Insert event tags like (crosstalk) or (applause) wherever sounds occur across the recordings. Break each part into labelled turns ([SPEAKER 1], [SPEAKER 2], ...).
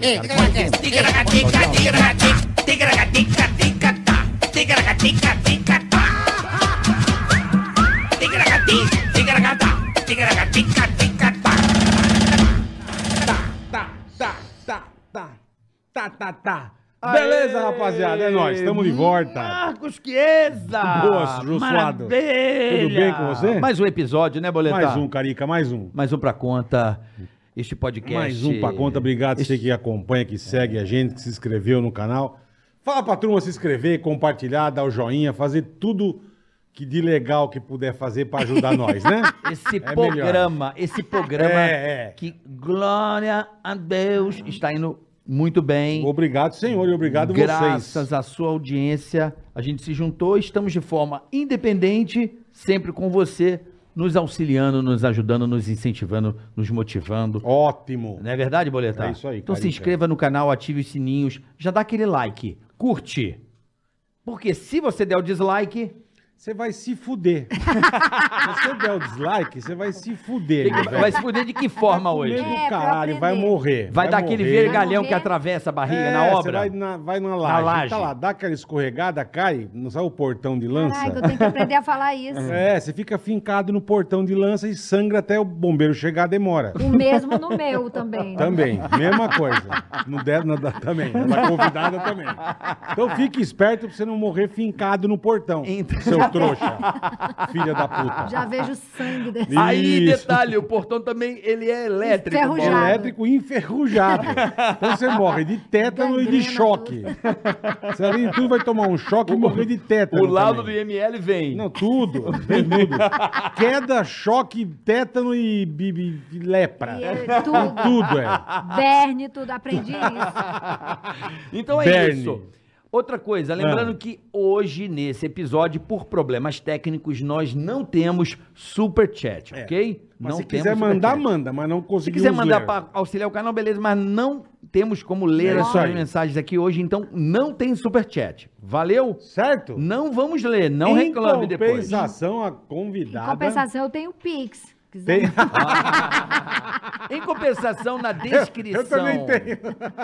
[SPEAKER 1] Ei,
[SPEAKER 2] Tá, tá, tá, tá. Tá, tá, tá. Beleza, rapaziada, é nóis, tamo de volta.
[SPEAKER 3] Marcos Chiesa!
[SPEAKER 2] Boa, Jô Suado.
[SPEAKER 3] Maravilha!
[SPEAKER 2] Tudo bem com você?
[SPEAKER 3] Mais um episódio, né, Boletar?
[SPEAKER 2] Mais um, Carica, mais um.
[SPEAKER 3] Mais um pra conta. Este podcast.
[SPEAKER 2] Mais um pra conta, obrigado você que acompanha, que segue a gente, que se inscreveu no canal. Fala pra turma se inscrever, compartilhar, dar o joinha, fazer tudo que de legal que puder fazer pra ajudar
[SPEAKER 3] (laughs)
[SPEAKER 2] nós, né?
[SPEAKER 3] Esse
[SPEAKER 2] melhor.
[SPEAKER 3] programa, esse programa
[SPEAKER 2] É, é.
[SPEAKER 3] que, glória a Deus, está indo muito bem.
[SPEAKER 2] Obrigado, senhor, e obrigado
[SPEAKER 3] Graças
[SPEAKER 2] vocês.
[SPEAKER 3] à sua audiência, a gente se juntou, estamos de forma independente, sempre com você, nos auxiliando, nos ajudando, nos incentivando, nos motivando.
[SPEAKER 2] Ótimo.
[SPEAKER 3] Não é verdade, Boletar?
[SPEAKER 2] É isso aí,
[SPEAKER 3] Então se
[SPEAKER 2] Carica.
[SPEAKER 3] inscreva no canal, ative os sininhos, já dá aquele like, curte. Porque se você der o dislike,
[SPEAKER 2] Você vai se
[SPEAKER 3] (laughs)
[SPEAKER 2] fuder. se você der o dislike, você vai se fuder. meu velho.
[SPEAKER 3] vai se fuder de que forma
[SPEAKER 2] Vai
[SPEAKER 3] hoje?
[SPEAKER 2] comer do
[SPEAKER 4] É, pra
[SPEAKER 2] caralho,
[SPEAKER 4] aprender.
[SPEAKER 2] vai morrer.
[SPEAKER 3] Vai, dar aquele
[SPEAKER 2] morrer.
[SPEAKER 3] vergalhão
[SPEAKER 4] Vai morrer.
[SPEAKER 3] que atravessa a barriga
[SPEAKER 2] É,
[SPEAKER 3] na
[SPEAKER 2] você
[SPEAKER 3] obra.
[SPEAKER 2] Vai na, vai na laje.
[SPEAKER 3] laje.
[SPEAKER 2] Tá lá, dá aquela escorregada, cai, não sai o portão de lança.
[SPEAKER 4] Ai, que eu tenho que aprender a falar isso.
[SPEAKER 2] É, você fica fincado no portão de lança e sangra até o bombeiro chegar, demora.
[SPEAKER 4] O mesmo no meu também.
[SPEAKER 2] Também, mesma coisa. Não der, não dá também. Na convidada também. Então fique esperto pra você não morrer fincado no portão.
[SPEAKER 3] Então-
[SPEAKER 2] Seu trouxa. Filha da puta.
[SPEAKER 4] Já vejo sangue
[SPEAKER 3] (laughs)
[SPEAKER 4] desse.
[SPEAKER 2] Isso.
[SPEAKER 3] Aí, detalhe, o portão também, ele é elétrico.
[SPEAKER 4] Enferrujado.
[SPEAKER 3] Bola.
[SPEAKER 2] Elétrico enferrujado. Então você morre de tétano e de
[SPEAKER 4] Gangrena,
[SPEAKER 2] choque. Você além de tudo vai tomar um choque e morrer de tétano.
[SPEAKER 3] O laudo
[SPEAKER 2] também.
[SPEAKER 3] do IML vem.
[SPEAKER 2] Não, tudo. Tem tudo. Queda, choque, tétano e, bi- bi- e lepra.
[SPEAKER 4] E é tudo.
[SPEAKER 2] Tudo é.
[SPEAKER 4] Berne, tudo. Aprendi isso.
[SPEAKER 3] (laughs) Então é
[SPEAKER 2] Bernie. Ah.
[SPEAKER 3] isso. Outra coisa, lembrando que hoje nesse episódio, por problemas técnicos, nós não temos super chat,
[SPEAKER 2] É.
[SPEAKER 3] ok?
[SPEAKER 2] Mas
[SPEAKER 3] não
[SPEAKER 2] se
[SPEAKER 3] temos
[SPEAKER 2] quiser mandar,
[SPEAKER 3] superchat.
[SPEAKER 2] manda, mas não
[SPEAKER 3] Se
[SPEAKER 2] conseguimos
[SPEAKER 3] quiser mandar
[SPEAKER 2] ler.
[SPEAKER 3] para auxiliar o canal, beleza, mas não temos como ler
[SPEAKER 2] É
[SPEAKER 3] as
[SPEAKER 2] isso
[SPEAKER 3] suas
[SPEAKER 2] aí.
[SPEAKER 3] mensagens aqui hoje, então não tem super chat. Valeu?
[SPEAKER 2] Certo?
[SPEAKER 3] Não vamos ler, não
[SPEAKER 2] em
[SPEAKER 3] reclame depois.
[SPEAKER 2] compensação, a
[SPEAKER 4] Em
[SPEAKER 2] convidada...
[SPEAKER 4] compensação, eu tenho Pix. Quiser.
[SPEAKER 2] Tem... (laughs)
[SPEAKER 3] Em compensação, na descrição.
[SPEAKER 2] também tenho.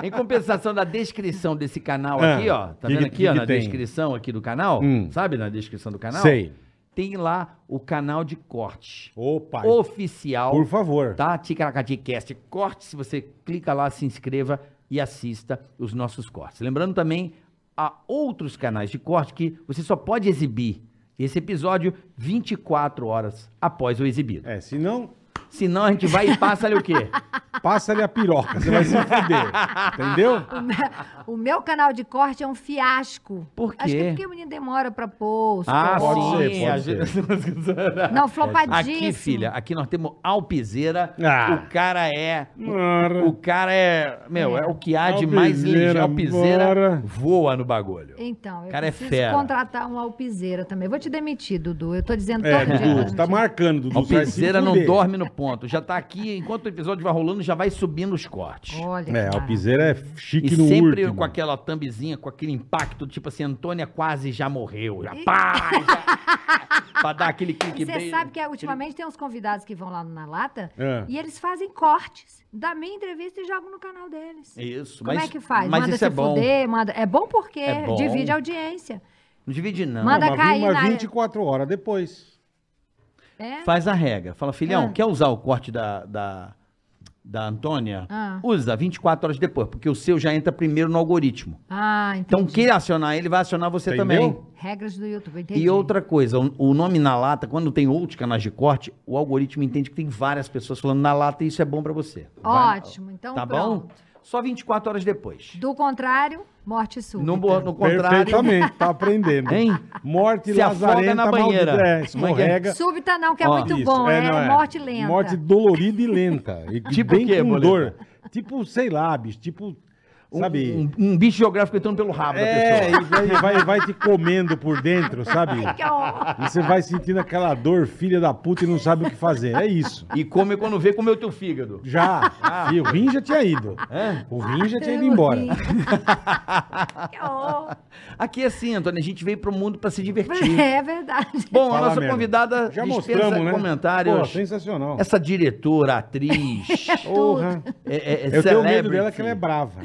[SPEAKER 3] Em compensação da descrição desse canal
[SPEAKER 2] Ah,
[SPEAKER 3] aqui, ó. Tá
[SPEAKER 2] que
[SPEAKER 3] vendo
[SPEAKER 2] que-
[SPEAKER 3] aqui,
[SPEAKER 2] que
[SPEAKER 3] ó,
[SPEAKER 2] que
[SPEAKER 3] na
[SPEAKER 2] tem?
[SPEAKER 3] descrição aqui do canal?
[SPEAKER 2] Hum.
[SPEAKER 3] Sabe na descrição do canal?
[SPEAKER 2] Sei.
[SPEAKER 3] Tem lá o canal de corte.
[SPEAKER 2] Opa,
[SPEAKER 3] Oficial.
[SPEAKER 2] por favor.
[SPEAKER 3] Tá? Ticaracati Cast. Corte, se você clica lá, se inscreva e assista os nossos cortes. Lembrando também, há outros canais de corte que você só pode exibir esse episódio 24 horas após o exibido.
[SPEAKER 2] É, se não,
[SPEAKER 3] Senão a gente vai e passa ali o quê?
[SPEAKER 2] passa-lhe a piroca, você vai se fuder. Entendeu?
[SPEAKER 4] O meu canal de corte é um fiasco.
[SPEAKER 3] Por
[SPEAKER 4] Acho que
[SPEAKER 3] quê?
[SPEAKER 4] é porque o menino demora pra pôr.
[SPEAKER 3] Ah,
[SPEAKER 4] pôr.
[SPEAKER 2] Pode
[SPEAKER 3] sim.
[SPEAKER 2] ser, pode
[SPEAKER 3] a
[SPEAKER 2] ser.
[SPEAKER 3] gente-
[SPEAKER 4] Não, flopadíssimo.
[SPEAKER 3] aqui, filha, aqui nós temos Alpizeira.
[SPEAKER 2] Ah.
[SPEAKER 3] O cara é.
[SPEAKER 2] Mara.
[SPEAKER 3] O cara é. Meu, é o que há de mais
[SPEAKER 2] Alpizeira,
[SPEAKER 3] ligeiro. Alpizeira
[SPEAKER 2] bora.
[SPEAKER 3] voa no bagulho.
[SPEAKER 4] Então, eu
[SPEAKER 3] Cara, é
[SPEAKER 4] preciso
[SPEAKER 3] fera.
[SPEAKER 4] contratar um alpizeira também. Vou te demitir, Dudu. Eu tô dizendo
[SPEAKER 2] É,
[SPEAKER 4] todo dia.
[SPEAKER 2] Dudu,
[SPEAKER 4] pra
[SPEAKER 2] você tá
[SPEAKER 4] gente.
[SPEAKER 2] marcando, Dudu. você vai se
[SPEAKER 3] Alpizeira não
[SPEAKER 2] fuder.
[SPEAKER 3] dorme no ponto. Já tá aqui, enquanto o episódio vai rolando, já vai subindo os cortes.
[SPEAKER 4] Olha,
[SPEAKER 2] É,
[SPEAKER 4] que
[SPEAKER 2] Alpizeira é
[SPEAKER 3] E
[SPEAKER 2] chique no
[SPEAKER 3] sempre
[SPEAKER 2] último.
[SPEAKER 3] com aquela thumbzinha, com aquele impacto, tipo assim, Antônia quase já morreu. Já pá! já- (laughs) pra dar aquele clique
[SPEAKER 4] E você
[SPEAKER 3] bem.
[SPEAKER 4] sabe que é, ultimamente tem uns convidados que vão lá na lata
[SPEAKER 2] É.
[SPEAKER 4] e eles fazem cortes da minha entrevista e jogam no canal deles.
[SPEAKER 3] Isso,
[SPEAKER 4] Como
[SPEAKER 3] mas,
[SPEAKER 4] é que faz?
[SPEAKER 3] Mas
[SPEAKER 4] manda
[SPEAKER 3] isso é
[SPEAKER 4] se
[SPEAKER 3] bom.
[SPEAKER 4] fuder, manda. É bom porque
[SPEAKER 3] É bom.
[SPEAKER 4] divide a audiência.
[SPEAKER 3] Não divide, não.
[SPEAKER 2] Não,
[SPEAKER 4] Manda
[SPEAKER 2] mas
[SPEAKER 4] cair
[SPEAKER 2] mas
[SPEAKER 4] na-
[SPEAKER 2] 24 horas depois.
[SPEAKER 4] É?
[SPEAKER 3] Faz a regra. Fala, filhão,
[SPEAKER 4] Ah.
[SPEAKER 3] quer usar o corte da, da, da Antônia?
[SPEAKER 4] Ah.
[SPEAKER 3] Usa 24 horas depois, porque o seu já entra primeiro no algoritmo.
[SPEAKER 4] Ah, entendi.
[SPEAKER 3] Então, quem acionar ele vai acionar você
[SPEAKER 2] Entendeu?
[SPEAKER 3] também.
[SPEAKER 4] Regras do YouTube, entendi.
[SPEAKER 3] E outra coisa, o- o nome na lata, quando tem outros canais de corte, o algoritmo entende que tem várias pessoas falando na lata e isso é bom pra você. Vai-
[SPEAKER 4] Ótimo, então
[SPEAKER 3] Tá bom?
[SPEAKER 4] pronto.
[SPEAKER 3] Só 24 horas depois.
[SPEAKER 4] Do contrário, morte súbita.
[SPEAKER 3] No, bo- no contrário,
[SPEAKER 2] Perfeitamente,
[SPEAKER 3] (laughs)
[SPEAKER 2] tá aprendendo.
[SPEAKER 3] Hein?
[SPEAKER 2] Morte
[SPEAKER 3] Se afoga
[SPEAKER 2] lazarenta,
[SPEAKER 3] na banheira.
[SPEAKER 2] maldita. É,
[SPEAKER 3] Como é que é?
[SPEAKER 2] escorrega.
[SPEAKER 4] Súbita não, que é
[SPEAKER 3] Ó,
[SPEAKER 4] muito
[SPEAKER 2] Isso,
[SPEAKER 4] bom, é,
[SPEAKER 2] não
[SPEAKER 4] morte lenta.
[SPEAKER 2] Morte dolorida e lenta. E que
[SPEAKER 3] (laughs) Tipo
[SPEAKER 2] bem
[SPEAKER 3] o quê,
[SPEAKER 2] com
[SPEAKER 3] Boleta?
[SPEAKER 2] dor. Tipo, sei lá, bicho, tipo,
[SPEAKER 3] um,
[SPEAKER 2] sabe?
[SPEAKER 3] um- um bicho geográfico entrando pelo rabo da
[SPEAKER 2] é,
[SPEAKER 3] pessoa.
[SPEAKER 2] e vai, vai,
[SPEAKER 3] (laughs)
[SPEAKER 2] vai te comendo por dentro, sabe?
[SPEAKER 4] (laughs) (laughs) Que horror.
[SPEAKER 2] E você vai sentindo aquela dor, filha da puta, e não sabe o que fazer. É isso.
[SPEAKER 3] E come quando vê, comeu teu fígado.
[SPEAKER 2] Já.
[SPEAKER 3] Ah.
[SPEAKER 2] E o
[SPEAKER 3] É? (laughs)
[SPEAKER 2] rim já tinha ido. O rim já tinha ido embora.
[SPEAKER 4] (laughs) Que horror.
[SPEAKER 3] Aqui é assim, Antônio, a gente veio pro mundo pra
[SPEAKER 4] (laughs)
[SPEAKER 3] se divertir.
[SPEAKER 4] É verdade.
[SPEAKER 3] Bom, a
[SPEAKER 2] Fala
[SPEAKER 3] nossa
[SPEAKER 2] mesmo.
[SPEAKER 3] convidada
[SPEAKER 2] Já
[SPEAKER 3] dispensa
[SPEAKER 2] mostramos, né? Pô,
[SPEAKER 3] comentários.
[SPEAKER 2] sensacional.
[SPEAKER 3] Essa
[SPEAKER 2] (laughs)
[SPEAKER 3] diretora, atriz,
[SPEAKER 2] Porra.
[SPEAKER 3] é, é, é
[SPEAKER 2] Eu tenho medo dela
[SPEAKER 3] celebrity.
[SPEAKER 2] que ela é brava.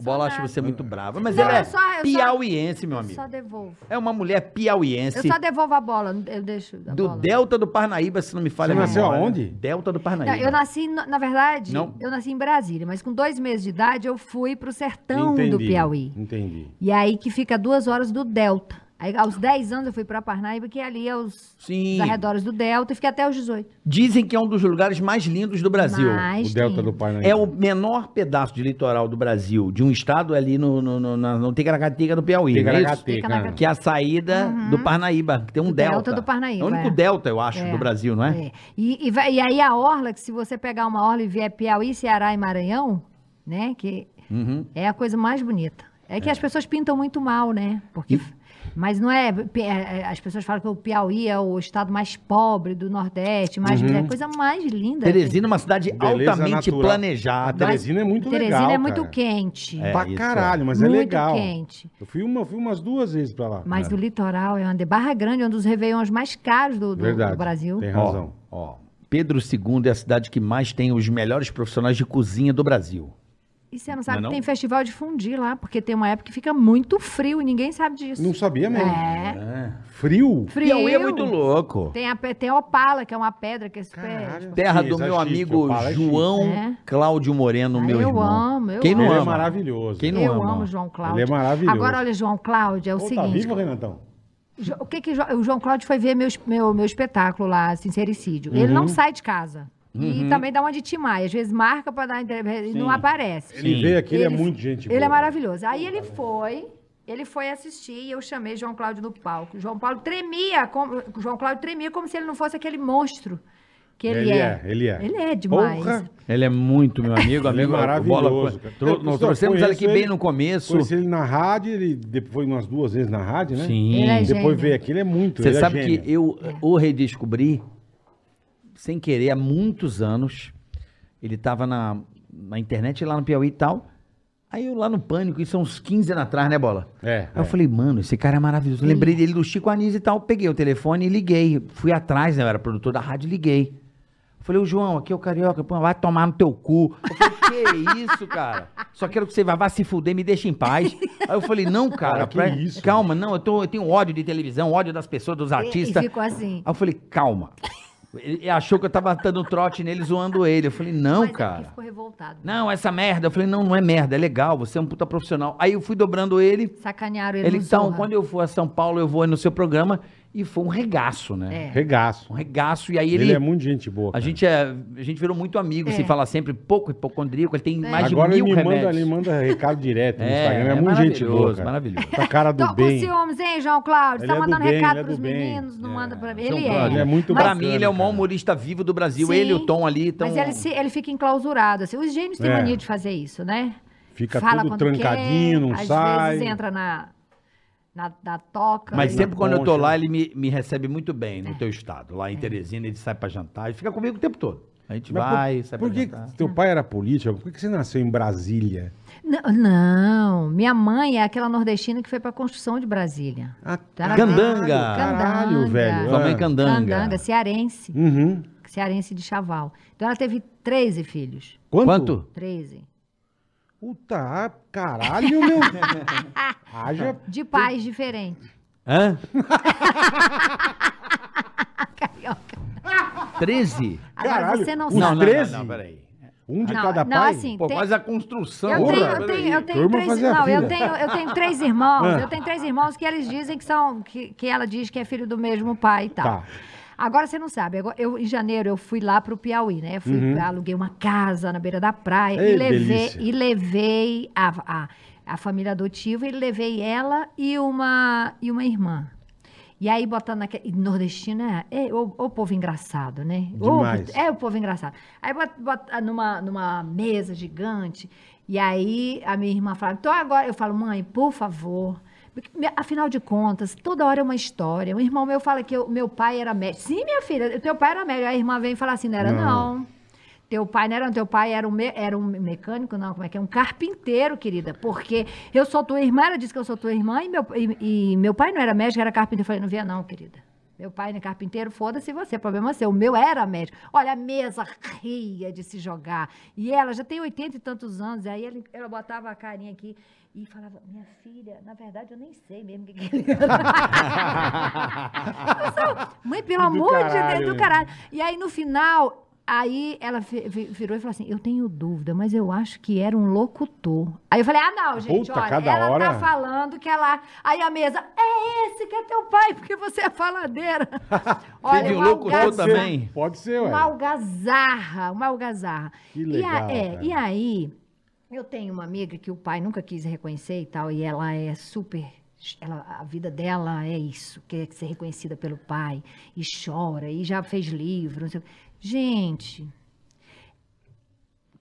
[SPEAKER 3] Bola acha você muito brava, mas
[SPEAKER 4] Não,
[SPEAKER 3] ela é
[SPEAKER 4] eu só- eu só-
[SPEAKER 3] piauiense, meu
[SPEAKER 4] Eu
[SPEAKER 3] amigo.
[SPEAKER 4] só devolvo.
[SPEAKER 3] É uma mulher
[SPEAKER 4] Eu
[SPEAKER 3] piauiense
[SPEAKER 4] só devolvo a bola, eu deixo a
[SPEAKER 3] do
[SPEAKER 4] bola.
[SPEAKER 3] Delta do Parnaíba, se não me falha
[SPEAKER 2] Você
[SPEAKER 3] a
[SPEAKER 2] nasceu
[SPEAKER 3] memória.
[SPEAKER 2] aonde?
[SPEAKER 3] Delta do
[SPEAKER 4] Não,
[SPEAKER 3] Parnaíba.
[SPEAKER 4] eu nasci, na na verdade,
[SPEAKER 3] né? Não.
[SPEAKER 4] eu nasci em Brasília, mas com dois meses de idade eu fui pro sertão do Piauí.
[SPEAKER 2] Entendi.
[SPEAKER 4] E aí que fica duas horas do Delta. Aí aos 10 anos eu fui pra Parnaíba, que ali é os,
[SPEAKER 3] Sim.
[SPEAKER 4] os arredores do Delta, e fiquei até os 18.
[SPEAKER 3] Dizem que é um dos lugares mais lindos do Brasil.
[SPEAKER 4] Mas
[SPEAKER 2] o Delta
[SPEAKER 4] tem.
[SPEAKER 2] do Parnaíba.
[SPEAKER 3] É o menor pedaço de litoral do Brasil, de um estado ali no, no, no, na- no Ticaracatica do Piauí. não é isso?
[SPEAKER 2] Ticaracateca.
[SPEAKER 4] Fica na
[SPEAKER 2] né?
[SPEAKER 3] Que é a saída do Parnaíba, que tem um
[SPEAKER 4] Uhum. Do
[SPEAKER 3] delta.
[SPEAKER 4] delta do Parnaíba,
[SPEAKER 3] É o único
[SPEAKER 4] é.
[SPEAKER 3] delta, eu acho,
[SPEAKER 4] É,
[SPEAKER 3] do Brasil, não é?
[SPEAKER 4] É. E, e vai- e aí a orla, que se você pegar uma orla e vier Piauí, Ceará e Maranhão, né, que
[SPEAKER 3] Uhum.
[SPEAKER 4] é a coisa mais bonita. É que as pessoas pintam muito mal, né? Porque, mas não é, pe- é, é, As pessoas falam que o Piauí é o estado mais pobre do Nordeste, mais
[SPEAKER 2] Uhum.
[SPEAKER 4] é a coisa mais linda.
[SPEAKER 3] Teresina é uma cidade
[SPEAKER 2] Beleza
[SPEAKER 3] altamente
[SPEAKER 2] natural.
[SPEAKER 3] planejada.
[SPEAKER 2] A Teresina é muito
[SPEAKER 4] Teresina
[SPEAKER 2] legal,
[SPEAKER 4] é muito
[SPEAKER 2] cara.
[SPEAKER 4] quente.
[SPEAKER 3] É,
[SPEAKER 2] pra
[SPEAKER 3] isso,
[SPEAKER 2] caralho, mas
[SPEAKER 4] muito
[SPEAKER 2] é legal.
[SPEAKER 4] quente.
[SPEAKER 2] Eu fui, uma, fui umas duas vezes pra lá.
[SPEAKER 4] Mas
[SPEAKER 2] É.
[SPEAKER 4] o litoral é uma de Barra Grande, um dos réveillons mais caros do, do-
[SPEAKER 2] Verdade.
[SPEAKER 4] do Brasil.
[SPEAKER 2] Tem
[SPEAKER 3] Ó,
[SPEAKER 2] razão.
[SPEAKER 3] ó, Pedro II é a cidade que mais tem os melhores profissionais de cozinha do Brasil.
[SPEAKER 4] E você não sabe
[SPEAKER 3] Não é
[SPEAKER 4] que tem
[SPEAKER 3] não?
[SPEAKER 4] festival de fundir lá, porque tem uma época que fica muito frio e ninguém sabe disso.
[SPEAKER 2] Não sabia mesmo.
[SPEAKER 4] É.
[SPEAKER 3] É.
[SPEAKER 2] Frio?
[SPEAKER 4] Frio.
[SPEAKER 3] Piauí é muito louco.
[SPEAKER 4] Tem a, pe- tem a Opala, que é uma pedra que é super...
[SPEAKER 2] Caralho.
[SPEAKER 3] Terra
[SPEAKER 2] Sim,
[SPEAKER 3] do
[SPEAKER 2] isso é
[SPEAKER 3] meu
[SPEAKER 2] chique,
[SPEAKER 3] amigo
[SPEAKER 2] o Pará é chique.
[SPEAKER 3] João
[SPEAKER 4] É.
[SPEAKER 3] Cláudio Moreno,
[SPEAKER 4] Ah,
[SPEAKER 3] meu
[SPEAKER 4] eu
[SPEAKER 3] irmão.
[SPEAKER 4] amo, eu
[SPEAKER 3] Quem não
[SPEAKER 2] Ele é
[SPEAKER 3] ama?
[SPEAKER 2] maravilhoso.
[SPEAKER 3] Quem não
[SPEAKER 4] eu
[SPEAKER 3] ama?
[SPEAKER 4] amo o João Cláudio.
[SPEAKER 2] Ele é maravilhoso.
[SPEAKER 4] Agora, olha, João Cláudio, é o
[SPEAKER 2] Ô, tá
[SPEAKER 4] seguinte.
[SPEAKER 2] vivo, Renatão?
[SPEAKER 4] Jo- O que que Jo- o João Cláudio foi ver meu, es- meu, meu espetáculo lá, Sincericídio. Ele
[SPEAKER 2] Uhum.
[SPEAKER 4] não sai de casa. E também dá uma de timar. Às vezes marca pra dar entrevista e não aparece.
[SPEAKER 2] Ele veio aqui, ele, é
[SPEAKER 4] Ele-
[SPEAKER 2] muito gente
[SPEAKER 4] Ele é
[SPEAKER 2] boa. tá
[SPEAKER 4] maravilhoso. Aí ele foi, ele foi assistir e eu chamei João Cláudio no palco. João Paulo tremia, como, João Cláudio tremia como se ele não fosse aquele monstro que ele,
[SPEAKER 2] Ele
[SPEAKER 4] é.
[SPEAKER 2] é, ele é.
[SPEAKER 4] Ele é demais.
[SPEAKER 2] Porra.
[SPEAKER 3] Ele é muito meu
[SPEAKER 2] Ele
[SPEAKER 3] amigo,
[SPEAKER 2] é
[SPEAKER 3] amigo.
[SPEAKER 2] maravilhoso,
[SPEAKER 3] Bola-
[SPEAKER 2] cara.
[SPEAKER 3] Tro-
[SPEAKER 2] Eu-
[SPEAKER 3] nós
[SPEAKER 2] eu
[SPEAKER 3] trouxemos
[SPEAKER 2] conheço
[SPEAKER 3] ele aqui bem
[SPEAKER 2] ele-
[SPEAKER 3] no começo.
[SPEAKER 2] Conheci ele na rádio, ele depois foi umas duas vezes na rádio, né?
[SPEAKER 3] Sim.
[SPEAKER 4] Ele é
[SPEAKER 2] Depois
[SPEAKER 4] gênio.
[SPEAKER 2] veio aqui, ele é muito.
[SPEAKER 3] Você
[SPEAKER 2] ele é
[SPEAKER 3] sabe
[SPEAKER 2] gênio.
[SPEAKER 3] que eu eh, o redescobri, sem querer, há muitos anos. Ele estava na, na internet lá no Piauí e tal. Aí eu lá no Pânico, isso há uns 15 anos atrás, né, Bola?
[SPEAKER 2] É,
[SPEAKER 3] Aí eu
[SPEAKER 2] é.
[SPEAKER 3] falei, mano, esse cara é maravilhoso. Eu Lembrei dele do Chico Anísio e tal. Peguei o telefone e liguei. Fui atrás, né? Eu era produtor da rádio, liguei. Falei, ô João, aqui é o Carioca, pô, vai tomar no teu cu. Eu falei,
[SPEAKER 4] (laughs)
[SPEAKER 3] que isso, cara? Só quero que você vá, vá se fuder, me deixa em paz. Aí eu falei, não, cara,
[SPEAKER 2] Cara, que
[SPEAKER 3] pra-
[SPEAKER 2] isso?
[SPEAKER 3] calma, não, eu, tô- eu tenho ódio de televisão, ódio das pessoas, dos
[SPEAKER 4] E-
[SPEAKER 3] artistas.
[SPEAKER 4] E ficou assim.
[SPEAKER 3] Aí eu falei, calma. Ele achou que eu tava dando trote nele, zoando ele. Eu falei, não,
[SPEAKER 4] Mas é porque
[SPEAKER 3] cara.
[SPEAKER 4] ficou revoltado.
[SPEAKER 3] Não, essa merda. Eu falei, não, não é merda, é legal, você é um puta profissional. Aí eu fui dobrando ele.
[SPEAKER 4] Sacanearam ele.
[SPEAKER 3] Ele,
[SPEAKER 4] no
[SPEAKER 2] tá um
[SPEAKER 3] então,
[SPEAKER 4] Zorra.
[SPEAKER 3] quando eu for a São Paulo, eu vou no seu programa. E foi um regaço, né?
[SPEAKER 4] É.
[SPEAKER 2] Regaço.
[SPEAKER 3] Um regaço. E aí
[SPEAKER 2] Ele...
[SPEAKER 3] ele.
[SPEAKER 2] é muito gente boa.
[SPEAKER 3] a,
[SPEAKER 2] cara.
[SPEAKER 3] gente é, a gente virou muito amigo,
[SPEAKER 4] É.
[SPEAKER 3] se fala sempre, pouco hipocondríaco. Ele tem mais
[SPEAKER 2] Agora
[SPEAKER 3] de
[SPEAKER 2] ele me
[SPEAKER 3] mil
[SPEAKER 2] manda,
[SPEAKER 3] remédios.
[SPEAKER 2] ele manda recado direto no
[SPEAKER 3] É,
[SPEAKER 2] Instagram. É,
[SPEAKER 3] é
[SPEAKER 2] muito gente boa.
[SPEAKER 3] maravilhoso,
[SPEAKER 2] Cara.
[SPEAKER 3] maravilhoso.
[SPEAKER 2] Tá cara do
[SPEAKER 4] Tô com
[SPEAKER 2] bem.
[SPEAKER 4] ciúmes, hein, João Cláudio?
[SPEAKER 2] Ele
[SPEAKER 4] Tá
[SPEAKER 2] é do
[SPEAKER 4] mandando
[SPEAKER 2] bem, ele
[SPEAKER 4] recado
[SPEAKER 2] é do
[SPEAKER 4] pros
[SPEAKER 2] bem.
[SPEAKER 4] meninos, não
[SPEAKER 2] É.
[SPEAKER 4] manda pra mim.
[SPEAKER 3] São
[SPEAKER 4] Ele
[SPEAKER 3] Paulo,
[SPEAKER 4] é.
[SPEAKER 2] ele é muito
[SPEAKER 3] Pra
[SPEAKER 2] bacana,
[SPEAKER 3] mim, ele é o maior
[SPEAKER 2] cara.
[SPEAKER 3] humorista vivo do Brasil.
[SPEAKER 4] Sim,
[SPEAKER 3] ele e o Tom ali estão.
[SPEAKER 4] Mas ele, se- ele fica enclausurado. Assim. Os gênios têm
[SPEAKER 2] É.
[SPEAKER 4] mania de fazer isso, né?
[SPEAKER 2] Fica
[SPEAKER 4] Fala
[SPEAKER 2] tudo
[SPEAKER 4] quando quer,
[SPEAKER 2] trancadinho, não
[SPEAKER 4] às
[SPEAKER 2] sai.
[SPEAKER 4] vezes entra na, na, na toca.
[SPEAKER 3] Mas
[SPEAKER 4] e-
[SPEAKER 3] sempre quando eu tô
[SPEAKER 2] concha.
[SPEAKER 3] lá, ele me, me recebe muito bem no
[SPEAKER 4] É.
[SPEAKER 3] teu estado. Lá em Teresina, ele sai pra jantar, ele fica comigo o tempo todo. A gente
[SPEAKER 2] Mas por-
[SPEAKER 3] vai,
[SPEAKER 2] por,
[SPEAKER 3] sai pra
[SPEAKER 2] que
[SPEAKER 3] jantar.
[SPEAKER 2] teu pai era político? Por que você nasceu em Brasília?
[SPEAKER 4] Não, não, minha mãe é aquela nordestina que foi pra construção de Brasília.
[SPEAKER 2] Ah,
[SPEAKER 4] Tá.
[SPEAKER 3] Candanga.
[SPEAKER 2] Caralho,
[SPEAKER 4] Candanga.
[SPEAKER 2] velho.
[SPEAKER 3] Sua mãe é
[SPEAKER 2] Ah.
[SPEAKER 3] candanga.
[SPEAKER 4] Candanga, cearense.
[SPEAKER 2] Uhum.
[SPEAKER 4] Cearense de Chaval. Então ela teve 13 filhos.
[SPEAKER 2] Quanto?
[SPEAKER 3] Quanto?
[SPEAKER 4] 13.
[SPEAKER 2] Puta, ah,
[SPEAKER 4] (laughs)
[SPEAKER 2] caralho, meu. Haja.
[SPEAKER 4] De pais diferentes. (laughs)
[SPEAKER 3] Hã? 13?
[SPEAKER 4] Agora
[SPEAKER 2] Caralho,
[SPEAKER 4] você não
[SPEAKER 2] os
[SPEAKER 4] sabe.
[SPEAKER 2] Não, não, 13?
[SPEAKER 3] peraí.
[SPEAKER 2] Um de
[SPEAKER 4] Não,
[SPEAKER 2] cada
[SPEAKER 4] não,
[SPEAKER 2] pai?
[SPEAKER 4] assim,
[SPEAKER 3] Pô,
[SPEAKER 4] Tem-
[SPEAKER 3] quase a construção. é
[SPEAKER 4] Eu
[SPEAKER 2] Então, Porra,
[SPEAKER 4] tenho, eu
[SPEAKER 3] Peraí.
[SPEAKER 4] tenho, eu tenho
[SPEAKER 2] turma
[SPEAKER 4] três,
[SPEAKER 2] fazia
[SPEAKER 4] não, eu
[SPEAKER 2] filha.
[SPEAKER 4] tenho, eu tenho três irmãos,
[SPEAKER 2] Ah.
[SPEAKER 4] eu tenho três irmãos que eles dizem que são, que, que ela diz que é filho do mesmo pai e tal.
[SPEAKER 2] (laughs) Tá.
[SPEAKER 4] Agora você não sabe, agora, eu, em janeiro eu fui lá pro Piauí, né, fui, aluguei uma casa na beira da praia
[SPEAKER 2] Uhum. Ei,
[SPEAKER 4] e levei,
[SPEAKER 2] delícia.
[SPEAKER 4] e levei a, a, a família adotiva e levei ela e uma, e uma irmã. E aí, botando naquele. e Nordestino é, é o, o povo engraçado, né? Ô,
[SPEAKER 2] Demais.
[SPEAKER 4] é o povo engraçado. Aí bota, bota numa, numa mesa gigante. E aí a minha irmã fala, então agora eu falo, mãe, por favor. porque, me- Afinal de contas, toda hora é uma história. Um irmão meu fala que eu- meu pai era médico. Sim, minha filha, teu pai era médico. Aí a irmã vem e fala assim, não era
[SPEAKER 2] Não.
[SPEAKER 4] não. Teu pai não era teu pai, era um, me- era um mecânico, não, como é que é? Um carpinteiro, querida. Porque eu sou tua irmã, ela disse que eu sou tua irmã, e meu, e- e meu pai não era médico, era carpinteiro. Eu falei, não via, não, querida. Meu pai não é carpinteiro, foda-se você, problema seu. O meu era médico. Olha, a mesa ria de se jogar. E ela já tem 80 e tantos anos, aí ele- ela botava a carinha aqui e falava, minha filha, na verdade eu nem sei mesmo o que, que ele Pessoal, Mãe, pelo
[SPEAKER 2] Do
[SPEAKER 4] amor de
[SPEAKER 2] caralho,
[SPEAKER 4] Deus,
[SPEAKER 2] né?
[SPEAKER 4] do caralho. E aí, no final, aí ela vi- vi- virou e falou assim, eu tenho dúvida, mas eu acho que era um locutor. Aí eu falei, ah, não, gente,
[SPEAKER 2] Puta,
[SPEAKER 4] olha,
[SPEAKER 2] cada
[SPEAKER 4] ela
[SPEAKER 2] hora.
[SPEAKER 4] tá falando que ela... Aí a mesa, é esse que é teu pai, porque você é faladeira.
[SPEAKER 3] Teve um
[SPEAKER 4] uma
[SPEAKER 3] locutor
[SPEAKER 2] Pode
[SPEAKER 4] algazarra-
[SPEAKER 2] ser,
[SPEAKER 3] também.
[SPEAKER 2] Pode ser, ué.
[SPEAKER 4] Uma algazarra, uma algazarra.
[SPEAKER 2] Que
[SPEAKER 4] E a-
[SPEAKER 2] legal,
[SPEAKER 4] é,
[SPEAKER 2] cara.
[SPEAKER 4] e aí, eu tenho uma amiga que o pai nunca quis reconhecer e tal, e ela é super. Ela, a vida dela é isso, quer ser reconhecida pelo pai, e chora, e já fez livro. Não sei, o quê. gente,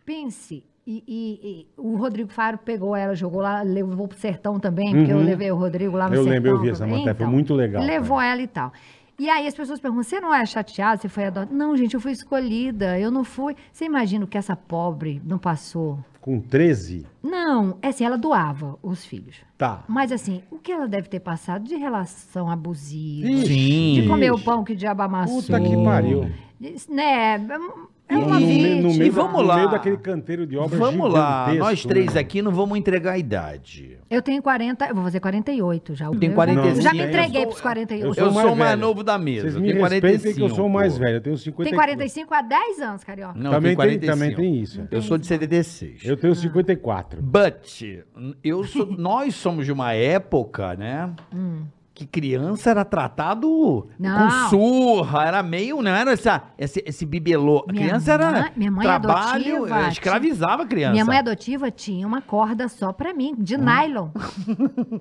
[SPEAKER 4] pense. E, e- e o Rodrigo Faro pegou ela, jogou lá, levou pro sertão também, porque eu
[SPEAKER 2] Uhum.
[SPEAKER 4] levei o Rodrigo lá no
[SPEAKER 2] Eu
[SPEAKER 4] sertão.
[SPEAKER 2] lembro, eu vi essa
[SPEAKER 4] também, Então,
[SPEAKER 2] matéria,
[SPEAKER 3] Então,
[SPEAKER 2] foi muito legal, né?
[SPEAKER 4] Levou ela e tal. E aí as pessoas perguntam: você não é chateada? Você foi adotada? Não, gente, eu fui escolhida, eu não fui. Você imagina o que essa pobre não passou?
[SPEAKER 2] Com 13?
[SPEAKER 4] Não, é assim, ela doava os filhos.
[SPEAKER 2] Tá.
[SPEAKER 4] Mas assim, o que ela deve ter passado de relação abusiva,
[SPEAKER 2] Ixi,
[SPEAKER 3] Sim.
[SPEAKER 4] de
[SPEAKER 2] ixi.
[SPEAKER 4] comer o pão que o diabo amassou.
[SPEAKER 2] Puta que pariu.
[SPEAKER 4] Isso, Né? É
[SPEAKER 2] No
[SPEAKER 4] uma
[SPEAKER 2] meio-
[SPEAKER 4] vítima.
[SPEAKER 2] No meio,
[SPEAKER 3] E vamos
[SPEAKER 2] no
[SPEAKER 3] lá.
[SPEAKER 2] meio daquele canteiro de obra
[SPEAKER 3] Vamos lá, nós
[SPEAKER 2] gigantesco,
[SPEAKER 3] três
[SPEAKER 2] né?
[SPEAKER 3] aqui não vamos entregar a idade.
[SPEAKER 4] Eu tenho 40, eu vou fazer 48 já. o
[SPEAKER 3] Eu tenho
[SPEAKER 4] meu.
[SPEAKER 3] 45.
[SPEAKER 4] Já me
[SPEAKER 2] Eu
[SPEAKER 4] entreguei
[SPEAKER 3] sou-
[SPEAKER 4] pros
[SPEAKER 2] eu
[SPEAKER 4] 48.
[SPEAKER 3] Eu sou o mais,
[SPEAKER 2] mais velho.
[SPEAKER 3] novo da mesa.
[SPEAKER 2] Vocês me
[SPEAKER 3] tenho
[SPEAKER 2] respeitem que eu
[SPEAKER 3] 45,
[SPEAKER 2] sou mais
[SPEAKER 3] pô.
[SPEAKER 2] velho. Eu tenho 50
[SPEAKER 4] Tem 45 há 10 anos, carioca.
[SPEAKER 3] Não,
[SPEAKER 2] também,
[SPEAKER 3] também,
[SPEAKER 2] tem,
[SPEAKER 3] 45.
[SPEAKER 2] também tem isso.
[SPEAKER 3] Eu sou de 76.
[SPEAKER 2] Eu tenho 54.
[SPEAKER 3] But, eu
[SPEAKER 4] (laughs)
[SPEAKER 3] sou, nós somos de uma época, né? Que criança era tratado com
[SPEAKER 4] Hum. Não.
[SPEAKER 3] surra, era meio, não era essa, esse, esse bibelô. A
[SPEAKER 4] Minha
[SPEAKER 3] criança era
[SPEAKER 4] mãe- minha mãe
[SPEAKER 3] trabalho,
[SPEAKER 4] adotiva,
[SPEAKER 3] eh,
[SPEAKER 4] tinha-
[SPEAKER 3] escravizava a criança.
[SPEAKER 4] Minha mãe é adotiva tinha uma corda só pra mim, de nylon.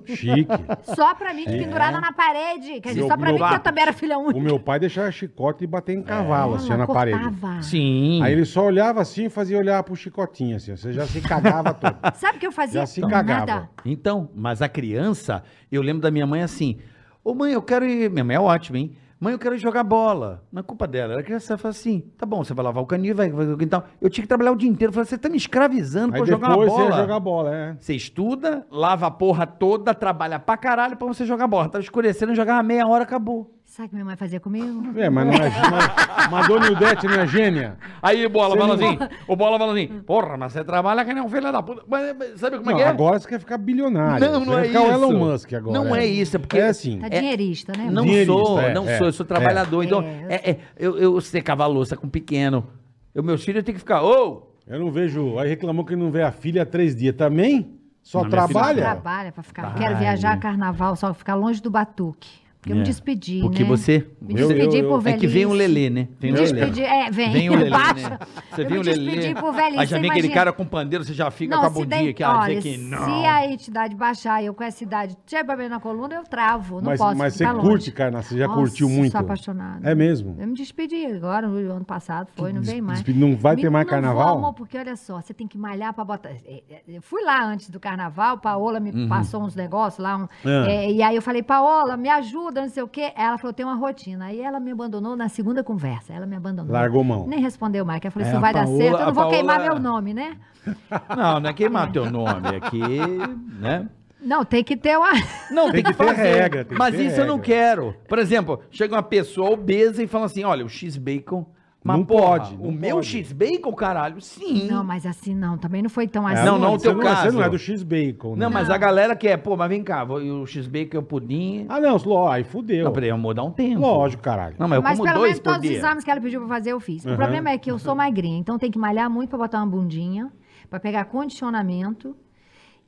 [SPEAKER 2] Chique.
[SPEAKER 3] (laughs)
[SPEAKER 4] Só pra mim, que pendurava na parede. Quer dizer,
[SPEAKER 2] É. Meu-
[SPEAKER 4] só pra mim,
[SPEAKER 2] meu-
[SPEAKER 4] que eu também era filha única.
[SPEAKER 2] O meu pai deixava chicote e bater
[SPEAKER 3] É.
[SPEAKER 2] em cavalo,
[SPEAKER 3] Ah,
[SPEAKER 2] assim, ó, na parede.
[SPEAKER 4] cortava.
[SPEAKER 3] Sim.
[SPEAKER 2] Aí ele só olhava assim e fazia olhar pro chicotinho, assim. ó. Você já se
[SPEAKER 3] (laughs)
[SPEAKER 2] cagava todo.
[SPEAKER 4] Sabe o que eu fazia?
[SPEAKER 2] Já se cagava.
[SPEAKER 4] Nada.
[SPEAKER 3] Então, mas a criança, eu lembro da minha mãe assim: Ô mãe, eu quero ir. Minha mãe é ótima, hein? Mãe, eu quero ir jogar bola. Não é culpa dela. Ela criança fala assim: tá bom, você vai lavar o canil, vai fazer o quintal. Eu tinha que trabalhar o dia inteiro. Eu falei, você tá me escravizando
[SPEAKER 2] Aí
[SPEAKER 3] pra eu jogar uma
[SPEAKER 2] depois você
[SPEAKER 3] bola.
[SPEAKER 2] ia jogar bola, é.
[SPEAKER 3] Você estuda, lava a porra toda, trabalha pra caralho pra você jogar bola. Tá escurecendo, jogava meia hora, acabou.
[SPEAKER 4] Sabe o que minha mãe fazia comigo?
[SPEAKER 2] É, mas não é. mas- Mas Dona Ildete não é gênia?
[SPEAKER 3] Aí, bola,
[SPEAKER 2] Você não-
[SPEAKER 3] balazinho. O bola, balazinho. Porra, mas você trabalha que nem um filho da puta. Mas, mas sabe como é
[SPEAKER 2] Não,
[SPEAKER 3] que é?
[SPEAKER 2] agora você quer ficar bilionário.
[SPEAKER 3] Não,
[SPEAKER 2] Você
[SPEAKER 3] não
[SPEAKER 2] quer
[SPEAKER 3] é
[SPEAKER 2] ficar o Elon
[SPEAKER 3] isso.
[SPEAKER 2] Musk agora.
[SPEAKER 3] Não é isso, é porque-
[SPEAKER 2] É assim.
[SPEAKER 4] Tá
[SPEAKER 3] É.
[SPEAKER 4] dinheirista, né?
[SPEAKER 3] Não
[SPEAKER 2] Dinheirista,
[SPEAKER 3] sou,
[SPEAKER 2] é,
[SPEAKER 3] não
[SPEAKER 2] é,
[SPEAKER 3] sou, eu sou
[SPEAKER 2] é.
[SPEAKER 3] trabalhador. Então,
[SPEAKER 4] É.
[SPEAKER 3] é, é, eu, eu secava a louça com pequeno. Eu, meus filhos têm que ficar, ô!
[SPEAKER 2] Eu não vejo. Aí reclamou que não vê a filha há três dias também? Só
[SPEAKER 3] Não, minha filha-
[SPEAKER 4] Só
[SPEAKER 2] trabalha?
[SPEAKER 4] trabalha pra ficar.
[SPEAKER 3] Vai.
[SPEAKER 4] Quero viajar carnaval, só ficar longe do batuque. Porque eu
[SPEAKER 3] É.
[SPEAKER 4] me despedi,
[SPEAKER 3] Porque
[SPEAKER 4] né?
[SPEAKER 3] você-
[SPEAKER 4] Me
[SPEAKER 2] Eu-
[SPEAKER 4] despedi
[SPEAKER 2] eu- eu-
[SPEAKER 4] por
[SPEAKER 3] É
[SPEAKER 4] velhice.
[SPEAKER 3] que vem o Lelê, né? Vem
[SPEAKER 4] Me
[SPEAKER 3] o Lelê.
[SPEAKER 4] despedi, é, vem. (laughs)
[SPEAKER 3] Vem o Lelê,
[SPEAKER 4] Baixa.
[SPEAKER 3] né? Você
[SPEAKER 4] Eu
[SPEAKER 3] vem
[SPEAKER 4] me
[SPEAKER 3] o Lelê.
[SPEAKER 4] despedi por velhice,
[SPEAKER 3] Aí já
[SPEAKER 4] você
[SPEAKER 3] vem aquele
[SPEAKER 4] imagina.
[SPEAKER 3] cara com pandeiro, você já fica com a bundinha
[SPEAKER 4] der-
[SPEAKER 3] aqui, ah,
[SPEAKER 4] olha,
[SPEAKER 3] dizer que não.
[SPEAKER 4] se a entidade baixar e eu com essa idade tiver bebendo na coluna, eu travo. Não
[SPEAKER 2] mas
[SPEAKER 4] posso
[SPEAKER 2] mas você
[SPEAKER 4] ficar
[SPEAKER 2] curte,
[SPEAKER 4] longe.
[SPEAKER 2] Carna? Você já
[SPEAKER 4] Nossa,
[SPEAKER 2] curtiu muito?
[SPEAKER 4] sou apaixonada.
[SPEAKER 2] É mesmo?
[SPEAKER 4] Eu me despedi agora, no ano passado foi, não
[SPEAKER 2] Des-
[SPEAKER 4] vem mais.
[SPEAKER 2] despe- não vai ter mais
[SPEAKER 4] não
[SPEAKER 2] carnaval?
[SPEAKER 4] Vou, amor, porque olha só, você tem que malhar pra botar. é, é, Eu fui lá antes do carnaval, Paola me
[SPEAKER 3] Uhum.
[SPEAKER 4] passou uns negócios lá. um-
[SPEAKER 2] Ah.
[SPEAKER 4] é, e aí eu falei, Paola, me ajuda, não sei o quê. Ela falou, tem uma rotina. Aí ela me abandonou na segunda conversa. Ela me abandonou.
[SPEAKER 2] Largou mão.
[SPEAKER 4] Nem respondeu mais. que Ela falou,
[SPEAKER 3] É,
[SPEAKER 4] isso
[SPEAKER 3] a
[SPEAKER 4] não vai
[SPEAKER 3] Paola-
[SPEAKER 4] dar certo, eu
[SPEAKER 3] a
[SPEAKER 4] não vou queimar
[SPEAKER 3] Paola-
[SPEAKER 4] meu nome, né?
[SPEAKER 3] Não, não é queimar teu nome aqui, né?
[SPEAKER 4] Não, tem que ter uma. (laughs)
[SPEAKER 3] Não, tem,
[SPEAKER 2] Tem
[SPEAKER 3] que,
[SPEAKER 2] que ter
[SPEAKER 3] fazer.
[SPEAKER 2] regra, tem que
[SPEAKER 3] mas
[SPEAKER 2] ter
[SPEAKER 3] isso eu não
[SPEAKER 2] regra.
[SPEAKER 3] quero. Por exemplo, chega uma pessoa obesa e fala assim, olha, o X-Bacon... Mas
[SPEAKER 2] Não
[SPEAKER 3] porra,
[SPEAKER 2] pode, não
[SPEAKER 3] o meu
[SPEAKER 2] pode.
[SPEAKER 3] X-Bacon, caralho, sim.
[SPEAKER 4] Não, mas assim não, também não foi tão
[SPEAKER 2] É,
[SPEAKER 4] assim.
[SPEAKER 3] Não, não, o
[SPEAKER 2] você
[SPEAKER 3] teu
[SPEAKER 2] é- Você
[SPEAKER 3] caso.
[SPEAKER 2] não é do X-Bacon, né?
[SPEAKER 3] Não, mas a galera quer, pô, mas vem cá, vou- e o X-Bacon, é o pudim.
[SPEAKER 2] Ah, não, ló, aí fudeu.
[SPEAKER 3] Não, peraí, amor, dá um tempo.
[SPEAKER 2] Lógico, caralho.
[SPEAKER 3] Não, mas eu
[SPEAKER 4] Mas
[SPEAKER 3] como
[SPEAKER 4] pelo
[SPEAKER 3] dois
[SPEAKER 4] menos
[SPEAKER 3] por
[SPEAKER 4] todos os
[SPEAKER 3] dia. Uhum.
[SPEAKER 4] exames que ela pediu pra fazer, eu fiz.
[SPEAKER 2] Aham.
[SPEAKER 4] O problema é que eu sou magrinha, então tem que malhar muito pra botar uma bundinha, pra pegar condicionamento.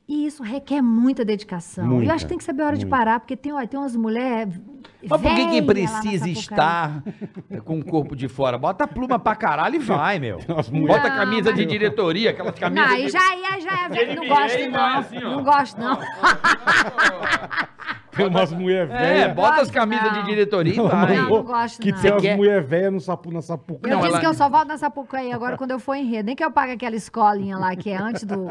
[SPEAKER 4] E isso requer muita dedicação. E
[SPEAKER 2] Muita,
[SPEAKER 4] eu acho que tem que saber a hora de
[SPEAKER 2] muita.
[SPEAKER 4] parar, porque tem, ó, tem umas mulheres.
[SPEAKER 3] Mas por que que precisa
[SPEAKER 4] tá
[SPEAKER 3] estar com o corpo de fora? Bota a pluma pra caralho e vai, meu.
[SPEAKER 2] Nossa,
[SPEAKER 3] Bota a
[SPEAKER 4] Não,
[SPEAKER 3] camisa
[SPEAKER 4] mas-
[SPEAKER 3] de diretoria, aquelas camisas
[SPEAKER 4] Não, aí
[SPEAKER 3] de...
[SPEAKER 4] já, aí já, já não
[SPEAKER 3] NBA
[SPEAKER 4] gosto,
[SPEAKER 3] vai
[SPEAKER 4] não.
[SPEAKER 3] assim, ó.
[SPEAKER 4] não gosto, não.
[SPEAKER 2] Tem umas mulher
[SPEAKER 3] É,
[SPEAKER 2] velha.
[SPEAKER 3] bota as
[SPEAKER 4] Não.
[SPEAKER 3] camisas de diretoria e
[SPEAKER 2] Pelo
[SPEAKER 3] vai.
[SPEAKER 2] amor-
[SPEAKER 4] Não, não gosto,
[SPEAKER 2] que
[SPEAKER 4] não.
[SPEAKER 2] tem
[SPEAKER 3] Você
[SPEAKER 2] umas
[SPEAKER 3] quer-
[SPEAKER 2] mulher velha no sapu, na sapuca.
[SPEAKER 4] Eu
[SPEAKER 3] Não,
[SPEAKER 4] disse
[SPEAKER 3] ela-
[SPEAKER 4] que eu só volto nessa Sapucaí agora quando eu for em rede. Nem que eu pague aquela escolinha lá que é antes do.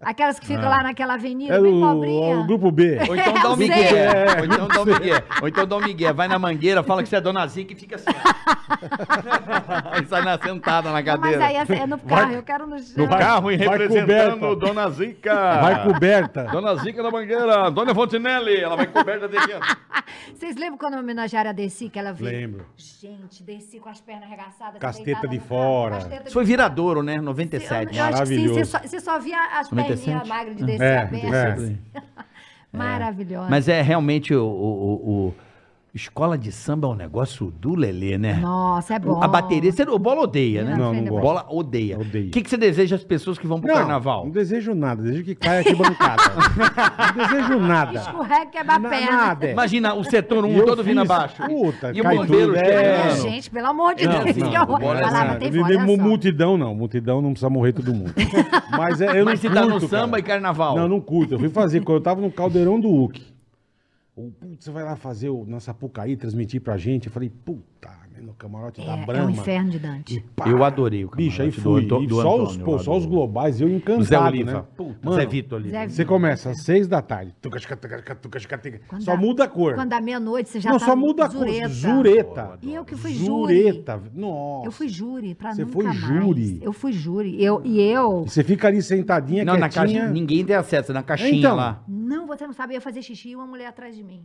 [SPEAKER 4] Aquelas que ficam
[SPEAKER 2] Ah.
[SPEAKER 4] lá naquela avenida,
[SPEAKER 2] É
[SPEAKER 4] bem
[SPEAKER 2] o,
[SPEAKER 4] pobrinha.
[SPEAKER 2] o grupo B.
[SPEAKER 3] Ou então dá
[SPEAKER 4] Eu
[SPEAKER 3] um
[SPEAKER 4] sei.
[SPEAKER 3] migué.
[SPEAKER 2] É.
[SPEAKER 3] Ou então dá um migué. Ou então dá um migué. Vai na mangueira, fala que você é dona Zica e
[SPEAKER 4] (laughs)
[SPEAKER 3] fica assim. ó. aí sai na sentada
[SPEAKER 4] Não,
[SPEAKER 3] na
[SPEAKER 4] mas
[SPEAKER 3] cadeira.
[SPEAKER 4] aí é- é no carro, eu quero no chão.
[SPEAKER 2] carro.
[SPEAKER 1] Carro e
[SPEAKER 2] Vai
[SPEAKER 1] representando
[SPEAKER 2] coberta.
[SPEAKER 1] Dona Zica.
[SPEAKER 2] Vai coberta.
[SPEAKER 1] Dona Zica da Mangueira, Dona Fontinelli, ela vai coberta daqui. ó.
[SPEAKER 4] Vocês lembram quando homenagearam a Desi, que ela veio?
[SPEAKER 2] Lembro.
[SPEAKER 4] Gente, Desi com as pernas arregaçadas. tá
[SPEAKER 2] Casteta
[SPEAKER 4] deitada
[SPEAKER 2] de
[SPEAKER 4] no
[SPEAKER 2] fora.
[SPEAKER 4] carro, casteta
[SPEAKER 3] Isso
[SPEAKER 4] de
[SPEAKER 3] foi viradouro, né?
[SPEAKER 4] Eu,
[SPEAKER 3] 97.
[SPEAKER 4] eu acho que sim, você
[SPEAKER 2] Maravilhoso.
[SPEAKER 4] só, você só via as
[SPEAKER 3] 97?
[SPEAKER 4] perninhas magras de Desi
[SPEAKER 2] É,
[SPEAKER 4] abertas. Maravilhosa.
[SPEAKER 3] Mas é realmente o, o- o- o- Escola de samba é um negócio do Lelê, né?
[SPEAKER 4] Nossa, é bom.
[SPEAKER 3] A bateria. Você, o bola odeia, né?
[SPEAKER 2] Não, não gosto.
[SPEAKER 3] Bola odeia.
[SPEAKER 2] Odeio.
[SPEAKER 3] O que, que você deseja às pessoas que vão pro carnaval?
[SPEAKER 2] Não desejo nada, desejo que caia aqui
[SPEAKER 3] (laughs)
[SPEAKER 2] bancada. não desejo nada.
[SPEAKER 4] Escorrega e quebra a
[SPEAKER 2] Na-
[SPEAKER 4] perna.
[SPEAKER 2] é nada.
[SPEAKER 3] Imagina o setor 1
[SPEAKER 2] E eu
[SPEAKER 3] todo vindo
[SPEAKER 2] fiz,
[SPEAKER 3] abaixo.
[SPEAKER 2] puta,
[SPEAKER 3] e o
[SPEAKER 2] cai
[SPEAKER 3] bombeiro
[SPEAKER 2] tudo, é.
[SPEAKER 4] É,
[SPEAKER 3] chegando.
[SPEAKER 4] gente, pelo amor de
[SPEAKER 3] Não,
[SPEAKER 4] Deus,
[SPEAKER 3] não,
[SPEAKER 4] que horror.
[SPEAKER 3] bora,
[SPEAKER 4] Vai lá,
[SPEAKER 3] não.
[SPEAKER 4] mas tem
[SPEAKER 2] Não, é
[SPEAKER 4] fora, olha só.
[SPEAKER 2] multidão não, multidão não precisa morrer todo mundo. Mas é, eu
[SPEAKER 3] Mas
[SPEAKER 2] não
[SPEAKER 3] se tá no
[SPEAKER 2] curto,
[SPEAKER 3] samba
[SPEAKER 2] cara.
[SPEAKER 3] e carnaval.
[SPEAKER 2] Não, não curto. Eu fui fazer, quando eu tava no caldeirão do
[SPEAKER 3] (laughs)
[SPEAKER 2] UC. O, putz, você vai lá fazer o, na Sapucaí, transmitir pra gente. Eu falei, puta, meu, no camarote da
[SPEAKER 4] É, é o
[SPEAKER 2] Brahma.
[SPEAKER 4] inferno de
[SPEAKER 2] E
[SPEAKER 4] Dante.
[SPEAKER 2] pá.
[SPEAKER 3] Eu adorei o
[SPEAKER 2] Bicho, aí
[SPEAKER 3] camarote do
[SPEAKER 2] fui.
[SPEAKER 3] Anto-
[SPEAKER 2] e
[SPEAKER 3] do
[SPEAKER 2] só, os,
[SPEAKER 3] Antônio
[SPEAKER 2] pô,
[SPEAKER 3] lá
[SPEAKER 2] só
[SPEAKER 3] do-
[SPEAKER 2] os globais, eu
[SPEAKER 3] do
[SPEAKER 2] encantado,
[SPEAKER 3] Zé Oliva.
[SPEAKER 2] né?
[SPEAKER 3] Puta,
[SPEAKER 2] Mano,
[SPEAKER 3] Zé Vitor Oliva.
[SPEAKER 4] Zé
[SPEAKER 2] Você começa às seis da tarde. Tuca, tuca, tuca, tuca, tuca, tuca, tuca.
[SPEAKER 4] Quando
[SPEAKER 2] Só
[SPEAKER 4] dá-
[SPEAKER 2] muda a cor.
[SPEAKER 4] Quando dá meia-noite, você já
[SPEAKER 2] Não,
[SPEAKER 4] tá
[SPEAKER 2] só muda a cor.
[SPEAKER 4] zureta.
[SPEAKER 2] Zureta.
[SPEAKER 4] E eu que fui júri.
[SPEAKER 2] Zureta. Nossa.
[SPEAKER 4] Eu fui júri pra
[SPEAKER 2] Você
[SPEAKER 4] nunca
[SPEAKER 2] foi
[SPEAKER 4] mais.
[SPEAKER 2] júri?
[SPEAKER 4] Eu fui júri. Eu, e eu...
[SPEAKER 2] E Você fica ali sentadinha,
[SPEAKER 3] Não, na
[SPEAKER 2] quietinha.
[SPEAKER 3] caixa, ninguém tem acesso, na caixinha
[SPEAKER 2] Então.
[SPEAKER 3] lá.
[SPEAKER 4] Não, você não sabe, eu ia fazer xixi e uma mulher atrás de mim.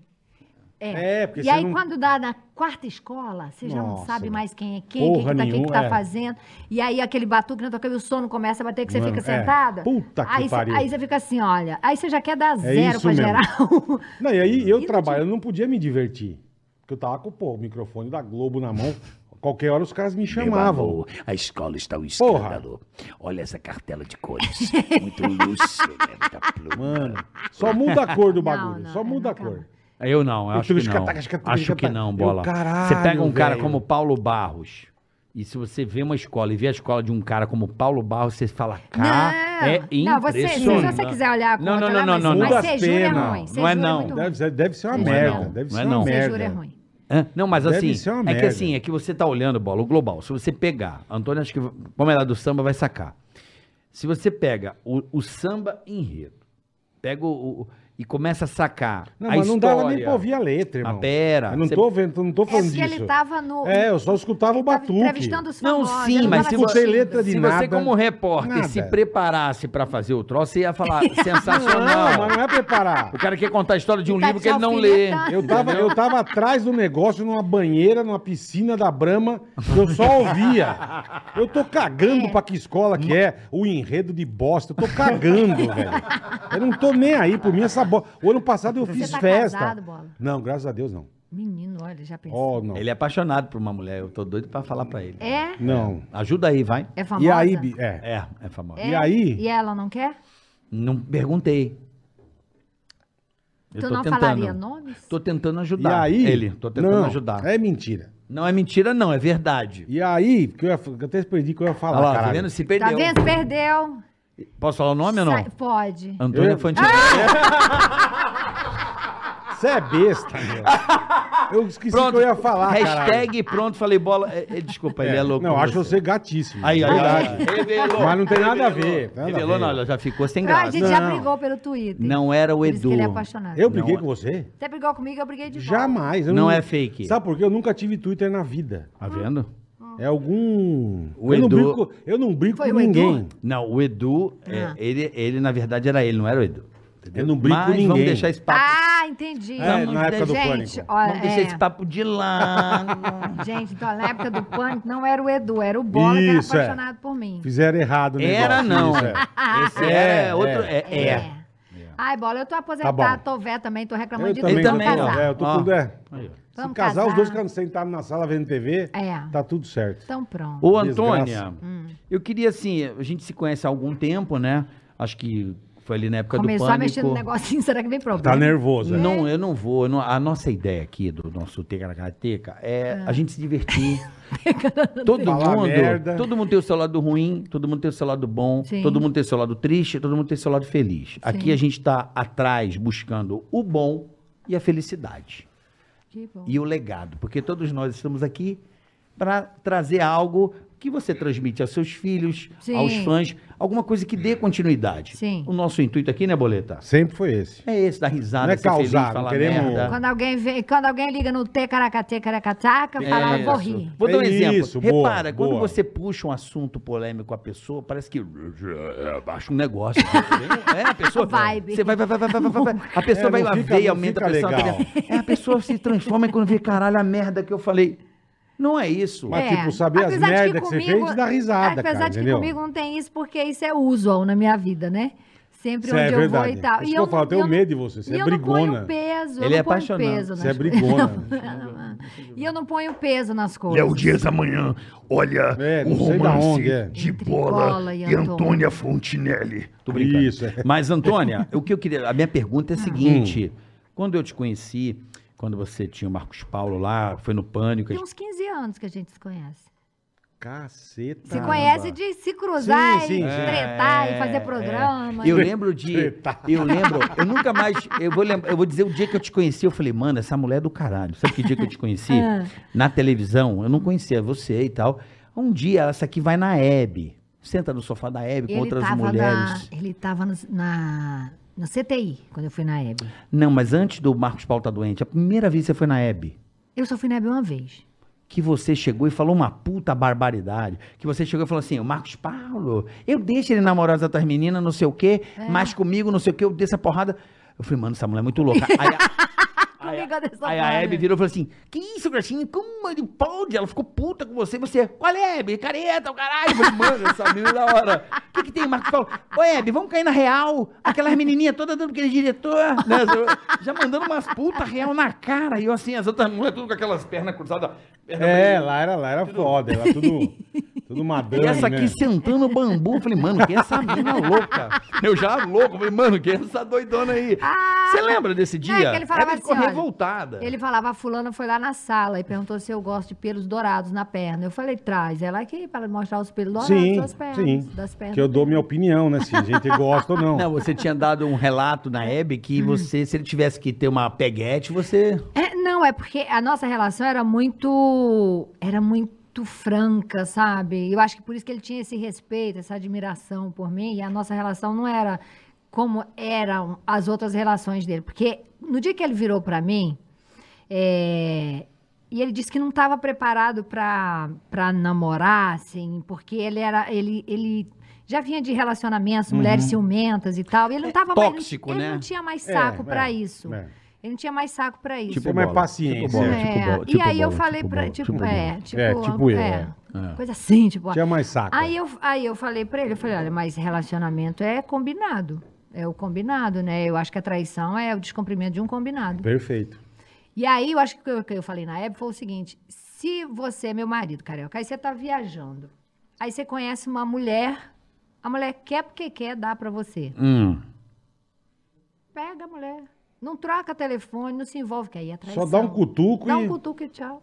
[SPEAKER 2] É, porque
[SPEAKER 4] E
[SPEAKER 2] você
[SPEAKER 4] aí,
[SPEAKER 2] não-
[SPEAKER 4] quando dá na quarta escola, você já não
[SPEAKER 2] Nossa,
[SPEAKER 4] sabe
[SPEAKER 2] velho.
[SPEAKER 4] mais quem é quem, o que,
[SPEAKER 2] Porra
[SPEAKER 4] que tá, quem que tá
[SPEAKER 2] nenhuma, é.
[SPEAKER 4] fazendo. E aí, aquele batuque na tua cabeça, o sono começa a bater, que você
[SPEAKER 2] Mano,
[SPEAKER 4] fica
[SPEAKER 2] é.
[SPEAKER 4] sentada.
[SPEAKER 2] Puta que
[SPEAKER 4] aí, você-
[SPEAKER 2] pariu. É
[SPEAKER 4] Aí você fica assim, olha. Aí você já quer dar zero
[SPEAKER 2] isso
[SPEAKER 4] pra
[SPEAKER 2] mesmo.
[SPEAKER 4] geral. (laughs)
[SPEAKER 2] Não, e aí
[SPEAKER 4] E
[SPEAKER 2] eu
[SPEAKER 4] não
[SPEAKER 2] trabalho, eu não podia me divertir. Porque eu tava com pô, o microfone da Globo na mão. Qualquer hora os caras me chamavam.
[SPEAKER 5] Meu amor, a escola está um
[SPEAKER 2] Porra.
[SPEAKER 5] escândalo. Olha essa cartela de cores. Muito luxo, né? Muita pluma.
[SPEAKER 2] Mano, só muda a cor do
[SPEAKER 4] (laughs) Não,
[SPEAKER 2] bagulho.
[SPEAKER 4] não,
[SPEAKER 2] só
[SPEAKER 4] é,
[SPEAKER 2] muda a
[SPEAKER 4] nunca
[SPEAKER 2] cor.
[SPEAKER 3] (laughs) Eu não, eu
[SPEAKER 2] Eu
[SPEAKER 3] acho que
[SPEAKER 2] tive
[SPEAKER 3] não.
[SPEAKER 2] escata-
[SPEAKER 3] Acho que
[SPEAKER 2] escata-
[SPEAKER 3] não,
[SPEAKER 2] Eu,
[SPEAKER 3] bola.
[SPEAKER 2] caralho,
[SPEAKER 3] você pega um cara
[SPEAKER 2] velho.
[SPEAKER 3] como Paulo Barros, e se você vê uma escola e vê a escola de um cara como Paulo Barros, você fala, cara,
[SPEAKER 4] Não.
[SPEAKER 3] é
[SPEAKER 4] Não, você- se
[SPEAKER 3] impressionante.
[SPEAKER 4] você quiser olhar a
[SPEAKER 3] Não, não,
[SPEAKER 4] conta
[SPEAKER 3] não,
[SPEAKER 4] lá,
[SPEAKER 3] não,
[SPEAKER 4] mas-
[SPEAKER 3] não,
[SPEAKER 2] mas
[SPEAKER 3] não.
[SPEAKER 2] ser júri é
[SPEAKER 4] ruim, ser
[SPEAKER 3] Não é
[SPEAKER 4] júri é
[SPEAKER 3] não.
[SPEAKER 4] muito ruim.
[SPEAKER 2] Deve, ser- deve ser uma
[SPEAKER 4] Não é
[SPEAKER 2] merda.
[SPEAKER 3] não,
[SPEAKER 2] Deve
[SPEAKER 3] não
[SPEAKER 2] ser
[SPEAKER 3] é
[SPEAKER 2] uma
[SPEAKER 3] não.
[SPEAKER 4] Ser
[SPEAKER 2] merda.
[SPEAKER 4] júri é ruim.
[SPEAKER 3] Hã? Não, mas
[SPEAKER 2] Deve
[SPEAKER 3] assim,
[SPEAKER 2] ser
[SPEAKER 3] é
[SPEAKER 2] uma
[SPEAKER 3] que
[SPEAKER 2] merda.
[SPEAKER 3] assim, é que você tá olhando, bola, o global. Se você pegar, Antônio, acho que como é lá do samba, vai sacar. Se você pega o, o samba enredo, pega o, o- e começa a sacar
[SPEAKER 2] Não,
[SPEAKER 3] a
[SPEAKER 2] mas não
[SPEAKER 3] história,
[SPEAKER 2] dava nem pra ouvir a letra,
[SPEAKER 3] a
[SPEAKER 2] irmão.
[SPEAKER 3] pera,
[SPEAKER 2] Eu não
[SPEAKER 3] você-
[SPEAKER 2] tô vendo, não tô
[SPEAKER 4] É
[SPEAKER 2] falando
[SPEAKER 4] porque
[SPEAKER 2] disso.
[SPEAKER 4] ele tava no.
[SPEAKER 2] É, eu só escutava o
[SPEAKER 4] tava
[SPEAKER 2] batuque.
[SPEAKER 4] Entrevistando os
[SPEAKER 3] Não,
[SPEAKER 4] famosos.
[SPEAKER 3] sim,
[SPEAKER 4] ele não
[SPEAKER 3] mas
[SPEAKER 4] tava assim,
[SPEAKER 3] se você-
[SPEAKER 4] assistindo.
[SPEAKER 2] letra de-
[SPEAKER 3] Se
[SPEAKER 2] nada,
[SPEAKER 3] você, como repórter,
[SPEAKER 2] nada.
[SPEAKER 3] se preparasse pra fazer o troço, você ia falar
[SPEAKER 4] (laughs)
[SPEAKER 3] sensacional.
[SPEAKER 2] Não, mas não é preparar.
[SPEAKER 3] O cara quer contar a história de um
[SPEAKER 4] Tá
[SPEAKER 3] livro que ele não lê.
[SPEAKER 4] alfinetando.
[SPEAKER 2] Eu tava, eu tava atrás do negócio numa banheira, numa piscina da Brahma, que eu só ouvia. Eu tô cagando pra que escola que é, o enredo de bosta. Eu tô cagando,
[SPEAKER 4] (laughs)
[SPEAKER 2] velho. Eu não tô nem aí por mim essa bosta. O ano passado eu fiz
[SPEAKER 4] tá
[SPEAKER 2] festa.
[SPEAKER 4] casado, Bola?
[SPEAKER 2] Não, graças a Deus não.
[SPEAKER 4] Menino, olha, já pensou.
[SPEAKER 2] Ó, não.
[SPEAKER 3] Ele é apaixonado por uma mulher, eu tô doido pra falar pra ele.
[SPEAKER 4] É?
[SPEAKER 2] Não.
[SPEAKER 3] Ajuda aí, vai.
[SPEAKER 4] É famosa?
[SPEAKER 2] E aí, bi- é.
[SPEAKER 3] É, é famosa.
[SPEAKER 4] É?
[SPEAKER 2] E aí?
[SPEAKER 4] E ela não quer?
[SPEAKER 3] Não perguntei. Eu
[SPEAKER 4] tu
[SPEAKER 3] tô
[SPEAKER 4] não
[SPEAKER 3] tentando.
[SPEAKER 4] falaria nomes?
[SPEAKER 3] Tô tentando
[SPEAKER 2] E
[SPEAKER 3] ajudar
[SPEAKER 2] aí?
[SPEAKER 3] Tá. ele. Tô tentando
[SPEAKER 2] Não,
[SPEAKER 3] ajudar.
[SPEAKER 2] É mentira.
[SPEAKER 3] Não é mentira, não, é verdade.
[SPEAKER 2] E aí, que eu, ia- eu até perdi o que eu ia falar,
[SPEAKER 3] Olha lá, tá
[SPEAKER 2] caralho.
[SPEAKER 3] vendo? Se
[SPEAKER 4] Tá
[SPEAKER 3] perdeu.
[SPEAKER 4] vendo? Perdeu.
[SPEAKER 3] Posso falar o nome ou
[SPEAKER 4] Sai- Ah!
[SPEAKER 3] não?
[SPEAKER 4] Pode.
[SPEAKER 3] Antônia
[SPEAKER 2] Eu-
[SPEAKER 3] Fantinelli.
[SPEAKER 2] Você é besta, meu. Eu esqueci o que eu ia falar, caralho.
[SPEAKER 3] Hashtag pronto, falei bola. É, é, desculpa, ele é louco.
[SPEAKER 2] Não,
[SPEAKER 3] com
[SPEAKER 2] acho você gatíssimo.
[SPEAKER 3] Aí, aí,
[SPEAKER 2] verdade.
[SPEAKER 3] aí. Revelou.
[SPEAKER 2] Mas não tem nada a ver. nada a
[SPEAKER 3] Revelou,
[SPEAKER 2] ver.
[SPEAKER 3] não, ela já ficou sem
[SPEAKER 4] Ah, a
[SPEAKER 3] graça.
[SPEAKER 4] gente já
[SPEAKER 2] Não.
[SPEAKER 4] brigou pelo Twitter.
[SPEAKER 3] Não era o
[SPEAKER 4] Por isso que
[SPEAKER 3] Edu.
[SPEAKER 4] ele é apaixonado.
[SPEAKER 2] Eu briguei
[SPEAKER 3] Não.
[SPEAKER 2] com você?
[SPEAKER 4] Você brigou comigo, eu briguei de volta.
[SPEAKER 2] Jamais. eu
[SPEAKER 3] Não é fake.
[SPEAKER 2] Sabe por quê? Eu nunca tive Twitter na vida.
[SPEAKER 3] Tá vendo?
[SPEAKER 2] É algum.
[SPEAKER 3] O
[SPEAKER 2] eu, não
[SPEAKER 3] Edu-
[SPEAKER 2] brigo, com- eu não brigo
[SPEAKER 4] Foi
[SPEAKER 2] com
[SPEAKER 4] o Edu?
[SPEAKER 2] ninguém.
[SPEAKER 3] Não, o Edu, é,
[SPEAKER 4] Ah.
[SPEAKER 3] ele, ele, na verdade, era ele, não era o Edu. entendeu?
[SPEAKER 2] Eu não brigo
[SPEAKER 3] Mas
[SPEAKER 2] com ninguém.
[SPEAKER 3] vamos deixar esse papo.
[SPEAKER 4] Ah, entendi.
[SPEAKER 2] É, na época do
[SPEAKER 4] gente,
[SPEAKER 2] Pânico.
[SPEAKER 4] olha,
[SPEAKER 3] vamos deixar
[SPEAKER 4] é.
[SPEAKER 3] esse papo de lado.
[SPEAKER 4] (laughs) Gente, então na época do pânico não era o Edu, era o Bola que era
[SPEAKER 2] Isso, é.
[SPEAKER 4] apaixonado por mim.
[SPEAKER 2] Fizeram errado, né?
[SPEAKER 3] Era não.
[SPEAKER 4] Ah,
[SPEAKER 3] Esse
[SPEAKER 2] É,
[SPEAKER 3] é,
[SPEAKER 2] é.
[SPEAKER 3] outro. É, é.
[SPEAKER 4] Ai, Bola, eu tô aposentada,
[SPEAKER 2] Tá bom.
[SPEAKER 4] tô vé também, tô reclamando
[SPEAKER 2] Eu
[SPEAKER 4] de
[SPEAKER 2] também,
[SPEAKER 4] tudo.
[SPEAKER 3] Ele também,
[SPEAKER 4] vamos
[SPEAKER 3] ó.
[SPEAKER 4] casar.
[SPEAKER 2] É, eu tô
[SPEAKER 3] Ó.
[SPEAKER 2] com. É.
[SPEAKER 3] Aí, ó.
[SPEAKER 2] Se
[SPEAKER 4] Vamos
[SPEAKER 2] casar,
[SPEAKER 4] casar.
[SPEAKER 2] os dois ficaram sentados na sala vendo TV,
[SPEAKER 4] É.
[SPEAKER 2] tá tudo certo.
[SPEAKER 4] Então pronto.
[SPEAKER 3] Ô,
[SPEAKER 2] Desgraça.
[SPEAKER 3] Antônia,
[SPEAKER 4] Hum.
[SPEAKER 3] eu queria assim, a gente se conhece há algum tempo, né? Acho que foi ali na época
[SPEAKER 4] Começou
[SPEAKER 3] do
[SPEAKER 4] a
[SPEAKER 3] pânico.
[SPEAKER 4] mexer no negocinho, (laughs) será que vem problema?
[SPEAKER 2] Tá nervoso. é.
[SPEAKER 3] Não, eu não vou. eu não- a nossa ideia aqui do nosso Tegaracateca é
[SPEAKER 4] Ah.
[SPEAKER 3] a gente
[SPEAKER 4] (laughs)
[SPEAKER 3] se divertir. todo
[SPEAKER 2] Falar
[SPEAKER 3] mundo,
[SPEAKER 2] merda.
[SPEAKER 3] todo mundo tem o seu lado ruim, todo mundo tem o seu lado bom,
[SPEAKER 4] Sim.
[SPEAKER 3] todo mundo tem o seu lado triste, todo mundo tem o seu lado feliz. Aqui a gente está atrás buscando o bom e a felicidade
[SPEAKER 4] Que bom.
[SPEAKER 3] e o legado, porque todos nós estamos aqui para trazer algo que você transmite aos seus filhos,
[SPEAKER 4] Sim.
[SPEAKER 3] aos fãs, alguma coisa que dê continuidade.
[SPEAKER 4] Sim.
[SPEAKER 3] O nosso intuito aqui, né, Boleta?
[SPEAKER 2] Sempre foi esse.
[SPEAKER 3] É esse, dar risada,
[SPEAKER 2] Não é
[SPEAKER 3] ser
[SPEAKER 2] causar,
[SPEAKER 3] feliz,
[SPEAKER 2] não
[SPEAKER 3] falar
[SPEAKER 2] queremos-
[SPEAKER 3] merda.
[SPEAKER 4] Quando alguém, vem, quando alguém liga no Tecaracate, Caracataca, fala, "Ah, eu vou
[SPEAKER 3] Isso.
[SPEAKER 4] rir.
[SPEAKER 3] Vou dar um
[SPEAKER 2] É
[SPEAKER 3] exemplo.
[SPEAKER 2] isso, boa,
[SPEAKER 3] Repara, quando
[SPEAKER 2] boa.
[SPEAKER 3] você puxa um assunto polêmico com a pessoa, parece que baixa um negócio. é, a pessoa
[SPEAKER 4] Vibe.
[SPEAKER 3] Você vai, vai, vai, vai, vai, vai, vai. A pessoa
[SPEAKER 2] É,
[SPEAKER 3] vai
[SPEAKER 2] não
[SPEAKER 3] lá
[SPEAKER 2] fica-
[SPEAKER 3] ver e
[SPEAKER 2] não
[SPEAKER 3] aumenta a
[SPEAKER 2] fica
[SPEAKER 3] pressão.
[SPEAKER 2] legal.
[SPEAKER 3] arterial. É, a pessoa se transforma e quando vê, caralho, a merda que eu falei. Não é isso.
[SPEAKER 2] Mas, tipo, saber as
[SPEAKER 4] Apesar de
[SPEAKER 2] merda que você fez, dá risada,
[SPEAKER 4] Apesar
[SPEAKER 2] cara,
[SPEAKER 4] de que
[SPEAKER 2] entendeu?
[SPEAKER 4] comigo não tem isso, porque isso é usual na minha vida, né? Sempre
[SPEAKER 2] Isso é
[SPEAKER 4] onde eu vou
[SPEAKER 2] verdade.
[SPEAKER 4] e tal.
[SPEAKER 2] Isso
[SPEAKER 4] e
[SPEAKER 2] que eu falo, eu tenho
[SPEAKER 4] não-
[SPEAKER 2] medo de você, você
[SPEAKER 4] e
[SPEAKER 2] é
[SPEAKER 4] eu não
[SPEAKER 2] brigona.
[SPEAKER 4] ponho peso, né? eu
[SPEAKER 3] Ele é
[SPEAKER 4] não ponho
[SPEAKER 3] apaixonado,
[SPEAKER 4] peso
[SPEAKER 2] Você é
[SPEAKER 4] nas (laughs)
[SPEAKER 2] brigona.
[SPEAKER 4] E eu não ponho peso nas coisas.
[SPEAKER 3] é
[SPEAKER 5] Léo Dias amanhã, olha
[SPEAKER 2] É,
[SPEAKER 5] o
[SPEAKER 2] não sei da
[SPEAKER 5] romance
[SPEAKER 2] onde, é.
[SPEAKER 5] de
[SPEAKER 4] Entre
[SPEAKER 5] bola,
[SPEAKER 4] Bola
[SPEAKER 5] e
[SPEAKER 4] e
[SPEAKER 5] Antônia Fontinelli.
[SPEAKER 3] Tô brincando.
[SPEAKER 2] Isso, é.
[SPEAKER 3] Mas, Antônia, o que eu queria. A minha pergunta
[SPEAKER 4] Ah.
[SPEAKER 3] é a seguinte:
[SPEAKER 2] Hum.
[SPEAKER 3] quando eu te conheci, quando você tinha o Marcos Paulo lá, foi no pânico. a
[SPEAKER 4] Tem um uns 15 anos que a gente se conhece.
[SPEAKER 2] Caceta.
[SPEAKER 4] Se conhece de se cruzar
[SPEAKER 2] Sim, sim,
[SPEAKER 4] e
[SPEAKER 2] sim.
[SPEAKER 4] tretar
[SPEAKER 3] É,
[SPEAKER 4] e fazer
[SPEAKER 3] é.
[SPEAKER 4] programa.
[SPEAKER 3] Eu lembro de.
[SPEAKER 2] tá.
[SPEAKER 3] Eu lembro. Eu nunca mais. Eu vou, lembra- eu vou dizer o dia que eu te conheci. Eu falei, mano, essa mulher é do caralho. Sabe que dia que eu te conheci?
[SPEAKER 4] Ah.
[SPEAKER 3] na televisão. Eu não conhecia você e tal. Um dia, essa aqui vai na Hebe. Senta no sofá da Hebe com
[SPEAKER 4] ele,
[SPEAKER 3] outras
[SPEAKER 4] tava na,
[SPEAKER 3] mulheres.
[SPEAKER 4] ele tava no, na, no CTI, quando eu fui na Hebe.
[SPEAKER 3] Não, mas antes do Marcos Paulo tá doente, a primeira vez que você foi na Hebe.
[SPEAKER 4] Eu só fui na Hebe uma vez.
[SPEAKER 3] que você chegou e falou uma puta barbaridade. Que você chegou e falou assim, o Marcos Paulo, eu deixo ele namorar as outras meninas, não sei o quê, mas comigo, não sei o quê, eu desço a porrada. Eu falei, mano, essa mulher é muito louca. Aí a, aí
[SPEAKER 4] Comigo
[SPEAKER 3] a,
[SPEAKER 4] eu desço a
[SPEAKER 3] aí a
[SPEAKER 4] porrada.
[SPEAKER 3] Hebe virou e falou assim, que isso, Gracinha, como ele pode? Ela ficou puta com você, você, olha Hebe, careta, o caralho. Eu falei, mano, essa menina é da hora. O que que tem, Marcos Paulo? Ô Hebe, vamos cair na real, aquelas menininhas todas dando aquele diretor, né? Já mandando umas putas real na cara. E eu assim, as outras mulheres tudo com aquelas pernas cruzadas, perna
[SPEAKER 2] É, lá era, lá era foda, era tudo,
[SPEAKER 4] (laughs)
[SPEAKER 2] tudo madame,
[SPEAKER 3] e essa aqui
[SPEAKER 2] né?
[SPEAKER 3] sentando no bambu. Eu falei, mano, que é essa mina louca? Eu já louco. Falei, mano, que é essa doidona aí?
[SPEAKER 4] Ah!
[SPEAKER 3] Você lembra desse dia?
[SPEAKER 4] que ele falava
[SPEAKER 3] Ela ficou
[SPEAKER 4] assim, olha,
[SPEAKER 3] revoltada.
[SPEAKER 4] Ele falava, a fulana foi lá na sala e perguntou se eu gosto de pelos dourados na perna. Eu falei, traz ela aqui para mostrar os pelos dourados
[SPEAKER 2] Sim,
[SPEAKER 4] das pernas.
[SPEAKER 2] sim.
[SPEAKER 4] Das pernas.
[SPEAKER 2] Que eu dou minha opinião, né? Se
[SPEAKER 4] (laughs)
[SPEAKER 2] a gente gosta ou não.
[SPEAKER 3] Não, você tinha dado um relato na Hebe que
[SPEAKER 2] Hum.
[SPEAKER 3] você, se ele tivesse que ter uma peguete, você...
[SPEAKER 4] É, não, é porque a nossa relação era muito. Era muito franca, sabe? Eu acho que por isso que ele tinha esse respeito, essa admiração por mim, e a nossa relação não era como eram as outras relações dele. Porque no dia que ele virou pra mim, é, e ele disse que não estava preparado pra pra namorar, assim, porque ele era. Ele, ele já vinha de relacionamentos,
[SPEAKER 2] Uhum.
[SPEAKER 4] mulheres ciumentas e tal. E ele não tava mais-
[SPEAKER 3] tóxico,
[SPEAKER 4] ele,
[SPEAKER 3] né?
[SPEAKER 4] não tinha mais
[SPEAKER 2] É,
[SPEAKER 4] saco
[SPEAKER 2] é,
[SPEAKER 4] pra isso.
[SPEAKER 2] é.
[SPEAKER 4] Ele não tinha mais saco pra isso.
[SPEAKER 2] Tipo, mais paciência.
[SPEAKER 3] Tipo bola,
[SPEAKER 4] É,
[SPEAKER 3] tipo bola,
[SPEAKER 4] e
[SPEAKER 3] tipo
[SPEAKER 4] aí eu
[SPEAKER 3] bola,
[SPEAKER 4] falei
[SPEAKER 3] tipo
[SPEAKER 4] pra.
[SPEAKER 3] bola,
[SPEAKER 4] tipo,
[SPEAKER 3] bola.
[SPEAKER 4] é, tipo,
[SPEAKER 2] É, tipo eu,
[SPEAKER 4] é,
[SPEAKER 3] é.
[SPEAKER 4] Coisa assim, tipo.
[SPEAKER 2] Tinha mais saco.
[SPEAKER 4] Aí eu, aí eu falei pra ele, eu falei, olha, mas relacionamento é combinado. É o combinado, né? Eu acho que a traição é o descumprimento de um combinado.
[SPEAKER 2] Perfeito.
[SPEAKER 4] E aí eu acho que o que eu falei na época foi o seguinte: se você é meu marido, carioca, aí você tá viajando. Aí você conhece uma mulher, a mulher quer porque quer dar pra você.
[SPEAKER 3] Hum. (laughs)
[SPEAKER 4] Pega a mulher. Não troca telefone, não se envolve, que aí é traição.
[SPEAKER 2] Só dá um cutuco
[SPEAKER 4] Dá
[SPEAKER 2] e.
[SPEAKER 4] um cutuco e tchau.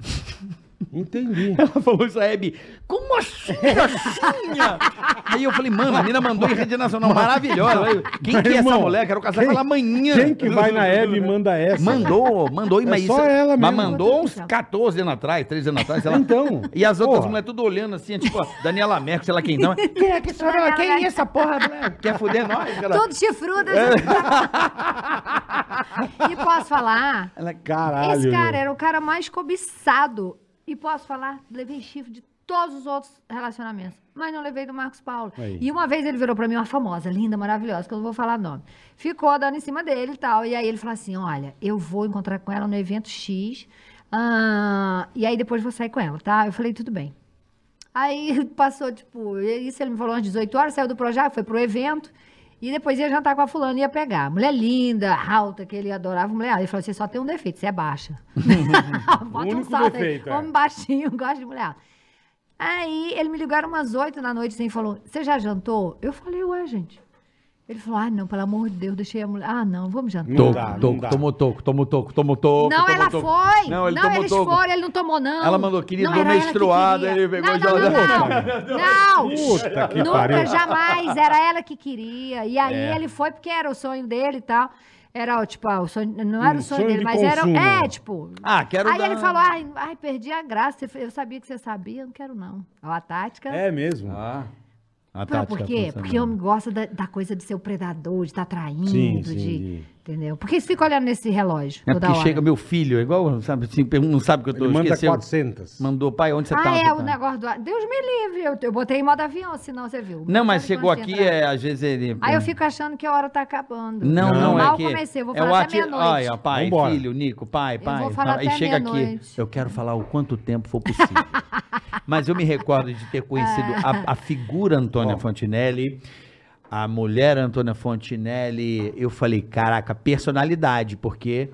[SPEAKER 2] Entendi.
[SPEAKER 3] Ela falou isso a Hebe. Como
[SPEAKER 4] (laughs)
[SPEAKER 3] assim, Gracinha? Aí eu falei, mano, a mina mandou em rede nacional maravilhosa. Aí eu, Quem
[SPEAKER 2] Mas,
[SPEAKER 3] que é essa
[SPEAKER 2] irmão,
[SPEAKER 3] mulher? Quero casar
[SPEAKER 2] quem-
[SPEAKER 3] com ela amanhã.
[SPEAKER 2] Quem que vai na Hebe e
[SPEAKER 3] (laughs)
[SPEAKER 2] manda essa?
[SPEAKER 3] Mandou, mandou. e mas
[SPEAKER 2] só ela
[SPEAKER 3] mas
[SPEAKER 2] mesmo.
[SPEAKER 3] mandou uns 14 anos atrás, 13 anos atrás, sei lá.
[SPEAKER 2] Então.
[SPEAKER 3] E as outras
[SPEAKER 2] Porra.
[SPEAKER 3] mulheres tudo olhando assim, tipo, ó, Daniela Merkel, sei lá quem
[SPEAKER 4] (laughs)
[SPEAKER 3] não. Quem é que senhora, quem é essa porra?
[SPEAKER 2] né?
[SPEAKER 3] mulher? Quer fuder nós? Ela,
[SPEAKER 4] Todo chifrudo.
[SPEAKER 2] (laughs)
[SPEAKER 4] e posso falar?
[SPEAKER 3] ela,
[SPEAKER 2] é Caralho. né?
[SPEAKER 4] esse cara é
[SPEAKER 2] meu.
[SPEAKER 4] era o cara mais cobiçado. E posso falar? Levei chifre de todos os outros relacionamentos. Mas não levei do Marcos Paulo.
[SPEAKER 2] Aí.
[SPEAKER 4] E uma vez ele virou pra mim uma famosa, linda, maravilhosa, que eu não vou falar nome. Ficou dando em cima dele e tal. E aí ele falou assim: olha, eu vou encontrar com ela no evento X. ah, e aí depois vou sair com ela, tá? Eu falei, tudo bem. Aí (laughs) passou, tipo, isso ele me falou às 18 horas, saiu do Projac, foi pro evento. E depois ia jantar com a fulana e ia pegar. Mulher linda, alta, que ele adorava mulher. alta. Ele falou: você só tem um defeito, você é
[SPEAKER 2] (laughs)
[SPEAKER 4] baixa. Bota um
[SPEAKER 2] único
[SPEAKER 4] salto
[SPEAKER 2] defeito,
[SPEAKER 4] aí.
[SPEAKER 2] é.
[SPEAKER 4] Homem baixinho, (laughs) gosta de mulher. alta. Aí ele me ligou, era umas 8 da noite, assim, e falou: você já jantou? Eu falei, ué, gente. Ele falou: ah, não, pelo amor de Deus, deixei a mulher. Ah, não, vamos jantar.
[SPEAKER 2] Não dá, não dá.
[SPEAKER 3] toco, tomou toco, tomou toco.
[SPEAKER 4] Não,
[SPEAKER 3] tomou
[SPEAKER 4] ela
[SPEAKER 3] toco.
[SPEAKER 4] foi.
[SPEAKER 3] Não,
[SPEAKER 4] Não,
[SPEAKER 3] ele tomou
[SPEAKER 4] eles
[SPEAKER 3] toco.
[SPEAKER 4] foram, ele não tomou, não.
[SPEAKER 3] Ela mandou, querido,
[SPEAKER 4] Não,
[SPEAKER 3] tô
[SPEAKER 4] era ela que
[SPEAKER 3] menstruada,
[SPEAKER 4] queria.
[SPEAKER 3] ele pegou
[SPEAKER 4] não,
[SPEAKER 3] e jogou.
[SPEAKER 4] não, não,
[SPEAKER 2] (laughs)
[SPEAKER 4] não.
[SPEAKER 2] Puta que
[SPEAKER 4] Nunca,
[SPEAKER 2] pariu. É.
[SPEAKER 4] jamais. Era ela que queria. E aí ele foi porque era o sonho dele e tal. Era, tipo, ah, o sonho, não era
[SPEAKER 2] Um
[SPEAKER 4] o sonho,
[SPEAKER 2] sonho de
[SPEAKER 4] dele, mas
[SPEAKER 2] consumo.
[SPEAKER 4] era. É, tipo.
[SPEAKER 3] Ah, quero
[SPEAKER 4] Aí
[SPEAKER 3] dar-
[SPEAKER 4] ele falou: ai, ai, perdi a graça. você- Eu sabia que você sabia, eu não quero, não. É uma tática.
[SPEAKER 2] É mesmo. tá,
[SPEAKER 3] Ah,
[SPEAKER 2] A
[SPEAKER 4] Sabe por
[SPEAKER 2] tática
[SPEAKER 4] quê?
[SPEAKER 2] funcionou.
[SPEAKER 4] Porque homem gosta da, da coisa de ser o predador, de estar traindo,
[SPEAKER 2] Sim,
[SPEAKER 4] de,
[SPEAKER 2] sim, de-
[SPEAKER 4] Entendeu? Porque eles ficam olhando nesse relógio
[SPEAKER 3] é
[SPEAKER 4] toda
[SPEAKER 3] porque
[SPEAKER 4] hora.
[SPEAKER 3] chega meu filho, é igual, sabe, assim, pergun- não sabe que eu tô,
[SPEAKER 2] Ele manda
[SPEAKER 3] esqueceu.
[SPEAKER 2] 400.
[SPEAKER 3] Mandou, pai, onde você
[SPEAKER 4] ah,
[SPEAKER 3] tá?
[SPEAKER 4] é,
[SPEAKER 3] Onde
[SPEAKER 4] o
[SPEAKER 3] tá?
[SPEAKER 4] negócio do... Deus me livre, eu, eu botei em modo avião, senão você viu.
[SPEAKER 3] Não, mas
[SPEAKER 4] Sabe
[SPEAKER 3] chegou
[SPEAKER 4] quando você
[SPEAKER 3] aqui,
[SPEAKER 4] entra-
[SPEAKER 3] é, às vezes ele...
[SPEAKER 4] Aí eu fico achando que a hora tá acabando.
[SPEAKER 3] Não, não,
[SPEAKER 4] Mal
[SPEAKER 3] é que...
[SPEAKER 4] comecei, eu vou
[SPEAKER 3] é
[SPEAKER 4] falar
[SPEAKER 3] o
[SPEAKER 4] até
[SPEAKER 3] ati-
[SPEAKER 4] meia-noite.
[SPEAKER 3] Olha, pai,
[SPEAKER 2] Vambora.
[SPEAKER 3] filho, Nico, pai,
[SPEAKER 4] vou
[SPEAKER 3] pai.
[SPEAKER 4] falar
[SPEAKER 3] pai, e
[SPEAKER 4] até
[SPEAKER 3] chega aqui,
[SPEAKER 4] meia-noite.
[SPEAKER 3] eu quero falar o quanto tempo
[SPEAKER 4] (laughs)
[SPEAKER 3] for possível. Mas eu me recordo de ter conhecido a, a figura Antônia Fontinelli, a mulher Antônia Fontinelli. Eu falei, caraca, personalidade, porque...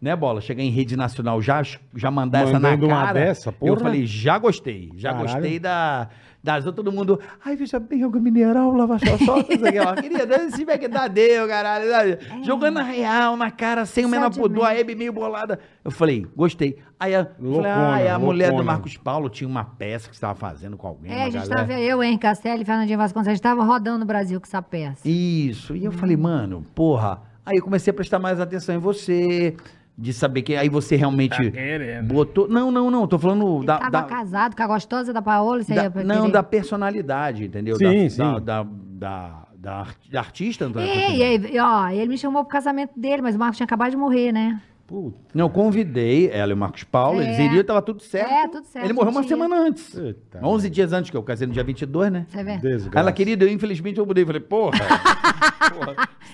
[SPEAKER 3] Né, Bola? Chegar em rede nacional, já, já mandar essa
[SPEAKER 2] Mandando
[SPEAKER 3] na
[SPEAKER 2] uma
[SPEAKER 3] cara.
[SPEAKER 2] dessa,
[SPEAKER 3] eu
[SPEAKER 2] porra.
[SPEAKER 3] falei, já gostei. Já
[SPEAKER 2] Caralho.
[SPEAKER 3] gostei da, das outras, todo mundo. Ai, veja bem, água mineral, lava só, só, não sei
[SPEAKER 4] (laughs)
[SPEAKER 3] o que lá. Querida, se vai que dá deu, caralho. sabe? Jogando a real na cara, sem o
[SPEAKER 4] É. Só
[SPEAKER 3] menor
[SPEAKER 4] de
[SPEAKER 3] pudor, a
[SPEAKER 4] meia.
[SPEAKER 3] Hebe meio bolada. Eu falei, gostei. Aí a, falei,
[SPEAKER 2] Loucona,
[SPEAKER 3] ai, a mulher do
[SPEAKER 2] loucona.
[SPEAKER 3] Marcos Paulo tinha uma peça que estava fazendo com alguém.
[SPEAKER 4] É,
[SPEAKER 3] uma
[SPEAKER 4] a gente
[SPEAKER 3] galera.
[SPEAKER 4] tava, eu, Henrique Castelli, Fernandinho Vasconcelos, a gente tava rodando o Brasil com essa peça.
[SPEAKER 3] Isso. E eu falei,
[SPEAKER 4] Uhum.
[SPEAKER 3] mano, porra. Aí eu comecei a prestar mais atenção em você, de saber que. Aí você
[SPEAKER 4] tá
[SPEAKER 3] realmente
[SPEAKER 2] Tá
[SPEAKER 3] botou. Não, não, não. Tô falando
[SPEAKER 4] Ele
[SPEAKER 3] da.
[SPEAKER 4] tava
[SPEAKER 3] da-
[SPEAKER 4] casado com a gostosa da Paola, você
[SPEAKER 3] da-
[SPEAKER 4] ia é pra
[SPEAKER 3] não,
[SPEAKER 4] querer-
[SPEAKER 3] da personalidade, entendeu?
[SPEAKER 2] Sim,
[SPEAKER 3] da,
[SPEAKER 2] sim.
[SPEAKER 3] Da, da, da, da ar- da artista, Antônio.
[SPEAKER 4] Ei, ei, ó, ele me chamou pro casamento dele, mas o Marcos tinha acabado de morrer, né?
[SPEAKER 2] Puta,
[SPEAKER 3] Não, eu convidei ela e o Marcos Paulo,
[SPEAKER 4] É.
[SPEAKER 3] eles iriam, tava tudo certo.
[SPEAKER 4] É, tudo certo,
[SPEAKER 3] Ele morreu uma
[SPEAKER 4] tinha.
[SPEAKER 3] semana antes.
[SPEAKER 2] Eita.
[SPEAKER 3] 11 dias antes, que eu casei no dia 22, né?
[SPEAKER 4] Você é verdade.
[SPEAKER 2] desgraça.
[SPEAKER 3] Ela, querida, eu infelizmente eu mudei. Falei,
[SPEAKER 4] (laughs)
[SPEAKER 3] porra.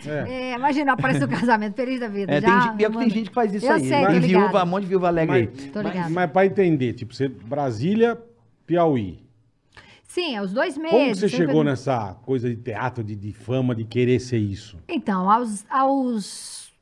[SPEAKER 2] É.
[SPEAKER 4] É, imagina, aparece
[SPEAKER 3] (laughs)
[SPEAKER 4] o casamento, feliz da vida.
[SPEAKER 3] É,
[SPEAKER 4] já,
[SPEAKER 3] tem, gente- pior que tem
[SPEAKER 4] manda.
[SPEAKER 3] gente que faz isso
[SPEAKER 4] eu
[SPEAKER 3] aí.
[SPEAKER 4] Sei, tô
[SPEAKER 3] tem
[SPEAKER 4] ligada.
[SPEAKER 3] viúva, um monte de viúva alegre
[SPEAKER 2] Mas-
[SPEAKER 3] aí.
[SPEAKER 4] Tô ligada.
[SPEAKER 2] Mas pra entender, tipo, você Brasília, Piauí.
[SPEAKER 4] Sim, aos dois meses.
[SPEAKER 2] Como que você
[SPEAKER 4] sempre-
[SPEAKER 2] chegou nessa coisa de teatro, de, de fama, de querer ser isso?
[SPEAKER 4] Então, aos. aos...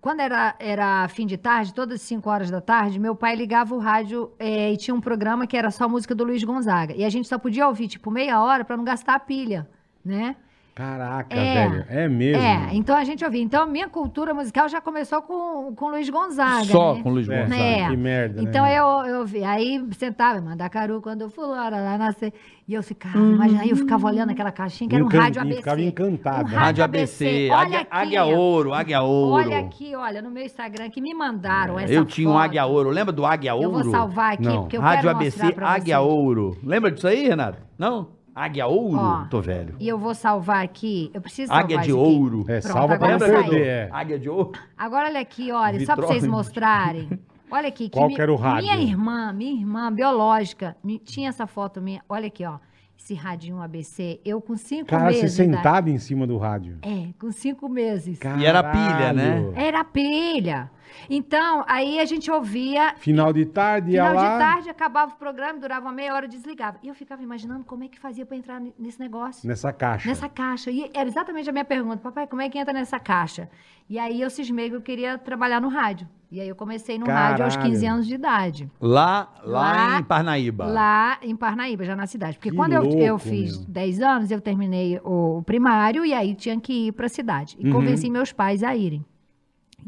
[SPEAKER 4] Quando era, era fim de tarde, todas as 5 horas da tarde, meu pai ligava o rádio eh, e tinha um programa que era só música do Luiz Gonzaga. E a gente só podia ouvir, tipo, meia hora pra não gastar a pilha, né?
[SPEAKER 2] Caraca,
[SPEAKER 4] É.
[SPEAKER 2] velho. É mesmo.
[SPEAKER 4] É, então a gente ouvia. Então a minha cultura musical já começou com, com Luiz Gonzaga.
[SPEAKER 3] Só
[SPEAKER 4] né?
[SPEAKER 3] com o Luiz
[SPEAKER 2] É,
[SPEAKER 3] Gonzaga.
[SPEAKER 4] É.
[SPEAKER 2] Que merda,
[SPEAKER 4] Então
[SPEAKER 2] né?
[SPEAKER 4] eu, eu vi, aí sentava, mandacaru, quando eu fui lá, lá, lá, nascer. E eu ficava,
[SPEAKER 3] Hum.
[SPEAKER 4] imagina, aí eu ficava olhando aquela caixinha, que era um
[SPEAKER 2] Encan-
[SPEAKER 4] rádio
[SPEAKER 2] e
[SPEAKER 4] ABC.
[SPEAKER 2] ficava né? encantada.
[SPEAKER 4] Um
[SPEAKER 3] Rádio ABC,
[SPEAKER 4] olha
[SPEAKER 3] águia,
[SPEAKER 4] aqui,
[SPEAKER 3] águia
[SPEAKER 4] ó.
[SPEAKER 3] Ouro, Águia Ouro.
[SPEAKER 4] Olha aqui, olha, no meu Instagram que me mandaram essa
[SPEAKER 3] eu tinha um
[SPEAKER 4] foto.
[SPEAKER 3] Águia Ouro. Lembra do Águia Ouro?
[SPEAKER 4] Eu vou salvar aqui,
[SPEAKER 2] Não.
[SPEAKER 4] porque eu
[SPEAKER 3] Rádio
[SPEAKER 4] quero
[SPEAKER 3] ABC
[SPEAKER 4] mostrar pra
[SPEAKER 3] Águia
[SPEAKER 4] vocês.
[SPEAKER 3] Ouro. Lembra disso aí, Renato? Não? Águia Ouro?
[SPEAKER 4] Ó.
[SPEAKER 3] Tô velho.
[SPEAKER 4] E eu vou salvar aqui, eu preciso salvar
[SPEAKER 3] Águia de
[SPEAKER 4] isso aqui.
[SPEAKER 3] Ouro.
[SPEAKER 2] É,
[SPEAKER 4] Pronto,
[SPEAKER 2] salva pra
[SPEAKER 4] agora
[SPEAKER 2] não
[SPEAKER 4] saiu.
[SPEAKER 2] perder. É.
[SPEAKER 3] Águia de Ouro.
[SPEAKER 4] Agora olha aqui, olha, só pra
[SPEAKER 3] Vitrone.
[SPEAKER 4] vocês mostrarem. Olha aqui.
[SPEAKER 2] Qual
[SPEAKER 4] mi-
[SPEAKER 2] que era o rádio?
[SPEAKER 4] Minha irmã, minha irmã biológica, mi- tinha essa foto minha. Olha aqui, ó. Esse radinho ABC, eu com cinco
[SPEAKER 2] Cara, você
[SPEAKER 4] meses. de idade.
[SPEAKER 2] sentado em cima do rádio.
[SPEAKER 4] É, com cinco meses.
[SPEAKER 3] E era pilha, né?
[SPEAKER 2] Caralho.
[SPEAKER 4] Era pilha. Então, aí a gente ouvia
[SPEAKER 2] Final de tarde, ia
[SPEAKER 4] Final
[SPEAKER 2] lá.
[SPEAKER 4] de tarde, acabava o programa, durava uma meia hora, desligava. E eu ficava imaginando como é que fazia pra entrar ne- nesse negócio.
[SPEAKER 2] Nessa caixa.
[SPEAKER 4] Nessa caixa. E era exatamente a minha pergunta. Papai, como é que entra nessa caixa? E aí eu cismei que eu queria trabalhar no rádio. E aí eu comecei no rádio aos
[SPEAKER 2] Caralho.
[SPEAKER 4] 15 anos de idade.
[SPEAKER 3] Lá, lá,
[SPEAKER 4] Lá-
[SPEAKER 3] em Parnaíba.
[SPEAKER 4] Lá em Parnaíba, já na cidade. Porque
[SPEAKER 2] Que
[SPEAKER 4] quando eu, eu
[SPEAKER 2] louco,
[SPEAKER 4] fiz
[SPEAKER 2] meu.
[SPEAKER 4] 10 anos, eu terminei o, o primário e aí tinha que ir pra cidade. E
[SPEAKER 2] Uhum.
[SPEAKER 4] convenci meus pais a irem.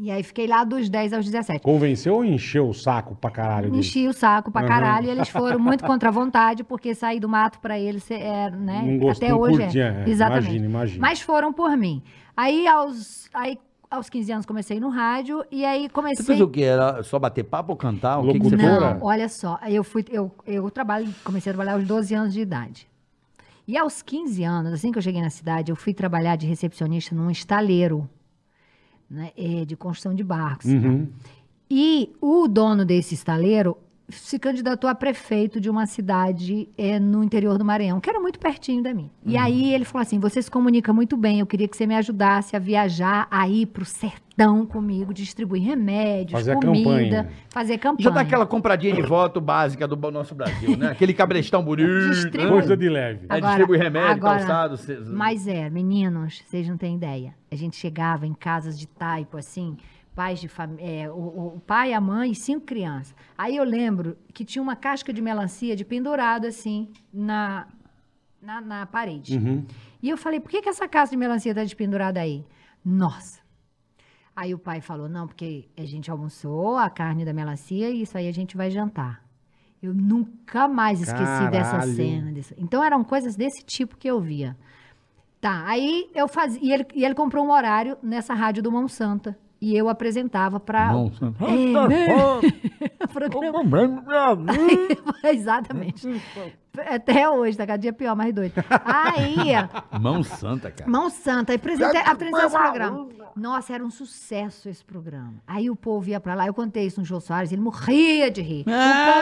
[SPEAKER 4] E aí fiquei lá dos 10 aos 17.
[SPEAKER 2] Convenceu ou encheu o saco pra caralho? dele?
[SPEAKER 4] Enchi o saco pra
[SPEAKER 2] Aham.
[SPEAKER 4] caralho. E eles foram muito contra a vontade, porque sair do mato pra eles cê- é, né?
[SPEAKER 2] Não gostou,
[SPEAKER 4] Até hoje
[SPEAKER 2] curtia,
[SPEAKER 4] é.
[SPEAKER 2] é.
[SPEAKER 4] Exatamente.
[SPEAKER 2] Imagina, imagina.
[SPEAKER 4] Mas foram por mim. Aí aos, aí, aos 15 anos comecei no rádio e aí
[SPEAKER 3] Você
[SPEAKER 4] comecei.
[SPEAKER 3] fez o quê? Era só bater papo ou cantar? O que, que você
[SPEAKER 2] Locutor.
[SPEAKER 3] fez?
[SPEAKER 2] Doutora?
[SPEAKER 4] Não, olha só, eu fui, eu, eu trabalho, comecei a trabalhar aos 12 anos de idade. E aos 15 anos, assim que eu cheguei na cidade, eu fui trabalhar de recepcionista num estaleiro, né, eh, de construção de barcos.
[SPEAKER 2] Uhum.
[SPEAKER 4] E o dono desse estaleiro se candidatou a prefeito de uma cidade eh, no interior do Maranhão, que era muito pertinho da minha. E aí ele falou assim: você se comunica muito bem, eu queria que você me ajudasse a viajar aí pro sertão comigo, distribuir remédios,
[SPEAKER 2] Fazer a
[SPEAKER 4] comida,
[SPEAKER 2] campanha.
[SPEAKER 4] fazer campanha.
[SPEAKER 3] Já dá aquela compradinha de voto básica do nosso Brasil, né? Aquele cabrestão bonito.
[SPEAKER 4] Distribui.
[SPEAKER 3] né?
[SPEAKER 2] Coisa de leve.
[SPEAKER 3] É,
[SPEAKER 4] Agora-
[SPEAKER 3] distribui remédio,
[SPEAKER 4] agora-
[SPEAKER 3] calçado. cê-
[SPEAKER 4] Mas é, meninos, vocês não têm ideia. A gente chegava em casas de taipo, assim, pais de família. o, o- o pai, a mãe e cinco crianças. Aí eu lembro que tinha uma casca de melancia de pendurado, assim, na, na, na parede.
[SPEAKER 2] Uhum.
[SPEAKER 4] E eu falei, por que, que essa casca de melancia tá despendurada aí? Nossa! Aí o pai falou, não, porque a gente almoçou a carne da melancia e isso aí a gente vai jantar. Eu nunca mais esqueci dessa
[SPEAKER 2] Caralho.
[SPEAKER 4] cena. desse- Então eram coisas desse tipo que eu via. Tá, aí eu fazia. E ele, e ele comprou um horário nessa rádio do Mão Santa, e eu apresentava para. (laughs)
[SPEAKER 3] Bom,
[SPEAKER 4] É, né? Programa- (laughs) Exatamente. Até hoje, tá cada dia pior, mais doido. Aí,
[SPEAKER 3] Mão santa, cara.
[SPEAKER 4] Mão Santa, aí apresentei, apresentei esse programa. Nossa, era um sucesso esse programa. Aí o povo ia pra lá, eu contei isso no Jô Soares, ele morria de rir.
[SPEAKER 3] Ah.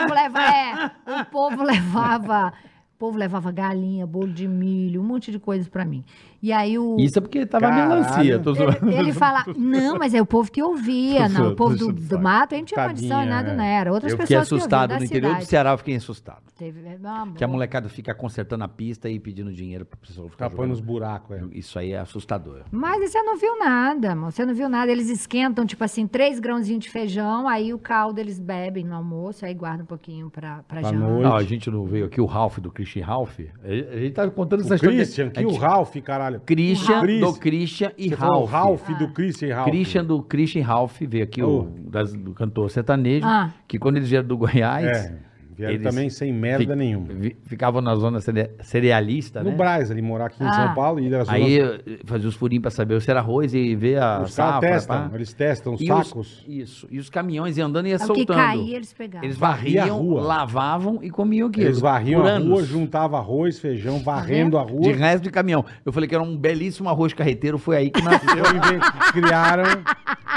[SPEAKER 4] O povo leva,
[SPEAKER 3] (laughs)
[SPEAKER 4] é, o povo levava, o povo levava galinha, bolo de milho, um monte de coisas pra mim. E aí o
[SPEAKER 3] Isso é porque tava
[SPEAKER 2] Caralho.
[SPEAKER 3] melancia. Tô zoando. (laughs)
[SPEAKER 4] ele, ele fala, não, mas é o povo que ouvia, não, o povo do, do mato, aí não tinha condição,
[SPEAKER 2] Tadinha,
[SPEAKER 4] nada,
[SPEAKER 2] é.
[SPEAKER 4] não era. Outras
[SPEAKER 3] Eu fiquei
[SPEAKER 4] pessoas que ouviam
[SPEAKER 3] assustado
[SPEAKER 4] da
[SPEAKER 3] no interior do
[SPEAKER 4] cidade.
[SPEAKER 3] Ceará, eu fiquei assustado.
[SPEAKER 4] Teve, é, uma-
[SPEAKER 3] Que a molecada fica consertando a pista e pedindo dinheiro pra pessoa ficar
[SPEAKER 2] Ficar pondo nos
[SPEAKER 3] Tá jogando.
[SPEAKER 2] buracos, é.
[SPEAKER 3] Isso aí é assustador.
[SPEAKER 4] Mas você não viu nada, amor. Você não viu nada. Eles esquentam, tipo assim, três grãozinhos de feijão, aí o caldo eles bebem no almoço, aí guarda um pouquinho pra, pra
[SPEAKER 2] Pra
[SPEAKER 4] jantar.
[SPEAKER 2] noite.
[SPEAKER 3] Não, a gente não veio aqui, o Ralph do Christian Ralph. A a gente tá contando essa
[SPEAKER 2] O
[SPEAKER 3] história.
[SPEAKER 2] Christian,
[SPEAKER 3] a
[SPEAKER 2] que
[SPEAKER 3] gente-
[SPEAKER 2] o Ralph, caralho.
[SPEAKER 3] Christian,
[SPEAKER 2] Ralph.
[SPEAKER 3] do Christian e
[SPEAKER 2] Você falou o
[SPEAKER 3] Ralph.
[SPEAKER 2] Ralph do Christian e Ralph.
[SPEAKER 3] é. Christian do Christian Ralph, veio aqui
[SPEAKER 2] Oh.
[SPEAKER 3] o das- do cantor sertanejo,
[SPEAKER 4] Ah.
[SPEAKER 3] que quando eles vieram do Goiás,
[SPEAKER 2] É, vieram
[SPEAKER 3] Eles-
[SPEAKER 2] também sem merda
[SPEAKER 3] fi-
[SPEAKER 2] nenhuma.
[SPEAKER 3] vi- ficavam na zona cere- cerealista,
[SPEAKER 2] É. No né?
[SPEAKER 3] né?
[SPEAKER 2] Brás, ele morar aqui em São
[SPEAKER 4] Ah.
[SPEAKER 2] Paulo e das
[SPEAKER 3] Aí eh, fazia os furinhos pra saber se era arroz e ver a
[SPEAKER 2] os caras
[SPEAKER 3] safra,
[SPEAKER 2] testam,
[SPEAKER 3] pá.
[SPEAKER 2] eles testam os
[SPEAKER 3] E os-
[SPEAKER 2] sacos.
[SPEAKER 3] isso. E os caminhões iam andando e ia
[SPEAKER 4] Aí É O que
[SPEAKER 3] soltando.
[SPEAKER 4] caía, eles pegavam.
[SPEAKER 3] Eles
[SPEAKER 2] Varria a
[SPEAKER 3] varriam,
[SPEAKER 2] rua.
[SPEAKER 3] lavavam e comiam aquilo.
[SPEAKER 2] Eles varriam
[SPEAKER 3] por
[SPEAKER 2] a rua,
[SPEAKER 3] anos.
[SPEAKER 2] juntavam arroz, feijão, varrendo a rua.
[SPEAKER 3] Ah, é? De resto de caminhão. Eu falei que era um belíssimo arroz carreteiro, foi aí que nasceu.
[SPEAKER 2] Então, inven- criaram.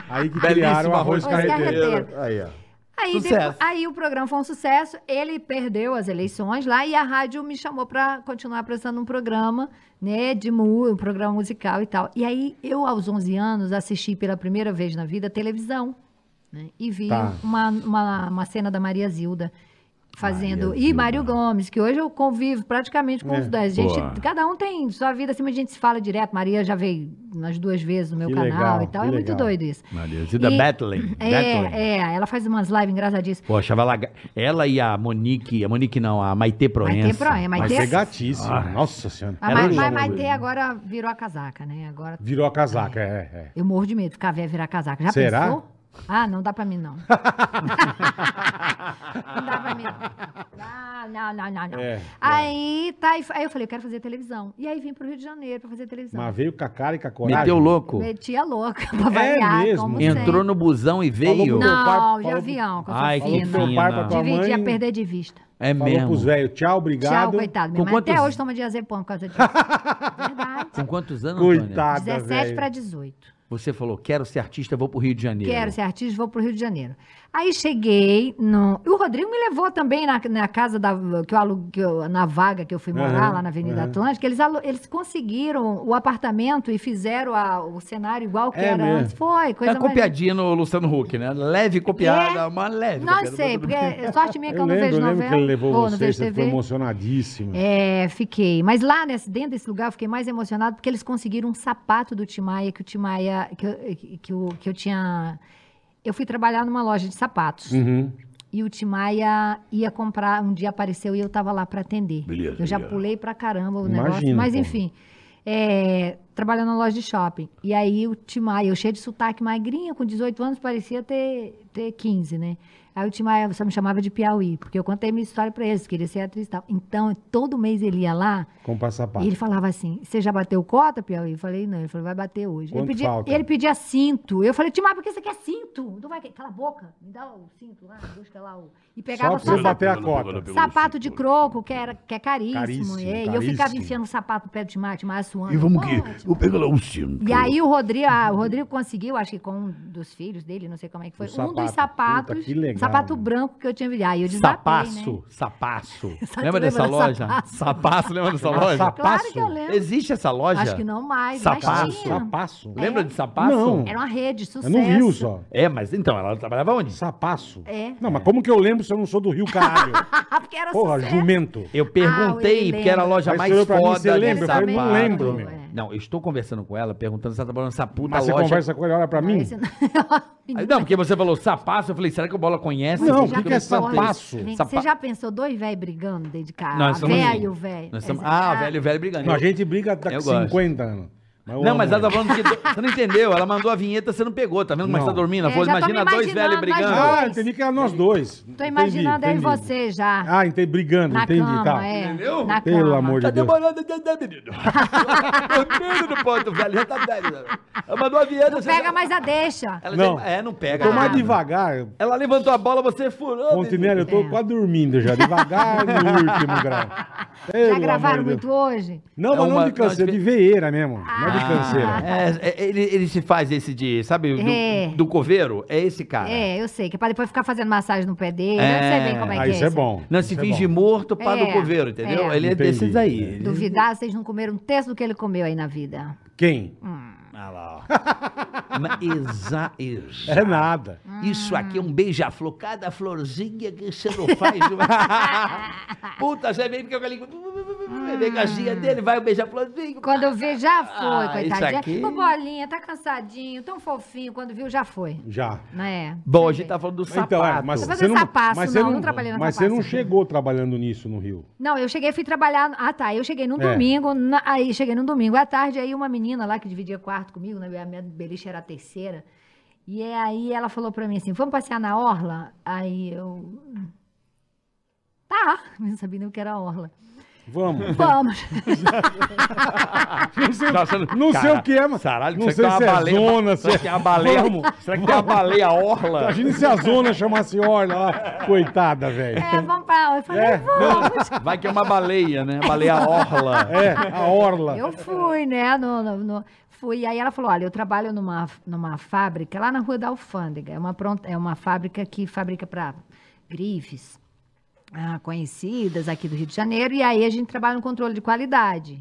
[SPEAKER 2] Aí que
[SPEAKER 3] Belíssimo
[SPEAKER 2] criaram o
[SPEAKER 3] arroz
[SPEAKER 2] arroz carreteiro.
[SPEAKER 4] carreteiro.
[SPEAKER 2] Aí, ó.
[SPEAKER 4] Aí,
[SPEAKER 3] Sucesso.
[SPEAKER 4] depois- aí o programa foi um sucesso, ele perdeu as eleições lá e a rádio me chamou pra continuar apresentando um programa, né, de mu, um programa musical e tal. E aí eu, aos 11 anos, assisti pela primeira vez na vida televisão, né, e vi
[SPEAKER 2] Tá.
[SPEAKER 4] uma, uma, uma cena da Maria Zilda fazendo,
[SPEAKER 3] Maria
[SPEAKER 4] e Mário Gomes, que hoje eu convivo praticamente com
[SPEAKER 2] É.
[SPEAKER 4] os dois. Gente,
[SPEAKER 3] Boa.
[SPEAKER 4] cada um tem sua vida, assim, mas a gente se fala direto. Maria já veio nas duas vezes no meu
[SPEAKER 2] Que
[SPEAKER 4] canal
[SPEAKER 2] legal,
[SPEAKER 4] e tal,
[SPEAKER 2] que
[SPEAKER 4] é muito
[SPEAKER 2] legal.
[SPEAKER 4] doido isso.
[SPEAKER 3] (laughs) Maria Zilda
[SPEAKER 4] E-
[SPEAKER 3] Battling. Battling.
[SPEAKER 4] É, é, ela faz umas lives engraçadíssimas.
[SPEAKER 3] Pô, achava ela... ga- ela e a Monique, a Monique não, a Maitê Proença.
[SPEAKER 4] Maitê Proença,
[SPEAKER 2] Vai
[SPEAKER 4] Maitê-
[SPEAKER 2] ser é gatíssimo. Nossa senhora.
[SPEAKER 4] A
[SPEAKER 3] Ah. Era
[SPEAKER 4] Ma
[SPEAKER 3] um
[SPEAKER 4] Ma
[SPEAKER 2] né,
[SPEAKER 3] jogo,
[SPEAKER 4] Maitê agora virou a casaca, né? Agora
[SPEAKER 2] Virou a casaca, é, é.
[SPEAKER 4] eu morro de medo de ficar velha e virar casaca. Já
[SPEAKER 2] Será?
[SPEAKER 4] pensou? Ah, não dá pra mim, não. (laughs) não dá pra mim, não. Não, não, não, não.
[SPEAKER 2] É, é.
[SPEAKER 3] Ah,
[SPEAKER 4] Aí, tá, e fa- aí eu falei, eu quero fazer televisão. E aí vim pro Rio de Janeiro pra fazer televisão.
[SPEAKER 2] Mas veio com a cara e com a coragem.
[SPEAKER 3] Meteu louco.
[SPEAKER 4] Metia louca (laughs) pra variar,
[SPEAKER 2] mesmo?
[SPEAKER 4] como
[SPEAKER 3] Entrou
[SPEAKER 4] sempre.
[SPEAKER 3] no busão e
[SPEAKER 2] Falou
[SPEAKER 3] veio.
[SPEAKER 2] pro meu pai,
[SPEAKER 4] Não,
[SPEAKER 2] falou
[SPEAKER 4] de
[SPEAKER 2] pro-
[SPEAKER 4] avião, com
[SPEAKER 3] Ai,
[SPEAKER 4] essa
[SPEAKER 2] Falou
[SPEAKER 3] que
[SPEAKER 2] pro
[SPEAKER 4] fina.
[SPEAKER 2] teu pai, pra tua mãe.
[SPEAKER 4] Dividia, perder de vista.
[SPEAKER 3] É
[SPEAKER 2] Falou pros
[SPEAKER 3] mesmo.
[SPEAKER 2] velhos, tchau, obrigado.
[SPEAKER 4] Tchau, coitado.
[SPEAKER 3] Com
[SPEAKER 4] Minha mãe até
[SPEAKER 3] quantos-
[SPEAKER 4] hoje toma diazepam por causa
[SPEAKER 2] (laughs)
[SPEAKER 4] disso. Verdade.
[SPEAKER 3] Com quantos anos, Antônia?
[SPEAKER 2] Coitada,
[SPEAKER 4] 17
[SPEAKER 2] velho.
[SPEAKER 4] para 18.
[SPEAKER 3] Você falou, quero ser artista, vou pro Rio de Janeiro.
[SPEAKER 4] Quero ser artista, vou pro Rio de Janeiro. Aí cheguei no. E o Rodrigo me levou também na, na casa da, que eu alu- que eu- na vaga que eu fui morar
[SPEAKER 2] Aham,
[SPEAKER 4] lá na Avenida
[SPEAKER 2] aham.
[SPEAKER 4] Atlântica. Eles, alu- eles conseguiram o apartamento e fizeram a- o cenário igual que
[SPEAKER 2] É
[SPEAKER 4] era
[SPEAKER 2] mesmo?
[SPEAKER 4] antes. Foi, coisa
[SPEAKER 3] é uma
[SPEAKER 4] mais.
[SPEAKER 3] copiadinha no Luciano Huck, né? Leve copiada,
[SPEAKER 4] É.
[SPEAKER 3] uma leve.
[SPEAKER 4] Não
[SPEAKER 3] copiada,
[SPEAKER 4] sei,
[SPEAKER 3] mas tudo
[SPEAKER 4] porque
[SPEAKER 3] bem.
[SPEAKER 4] é sorte minha que eu,
[SPEAKER 2] Eu
[SPEAKER 4] não
[SPEAKER 2] lembro,
[SPEAKER 4] vejo
[SPEAKER 2] eu lembro
[SPEAKER 4] novela.
[SPEAKER 2] que ele levou
[SPEAKER 4] ou não
[SPEAKER 2] você,
[SPEAKER 4] vejo
[SPEAKER 2] você ficou
[SPEAKER 4] TV.
[SPEAKER 2] emocionadíssimo.
[SPEAKER 4] É, fiquei. Mas lá nesse, dentro desse lugar eu fiquei mais emocionado porque eles conseguiram um sapato do Timaya que o Timaya que, eu- que, eu, que eu tinha. Eu fui trabalhar numa loja de sapatos
[SPEAKER 2] Uhum.
[SPEAKER 4] e o Timaya ia comprar. Um dia apareceu e eu tava lá para atender.
[SPEAKER 5] Beleza,
[SPEAKER 4] eu já
[SPEAKER 5] beleza.
[SPEAKER 4] pulei pra caramba o negócio.
[SPEAKER 2] Imagino,
[SPEAKER 4] mas
[SPEAKER 2] pô.
[SPEAKER 4] enfim, é, trabalhando na loja de shopping. E aí o Timaya, eu cheio de sotaque magrinha, com 18 anos parecia ter, ter 15, né? Aí o Timaya só me chamava de Piauí, porque eu contei minha história pra eles, queria ser atriz e tal. Então, todo mês ele ia lá
[SPEAKER 2] Comprar sapato.
[SPEAKER 4] e ele falava assim: Você já bateu cota, Piauí? Eu falei: Não. Ele falou: Vai bater hoje. Ele
[SPEAKER 2] Quanto
[SPEAKER 4] pedia,
[SPEAKER 2] falta?
[SPEAKER 4] ele pedia cinto. Eu falei: Timaya, por que você quer cinto? Não vai querer. Cala a boca, me dá o cinto lá, busca lá o. E pegava
[SPEAKER 2] Só pra você
[SPEAKER 4] só
[SPEAKER 2] bater a cota.
[SPEAKER 4] Sapato de croco, que, era, que é caríssimo.
[SPEAKER 2] né? Caríssimo,
[SPEAKER 4] é, E eu ficava
[SPEAKER 2] caríssimo.
[SPEAKER 4] enfiando o sapato no pé do Timar, Timar suando.
[SPEAKER 5] E vamos
[SPEAKER 4] Pô,
[SPEAKER 5] que
[SPEAKER 4] Timar.
[SPEAKER 5] eu pego lá o cinto.
[SPEAKER 4] E aí o Rodrigo, ah, o Rodrigo conseguiu, acho que com um dos filhos dele, não sei como é que foi,
[SPEAKER 2] Um
[SPEAKER 4] um dos
[SPEAKER 2] sapato. Puta,
[SPEAKER 4] sapatos,
[SPEAKER 2] que legal,
[SPEAKER 4] um sapato
[SPEAKER 2] né?
[SPEAKER 4] branco que eu tinha vindo. Aí eu desbapei,
[SPEAKER 3] Sapaço,
[SPEAKER 4] né? (laughs)
[SPEAKER 3] sapaço.
[SPEAKER 4] Sabe,
[SPEAKER 3] Lembra
[SPEAKER 4] lembra
[SPEAKER 3] dessa
[SPEAKER 4] da
[SPEAKER 3] loja?
[SPEAKER 4] Sapaço?
[SPEAKER 3] Sapaço, lembra dessa
[SPEAKER 2] Ah,
[SPEAKER 3] loja?
[SPEAKER 2] sapaço.
[SPEAKER 4] Claro que eu lembro.
[SPEAKER 3] Existe essa loja?
[SPEAKER 4] Acho que não é. mais,
[SPEAKER 3] Sapaço.
[SPEAKER 4] mas
[SPEAKER 2] Sapaço.
[SPEAKER 4] tinha.
[SPEAKER 2] Sapaço.
[SPEAKER 3] Lembra de sapaço?
[SPEAKER 2] Não.
[SPEAKER 4] Era uma rede,
[SPEAKER 2] É
[SPEAKER 4] sucesso.
[SPEAKER 2] no Rio só.
[SPEAKER 3] É, mas então, ela trabalhava onde?
[SPEAKER 2] Sapaço.
[SPEAKER 4] É.
[SPEAKER 2] Não, mas como que eu lembro se eu não sou do
[SPEAKER 4] (laughs)
[SPEAKER 2] Rio, caralho?
[SPEAKER 4] Ah, porque era
[SPEAKER 2] Porra,
[SPEAKER 4] sucesso.
[SPEAKER 2] jumento.
[SPEAKER 3] Eu
[SPEAKER 4] Ah,
[SPEAKER 3] perguntei,
[SPEAKER 4] ele
[SPEAKER 3] porque era a
[SPEAKER 4] lembra.
[SPEAKER 3] loja
[SPEAKER 2] Aí
[SPEAKER 3] mais
[SPEAKER 2] você olhou pra mim,
[SPEAKER 3] foda.
[SPEAKER 2] você
[SPEAKER 3] de
[SPEAKER 2] lembra?
[SPEAKER 4] Eu falei, não
[SPEAKER 3] sapato.
[SPEAKER 4] lembro, meu. É.
[SPEAKER 3] Não, eu estou conversando com ela, perguntando se ela tá trabalhando nessa puta
[SPEAKER 2] Mas você
[SPEAKER 3] loja.
[SPEAKER 2] conversa com ele, olha pra mim.
[SPEAKER 4] Esse- (laughs)
[SPEAKER 3] Aí, um Não, porque você falou sapaço, eu falei, será que o Bola conhece?
[SPEAKER 2] Não,
[SPEAKER 4] Você
[SPEAKER 2] o
[SPEAKER 4] já né?
[SPEAKER 2] que que é
[SPEAKER 4] pensou, olha,
[SPEAKER 2] sapaço?
[SPEAKER 4] vem-
[SPEAKER 3] Sapa-
[SPEAKER 4] Você já pensou dois velhos brigando dentro de
[SPEAKER 3] Nós
[SPEAKER 4] casa? Ah,
[SPEAKER 3] estamos
[SPEAKER 4] Velho,
[SPEAKER 3] juntos.
[SPEAKER 4] velho.
[SPEAKER 3] Nós Ah, estamos-
[SPEAKER 4] Essa-
[SPEAKER 2] é
[SPEAKER 3] Ah, velho, velho brigando.
[SPEAKER 2] Não, a gente briga daqui
[SPEAKER 3] Eu gosto.
[SPEAKER 2] 50 anos. Mas eu
[SPEAKER 3] não,
[SPEAKER 2] amo
[SPEAKER 3] mas ela tá
[SPEAKER 2] ele.
[SPEAKER 3] falando que. Você não entendeu? Ela mandou a vinheta, você não pegou, tá vendo como é que
[SPEAKER 2] Não.
[SPEAKER 3] tá dormindo?
[SPEAKER 4] É,
[SPEAKER 3] Ela falou,
[SPEAKER 4] já tô
[SPEAKER 3] imagina
[SPEAKER 4] me
[SPEAKER 3] dois velhos
[SPEAKER 4] imaginando, nós
[SPEAKER 3] brigando.
[SPEAKER 4] dois.
[SPEAKER 2] Ah, entendi que era nós dois.
[SPEAKER 4] Tô imaginando
[SPEAKER 2] Entendi,
[SPEAKER 4] eu e
[SPEAKER 2] entendi.
[SPEAKER 4] você já.
[SPEAKER 2] Ah, entendi, brigando,
[SPEAKER 4] na
[SPEAKER 2] entendi,
[SPEAKER 4] cama,
[SPEAKER 2] tá.
[SPEAKER 4] é.
[SPEAKER 3] Entendeu?
[SPEAKER 4] Na
[SPEAKER 2] Pelo
[SPEAKER 4] cama.
[SPEAKER 2] amor de
[SPEAKER 3] Tá
[SPEAKER 2] Deus.
[SPEAKER 3] demorando, tá, tá,
[SPEAKER 2] (laughs)
[SPEAKER 3] menino. Dormindo no ponto, velho. Já tá velho. Ela mandou a vinheta.
[SPEAKER 4] Não
[SPEAKER 3] você
[SPEAKER 4] pega
[SPEAKER 3] já-
[SPEAKER 4] mais a deixa.
[SPEAKER 3] Ela
[SPEAKER 2] Não.
[SPEAKER 3] já- É, não pega.
[SPEAKER 2] Tô mais
[SPEAKER 3] nada.
[SPEAKER 2] devagar.
[SPEAKER 3] Ela levantou a bola, você furou.
[SPEAKER 2] Fontenelle, eu tô
[SPEAKER 4] É.
[SPEAKER 2] quase dormindo já,
[SPEAKER 4] (laughs)
[SPEAKER 2] devagar no último grau. Pelo
[SPEAKER 4] Já
[SPEAKER 2] amor
[SPEAKER 4] gravaram
[SPEAKER 2] de Deus.
[SPEAKER 4] muito hoje?
[SPEAKER 2] Não,
[SPEAKER 3] É
[SPEAKER 2] mas não
[SPEAKER 3] uma-
[SPEAKER 2] de canseira, de
[SPEAKER 3] não, de-
[SPEAKER 2] veeira mesmo. Não
[SPEAKER 4] Ah,
[SPEAKER 2] é de canseira.
[SPEAKER 3] É, é, ele, ele se faz esse de, sabe, do,
[SPEAKER 4] É.
[SPEAKER 3] do coveiro? É esse cara.
[SPEAKER 4] É, eu sei. Que é pra depois ficar fazendo massagem no pé dele.
[SPEAKER 3] É.
[SPEAKER 4] Eu sei bem como é
[SPEAKER 2] Ah,
[SPEAKER 4] que é.
[SPEAKER 2] isso é
[SPEAKER 4] esse.
[SPEAKER 2] bom.
[SPEAKER 3] Não se
[SPEAKER 2] isso é
[SPEAKER 3] finge
[SPEAKER 2] bom.
[SPEAKER 3] morto para
[SPEAKER 4] É,
[SPEAKER 3] do coveiro, entendeu?
[SPEAKER 4] é.
[SPEAKER 3] Ele é
[SPEAKER 2] Entendi.
[SPEAKER 3] desses aí.
[SPEAKER 2] É.
[SPEAKER 3] Ele-
[SPEAKER 4] Duvidar, vocês não comeram um terço do que ele comeu aí na vida.
[SPEAKER 2] Quem?
[SPEAKER 4] Hum.
[SPEAKER 3] Ah lá, ó. (laughs) Mas exa, exa-
[SPEAKER 2] É nada.
[SPEAKER 3] Isso aqui
[SPEAKER 4] Hum.
[SPEAKER 3] é um beija-flor, cada florzinha que você não
[SPEAKER 4] (laughs)
[SPEAKER 3] faz. uma- Puta, você vem porque eu falei. Vem com a ginha dele, vai o beija-florzinho.
[SPEAKER 4] Hum. Quando eu vi, já foi,
[SPEAKER 3] Ah, isso
[SPEAKER 4] coitadinha.
[SPEAKER 3] aqui-
[SPEAKER 4] Ô, bolinha, tá cansadinho, tão fofinho. Quando viu, já foi.
[SPEAKER 2] Já.
[SPEAKER 4] Né?
[SPEAKER 3] Bom, a gente tá falando do sapato.
[SPEAKER 2] Então, é,
[SPEAKER 3] (laughs)
[SPEAKER 2] mas
[SPEAKER 4] Tô
[SPEAKER 2] você
[SPEAKER 4] fazendo
[SPEAKER 2] não,
[SPEAKER 4] sapaço,
[SPEAKER 2] mas você
[SPEAKER 4] não, não trabalhei na
[SPEAKER 2] Mas você não
[SPEAKER 4] sapaço.
[SPEAKER 2] chegou trabalhando nisso no Rio.
[SPEAKER 4] Não, eu cheguei, fui trabalhar. Ah, tá. Eu cheguei num
[SPEAKER 2] É.
[SPEAKER 4] domingo. na- Aí cheguei num domingo à tarde. Aí uma menina lá que dividia quarto comigo, né, a minha beliche era a terceira. E é, aí ela falou pra mim assim: vamos passear na Orla? Aí eu. Tá, (laughs) não sabia nem o que era
[SPEAKER 2] (laughs)
[SPEAKER 4] Orla.
[SPEAKER 3] (laughs)
[SPEAKER 2] Vamos.
[SPEAKER 4] Vamos. (laughs)
[SPEAKER 2] Não sei,
[SPEAKER 3] Tá achando-
[SPEAKER 2] não sei
[SPEAKER 3] Cara,
[SPEAKER 2] o que é, mas.
[SPEAKER 3] Caralho,
[SPEAKER 2] não sei
[SPEAKER 3] será que
[SPEAKER 2] se
[SPEAKER 3] tem
[SPEAKER 2] é
[SPEAKER 3] uma baleia?
[SPEAKER 2] zona, se
[SPEAKER 3] será que tem uma baleia?
[SPEAKER 2] Vamos.
[SPEAKER 3] Será que tem uma baleia orla?
[SPEAKER 2] Imagina se a zona chamasse Orla
[SPEAKER 4] (laughs)
[SPEAKER 2] lá. Coitada, velho.
[SPEAKER 4] É, vamos pra. Eu falei:
[SPEAKER 2] É.
[SPEAKER 4] vamos.
[SPEAKER 3] Vai que é uma baleia, né? Baleia orla.
[SPEAKER 2] É, a Orla. (laughs)
[SPEAKER 4] Eu fui, né? No, no- no- fui. Aí ela falou: olha, eu trabalho numa, numa fábrica lá na Rua da Alfândega. É uma, pronta, é uma fábrica que fabrica para grifes ah, conhecidas aqui do Rio de Janeiro. E aí a gente trabalha no controle de qualidade.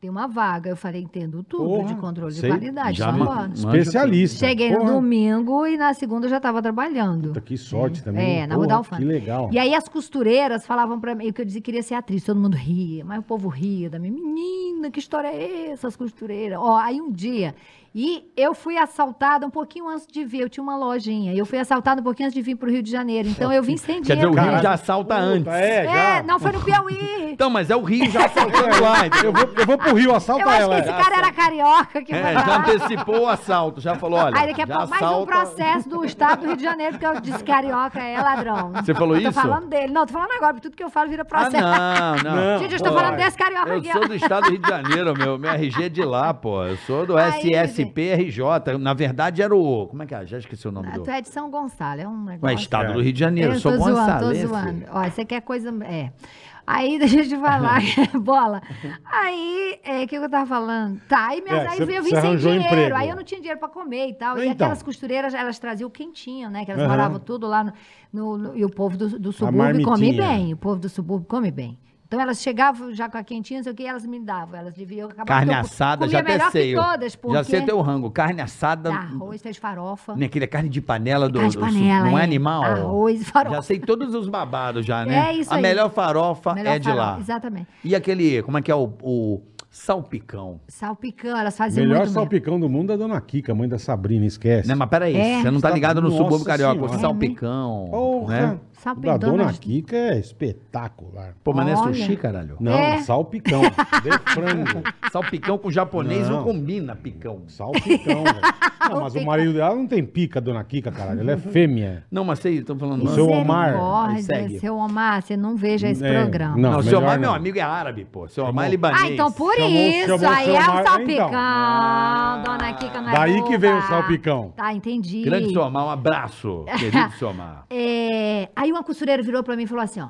[SPEAKER 4] Tem uma vaga. Eu falei: entendo tudo de
[SPEAKER 2] Porra,
[SPEAKER 4] controle
[SPEAKER 2] sei.
[SPEAKER 4] de qualidade.
[SPEAKER 3] Já
[SPEAKER 4] vamos
[SPEAKER 3] ma-
[SPEAKER 4] embora.
[SPEAKER 3] ma-
[SPEAKER 2] Especialista.
[SPEAKER 4] Cheguei no
[SPEAKER 2] Porra.
[SPEAKER 4] domingo e na segunda eu já estava trabalhando.
[SPEAKER 2] Puta, que sorte também.
[SPEAKER 4] É, na
[SPEAKER 2] Porra,
[SPEAKER 4] Rua da Alfândega.
[SPEAKER 2] Que legal.
[SPEAKER 4] E aí as costureiras falavam pra mim, que eu dizia que queria ser atriz, todo mundo ria, mas o povo ria da minha menina, que história é essa, as costureiras? Ó, aí um dia, e eu fui assaltada um pouquinho antes de vir, eu tinha uma lojinha, e eu fui assaltada um pouquinho antes de vir pro Rio de Janeiro, então eu vim sem
[SPEAKER 3] Quer dizer,
[SPEAKER 4] dinheiro.
[SPEAKER 3] o
[SPEAKER 4] mesmo.
[SPEAKER 3] Rio já assalta
[SPEAKER 2] Puta,
[SPEAKER 3] antes.
[SPEAKER 2] É, já.
[SPEAKER 4] É, não, foi
[SPEAKER 3] (laughs)
[SPEAKER 4] no Piauí.
[SPEAKER 3] Então, mas é o Rio já assaltando lá.
[SPEAKER 2] Eu,
[SPEAKER 3] entendeu?
[SPEAKER 2] vou, eu vou pro Rio, assalta
[SPEAKER 4] Eu acho que
[SPEAKER 2] ela.
[SPEAKER 4] esse cara era carioca que foi
[SPEAKER 3] É,
[SPEAKER 4] pra
[SPEAKER 3] já
[SPEAKER 4] lá.
[SPEAKER 3] antecipou o assalto, já falou, olha,
[SPEAKER 4] Aí daqui a
[SPEAKER 3] já
[SPEAKER 4] pouco, mais um
[SPEAKER 3] assalta-
[SPEAKER 4] processo do Estado do Rio de Janeiro, porque eu disse carioca é ladrão.
[SPEAKER 3] Você falou
[SPEAKER 4] Eu
[SPEAKER 3] isso?
[SPEAKER 4] Tô falando dele. Não, tô falando agora, porque tudo que eu falo vira
[SPEAKER 3] Ah,
[SPEAKER 4] processo.
[SPEAKER 3] não, não.
[SPEAKER 2] Não.
[SPEAKER 4] Gente, eu estou
[SPEAKER 3] Pô,
[SPEAKER 4] falando desse carioca aqui,
[SPEAKER 3] Eu sou do estado do Rio de Janeiro, meu. Meu RG é de lá, pô. Eu sou do
[SPEAKER 4] Aí,
[SPEAKER 3] SSPRJ. Na verdade, era o. Como é que é? Já esqueci o nome
[SPEAKER 4] Ah,
[SPEAKER 3] do.
[SPEAKER 4] Tu é de São Gonçalo, é um negócio.
[SPEAKER 3] Mas estado do Rio de Janeiro,
[SPEAKER 4] eu
[SPEAKER 3] sou
[SPEAKER 4] tô zoando, tô
[SPEAKER 3] Gonçalves.
[SPEAKER 4] zoando. Ó, isso aqui é coisa. É. Aí, (laughs) deixa eu te falar, (laughs) bola. Aí, é, o que eu tava falando? Tá, aí, minhas,
[SPEAKER 2] É,
[SPEAKER 4] aí
[SPEAKER 2] cê-
[SPEAKER 4] eu vim
[SPEAKER 2] cê
[SPEAKER 4] sem
[SPEAKER 2] arranjou
[SPEAKER 4] dinheiro.
[SPEAKER 2] emprego.
[SPEAKER 4] Aí eu não tinha dinheiro pra comer e tal. E
[SPEAKER 2] Então.
[SPEAKER 4] aquelas costureiras, elas traziam o quentinho, né? Que elas
[SPEAKER 2] Aham.
[SPEAKER 4] moravam tudo lá. No, no- no- e o povo do, do subúrbio come
[SPEAKER 2] marmitinha.
[SPEAKER 4] bem. O povo do subúrbio come bem. Então elas chegavam já com a quentinha, não sei o que, e elas me davam. Elas deviam acabar
[SPEAKER 3] Carne assada, já até
[SPEAKER 4] melhor
[SPEAKER 3] sei.
[SPEAKER 4] que
[SPEAKER 3] eu-
[SPEAKER 4] todas, porque
[SPEAKER 3] Já sei teu rango. Carne assada.
[SPEAKER 4] Tá arroz, fez farofa.
[SPEAKER 3] né, Aquele é carne de panela do.
[SPEAKER 4] Carne de
[SPEAKER 3] do-
[SPEAKER 4] panela,
[SPEAKER 3] não é
[SPEAKER 4] é.
[SPEAKER 3] animal?
[SPEAKER 4] Arroz, farofa.
[SPEAKER 3] Já sei todos os babados já, né?
[SPEAKER 4] É isso
[SPEAKER 3] A
[SPEAKER 4] aí.
[SPEAKER 3] melhor farofa
[SPEAKER 4] Melhor
[SPEAKER 3] é de
[SPEAKER 4] farofa,
[SPEAKER 3] lá.
[SPEAKER 4] Exatamente.
[SPEAKER 3] E aquele, como é que é o, o salpicão?
[SPEAKER 4] Salpicão, elas faziam
[SPEAKER 2] Melhor
[SPEAKER 4] muito bem.
[SPEAKER 2] salpicão do mundo é a dona Kika, mãe da Sabrina, esquece.
[SPEAKER 3] Né, mas
[SPEAKER 4] É.
[SPEAKER 3] peraí,
[SPEAKER 4] né?
[SPEAKER 3] você não tá ligado no
[SPEAKER 2] Nossa
[SPEAKER 3] subúrbio carioca,
[SPEAKER 2] Senhora.
[SPEAKER 3] o salpicão,
[SPEAKER 2] Porra.
[SPEAKER 3] né?
[SPEAKER 2] O
[SPEAKER 4] Salpicão,
[SPEAKER 2] Da dona
[SPEAKER 4] mas-
[SPEAKER 2] Kika é espetacular.
[SPEAKER 3] Pô, mas não é
[SPEAKER 4] Olha.
[SPEAKER 3] sushi, caralho.
[SPEAKER 2] Não,
[SPEAKER 4] É.
[SPEAKER 2] salpicão. De frango.
[SPEAKER 3] Salpicão com japonês não,
[SPEAKER 2] Não.
[SPEAKER 3] combina picão.
[SPEAKER 4] (laughs)
[SPEAKER 2] Salpicão, velho. Não, mas o marido dela não tem pica, dona Kika, caralho. Ela é
[SPEAKER 4] Uhum.
[SPEAKER 2] fêmea.
[SPEAKER 3] Não, mas sei, estão falando...
[SPEAKER 2] O seu Omar,
[SPEAKER 4] Misericórdia,
[SPEAKER 3] aí segue.
[SPEAKER 4] Seu Omar, você não veja esse
[SPEAKER 2] É,
[SPEAKER 4] programa.
[SPEAKER 3] Não, o seu
[SPEAKER 2] melhor
[SPEAKER 3] Omar,
[SPEAKER 2] não.
[SPEAKER 3] meu amigo, é árabe, pô. Seu Omar é
[SPEAKER 2] Chamou-
[SPEAKER 3] libanês.
[SPEAKER 4] Ah, então por
[SPEAKER 2] Chamou-
[SPEAKER 4] isso,
[SPEAKER 2] chamou o
[SPEAKER 4] aí
[SPEAKER 2] seu
[SPEAKER 4] é
[SPEAKER 2] Omar-
[SPEAKER 4] o salpicão.
[SPEAKER 3] Ah, então.
[SPEAKER 4] Dona Kika não é
[SPEAKER 2] Daí que veio o
[SPEAKER 4] boba.
[SPEAKER 2] salpicão.
[SPEAKER 4] Tá, entendi.
[SPEAKER 3] Grande seu Omar,
[SPEAKER 4] (laughs)
[SPEAKER 3] um abraço. Querido seu Omar.
[SPEAKER 4] É, aí uma costureira virou pra mim e falou assim, ó.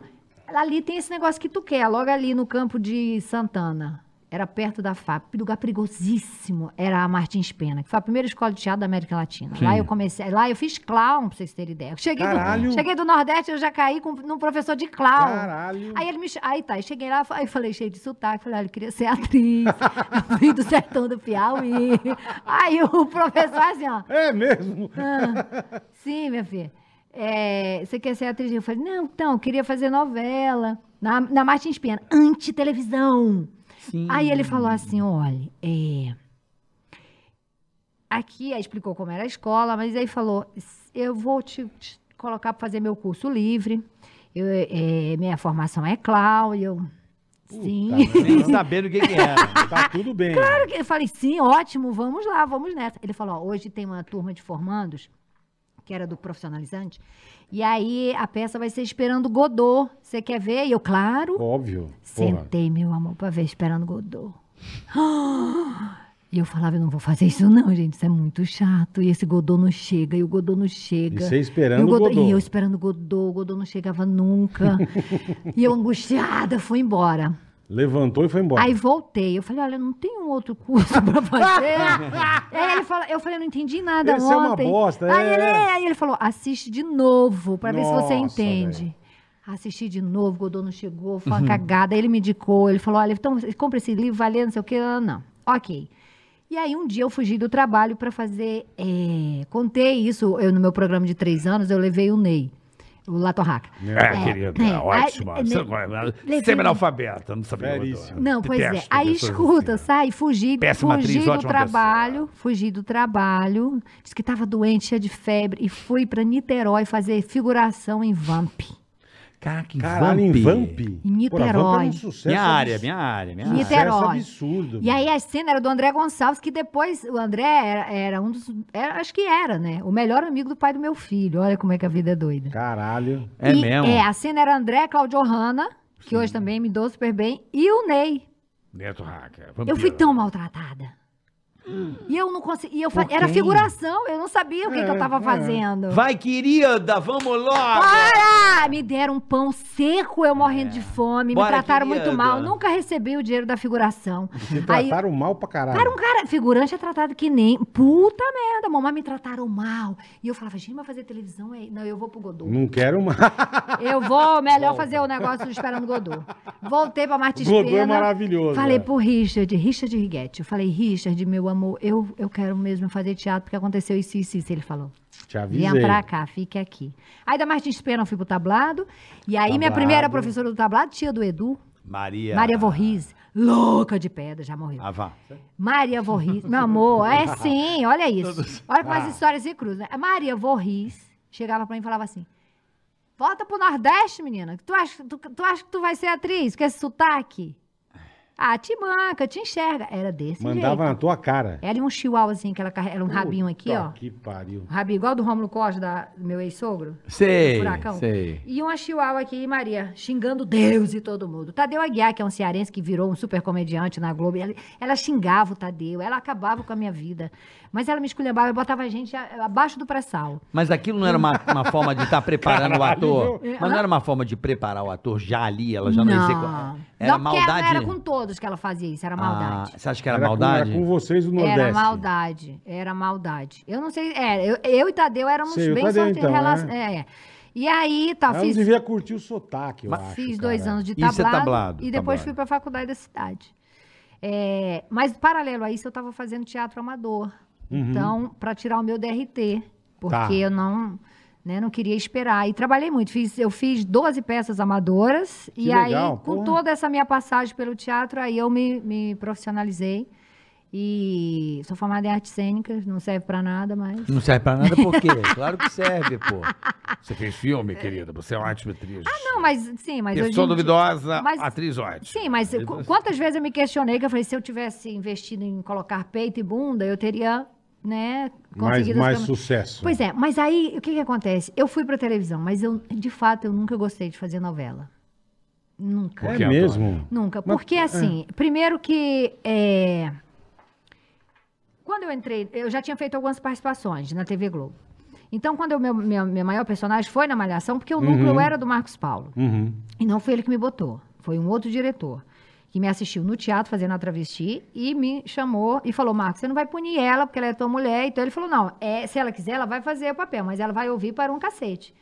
[SPEAKER 4] Ali tem esse negócio que tu quer, logo ali no campo de Santana. Era perto da FAP, um lugar perigosíssimo. Era a Martins Pena, que foi a primeira escola de teatro da América Latina. Lá eu comecei, lá eu fiz clown, pra vocês terem ideia. Eu Cheguei,
[SPEAKER 2] Caralho!
[SPEAKER 4] do, cheguei do Nordeste, eu já caí com, num professor de clown.
[SPEAKER 2] Caralho!
[SPEAKER 4] Tá Aí ele me, ch- aí tá, eu cheguei lá, aí falei cheio de sotaque, falei, olha, eu queria ser (laughs) atriz. eu vim do sertão do Piauí. Aí o professor assim, ó,
[SPEAKER 2] É mesmo?
[SPEAKER 4] Sim, minha filha. É, você quer ser atriz? Eu falei, não, então, eu queria fazer novela. Na, na Martins Pena, anti-televisão.
[SPEAKER 3] Sim.
[SPEAKER 4] Aí ele falou assim, olha, é... Aqui, aí explicou como era a escola, mas aí falou, "S- eu vou te, te colocar para fazer meu curso livre. Eu, é, minha formação é clown. e Eu, Sim. (laughs)
[SPEAKER 3] Nem sabendo o que, que era.
[SPEAKER 2] Tá tudo bem.
[SPEAKER 4] Claro que eu falei, sim, ótimo, vamos lá, vamos nessa. Ele falou, ó, hoje tem uma turma de formandos, que era do profissionalizante, e aí a peça vai ser Esperando Godot. Você quer ver? E eu, claro,
[SPEAKER 2] Óbvio. Porra.
[SPEAKER 4] sentei, meu amor, pra ver Esperando Godot. (gasps) E eu falava, eu não vou fazer isso não, gente, isso é muito chato. E esse Godot não chega, e o Godot não chega.
[SPEAKER 2] E você é esperando
[SPEAKER 4] e
[SPEAKER 2] o Godot.
[SPEAKER 4] E eu esperando o Godot, o Godot não chegava
[SPEAKER 2] (laughs)
[SPEAKER 4] nunca. e eu angustiada, fui embora.
[SPEAKER 2] Levantou e foi embora.
[SPEAKER 4] Aí voltei. Eu falei, olha, não tem um outro curso (laughs) pra
[SPEAKER 2] (laughs)
[SPEAKER 4] fazer. aí ele falou, eu falei, não entendi nada
[SPEAKER 2] Esse é uma
[SPEAKER 4] ontem.
[SPEAKER 2] bosta,
[SPEAKER 4] aí,
[SPEAKER 2] é,
[SPEAKER 4] ele,
[SPEAKER 2] é.
[SPEAKER 4] aí ele falou, assiste de novo, pra ver se você
[SPEAKER 2] Nossa,
[SPEAKER 4] entende.
[SPEAKER 2] velho.
[SPEAKER 4] Assisti de novo, Godô não chegou, foi uma
[SPEAKER 2] (laughs)
[SPEAKER 4] cagada. Ele me indicou, ele falou, olha, então compra esse livro, vai ler, não sei o quê. Não, não. Ok. E aí um dia eu fugi do trabalho pra fazer... é, contei isso eu, no meu programa de três anos, eu levei o Ney, o Latorraca.
[SPEAKER 5] É, querida,
[SPEAKER 4] é.
[SPEAKER 5] ótima.
[SPEAKER 4] Aí,
[SPEAKER 5] Você
[SPEAKER 4] ne-
[SPEAKER 5] não é-
[SPEAKER 4] levei-
[SPEAKER 5] Semi-analfabeta, não sabia.
[SPEAKER 2] Veríssimo.
[SPEAKER 4] Não, pois é.
[SPEAKER 5] Detesto
[SPEAKER 4] Aí
[SPEAKER 5] pessoas
[SPEAKER 4] escuta,
[SPEAKER 5] assim.
[SPEAKER 4] sai, fugi,
[SPEAKER 5] Péssima
[SPEAKER 4] fugi
[SPEAKER 5] atriz,
[SPEAKER 4] do
[SPEAKER 5] ótima
[SPEAKER 4] trabalho, fugi do trabalho, disse que estava doente, cheia de febre, e fui para Niterói fazer figuração em Vamp.
[SPEAKER 3] Caraca,
[SPEAKER 2] Caralho, em Vamp?
[SPEAKER 4] Em
[SPEAKER 2] Porra, Vamp é
[SPEAKER 4] Niterói.
[SPEAKER 2] um sucesso
[SPEAKER 3] Minha área,
[SPEAKER 2] absurdo.
[SPEAKER 3] minha área, minha
[SPEAKER 4] Em
[SPEAKER 3] área.
[SPEAKER 4] Niterói.
[SPEAKER 2] Sucesso absurdo.
[SPEAKER 4] E aí a cena era do André Gonçalves, que depois o André era, era um dos. era- acho que era, né? O melhor amigo do pai do meu filho. Olha como é que a vida é doida.
[SPEAKER 2] Caralho.
[SPEAKER 3] É
[SPEAKER 4] E,
[SPEAKER 3] mesmo.
[SPEAKER 4] É, a cena era André, Claudio Hanna, que hoje também me dou super bem, e o Ney.
[SPEAKER 5] Neto Raca.
[SPEAKER 4] Eu fui tão maltratada. E eu não consegui. e eu fa-
[SPEAKER 2] Por É,
[SPEAKER 4] Era
[SPEAKER 2] quem?
[SPEAKER 4] figuração, eu não sabia o que, que eu Ah! tava fazendo.
[SPEAKER 3] Vai, querida, vamos logo.
[SPEAKER 4] Para! Me deram um pão seco, eu morrendo
[SPEAKER 2] É.
[SPEAKER 4] de fome,
[SPEAKER 3] Bora,
[SPEAKER 4] me trataram muito
[SPEAKER 3] querida.
[SPEAKER 4] mal, nunca recebi o dinheiro da figuração.
[SPEAKER 2] Te
[SPEAKER 4] Aí,
[SPEAKER 2] trataram mal pra caralho.
[SPEAKER 4] cara, um cara, figurante é tratado que nem. Puta merda, mamãe, me trataram mal. E eu falava, gente, mas fazer televisão é. Não, eu vou pro Godô.
[SPEAKER 2] (laughs) Não quero mais.
[SPEAKER 4] Eu vou, melhor fazer o negócio do Esperando Godô. Voltei pra
[SPEAKER 2] (laughs)
[SPEAKER 4] Martins
[SPEAKER 2] Godô é
[SPEAKER 4] Pena.
[SPEAKER 2] maravilhoso,
[SPEAKER 4] Falei
[SPEAKER 2] é.
[SPEAKER 4] pro Richard, Richard Riguetti. Eu falei, Richard, meu amor, eu, eu quero mesmo fazer teatro porque aconteceu isso e isso, isso. Ele falou,
[SPEAKER 2] Te avisei.
[SPEAKER 4] venha pra cá, fique aqui. Aí da Martins Pena eu fui pro tablado. E aí minha
[SPEAKER 2] Tablado.
[SPEAKER 4] primeira professora do tablado, tia do Edu,
[SPEAKER 3] Maria.
[SPEAKER 4] Maria Vorriz. Louca de pedra, já morreu.
[SPEAKER 3] Ah, vá.
[SPEAKER 4] Maria Vorris,
[SPEAKER 2] (laughs)
[SPEAKER 4] meu amor, é sim, olha isso. Olha
[SPEAKER 2] Ah.
[SPEAKER 4] como as histórias se cruzam. né? A Maria Vorris chegava pra mim e falava assim: volta pro Nordeste, menina. que Tu acha, tu, tu acha que tu vai ser atriz com esse sotaque? Ah, te manca, te enxerga. Era desse
[SPEAKER 2] Mandava na
[SPEAKER 4] jeito.
[SPEAKER 2] tua cara.
[SPEAKER 4] Ela e um chihuahua assim, que ela carrega, um rabinho aqui,
[SPEAKER 2] Puta
[SPEAKER 4] ó.
[SPEAKER 2] Que pariu.
[SPEAKER 4] Um rabinho igual do Rômulo Costa, da- do meu ex-sogro.
[SPEAKER 3] Sei,
[SPEAKER 4] é Furacão.
[SPEAKER 3] sei.
[SPEAKER 4] E uma chihuahua aqui, Maria, xingando Deus e todo mundo. Tadeu Aguiar, que é um cearense que virou um super comediante na Globo, ela, ela xingava o Tadeu, ela acabava com a minha vida. Mas ela me esculhambava e botava a gente a- abaixo do pré-sal.
[SPEAKER 3] Mas aquilo não era uma, uma forma de estar preparando
[SPEAKER 2] Caralho,
[SPEAKER 3] o ator?
[SPEAKER 4] meu.
[SPEAKER 3] Mas não era uma forma de preparar o ator já ali? Ela já não, ia ser qual- Era
[SPEAKER 4] não, porque ela-
[SPEAKER 3] maldade?
[SPEAKER 4] era com todos que ela fazia isso, era maldade.
[SPEAKER 3] Ah, você acha que era,
[SPEAKER 2] com-
[SPEAKER 3] maldade?
[SPEAKER 2] Com, vocês do Nordeste.
[SPEAKER 4] Era maldade, era maldade. Eu não sei, é, eu, eu e Tadeu éramos
[SPEAKER 2] Sei, o
[SPEAKER 4] bem
[SPEAKER 2] Tadeu,
[SPEAKER 4] sorte
[SPEAKER 2] então,
[SPEAKER 4] em relação.
[SPEAKER 2] né? É um
[SPEAKER 4] É. é. E aí, tá,
[SPEAKER 2] Ela
[SPEAKER 4] fiz.
[SPEAKER 2] não devia curtir o sotaque, eu acho,
[SPEAKER 4] Fiz
[SPEAKER 2] cara.
[SPEAKER 4] dois anos de
[SPEAKER 3] Isso é
[SPEAKER 4] tablado,
[SPEAKER 3] tablado,
[SPEAKER 4] e depois
[SPEAKER 3] tablado.
[SPEAKER 4] fui para a faculdade da cidade. É, mas paralelo a isso, eu estava fazendo teatro amador.
[SPEAKER 2] Uhum.
[SPEAKER 4] Então, para tirar o meu DRT, porque
[SPEAKER 2] Hum. Tá.
[SPEAKER 4] eu não, né, não queria esperar. E trabalhei muito. Fiz, eu fiz 12 peças amadoras.
[SPEAKER 2] Que
[SPEAKER 4] e
[SPEAKER 2] legal,
[SPEAKER 4] aí, com
[SPEAKER 2] porra.
[SPEAKER 4] toda essa minha passagem pelo teatro, aí eu me, me profissionalizei. E sou formada em artes cênicas, não serve para nada, mas.
[SPEAKER 2] Hum.
[SPEAKER 3] Não serve pra nada
[SPEAKER 4] (laughs)
[SPEAKER 3] por quê? Claro que serve, pô.
[SPEAKER 5] Você fez filme, querida. Você é uma ótima atriz. Ah,
[SPEAKER 4] Não, mas sim, mas hoje.
[SPEAKER 5] Pessoa
[SPEAKER 4] em dia-
[SPEAKER 5] duvidosa,
[SPEAKER 4] mas-
[SPEAKER 5] atriz ótima.
[SPEAKER 4] Sim,
[SPEAKER 2] Tipo,
[SPEAKER 4] mas qu- quantas vezes eu me questionei que eu falei, se eu tivesse investido em colocar peito e bunda, eu teria, né,
[SPEAKER 2] Mais,
[SPEAKER 4] conseguido... as
[SPEAKER 2] mais
[SPEAKER 4] cam-
[SPEAKER 2] sucesso.
[SPEAKER 4] Pois é, mas aí, o que que acontece? Eu fui pra televisão, mas eu, de fato, eu nunca gostei de fazer novela. Nunca.
[SPEAKER 2] É
[SPEAKER 5] quê,
[SPEAKER 2] mesmo?
[SPEAKER 4] Nunca.
[SPEAKER 2] Mas- é.
[SPEAKER 4] Porque, assim, primeiro que. é, Quando eu entrei, eu já tinha feito algumas participações na TV Globo. Então, quando eu, meu, minha, minha maior personagem foi na Malhação, porque o núcleo era do Marcos Paulo.
[SPEAKER 2] Uhum.
[SPEAKER 4] E não foi ele que me botou, foi um outro diretor que me assistiu no teatro fazendo a travesti e me chamou e falou: Marcos, você não vai punir ela porque ela é tua mulher. Então ele falou: não, é, se ela quiser, ela vai fazer o papel, mas ela vai ouvir para um cacete.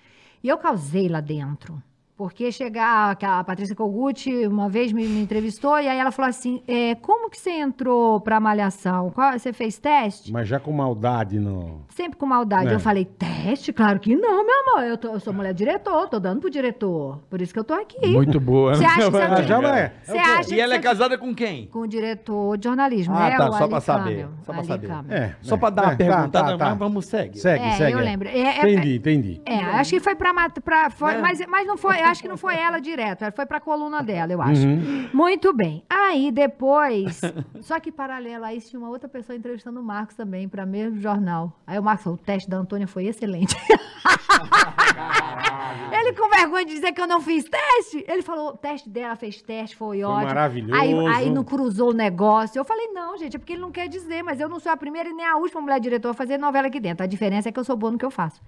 [SPEAKER 4] E eu causei lá dentro. Porque chegar, que a Patrícia Kogut uma vez me, me entrevistou e aí ela falou assim: é, como que você entrou para Malhação? Qual- você fez teste?
[SPEAKER 2] Mas já com maldade no...
[SPEAKER 4] Sempre com maldade.
[SPEAKER 2] É.
[SPEAKER 4] Eu falei, teste? Claro que não, meu amor. Eu, tô- eu sou mulher diretor, tô dando pro diretor. Por isso que eu tô aqui.
[SPEAKER 5] Muito boa.
[SPEAKER 4] Você acha que
[SPEAKER 2] Ah,
[SPEAKER 4] você
[SPEAKER 2] (laughs) já vai.
[SPEAKER 4] Você acha que
[SPEAKER 3] E ela é
[SPEAKER 4] você-
[SPEAKER 3] casada com quem?
[SPEAKER 4] com o diretor de jornalismo,
[SPEAKER 3] Ah,
[SPEAKER 4] né?
[SPEAKER 3] tá,
[SPEAKER 4] o
[SPEAKER 3] só
[SPEAKER 4] Ali
[SPEAKER 3] pra saber,
[SPEAKER 4] Câmbio.
[SPEAKER 3] só pra
[SPEAKER 4] Ali
[SPEAKER 3] saber.
[SPEAKER 4] Câmbio.
[SPEAKER 2] É,
[SPEAKER 3] Só
[SPEAKER 2] é,
[SPEAKER 3] pra dar
[SPEAKER 2] é,
[SPEAKER 3] uma perguntada,
[SPEAKER 2] tá, tá, tá.
[SPEAKER 3] mas vamos, segue.
[SPEAKER 2] Segue,
[SPEAKER 4] É,
[SPEAKER 2] segue.
[SPEAKER 4] eu lembro. É, é,
[SPEAKER 2] Entendi, entendi.
[SPEAKER 4] É, acho que foi pra, mat- pra foi, mas, mas não foi. acho que não foi ela direto, ela foi pra coluna dela,
[SPEAKER 3] Uhum.
[SPEAKER 4] eu acho.
[SPEAKER 2] Uhum.
[SPEAKER 4] Muito bem. Aí depois, só que paralelo a isso, tinha uma outra pessoa entrevistando o Marcos também, para mesmo jornal. Aí o Marcos falou: o teste da Antônia foi excelente. (laughs) Ele com vergonha de dizer que eu não fiz teste. Ele falou, o teste dela fez teste, foi ótimo.
[SPEAKER 2] maravilhoso.
[SPEAKER 4] Aí, aí não cruzou o negócio. Eu falei, não, gente, é porque ele não quer dizer, mas eu não sou a primeira e nem a última mulher diretora a fazer novela aqui dentro. A diferença é que eu sou boa no que eu faço.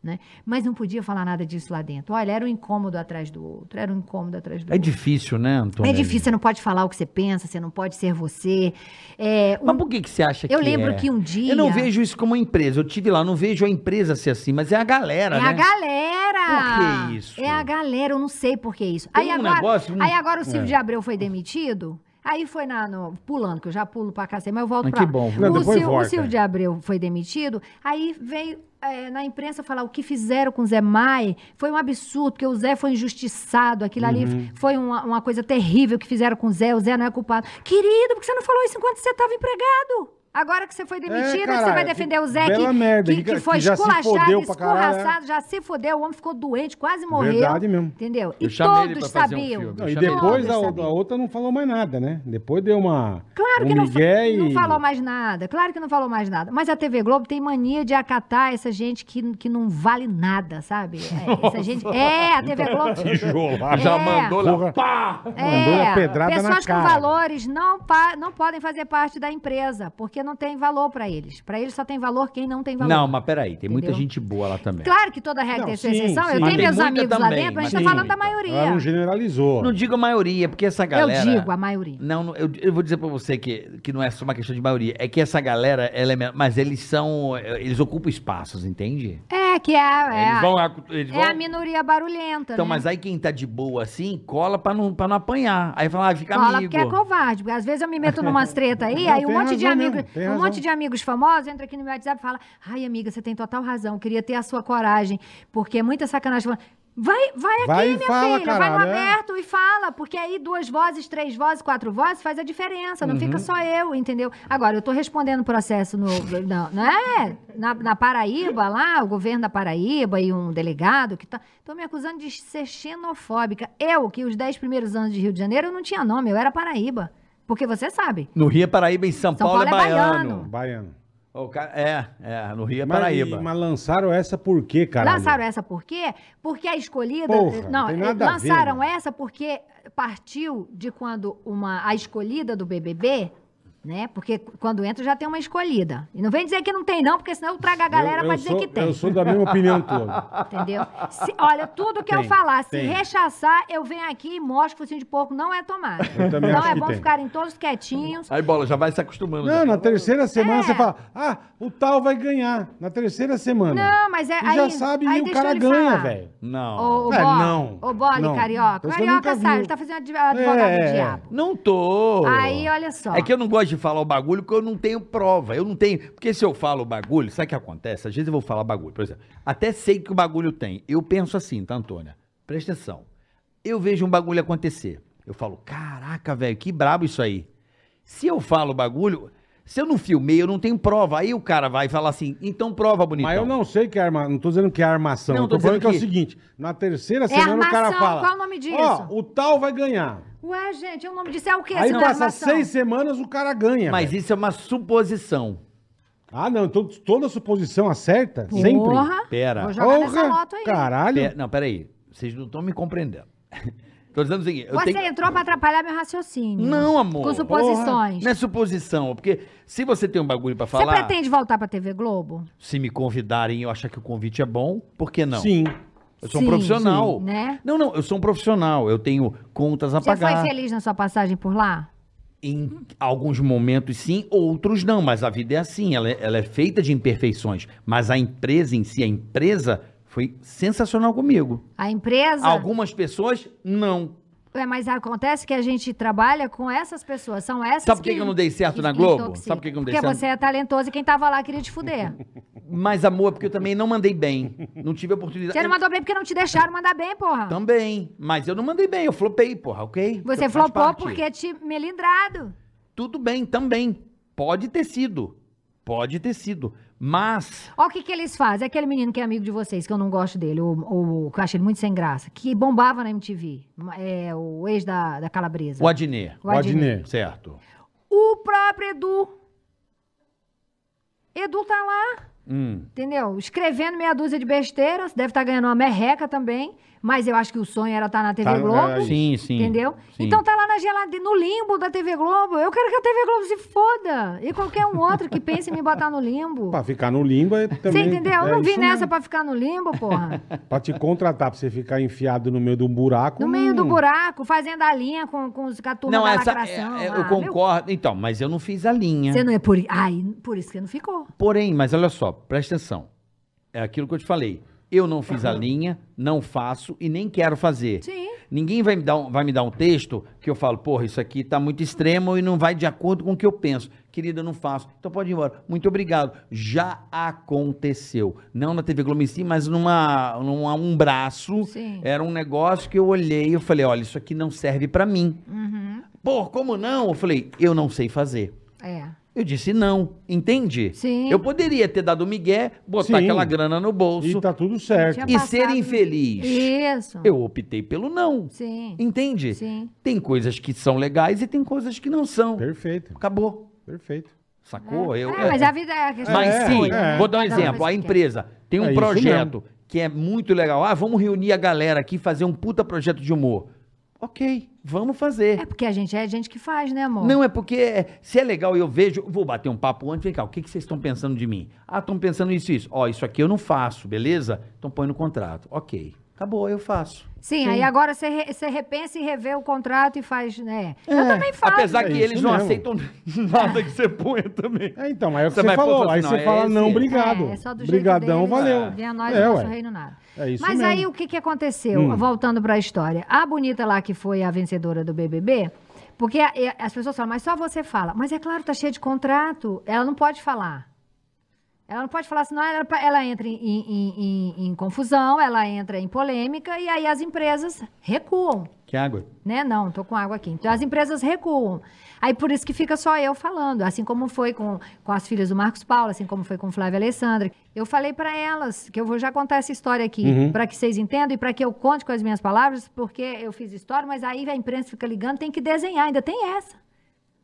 [SPEAKER 4] Né? Mas não podia falar nada disso lá dentro. Olha, era um incômodo atrás do outro, era um incômodo atrás do
[SPEAKER 3] É
[SPEAKER 4] outro.
[SPEAKER 3] difícil, né, Antônio?
[SPEAKER 4] É difícil, você não pode falar o que você pensa, você não pode ser você. É,
[SPEAKER 3] Mas
[SPEAKER 4] um-
[SPEAKER 3] por que, que você acha que
[SPEAKER 4] eu lembro
[SPEAKER 3] é?
[SPEAKER 4] que um dia.
[SPEAKER 3] Eu não vejo isso como uma empresa. Eu tive lá, eu não vejo a empresa ser assim, mas é a galera,
[SPEAKER 4] É
[SPEAKER 3] né?
[SPEAKER 4] a galera!
[SPEAKER 3] Por que isso?
[SPEAKER 4] É a galera, eu não sei por que isso.
[SPEAKER 3] Tem
[SPEAKER 4] aí,
[SPEAKER 3] um
[SPEAKER 4] agora,
[SPEAKER 3] negócio, um-
[SPEAKER 4] aí agora o Silvio de Abreu foi demitido. Aí foi na, no- pulando, que eu já pulo pra cacete, mas eu volto
[SPEAKER 3] Mas
[SPEAKER 4] pra
[SPEAKER 3] Ah, que bom.
[SPEAKER 2] Não,
[SPEAKER 4] o,
[SPEAKER 2] depois
[SPEAKER 4] Sil- o
[SPEAKER 2] volta.
[SPEAKER 4] Silvio de Abreu foi demitido. Aí veio é, na imprensa falar o que fizeram com o Zé Mai. Foi um absurdo, porque o Zé foi injustiçado. Aquilo
[SPEAKER 2] Uhum.
[SPEAKER 4] ali foi uma, uma coisa terrível que fizeram com o Zé. O Zé não é culpado. Querido, por que você não falou isso enquanto você estava empregado? Agora que você foi demitido, que É você
[SPEAKER 2] É, caralho,
[SPEAKER 4] vai
[SPEAKER 2] que
[SPEAKER 4] defender o Zé que,
[SPEAKER 2] bela merda,
[SPEAKER 4] que-
[SPEAKER 2] que-
[SPEAKER 4] que foi
[SPEAKER 2] que já se
[SPEAKER 4] esculachado,
[SPEAKER 2] fodeu pra caralho, né? é.
[SPEAKER 4] escorraçado já se fodeu, o homem ficou doente, quase morreu.
[SPEAKER 2] Verdade mesmo.
[SPEAKER 4] Entendeu?
[SPEAKER 3] Eu
[SPEAKER 4] e
[SPEAKER 3] chamei ele
[SPEAKER 4] todos
[SPEAKER 3] pra fazer um
[SPEAKER 4] sabiam.
[SPEAKER 2] Não,
[SPEAKER 3] filme.
[SPEAKER 2] e
[SPEAKER 3] Deixa
[SPEAKER 2] depois
[SPEAKER 4] eu
[SPEAKER 2] a,
[SPEAKER 4] saber.
[SPEAKER 2] a outra não falou mais nada, né? Depois deu
[SPEAKER 3] (laughs)
[SPEAKER 2] uma.
[SPEAKER 4] Claro que
[SPEAKER 2] um
[SPEAKER 4] não, fa-
[SPEAKER 2] migué
[SPEAKER 4] não
[SPEAKER 2] e-
[SPEAKER 4] falou mais nada. Claro que não falou mais nada. Mas a TV Globo tem mania de acatar essa gente que, que não vale nada, sabe? É, essa gente. É, a TV Globo.
[SPEAKER 2] Tijolada.
[SPEAKER 1] Já
[SPEAKER 4] É.
[SPEAKER 1] mandou lá.
[SPEAKER 2] Porra.
[SPEAKER 1] Pá!
[SPEAKER 2] Mandou uma pedrada na
[SPEAKER 4] pessoas
[SPEAKER 2] cara.
[SPEAKER 4] com valores não, pa- não podem fazer parte da empresa, porque não tem valor pra eles. Pra eles só tem valor quem não tem valor.
[SPEAKER 3] Não, mas peraí, tem muita
[SPEAKER 4] Entendeu?
[SPEAKER 3] gente boa lá também.
[SPEAKER 4] Claro que toda regra
[SPEAKER 2] Não,
[SPEAKER 4] tem sua
[SPEAKER 2] sim,
[SPEAKER 4] exceção. Eu
[SPEAKER 2] sim.
[SPEAKER 4] tenho
[SPEAKER 2] Mas tem
[SPEAKER 4] meus
[SPEAKER 3] muita
[SPEAKER 4] amigos lá
[SPEAKER 3] também,
[SPEAKER 4] dentro, a gente
[SPEAKER 3] mas
[SPEAKER 4] tá
[SPEAKER 3] tem
[SPEAKER 4] falando da
[SPEAKER 3] muita.
[SPEAKER 2] Ela
[SPEAKER 4] maioria.
[SPEAKER 2] não generalizou.
[SPEAKER 3] Não digo a maioria, porque essa galera...
[SPEAKER 4] Eu digo a maioria.
[SPEAKER 3] Não, não, eu, eu vou dizer pra você que, que não é só uma questão de maioria. É que essa galera, ela é, me- mas eles são. Eles ocupam espaços, entende?
[SPEAKER 4] É, que é, é,
[SPEAKER 1] Eles
[SPEAKER 4] a-
[SPEAKER 1] vão. acu- Eles
[SPEAKER 4] é a
[SPEAKER 1] vão...
[SPEAKER 4] minoria barulhenta,
[SPEAKER 3] Então,
[SPEAKER 4] né?
[SPEAKER 3] mas aí quem tá de boa assim, cola pra não, pra não apanhar. Aí fala, ah, fica
[SPEAKER 4] Fala
[SPEAKER 3] amigo.
[SPEAKER 4] porque é covarde. Porque às vezes eu me meto numas treta aí,
[SPEAKER 2] Não,
[SPEAKER 4] aí um
[SPEAKER 2] tem
[SPEAKER 4] monte de
[SPEAKER 2] razão
[SPEAKER 4] amigos,
[SPEAKER 2] mesmo, tem
[SPEAKER 4] um
[SPEAKER 2] razão.
[SPEAKER 4] monte de amigos famosos entra aqui no meu WhatsApp e fala: "Ai, amiga, você tem total razão. Queria ter a sua coragem, porque é muita sacanagem falando. Vai, vai aqui,
[SPEAKER 2] Vai e
[SPEAKER 4] minha
[SPEAKER 2] fala,
[SPEAKER 4] filha, vai
[SPEAKER 2] caralho,
[SPEAKER 4] no
[SPEAKER 2] é.
[SPEAKER 4] aberto e fala, porque aí duas vozes, três vozes, quatro vozes faz a diferença, não
[SPEAKER 2] Uhum.
[SPEAKER 4] fica só eu, entendeu? Agora, eu tô respondendo o processo no, não, não é? Na, na Paraíba, lá, o governo da Paraíba e um delegado que tá, estão me acusando de ser xenofóbica. Eu, que os dez primeiros anos de Rio de Janeiro, eu não tinha nome, eu era Paraíba. Porque você sabe,
[SPEAKER 3] No Rio é Paraíba, em São,
[SPEAKER 4] São
[SPEAKER 3] Paulo, é
[SPEAKER 4] Paulo é
[SPEAKER 3] baiano.
[SPEAKER 4] baiano.
[SPEAKER 2] Baiano.
[SPEAKER 3] O cara- é, é, no Rio é
[SPEAKER 2] Mas-
[SPEAKER 3] Paraíba.
[SPEAKER 2] Mas, lançaram essa por quê, cara?
[SPEAKER 4] Lançaram essa por quê? Porque a escolhida.
[SPEAKER 2] Porra, não
[SPEAKER 4] não,
[SPEAKER 2] tem
[SPEAKER 4] eh,
[SPEAKER 2] nada a ver,
[SPEAKER 4] lançaram
[SPEAKER 2] né?
[SPEAKER 4] essa porque partiu de quando uma, a escolhida do BBB. Né? Porque quando entra já tem uma escolhida. E não vem dizer que não tem, não, porque senão eu trago a galera pra dizer
[SPEAKER 2] sou,
[SPEAKER 4] que tem.
[SPEAKER 2] Eu sou da mesma opinião toda.
[SPEAKER 4] Entendeu? Se- olha, tudo que eu
[SPEAKER 2] Tem,
[SPEAKER 4] falar, se
[SPEAKER 2] tem.
[SPEAKER 4] rechaçar, eu venho aqui e mostro que o focinho de porco não é tomado.
[SPEAKER 2] Eu também
[SPEAKER 4] Então
[SPEAKER 2] acho
[SPEAKER 4] é
[SPEAKER 2] que
[SPEAKER 4] bom
[SPEAKER 2] tem.
[SPEAKER 4] ficarem todos quietinhos.
[SPEAKER 3] Aí bola, já vai se
[SPEAKER 2] (laughs)
[SPEAKER 3] acostumando.
[SPEAKER 2] Não,
[SPEAKER 3] já.
[SPEAKER 2] na terceira semana
[SPEAKER 4] É.
[SPEAKER 2] você fala, ah, o tal vai ganhar. Na terceira semana.
[SPEAKER 4] Não, mas é.
[SPEAKER 2] E
[SPEAKER 4] aí,
[SPEAKER 2] já sabe
[SPEAKER 4] aí
[SPEAKER 2] e o
[SPEAKER 4] deixa eu
[SPEAKER 2] cara
[SPEAKER 4] lhe
[SPEAKER 2] ganha,
[SPEAKER 4] falar.
[SPEAKER 2] velho.
[SPEAKER 3] Não.
[SPEAKER 4] Ô, ô,
[SPEAKER 2] É,
[SPEAKER 4] Bo-
[SPEAKER 2] não.
[SPEAKER 4] Ô, Bole,
[SPEAKER 2] Não.
[SPEAKER 4] carioca.
[SPEAKER 2] Então você
[SPEAKER 4] Carioca
[SPEAKER 2] nunca
[SPEAKER 4] sabe,
[SPEAKER 2] viu.
[SPEAKER 4] tá fazendo adv- advogado
[SPEAKER 2] É.
[SPEAKER 4] do diabo.
[SPEAKER 3] Não tô.
[SPEAKER 4] Aí, olha só.
[SPEAKER 3] É que eu não gosto de falar o bagulho porque eu não tenho prova. Eu não tenho. Porque se eu falo o bagulho, sabe o que acontece? Às vezes eu vou falar bagulho. Por exemplo, até sei que o bagulho tem. Eu penso assim, tá, Antônia? Presta atenção. Eu vejo um bagulho acontecer. Eu falo, caraca, velho, que brabo isso aí. Se eu falo o bagulho, se eu não filmei, eu não tenho prova. Aí o cara vai falar assim, então prova, bonitão.
[SPEAKER 2] Mas eu não sei que é arma, não tô dizendo que é armação.
[SPEAKER 3] Não,
[SPEAKER 2] eu tô,
[SPEAKER 3] tô
[SPEAKER 2] falando que é
[SPEAKER 3] dizendo
[SPEAKER 2] o
[SPEAKER 3] que-
[SPEAKER 2] seguinte, na terceira semana o cara
[SPEAKER 4] É armação,
[SPEAKER 2] fala.
[SPEAKER 4] qual o nome disso?
[SPEAKER 2] Ó, o tal vai ganhar.
[SPEAKER 4] Ué, gente, o nome disso é o quê?
[SPEAKER 2] Aí
[SPEAKER 4] se não é
[SPEAKER 2] passa
[SPEAKER 4] armação?
[SPEAKER 2] seis semanas o cara ganha.
[SPEAKER 3] Mas
[SPEAKER 2] velho.
[SPEAKER 3] isso é uma suposição.
[SPEAKER 2] Ah, não, então toda suposição acerta sempre.
[SPEAKER 4] Porra.
[SPEAKER 3] Pera.
[SPEAKER 4] Vou jogar nessa
[SPEAKER 2] Porra,
[SPEAKER 4] loto aí.
[SPEAKER 2] Caralho.
[SPEAKER 3] Pe- não, peraí. Vocês não estão me compreendendo. (laughs) Tô dizendo o seguinte. eu
[SPEAKER 4] Você
[SPEAKER 3] tenho-
[SPEAKER 4] entrou pra atrapalhar meu raciocínio.
[SPEAKER 3] Não, amor.
[SPEAKER 4] Com suposições.
[SPEAKER 3] Não é suposição, porque se você tem um bagulho pra
[SPEAKER 4] Você
[SPEAKER 3] falar,
[SPEAKER 4] pretende voltar pra TV Globo?
[SPEAKER 3] se me convidarem e eu achar que o convite é bom, por que não?
[SPEAKER 2] Sim.
[SPEAKER 3] Eu sou um
[SPEAKER 4] Sim,
[SPEAKER 3] profissional.
[SPEAKER 4] sim, né?
[SPEAKER 3] Não, não, eu sou um profissional. Eu tenho contas a
[SPEAKER 4] Você
[SPEAKER 3] pagar.
[SPEAKER 4] foi feliz na sua passagem por lá?
[SPEAKER 3] Em alguns momentos sim, outros não, mas a vida é assim, ela é, ela é feita de imperfeições. Mas a empresa em si, a empresa foi sensacional comigo.
[SPEAKER 4] A empresa.
[SPEAKER 3] Algumas pessoas, não.
[SPEAKER 4] É, mas acontece que a gente trabalha com essas pessoas. São essas
[SPEAKER 3] Sabe por que que eu não dei certo na Globo? Sabe por que que eu não dei
[SPEAKER 4] Porque
[SPEAKER 3] certo?
[SPEAKER 4] você é talentoso e quem tava lá queria te
[SPEAKER 3] (laughs)
[SPEAKER 4] fuder.
[SPEAKER 3] Mas, amor, é porque eu também não mandei bem. Não tive oportunidade.
[SPEAKER 4] Você não mandou bem porque não te deixaram mandar bem, porra.
[SPEAKER 3] Também. Mas eu não mandei bem, eu flopei, porra, ok?
[SPEAKER 4] Ah. você
[SPEAKER 3] Faz
[SPEAKER 4] flopou
[SPEAKER 3] parte.
[SPEAKER 4] porque é- te melindrado.
[SPEAKER 3] Tudo bem, também. Pode ter sido. Pode ter sido. Mas.
[SPEAKER 4] Olha o que, que eles fazem. Aquele menino que é amigo de vocês, que eu não gosto dele, o, o- que eu acho ele muito sem graça, que bombava na MTV. É, o ex da, da Calabresa.
[SPEAKER 3] O Adnet.
[SPEAKER 4] O Adnet.
[SPEAKER 2] Adnet.
[SPEAKER 3] Certo.
[SPEAKER 4] O próprio Edu. Edu tá lá,
[SPEAKER 3] Hum.
[SPEAKER 4] entendeu? Escrevendo meia dúzia de besteiras, deve estar ganhando uma merreca também, mas eu acho que o sonho era estar na TV
[SPEAKER 2] Tá,
[SPEAKER 4] Globo.
[SPEAKER 2] é isso.
[SPEAKER 3] Sim, sim.
[SPEAKER 4] Entendeu?
[SPEAKER 3] Sim.
[SPEAKER 4] Então tá lá na geladeira, no limbo da TV Globo. Eu quero que a TV Globo se foda. E qualquer um outro que pense em me botar no limbo.
[SPEAKER 2] Pra ficar no limbo é
[SPEAKER 4] Você
[SPEAKER 2] também.
[SPEAKER 4] entendeu? Eu
[SPEAKER 2] é
[SPEAKER 4] não vim
[SPEAKER 2] isso
[SPEAKER 4] nessa
[SPEAKER 2] mesmo.
[SPEAKER 4] pra ficar no limbo, porra.
[SPEAKER 2] Pra te contratar, pra você ficar enfiado no meio de um buraco.
[SPEAKER 4] No meio do
[SPEAKER 2] hum,
[SPEAKER 4] buraco, fazendo a linha com, com, os, com a turma
[SPEAKER 3] Não,
[SPEAKER 4] da
[SPEAKER 3] essa.
[SPEAKER 4] lacração.
[SPEAKER 3] é- é-
[SPEAKER 4] Ah,
[SPEAKER 3] eu
[SPEAKER 4] meu-
[SPEAKER 3] concordo. Então, mas eu não fiz a linha.
[SPEAKER 4] Você não é por... Ai, por isso que você não ficou.
[SPEAKER 3] Porém, mas olha só, presta atenção. É aquilo que eu te falei. Eu não fiz
[SPEAKER 4] Uhum.
[SPEAKER 3] a linha, não faço e nem quero fazer.
[SPEAKER 4] Sim.
[SPEAKER 3] Ninguém vai me, dar um, vai me dar um texto que eu falo, porra, isso aqui tá muito extremo e não vai de acordo com o que eu penso. Querida, eu não faço. Então pode ir embora. Muito obrigado. Já aconteceu. Não na TV Globo em si, mas numa, numa um braço.
[SPEAKER 4] Sim.
[SPEAKER 3] Era um negócio que eu olhei e eu falei, olha, isso aqui não serve pra mim.
[SPEAKER 4] Uhum.
[SPEAKER 3] Pô, como não? Eu falei, eu não sei fazer.
[SPEAKER 4] É.
[SPEAKER 3] Eu disse não, entende?
[SPEAKER 4] Sim.
[SPEAKER 3] Eu poderia ter dado migué, botar
[SPEAKER 2] Sim.
[SPEAKER 3] aquela grana no bolso
[SPEAKER 2] E tá tudo certo.
[SPEAKER 4] Tinha
[SPEAKER 3] e ser
[SPEAKER 4] passado-
[SPEAKER 3] infeliz.
[SPEAKER 4] Isso.
[SPEAKER 3] Eu optei pelo não,
[SPEAKER 4] Sim.
[SPEAKER 3] entende?
[SPEAKER 4] Sim.
[SPEAKER 3] Tem coisas que são legais e tem coisas que não são.
[SPEAKER 2] Perfeito,
[SPEAKER 3] Acabou,
[SPEAKER 2] perfeito.
[SPEAKER 3] sacou? Eu,
[SPEAKER 4] É, mas a vida é a questão
[SPEAKER 3] Mas
[SPEAKER 4] de
[SPEAKER 2] É,
[SPEAKER 3] sim,
[SPEAKER 4] escolha, né?
[SPEAKER 3] vou dar um
[SPEAKER 4] Cada faz
[SPEAKER 3] exemplo.
[SPEAKER 4] o
[SPEAKER 3] A
[SPEAKER 4] que quer.
[SPEAKER 3] empresa tem um
[SPEAKER 2] É isso
[SPEAKER 3] projeto que é muito legal. Ah, vamos reunir a galera aqui e fazer um puta projeto de humor. Ok, vamos fazer.
[SPEAKER 4] É porque a gente é gente que faz, né, amor?
[SPEAKER 3] Não, é porque é, se é legal e eu vejo, vou bater um papo antes, vem cá, o que, que vocês estão pensando de mim? Ah, estão pensando isso e isso. Ó, isso aqui eu não faço, beleza? Então põe no contrato. Ok, acabou, eu faço.
[SPEAKER 4] Sim, aí agora você re- você repensa e revê o contrato e faz, né? Eu também faço.
[SPEAKER 3] Apesar
[SPEAKER 2] É
[SPEAKER 3] que
[SPEAKER 2] isso
[SPEAKER 3] eles não
[SPEAKER 2] mesmo.
[SPEAKER 3] aceitam (laughs) nada que você ponha também.
[SPEAKER 2] É, então, mas é o que
[SPEAKER 3] Você
[SPEAKER 2] você,
[SPEAKER 3] vai pôr e
[SPEAKER 2] falou.
[SPEAKER 3] fala
[SPEAKER 2] Aí
[SPEAKER 3] assim,
[SPEAKER 2] você
[SPEAKER 3] não, é
[SPEAKER 2] fala,
[SPEAKER 3] esse.
[SPEAKER 2] não,
[SPEAKER 4] É, é
[SPEAKER 2] obrigado.
[SPEAKER 4] só do
[SPEAKER 2] Brigadão,
[SPEAKER 4] jeito deles, né?
[SPEAKER 2] valeu.
[SPEAKER 4] Venha nós,
[SPEAKER 2] É,
[SPEAKER 4] não nosso
[SPEAKER 2] ué.
[SPEAKER 4] reino nada.
[SPEAKER 2] É isso
[SPEAKER 4] Mas
[SPEAKER 2] mesmo. Hum.
[SPEAKER 4] aí o que, que aconteceu? Voltando para a história. A bonita lá que foi a vencedora do BBB, porque a- e- as pessoas falam, mas só você fala. Mas é claro, tá cheio de contrato. Ela não pode falar. Ela não pode falar, senão ela, ela entra em, em- em- em confusão, ela entra em polêmica e aí as empresas recuam
[SPEAKER 3] Que água?
[SPEAKER 4] né? Não, tô com água aqui. Então as empresas recuam. Aí por isso que fica só eu falando, assim como foi com, com as filhas do Marcos Paulo, assim como foi com Flávia Alessandra. Eu falei para elas que eu vou já contar essa história aqui,
[SPEAKER 2] Uhum.
[SPEAKER 4] para que vocês entendam e para que eu conte com as minhas palavras, porque eu fiz história, mas aí a imprensa fica ligando, tem que desenhar, ainda tem essa.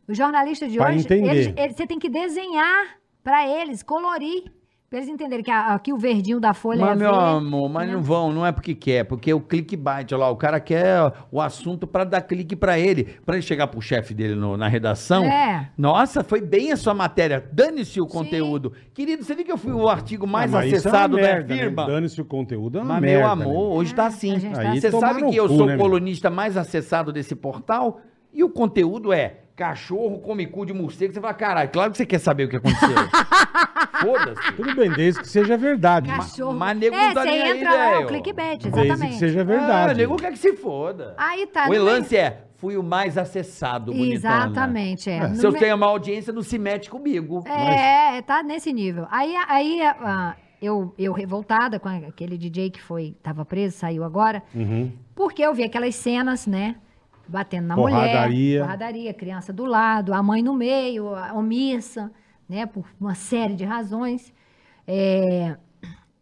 [SPEAKER 4] O jornalista de
[SPEAKER 2] Pra
[SPEAKER 4] hoje,
[SPEAKER 2] entender.
[SPEAKER 4] eles- eles- você tem que desenhar para eles, colorir, para eles entenderem que a- aqui o verdinho da folha é
[SPEAKER 3] Mas, meu
[SPEAKER 4] verde,
[SPEAKER 3] amor, mas
[SPEAKER 4] né?
[SPEAKER 3] não vão, não é porque quer, porque é o clickbait, olha lá, o cara quer o assunto pra dar clique pra ele, pra ele chegar pro chefe dele no- na redação.
[SPEAKER 4] É.
[SPEAKER 3] Nossa, foi bem a sua matéria, dane-se o conteúdo. Querido, você viu que eu fui o artigo mais
[SPEAKER 2] Ah, mas isso é uma
[SPEAKER 3] acessado da
[SPEAKER 2] merda, né?
[SPEAKER 3] firma?
[SPEAKER 2] Dane-se o conteúdo, é uma
[SPEAKER 3] Mas,
[SPEAKER 2] merda.
[SPEAKER 3] meu
[SPEAKER 2] né?
[SPEAKER 3] amor, hoje tá assim.
[SPEAKER 4] É, a gente
[SPEAKER 2] tá Aí
[SPEAKER 3] Você
[SPEAKER 2] assim. tomar
[SPEAKER 3] sabe
[SPEAKER 2] no
[SPEAKER 3] que eu
[SPEAKER 2] cu,
[SPEAKER 3] sou
[SPEAKER 2] né,
[SPEAKER 3] o
[SPEAKER 2] meu?
[SPEAKER 3] colunista mais acessado desse portal e o conteúdo é cachorro come cu de morcego. Você fala, caralho, claro que você quer saber o que
[SPEAKER 4] (laughs)
[SPEAKER 3] aconteceu. Foda-se.
[SPEAKER 2] Tudo bem, desde que seja verdade. Mas
[SPEAKER 4] Cachorro.
[SPEAKER 3] Mas nego
[SPEAKER 4] é,
[SPEAKER 3] não tá
[SPEAKER 4] você
[SPEAKER 3] nem aí,
[SPEAKER 4] entra lá, é
[SPEAKER 3] velho.
[SPEAKER 4] o clickbait,
[SPEAKER 2] Desde que
[SPEAKER 4] exatamente.
[SPEAKER 2] seja É verdade.
[SPEAKER 3] Ah, nego quer que se foda.
[SPEAKER 4] Aí tá.
[SPEAKER 3] o é
[SPEAKER 4] não é-
[SPEAKER 3] lance é, fui o mais acessado, bonitona.
[SPEAKER 4] Exatamente, é.
[SPEAKER 3] Se
[SPEAKER 4] Não
[SPEAKER 3] eu
[SPEAKER 4] me-
[SPEAKER 3] tenho uma audiência, não se mete comigo.
[SPEAKER 4] É, é, tá nesse nível. Aí, aí ah, eu, eu revoltada com aquele DJ que foi, tava preso, saiu agora,
[SPEAKER 2] Uhum.
[SPEAKER 4] porque eu vi aquelas cenas, né? Batendo na
[SPEAKER 2] Porradaria.
[SPEAKER 4] mulher, porradaria, criança do lado, a mãe no meio, a omissa, né? Por uma série de razões. É,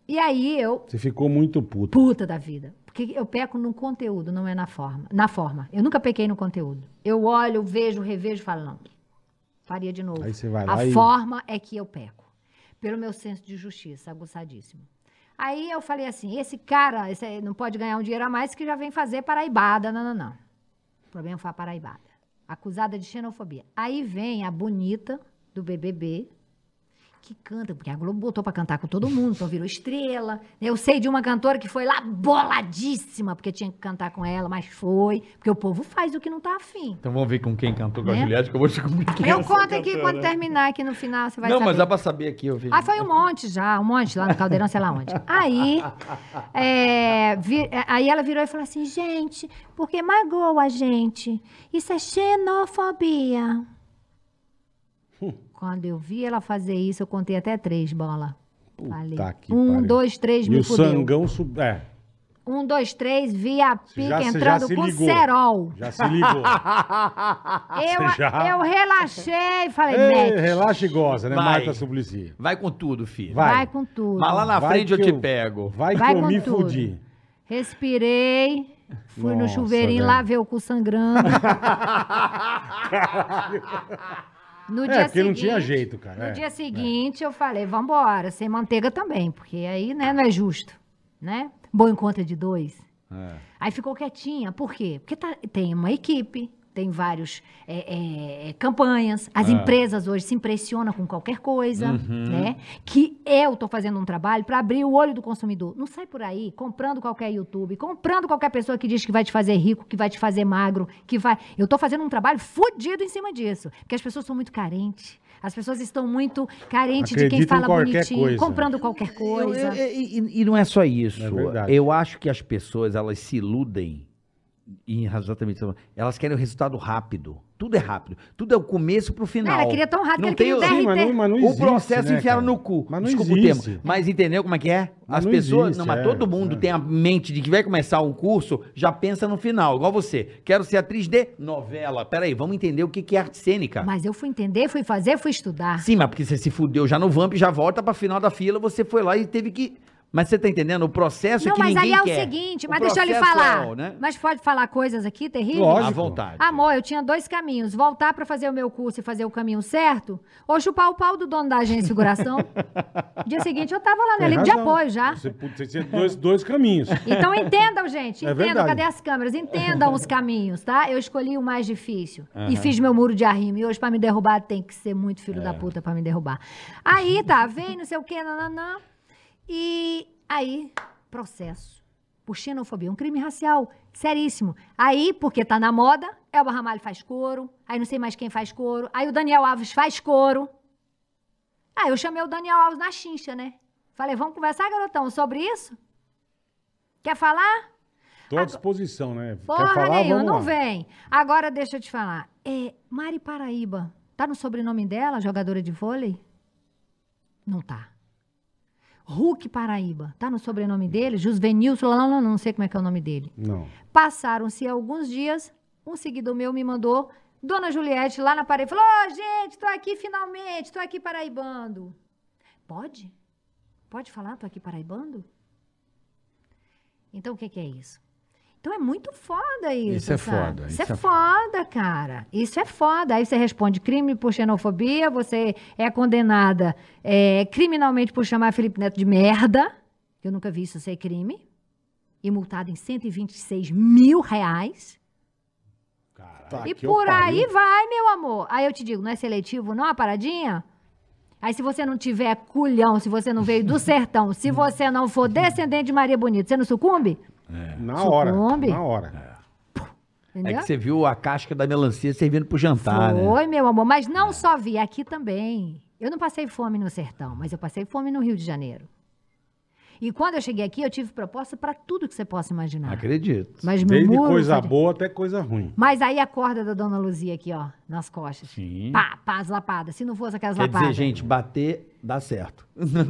[SPEAKER 4] E aí eu
[SPEAKER 2] Você ficou muito puto.
[SPEAKER 4] puta da vida. Porque eu peco no conteúdo, não é na forma. Na forma. Eu nunca pequei no conteúdo. Eu olho, vejo, revejo e falo, não. Faria de novo.
[SPEAKER 2] Aí você vai lá
[SPEAKER 4] A
[SPEAKER 2] e-
[SPEAKER 4] forma é que eu peco. Pelo meu senso de justiça, aguçadíssimo. Aí eu falei assim, esse cara esse aí não pode ganhar um dinheiro a mais que já vem fazer paraibada. Não, não, não. O problema foi a paraibada. Acusada de xenofobia. Aí vem a bonita do BBB, que canta, porque a Globo botou pra cantar com todo mundo, então virou estrela. né? Eu sei de uma cantora que foi lá boladíssima, porque tinha que cantar com ela, mas foi, porque o povo faz o que não tá afim.
[SPEAKER 3] Então vamos ver com quem cantou com a
[SPEAKER 4] Né?
[SPEAKER 3] Juliette, que eu vou te comunicar.
[SPEAKER 4] Eu conto aqui quando terminar aqui no final, você vai
[SPEAKER 3] Não,
[SPEAKER 4] saber.
[SPEAKER 3] mas dá pra saber aqui, eu vi.
[SPEAKER 4] Ah, foi um monte já, um monte lá no Caldeirão, sei lá onde. Aí, é, vi- é, aí ela virou e falou assim, gente, porque magoa a gente. Isso é xenofobia. Quando eu vi ela fazer isso, eu contei até três bola.
[SPEAKER 2] Puta
[SPEAKER 4] Falei,
[SPEAKER 2] que
[SPEAKER 4] um,
[SPEAKER 2] pariu.
[SPEAKER 4] dois, três,
[SPEAKER 2] E
[SPEAKER 4] me
[SPEAKER 2] o
[SPEAKER 4] fudeu.
[SPEAKER 2] sangão sub... É.
[SPEAKER 4] Um, dois, três, via a pica
[SPEAKER 2] já- você já
[SPEAKER 4] entrando
[SPEAKER 2] se
[SPEAKER 4] com
[SPEAKER 2] ligou.
[SPEAKER 4] cerol.
[SPEAKER 2] Já
[SPEAKER 4] (laughs)
[SPEAKER 2] se ligou.
[SPEAKER 4] Eu,
[SPEAKER 2] Você já-
[SPEAKER 4] eu relaxei e falei,
[SPEAKER 2] Ei,
[SPEAKER 4] mete,
[SPEAKER 2] relaxa e goza, né?
[SPEAKER 3] Vai.
[SPEAKER 2] Marta Suplicy.
[SPEAKER 3] (laughs) Vai com tudo, filho.
[SPEAKER 2] vai.
[SPEAKER 4] vai. com tudo.
[SPEAKER 3] Mas lá na
[SPEAKER 2] Vai
[SPEAKER 3] frente eu
[SPEAKER 2] que
[SPEAKER 3] te
[SPEAKER 2] eu-
[SPEAKER 3] pego.
[SPEAKER 2] Vai que
[SPEAKER 4] Vai
[SPEAKER 2] eu
[SPEAKER 4] com
[SPEAKER 2] me
[SPEAKER 4] tudo.
[SPEAKER 2] fudi.
[SPEAKER 4] Respirei, fui no
[SPEAKER 2] Nossa,
[SPEAKER 4] chuveirinho,
[SPEAKER 2] velho.
[SPEAKER 4] lavei o cu sangrando.
[SPEAKER 2] (laughs)
[SPEAKER 4] No
[SPEAKER 2] É, porque não tinha jeito, cara,
[SPEAKER 4] No
[SPEAKER 2] é,
[SPEAKER 4] dia seguinte, eu falei, vambora, sem manteiga também, porque aí, né, não é justo, né? Bom encontro de dois. Aí ficou quietinha, por quê? Porque tá- tem uma equipe, tem vários é, é, campanhas, as empresas hoje se impressionam com qualquer coisa,
[SPEAKER 2] Uhum.
[SPEAKER 4] né? Que eu tô fazendo um trabalho para abrir o olho do consumidor. Não sai por aí comprando qualquer YouTube, comprando qualquer pessoa que diz que vai te fazer rico, que vai te fazer magro, que vai... Eu tô fazendo um trabalho fudido em cima disso, porque as pessoas são muito carentes. As pessoas estão muito carentes de quem
[SPEAKER 2] Acreditam em
[SPEAKER 4] fala
[SPEAKER 2] qualquer
[SPEAKER 4] bonitinho,
[SPEAKER 2] coisa.
[SPEAKER 4] comprando qualquer
[SPEAKER 3] Eu-
[SPEAKER 4] (laughs) coisa.
[SPEAKER 3] eu- e, e não é só isso.
[SPEAKER 2] É verdade.
[SPEAKER 3] eu acho que as pessoas, elas se iludem em exatamente isso. Elas querem o resultado rápido. Tudo é rápido. Tudo é o começo pro final.
[SPEAKER 4] Não, ela queria tão rápido
[SPEAKER 3] Não
[SPEAKER 4] que ele
[SPEAKER 3] tem
[SPEAKER 4] queria
[SPEAKER 2] Sim,
[SPEAKER 4] o
[SPEAKER 2] mas
[SPEAKER 4] DRT.
[SPEAKER 2] não, mas não
[SPEAKER 3] o
[SPEAKER 2] existe,
[SPEAKER 3] processo
[SPEAKER 2] né,
[SPEAKER 3] enfiaram
[SPEAKER 2] cara?
[SPEAKER 3] no cu.
[SPEAKER 2] Mas não
[SPEAKER 3] Desculpa
[SPEAKER 2] existe.
[SPEAKER 3] o termo. Mas entendeu como é que é?
[SPEAKER 2] Mas
[SPEAKER 3] As
[SPEAKER 2] não
[SPEAKER 3] pessoas,
[SPEAKER 2] existe,
[SPEAKER 3] não, mas
[SPEAKER 2] é,
[SPEAKER 3] todo mundo
[SPEAKER 2] é.
[SPEAKER 3] tem a mente de que vai começar um curso, já pensa no final. Igual você. Quero ser atriz de novela. Peraí, vamos entender o que que é arte cênica.
[SPEAKER 4] Mas eu fui entender, fui fazer, fui estudar.
[SPEAKER 3] Sim, mas porque você se fudeu já no Vamp, já volta pra final da fila, você foi lá e teve que. Mas você tá entendendo? O processo é
[SPEAKER 4] Não,
[SPEAKER 3] que
[SPEAKER 4] mas
[SPEAKER 3] ninguém
[SPEAKER 4] aí é o
[SPEAKER 3] quer.
[SPEAKER 4] seguinte,
[SPEAKER 3] O
[SPEAKER 4] mas deixa eu lhe
[SPEAKER 3] processo
[SPEAKER 4] falar.
[SPEAKER 3] é o, né?
[SPEAKER 4] Mas pode falar coisas aqui terríveis?
[SPEAKER 2] Lógico.
[SPEAKER 3] À vontade.
[SPEAKER 4] Amor, eu tinha dois caminhos: voltar pra fazer o meu curso e fazer o caminho certo, ou chupar o pau do dono da agência de
[SPEAKER 3] (laughs)
[SPEAKER 4] figuração. Dia seguinte eu tava lá no
[SPEAKER 2] Tem
[SPEAKER 4] elenco de
[SPEAKER 2] razão.
[SPEAKER 4] apoio já.
[SPEAKER 2] Você, pode- você tinha dois, dois caminhos.
[SPEAKER 4] Então entendam, gente,
[SPEAKER 2] É
[SPEAKER 4] entendam,
[SPEAKER 2] verdade.
[SPEAKER 4] cadê as câmeras? Entendam os caminhos, tá? Eu escolhi o mais difícil e fiz meu muro de arrimo. E hoje, pra me derrubar, tem que ser muito
[SPEAKER 2] É.
[SPEAKER 4] filho da puta pra me derrubar. Aí, tá, vem, não sei o quê, nananã. E aí, processo. Por xenofobia, um crime racial, seríssimo. Aí, porque tá na moda, Elba Ramalho faz couro, aí não sei mais quem faz couro, aí o Daniel Alves faz couro. Aí eu chamei o Daniel Alves na chincha, né? Falei, vamos conversar, garotão, sobre isso? Quer falar?
[SPEAKER 2] Tô à disposição, né? Quer
[SPEAKER 4] Porra
[SPEAKER 2] falar?
[SPEAKER 4] nenhuma,
[SPEAKER 2] Vamos
[SPEAKER 4] não
[SPEAKER 2] lá.
[SPEAKER 4] vem. Agora deixa eu te falar. É, Mari Paraíba, tá no sobrenome dela, jogadora de vôlei? Não tá. Hulk Paraíba, tá no sobrenome dele? Jusvenilson, lá, lá, lá, não sei como é que é o nome dele.
[SPEAKER 2] Não.
[SPEAKER 4] Passaram-se alguns dias, um seguidor meu me mandou, Dona Juliette lá na parede, falou, ô gente, tô aqui finalmente, tô aqui paraibando. Pode? Pode falar, tô aqui paraibando? Então o que, que é isso? Então é muito foda isso.
[SPEAKER 3] Isso é
[SPEAKER 4] sabe?
[SPEAKER 3] foda,
[SPEAKER 4] Isso,
[SPEAKER 3] isso
[SPEAKER 4] é,
[SPEAKER 3] é
[SPEAKER 4] foda, cara. Isso é foda. Aí você responde crime por xenofobia, você é condenada é, criminalmente por chamar Felipe Neto de merda. Eu nunca vi isso ser crime. E multada em 126 mil reais.
[SPEAKER 3] Tá
[SPEAKER 2] Caralho,
[SPEAKER 4] E
[SPEAKER 2] que
[SPEAKER 4] por
[SPEAKER 2] eu
[SPEAKER 4] aí
[SPEAKER 2] pariu.
[SPEAKER 4] vai, meu amor. Aí eu te digo, não é seletivo, não, a paradinha? Aí se você não tiver culhão, se você não
[SPEAKER 3] (laughs)
[SPEAKER 4] veio do sertão, se você não for descendente de Maria Bonita, você não sucumbe?
[SPEAKER 2] Na hora.
[SPEAKER 4] Sucumbe?
[SPEAKER 2] Na hora.
[SPEAKER 3] É
[SPEAKER 4] Entendeu?
[SPEAKER 3] que você viu a casca da melancia servindo pro jantar, né?
[SPEAKER 4] Foi, meu amor. Mas não só vi, é aqui também. Eu não passei fome no sertão, mas eu passei fome no Rio de Janeiro. E quando eu cheguei aqui, eu tive proposta para tudo que você possa imaginar.
[SPEAKER 3] Acredito.
[SPEAKER 4] Mas meu
[SPEAKER 2] Desde
[SPEAKER 4] muro
[SPEAKER 2] coisa
[SPEAKER 4] foi de-
[SPEAKER 2] boa até
[SPEAKER 4] (laughs)
[SPEAKER 2] coisa ruim.
[SPEAKER 4] Mas aí a corda da Dona Luzia aqui, ó, nas costas.
[SPEAKER 3] Sim.
[SPEAKER 4] Pá, pá, as lapadas. Se não fosse aquelas
[SPEAKER 3] Quer
[SPEAKER 4] lapadas.
[SPEAKER 3] dizer, gente, bater dá certo. (laughs)
[SPEAKER 2] é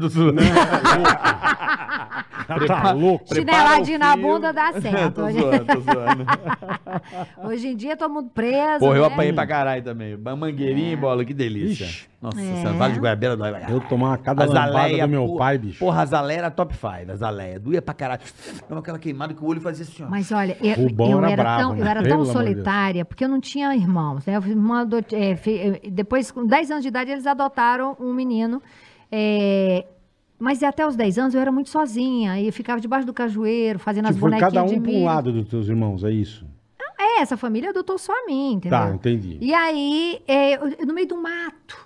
[SPEAKER 2] Tá louco.
[SPEAKER 4] Chineladinha na
[SPEAKER 3] Prepara o fio.
[SPEAKER 4] bunda dá
[SPEAKER 2] (laughs)
[SPEAKER 4] certo.
[SPEAKER 3] tô
[SPEAKER 4] Hoje,
[SPEAKER 3] zoando,
[SPEAKER 4] (laughs)
[SPEAKER 3] tô zoando.
[SPEAKER 4] hoje em dia todo mundo preso.
[SPEAKER 3] Porra, eu
[SPEAKER 4] né?
[SPEAKER 3] apanhei pra caralho também. Mangueirinha e bola, que delícia.
[SPEAKER 2] Hum. É. Ixi.
[SPEAKER 3] Nossa,
[SPEAKER 4] É.
[SPEAKER 3] é. vale de goiabeira dói. pra
[SPEAKER 2] Eu
[SPEAKER 3] caralho.
[SPEAKER 2] tomava cada lampada do meu
[SPEAKER 3] porra-
[SPEAKER 2] pai, bicho.
[SPEAKER 3] Porra, a Zaleia era top 5, a Zaleia. Doía pra caralho. Dava aquela queimada que o olho fazia assim, ó.
[SPEAKER 4] Mas olha, eu,
[SPEAKER 2] Rubão
[SPEAKER 4] eu
[SPEAKER 2] era
[SPEAKER 4] era
[SPEAKER 2] bravo,
[SPEAKER 4] tão,
[SPEAKER 2] né?
[SPEAKER 4] eu era
[SPEAKER 2] Pelo
[SPEAKER 4] tão
[SPEAKER 2] amor de Deus.
[SPEAKER 4] solitária, porque eu não tinha irmãos. Né? Eu fui uma ado- é, fi- eh, depois, com 10 anos de idade, eles adotaram um menino. é, mas até os 10 anos eu era muito sozinha. E eu ficava debaixo do cajueiro, fazendo as
[SPEAKER 2] Tipo, foi
[SPEAKER 4] bonequinhas
[SPEAKER 2] cada
[SPEAKER 4] de
[SPEAKER 2] um pra
[SPEAKER 4] milho.
[SPEAKER 2] um lado dos teus irmãos, é isso?
[SPEAKER 4] É, essa família adotou só a mim, entendeu?
[SPEAKER 2] Tá, entendi.
[SPEAKER 4] E aí, é, eu- eu no meio do mato,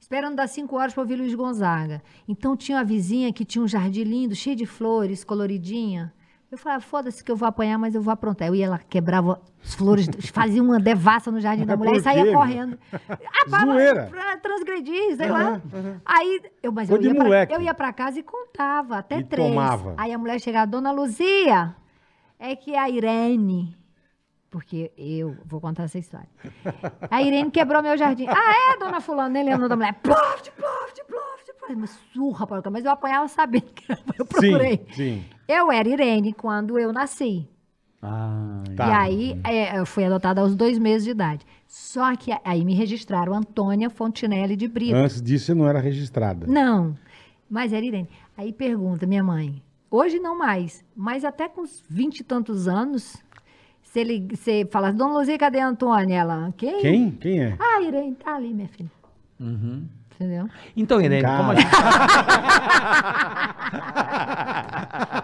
[SPEAKER 4] esperando das 5 horas para ouvir Luiz Gonzaga. Então tinha uma vizinha que tinha um jardim lindo, cheio de flores, coloridinha. Eu falava, foda-se que eu vou apanhar, mas eu vou aprontar. Eu ia lá, quebrava as flores, (laughs) fazia uma devassa no jardim da
[SPEAKER 2] Mas
[SPEAKER 4] mulher
[SPEAKER 2] por
[SPEAKER 4] e saía
[SPEAKER 2] quê? (laughs)
[SPEAKER 4] correndo. Ah, pra-
[SPEAKER 2] Zoeira.
[SPEAKER 4] Pra transgredir, sei lá. Aí, eu, mas eu
[SPEAKER 2] Coisa de
[SPEAKER 4] ia, pra,
[SPEAKER 2] moleque.
[SPEAKER 4] eu ia pra casa e contava, até
[SPEAKER 2] E
[SPEAKER 4] três.
[SPEAKER 2] tomava.
[SPEAKER 4] Aí a mulher chegava, dona Luzia, é que a Irene, porque eu vou contar essa história. A Irene quebrou meu jardim. Ah, é, dona Fulana, nem lembro o nome da mulher. É, Ploft, ploft, ploft, falei, mas surra, porca, mas eu apanhava sabendo que era- eu procurei.
[SPEAKER 2] Sim, sim.
[SPEAKER 4] Eu era Irene quando eu nasci.
[SPEAKER 3] Ah,
[SPEAKER 2] Tá.
[SPEAKER 4] E aí é, eu fui adotada aos dois meses de idade. Só que aí me registraram Antônia Fontinelli de Brito.
[SPEAKER 2] Antes disso, você não era registrada.
[SPEAKER 4] Não, mas era Irene. Aí pergunta minha mãe, hoje não mais, mas até com uns vinte e tantos anos, se ele se fala, Dona Luzia, cadê a Antônia? Ela, quem?
[SPEAKER 2] Quem? Quem é?
[SPEAKER 4] Ah, Irene, tá ali, minha filha. Entendeu?
[SPEAKER 3] Então, Irene, como a
[SPEAKER 2] Cara.
[SPEAKER 3] gente...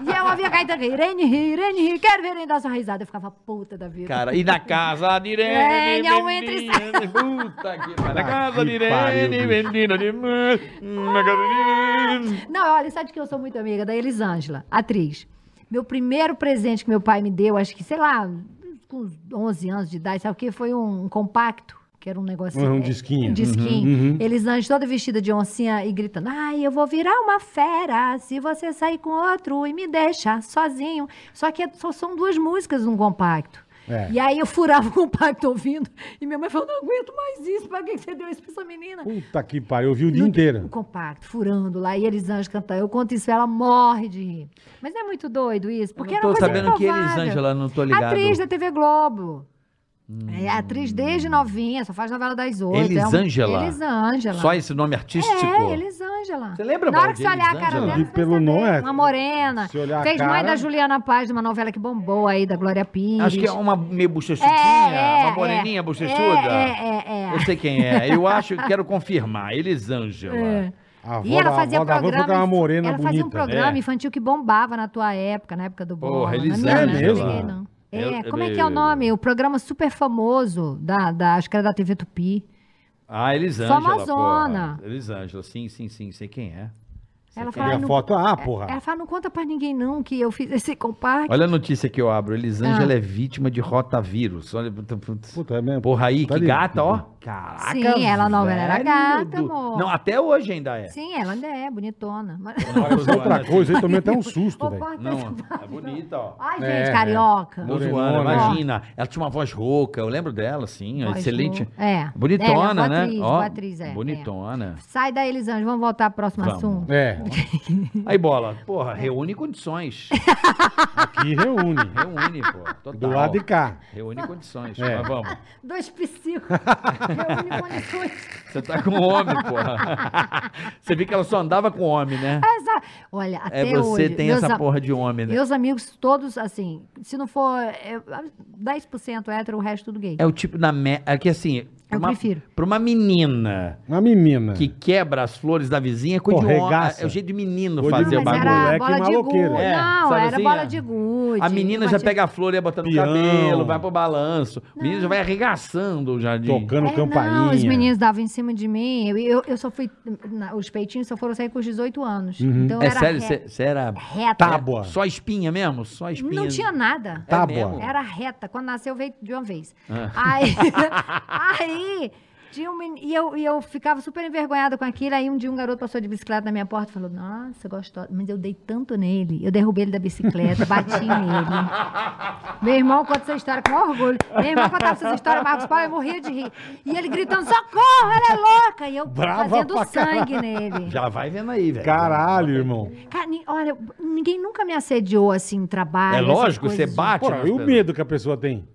[SPEAKER 4] E eu ouvia a Caetano, rir, Irene ri, Irene ri, quero ver Irene dar sua risada. Eu ficava puta da vida.
[SPEAKER 3] Cara, e na casa de Irene,
[SPEAKER 4] Irene, é um entre-
[SPEAKER 3] menina, puta que pariu. Na
[SPEAKER 2] Tá
[SPEAKER 3] casa de
[SPEAKER 2] que pariu,
[SPEAKER 3] Irene,
[SPEAKER 2] bicho.
[SPEAKER 3] menina de mãe, na casa de Irene.
[SPEAKER 4] Não, olha, sabe de que eu sou muito amiga? Da Elisângela, atriz. Meu primeiro presente que meu pai me deu, acho que, sei lá, com uns 11 anos de idade, sabe o que? Foi um, um compacto, que era um negocinho.
[SPEAKER 2] (laughs) Um
[SPEAKER 4] é,
[SPEAKER 2] disquinho.
[SPEAKER 4] Um disquinho.
[SPEAKER 2] Uhum, uhum.
[SPEAKER 4] Elisângela toda vestida de oncinha e gritando, ai, eu vou virar uma fera se você sair com outro e me deixar sozinho. Só que é- só são duas músicas num compacto.
[SPEAKER 2] É.
[SPEAKER 4] E aí eu furava o compacto ouvindo, e minha mãe falou, não aguento mais isso, pra que que você deu isso pra essa menina?
[SPEAKER 2] Puta que pariu, eu vi o dia
[SPEAKER 4] No-
[SPEAKER 2] inteiro.
[SPEAKER 4] O compacto, furando lá, e Elisângela cantando. Eu conto isso, ela morre de rir. Mas não é muito doido isso, porque
[SPEAKER 3] não
[SPEAKER 4] era uma
[SPEAKER 3] tô
[SPEAKER 4] coisa
[SPEAKER 3] sabendo que
[SPEAKER 4] improvável.
[SPEAKER 3] Elisângela, não tô ligado. Hum.
[SPEAKER 4] Atriz da TV Globo. É atriz desde novinha, só faz novela das oito. É
[SPEAKER 3] Elisângela?
[SPEAKER 4] um... Elisângela.
[SPEAKER 3] Só esse nome artístico?
[SPEAKER 4] É, Elisângela.
[SPEAKER 3] tipo, Você lembra,
[SPEAKER 4] Na hora
[SPEAKER 3] Mauro,
[SPEAKER 4] que você
[SPEAKER 3] de
[SPEAKER 4] olhar a cara
[SPEAKER 3] Elisângela?
[SPEAKER 4] dela,
[SPEAKER 2] E
[SPEAKER 4] você vai
[SPEAKER 2] pelo
[SPEAKER 4] saber.
[SPEAKER 2] nome é-
[SPEAKER 4] Uma morena.
[SPEAKER 2] se olhar a
[SPEAKER 4] Fez mãe
[SPEAKER 2] cara-
[SPEAKER 4] da Juliana Paz, de uma novela que bombou aí, da Glória Pires.
[SPEAKER 3] Acho que é uma meio bochechudinha, uma moreninha bochechuda.
[SPEAKER 4] É, é, é.
[SPEAKER 3] Eu sei quem é. Eu acho, quero confirmar. Elisângela.
[SPEAKER 4] É.
[SPEAKER 2] A avó
[SPEAKER 4] E ela
[SPEAKER 2] da- a
[SPEAKER 4] fazia
[SPEAKER 2] avó da Van foi
[SPEAKER 4] programa.
[SPEAKER 2] com uma morena
[SPEAKER 4] ela fazia um
[SPEAKER 2] bonita.
[SPEAKER 4] programa
[SPEAKER 3] É.
[SPEAKER 4] infantil que bombava na tua época, na época do Bola.
[SPEAKER 3] Porra,
[SPEAKER 4] Na
[SPEAKER 3] Elisângela.
[SPEAKER 4] minha época, não peguei, não. É,
[SPEAKER 3] Eu- eu-
[SPEAKER 4] como é que é o nome? O programa super famoso da, da acho que era da TV Tupi.
[SPEAKER 3] Ah, Elisângela. porra.
[SPEAKER 4] Famosona.
[SPEAKER 3] Elisângela, sim, sim, sim. Sei quem é. Sei
[SPEAKER 4] Ela
[SPEAKER 3] quem
[SPEAKER 2] E
[SPEAKER 4] fala-
[SPEAKER 3] é.
[SPEAKER 2] a foto, ah, porra.
[SPEAKER 4] Ela fala, não conta pra ninguém não que eu fiz esse compacto.
[SPEAKER 3] Olha a notícia que eu abro.
[SPEAKER 4] Ah.
[SPEAKER 3] Elisângela é vítima de rotavírus. Olha, puta, puta.
[SPEAKER 2] Puta, é mesmo.
[SPEAKER 3] Porra aí,
[SPEAKER 2] Tá
[SPEAKER 3] que
[SPEAKER 2] ali.
[SPEAKER 3] gata, ó. Caraca,
[SPEAKER 4] Sim, ela, a novela era
[SPEAKER 3] velho
[SPEAKER 4] gata,
[SPEAKER 3] do-
[SPEAKER 4] amor.
[SPEAKER 3] Não, até hoje ainda é.
[SPEAKER 4] Sim, ela ainda é bonitona. Mas-
[SPEAKER 2] Mas outra
[SPEAKER 3] né?
[SPEAKER 2] coisa, eu tomei até um
[SPEAKER 4] (laughs)
[SPEAKER 2] susto,
[SPEAKER 4] Ô,
[SPEAKER 2] velho.
[SPEAKER 4] corta
[SPEAKER 3] Não,
[SPEAKER 4] esse-
[SPEAKER 3] é bonita, ó.
[SPEAKER 4] Ai,
[SPEAKER 2] É,
[SPEAKER 4] gente,
[SPEAKER 2] é.
[SPEAKER 4] carioca.
[SPEAKER 3] Não
[SPEAKER 2] Morenona,
[SPEAKER 3] zoando,
[SPEAKER 2] né?
[SPEAKER 3] imagina. Ela tinha uma voz rouca, eu lembro dela, assim,
[SPEAKER 4] Voz
[SPEAKER 3] excelente.
[SPEAKER 4] boa. É. Ela é
[SPEAKER 3] Bonitona,
[SPEAKER 4] boa
[SPEAKER 3] né?
[SPEAKER 4] atriz,
[SPEAKER 3] Ó,
[SPEAKER 4] boa atriz, é,
[SPEAKER 3] Bonitona.
[SPEAKER 4] Sai da Elisângela, vamos voltar pro próximo
[SPEAKER 3] Vamos.
[SPEAKER 4] assunto.
[SPEAKER 2] É,
[SPEAKER 3] (laughs) Aí, bola,
[SPEAKER 4] É.
[SPEAKER 3] porra, reúne condições.
[SPEAKER 2] aqui reúne.
[SPEAKER 3] (laughs) Reúne, pô. Total.
[SPEAKER 2] Do lado de cá.
[SPEAKER 3] Reúne condições.
[SPEAKER 2] É.
[SPEAKER 3] Mas vamos.
[SPEAKER 4] Dois psicos. (laughs) Reúne um condições.
[SPEAKER 3] Você tá com homem, porra. (laughs) Você viu que ela só andava com homem, né?
[SPEAKER 4] Essa- Olha, até
[SPEAKER 3] É, você
[SPEAKER 4] hoje,
[SPEAKER 3] tem
[SPEAKER 4] meus
[SPEAKER 3] essa
[SPEAKER 4] am-
[SPEAKER 3] porra de homem, né?
[SPEAKER 4] Meus amigos todos, assim, se não for é, 10% hétero, o resto tudo gay.
[SPEAKER 3] É o tipo da. Me... É que assim. pra uma-
[SPEAKER 4] prefiro.
[SPEAKER 3] Pra uma menina
[SPEAKER 2] Uma menina.
[SPEAKER 3] que quebra as flores da vizinha, é coisa
[SPEAKER 2] Pô,
[SPEAKER 3] de homem.
[SPEAKER 2] regaça.
[SPEAKER 3] É o jeito de menino
[SPEAKER 2] Coisa de
[SPEAKER 3] fazer
[SPEAKER 2] Não,
[SPEAKER 3] o
[SPEAKER 2] mas
[SPEAKER 3] bagulho.
[SPEAKER 2] era moleque
[SPEAKER 4] bola de
[SPEAKER 2] maloqueiro.
[SPEAKER 4] gude.
[SPEAKER 3] É,
[SPEAKER 4] não,
[SPEAKER 3] sabe
[SPEAKER 4] era
[SPEAKER 3] assim,
[SPEAKER 4] bola
[SPEAKER 3] é.
[SPEAKER 4] de gude.
[SPEAKER 3] A menina já pega a flor e ia botando
[SPEAKER 2] Peão.
[SPEAKER 3] no cabelo, vai pro balanço. O menino já vai arregaçando o jardim.
[SPEAKER 2] Tocando
[SPEAKER 4] É,
[SPEAKER 2] campainha.
[SPEAKER 4] Não, os meninos davam em cima de mim. Eu, eu, eu só fui. na- os peitinhos só foram sair com os 18 anos. Então eu
[SPEAKER 3] é
[SPEAKER 4] era
[SPEAKER 3] sério,
[SPEAKER 4] re-
[SPEAKER 3] você era
[SPEAKER 4] reta.
[SPEAKER 3] Tá
[SPEAKER 2] Tábua.
[SPEAKER 3] só espinha mesmo? Só espinha.
[SPEAKER 4] Não tinha nada.
[SPEAKER 3] É
[SPEAKER 2] Tábua.
[SPEAKER 3] mesmo?
[SPEAKER 4] Era reta. Quando nasceu, veio de uma vez.
[SPEAKER 3] Ah. (laughs)
[SPEAKER 4] Aí, aí tinha um menino, e, eu, e eu ficava super envergonhada com aquilo. Aí um dia um garoto passou de bicicleta na minha porta e falou, nossa, gostosa. Mas eu dei tanto nele. Eu derrubei ele da bicicleta, bati
[SPEAKER 3] (laughs)
[SPEAKER 4] nele. Meu irmão conta essa história com orgulho. Meu irmão contava essa história, Marcos Paulo, eu morria de rir. E ele gritando, socorro, ela é louca. E eu
[SPEAKER 2] Brava pra
[SPEAKER 4] fazendo
[SPEAKER 2] caralho.
[SPEAKER 4] sangue nele.
[SPEAKER 3] Já vai vendo aí, velho.
[SPEAKER 2] Caralho, irmão.
[SPEAKER 4] Cara, ni- olha, ninguém nunca me assediou assim, em trabalho.
[SPEAKER 3] É
[SPEAKER 4] essas
[SPEAKER 3] lógico, você
[SPEAKER 4] coisas de-
[SPEAKER 3] bate.
[SPEAKER 2] Porra,
[SPEAKER 3] nas
[SPEAKER 2] e o
[SPEAKER 3] pessoas.
[SPEAKER 2] medo que a pessoa tem?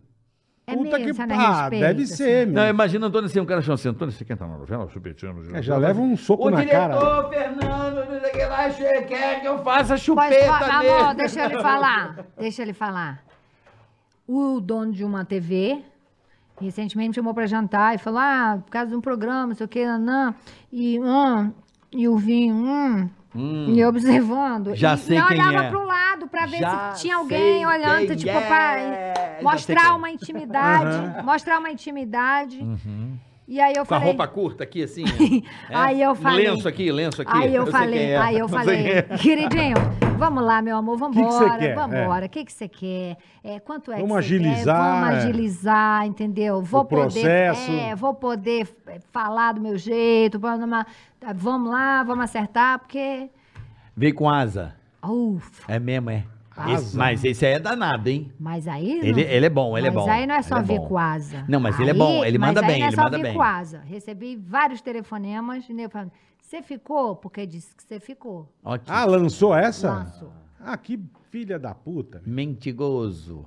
[SPEAKER 4] É
[SPEAKER 2] Puta
[SPEAKER 4] mesmo,
[SPEAKER 2] que
[SPEAKER 4] você não
[SPEAKER 3] Ah,
[SPEAKER 2] pá,
[SPEAKER 4] respeita,
[SPEAKER 2] deve
[SPEAKER 4] assim.
[SPEAKER 2] ser, meu.
[SPEAKER 3] Não, imagina Antônio assim, um cara chama assim, Antônio, você quer entrar na novela? Chupetinho.
[SPEAKER 2] É, já leva um soco
[SPEAKER 3] o
[SPEAKER 2] na
[SPEAKER 3] diretor,
[SPEAKER 2] cara.
[SPEAKER 3] Fernando, não sei o que lá, che- quer que eu faça
[SPEAKER 4] Mas,
[SPEAKER 3] chupeta
[SPEAKER 4] mas,
[SPEAKER 3] nele.
[SPEAKER 4] amor, deixa ele falar. Deixa ele falar. O dono de uma TV recentemente me chamou pra jantar e falou: ah, por causa de um programa, não sei o que, nanã. E, hum, e o vinho, hum. E eu observando.
[SPEAKER 3] Já
[SPEAKER 4] e,
[SPEAKER 3] sei
[SPEAKER 4] e eu
[SPEAKER 3] quem
[SPEAKER 4] olhava
[SPEAKER 3] é.
[SPEAKER 4] pro lado pra ver
[SPEAKER 3] Já
[SPEAKER 4] se tinha
[SPEAKER 3] sei
[SPEAKER 4] alguém olhando,
[SPEAKER 3] quem
[SPEAKER 4] tipo,
[SPEAKER 3] é. Já
[SPEAKER 4] pra
[SPEAKER 3] sei
[SPEAKER 4] mostrar
[SPEAKER 3] quem. é.
[SPEAKER 4] uma intimidade. Mostrar uma intimidade. E aí eu
[SPEAKER 3] Uhum. Com a
[SPEAKER 4] falei.
[SPEAKER 3] roupa curta
[SPEAKER 4] (laughs)
[SPEAKER 3] aqui, assim. é.
[SPEAKER 4] Aí eu
[SPEAKER 3] Um
[SPEAKER 4] falei.
[SPEAKER 3] Lenço aqui, lenço aqui.
[SPEAKER 4] Aí eu,
[SPEAKER 3] sei
[SPEAKER 4] falei,
[SPEAKER 3] quem é.
[SPEAKER 4] aí eu
[SPEAKER 3] sei
[SPEAKER 4] falei,
[SPEAKER 3] quem é.
[SPEAKER 4] queridinho, vamos lá, meu amor, vamos
[SPEAKER 2] Que que você
[SPEAKER 4] embora,
[SPEAKER 2] quer?
[SPEAKER 4] vamos
[SPEAKER 2] É.
[SPEAKER 4] embora. O que que você quer? É, quanto é
[SPEAKER 2] Vamos
[SPEAKER 4] que você
[SPEAKER 2] agilizar,
[SPEAKER 4] quer?
[SPEAKER 2] é.
[SPEAKER 4] Vamos agilizar, entendeu? Vou
[SPEAKER 2] processo.
[SPEAKER 4] poder, é, vou poder é, falar do meu jeito, blá, blá, blá. Tá, vamos lá, vamos acertar, porque
[SPEAKER 3] Veio com asa.
[SPEAKER 4] ufa.
[SPEAKER 3] É mesmo, é.
[SPEAKER 2] Asa.
[SPEAKER 3] Esse- mas esse aí é danado, hein?
[SPEAKER 4] Mas aí não-
[SPEAKER 3] Ele, ele é bom, ele é
[SPEAKER 4] mas
[SPEAKER 3] bom.
[SPEAKER 4] aí não é só
[SPEAKER 3] ele
[SPEAKER 4] ver
[SPEAKER 3] bom.
[SPEAKER 4] com asa.
[SPEAKER 3] Não, mas ele é
[SPEAKER 4] Aí-
[SPEAKER 3] bom, ele
[SPEAKER 4] mas
[SPEAKER 3] manda
[SPEAKER 4] aí
[SPEAKER 3] bem,
[SPEAKER 4] não é
[SPEAKER 3] ele
[SPEAKER 4] só
[SPEAKER 3] manda
[SPEAKER 4] ver
[SPEAKER 3] bem.
[SPEAKER 4] com asa. Recebi vários telefonemas, e nego falando, Você ficou? Porque disse que você ficou.
[SPEAKER 3] Ótimo.
[SPEAKER 2] Ah, lançou essa?
[SPEAKER 4] Lançou.
[SPEAKER 2] Ah, que filha da puta. meu.
[SPEAKER 3] Mentigoso.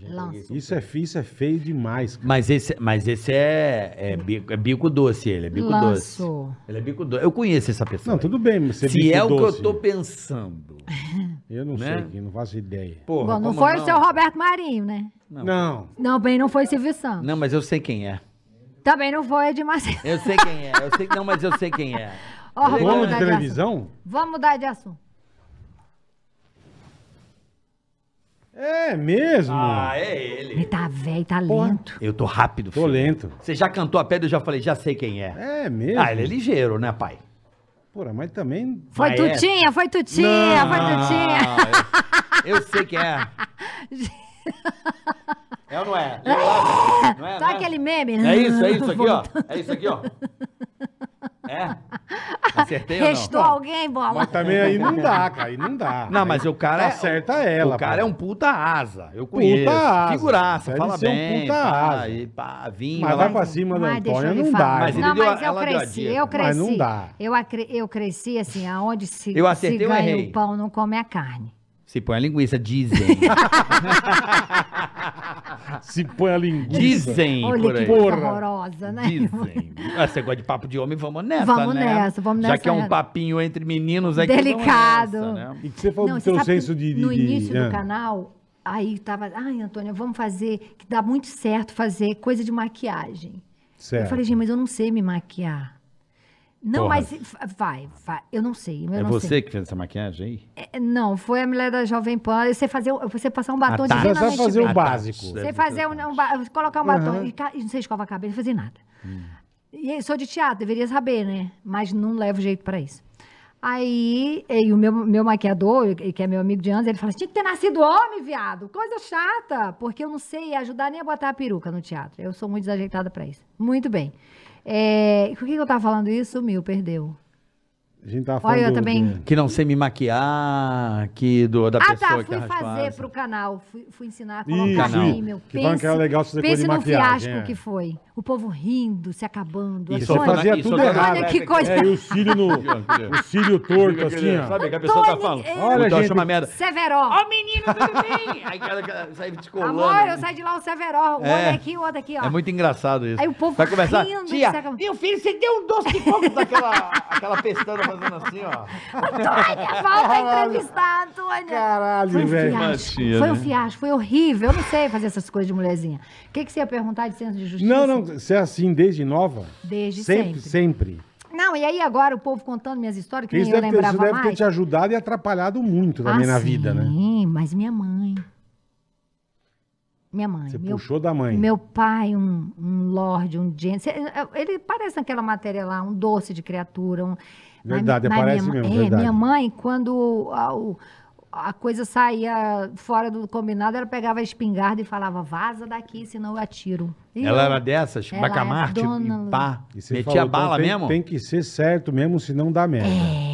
[SPEAKER 4] Lançou.
[SPEAKER 2] Isso é, fi- isso é feio demais, cara.
[SPEAKER 3] Mas esse, mas esse é, é, bico, é bico doce, ele é bico doce.
[SPEAKER 4] Lançou.
[SPEAKER 3] Ele é bico doce. Eu conheço essa pessoa.
[SPEAKER 2] Não, tudo bem, mas você
[SPEAKER 3] Se
[SPEAKER 2] bico
[SPEAKER 3] é o
[SPEAKER 2] doce.
[SPEAKER 3] que eu tô pensando.
[SPEAKER 2] Eu não
[SPEAKER 3] né?
[SPEAKER 2] sei, que não faço ideia.
[SPEAKER 3] Porra,
[SPEAKER 4] Bom, não
[SPEAKER 3] como
[SPEAKER 4] foi o seu Roberto Marinho, né?
[SPEAKER 3] Não.
[SPEAKER 2] Não.
[SPEAKER 4] Não, bem, não foi Silvio Santos.
[SPEAKER 3] Não, mas eu sei quem é.
[SPEAKER 4] Também não foi Edmar Silva.
[SPEAKER 3] Eu sei quem Né? é. Eu sei, não, mas eu sei quem é.
[SPEAKER 4] Ó,
[SPEAKER 3] Legal.
[SPEAKER 4] vamos mudar
[SPEAKER 2] Dono de
[SPEAKER 4] de assunto.
[SPEAKER 2] televisão?
[SPEAKER 4] Vamos mudar de assunto.
[SPEAKER 2] É mesmo.
[SPEAKER 3] Ah, é ele.
[SPEAKER 4] Ele tá velho, tá
[SPEAKER 2] Porra.
[SPEAKER 4] lento.
[SPEAKER 3] Eu tô rápido,
[SPEAKER 2] Tô lento.
[SPEAKER 3] Você já cantou a pedra, eu já falei, já sei quem é.
[SPEAKER 2] É mesmo.
[SPEAKER 3] Ah, ele é ligeiro, né, pai?
[SPEAKER 2] Porra, mas também.
[SPEAKER 4] Foi
[SPEAKER 3] Mas é-
[SPEAKER 4] Tutinha, foi Tutinha, foi Tutinha.
[SPEAKER 3] Não, eu, eu sei
[SPEAKER 4] (laughs)
[SPEAKER 3] quem é. É ou não é? Eu acho. Não é,
[SPEAKER 4] Sabe
[SPEAKER 3] não
[SPEAKER 4] Tá aquele meme?
[SPEAKER 3] É isso, é isso aqui,
[SPEAKER 4] (laughs)
[SPEAKER 3] ó. É isso aqui, ó. É? Acertei ou não?
[SPEAKER 4] Restou alguém, bola?
[SPEAKER 2] Mas também aí não dá, cara. Aí não dá.
[SPEAKER 3] Não, mas
[SPEAKER 2] Aí
[SPEAKER 3] o cara é-
[SPEAKER 2] Acerta Tá ela.
[SPEAKER 3] o cara
[SPEAKER 2] pô.
[SPEAKER 3] é um puta asa. Eu conheço.
[SPEAKER 2] asa.
[SPEAKER 3] Figuraça,
[SPEAKER 2] Deve
[SPEAKER 3] fala
[SPEAKER 2] ser um
[SPEAKER 3] bem.
[SPEAKER 2] puta
[SPEAKER 3] pá,
[SPEAKER 2] asa.
[SPEAKER 3] E pá, vinho.
[SPEAKER 2] Mas
[SPEAKER 3] tá lá.
[SPEAKER 2] vai pra cima da
[SPEAKER 4] Mas deixa
[SPEAKER 2] Antônia,
[SPEAKER 4] ele
[SPEAKER 2] não dá.
[SPEAKER 4] falar.
[SPEAKER 3] Mas
[SPEAKER 4] não,
[SPEAKER 2] irmão.
[SPEAKER 3] ele deu a-
[SPEAKER 4] mas eu
[SPEAKER 3] ela deu a
[SPEAKER 4] cresci,
[SPEAKER 3] dica.
[SPEAKER 4] eu
[SPEAKER 2] Mas
[SPEAKER 4] cresci.
[SPEAKER 2] não dá.
[SPEAKER 4] Eu, acre- eu cresci assim, aonde se,
[SPEAKER 3] Eu acertei
[SPEAKER 4] se
[SPEAKER 3] ou
[SPEAKER 4] ganha
[SPEAKER 3] errei?
[SPEAKER 4] o pão, não come a carne.
[SPEAKER 3] Se põe a
[SPEAKER 2] (laughs)
[SPEAKER 3] linguiça, dizem.
[SPEAKER 2] Se põe a linguiça.
[SPEAKER 3] dizem.
[SPEAKER 4] Olha
[SPEAKER 3] por
[SPEAKER 4] que
[SPEAKER 3] aí.
[SPEAKER 4] coisa
[SPEAKER 2] Porra.
[SPEAKER 4] horrorosa, né?
[SPEAKER 3] Dizem. Ah, Você gosta de papo de homem, vamos nessa,
[SPEAKER 4] Vamos
[SPEAKER 3] né?
[SPEAKER 4] nessa, vamos
[SPEAKER 3] Já
[SPEAKER 4] nessa,
[SPEAKER 3] que é um
[SPEAKER 4] né?
[SPEAKER 3] papinho entre meninos aqui.
[SPEAKER 4] Delicado.
[SPEAKER 3] Vamos nessa, né?
[SPEAKER 2] E que você falou
[SPEAKER 4] Não,
[SPEAKER 2] do
[SPEAKER 4] você
[SPEAKER 2] teu
[SPEAKER 4] sabe que
[SPEAKER 2] um senso de. de-
[SPEAKER 4] No
[SPEAKER 2] de-
[SPEAKER 4] início
[SPEAKER 2] ah.
[SPEAKER 4] do canal, aí tava. Ai, Antônia, vamos fazer. Que dá muito certo fazer coisa de maquiagem.
[SPEAKER 2] Certo.
[SPEAKER 4] Eu falei, gente, mas eu não sei me maquiar. Não,
[SPEAKER 3] Porra.
[SPEAKER 4] mas f- vai, vai. Eu não sei. Eu
[SPEAKER 3] É
[SPEAKER 4] não
[SPEAKER 3] você
[SPEAKER 4] Sei.
[SPEAKER 3] que fez essa maquiagem aí?
[SPEAKER 4] É, Não, foi a mulher da Jovem Pan. Eu sei fazer, o- você passar um batom
[SPEAKER 3] Ah,
[SPEAKER 4] de
[SPEAKER 3] tá.
[SPEAKER 2] Você
[SPEAKER 4] rena
[SPEAKER 2] sabe fazer
[SPEAKER 4] na
[SPEAKER 2] o
[SPEAKER 3] Ah, tá.
[SPEAKER 2] básico.
[SPEAKER 3] Deve
[SPEAKER 4] Você
[SPEAKER 3] ter
[SPEAKER 4] fazer um, um ba- colocar um batom
[SPEAKER 2] Aham.
[SPEAKER 4] e, ca- e não sei escovar a cabeça, fazer nada.
[SPEAKER 3] Hum.
[SPEAKER 4] E eu sou de teatro, deveria saber, né? Mas não levo jeito pra isso. Aí, e o meu, meu maquiador, que é meu amigo de anos, ele fala: tinha que ter nascido homem, viado. Coisa chata, porque eu não sei ajudar nem a botar a peruca no teatro. Eu sou muito desajeitada pra isso. Muito bem. É, e por que, que eu tava falando isso? Sumiu, perdeu.
[SPEAKER 2] A gente tava
[SPEAKER 4] Olha,
[SPEAKER 2] falando.
[SPEAKER 4] eu
[SPEAKER 2] do-
[SPEAKER 4] também-
[SPEAKER 2] do-
[SPEAKER 3] Que não sei me maquiar, que do, da
[SPEAKER 4] Ah,
[SPEAKER 3] pessoa
[SPEAKER 4] tá,
[SPEAKER 3] que tá
[SPEAKER 4] fui fazer
[SPEAKER 3] raspada.
[SPEAKER 4] pro canal, fui, fui ensinar a
[SPEAKER 2] Isso,
[SPEAKER 4] colocar
[SPEAKER 3] canal.
[SPEAKER 4] rímel.
[SPEAKER 2] que falam que era legal essa coisa de
[SPEAKER 4] pense no
[SPEAKER 2] maquiagem,
[SPEAKER 4] fiasco
[SPEAKER 2] é.
[SPEAKER 4] que foi. O povo rindo, se acabando.
[SPEAKER 3] Isso,
[SPEAKER 2] Só
[SPEAKER 3] Olha,
[SPEAKER 4] Antônio,
[SPEAKER 2] fazia
[SPEAKER 3] isso,
[SPEAKER 2] tudo
[SPEAKER 3] olha
[SPEAKER 2] errado.
[SPEAKER 4] é que coisa-
[SPEAKER 2] É, e o cílio no. o cílio torto, assim, ó.
[SPEAKER 3] Sabe o que a pessoa tá falando?
[SPEAKER 4] é.
[SPEAKER 2] Olha,
[SPEAKER 3] Então,
[SPEAKER 2] gente,
[SPEAKER 3] chama merda.
[SPEAKER 4] Severo.
[SPEAKER 3] Ó, menino, tudo bem? Aí cara, cara, sai descolando. né?
[SPEAKER 4] Amor, eu saio de lá o Severo. Um
[SPEAKER 3] É.
[SPEAKER 4] olho aqui, o outro aqui, ó.
[SPEAKER 3] É muito engraçado isso.
[SPEAKER 4] Aí o povo
[SPEAKER 3] Vai conversar.
[SPEAKER 4] rindo,
[SPEAKER 3] Tia,
[SPEAKER 4] saca-
[SPEAKER 3] meu filho, você deu um doce de coco daquela aquela pestana fazendo assim, ó.
[SPEAKER 4] Antônia, volta a entrevistar, Antônia. foi
[SPEAKER 2] Caralho,
[SPEAKER 4] um
[SPEAKER 2] velho.
[SPEAKER 4] fiasco.
[SPEAKER 1] Matia,
[SPEAKER 4] foi
[SPEAKER 1] né?
[SPEAKER 4] um fiasco, foi horrível. Eu não sei fazer essas coisas de mulherzinha. O que, que você ia perguntar de senso de justiça?
[SPEAKER 2] Não, não, você é assim desde nova?
[SPEAKER 4] Desde sempre.
[SPEAKER 2] sempre. Sempre.
[SPEAKER 4] Não, e aí agora o povo contando minhas histórias, que
[SPEAKER 2] Isso
[SPEAKER 4] nem eu
[SPEAKER 2] deve, ter, isso
[SPEAKER 4] lembrava
[SPEAKER 2] deve ter
[SPEAKER 4] mais. Ah,
[SPEAKER 2] te ajudado e atrapalhado muito também na vida, né?
[SPEAKER 4] Sim, mas minha mãe. Minha mãe.
[SPEAKER 2] Você
[SPEAKER 4] meu
[SPEAKER 2] puxou da mãe.
[SPEAKER 4] Meu pai, um, um lord, um gente. cê- Ele parece naquela matéria lá, um doce de criatura. Um, mas
[SPEAKER 2] Verdade,
[SPEAKER 4] mi- mas
[SPEAKER 2] parece
[SPEAKER 4] minha, ma-
[SPEAKER 2] mesmo,
[SPEAKER 4] é,
[SPEAKER 2] verdade.
[SPEAKER 4] minha mãe, quando a, o- a coisa saía fora do combinado, ela pegava a espingarda e falava: vaza daqui, senão eu atiro. E
[SPEAKER 3] Ela
[SPEAKER 4] eu-
[SPEAKER 3] era dessas,
[SPEAKER 4] Ela
[SPEAKER 3] bacamarte,
[SPEAKER 4] é dona
[SPEAKER 3] e pá.
[SPEAKER 2] E você
[SPEAKER 3] Metia
[SPEAKER 2] falou, então,
[SPEAKER 3] bala
[SPEAKER 2] tem-
[SPEAKER 3] mesmo?
[SPEAKER 2] Tem que ser certo mesmo, senão dá merda.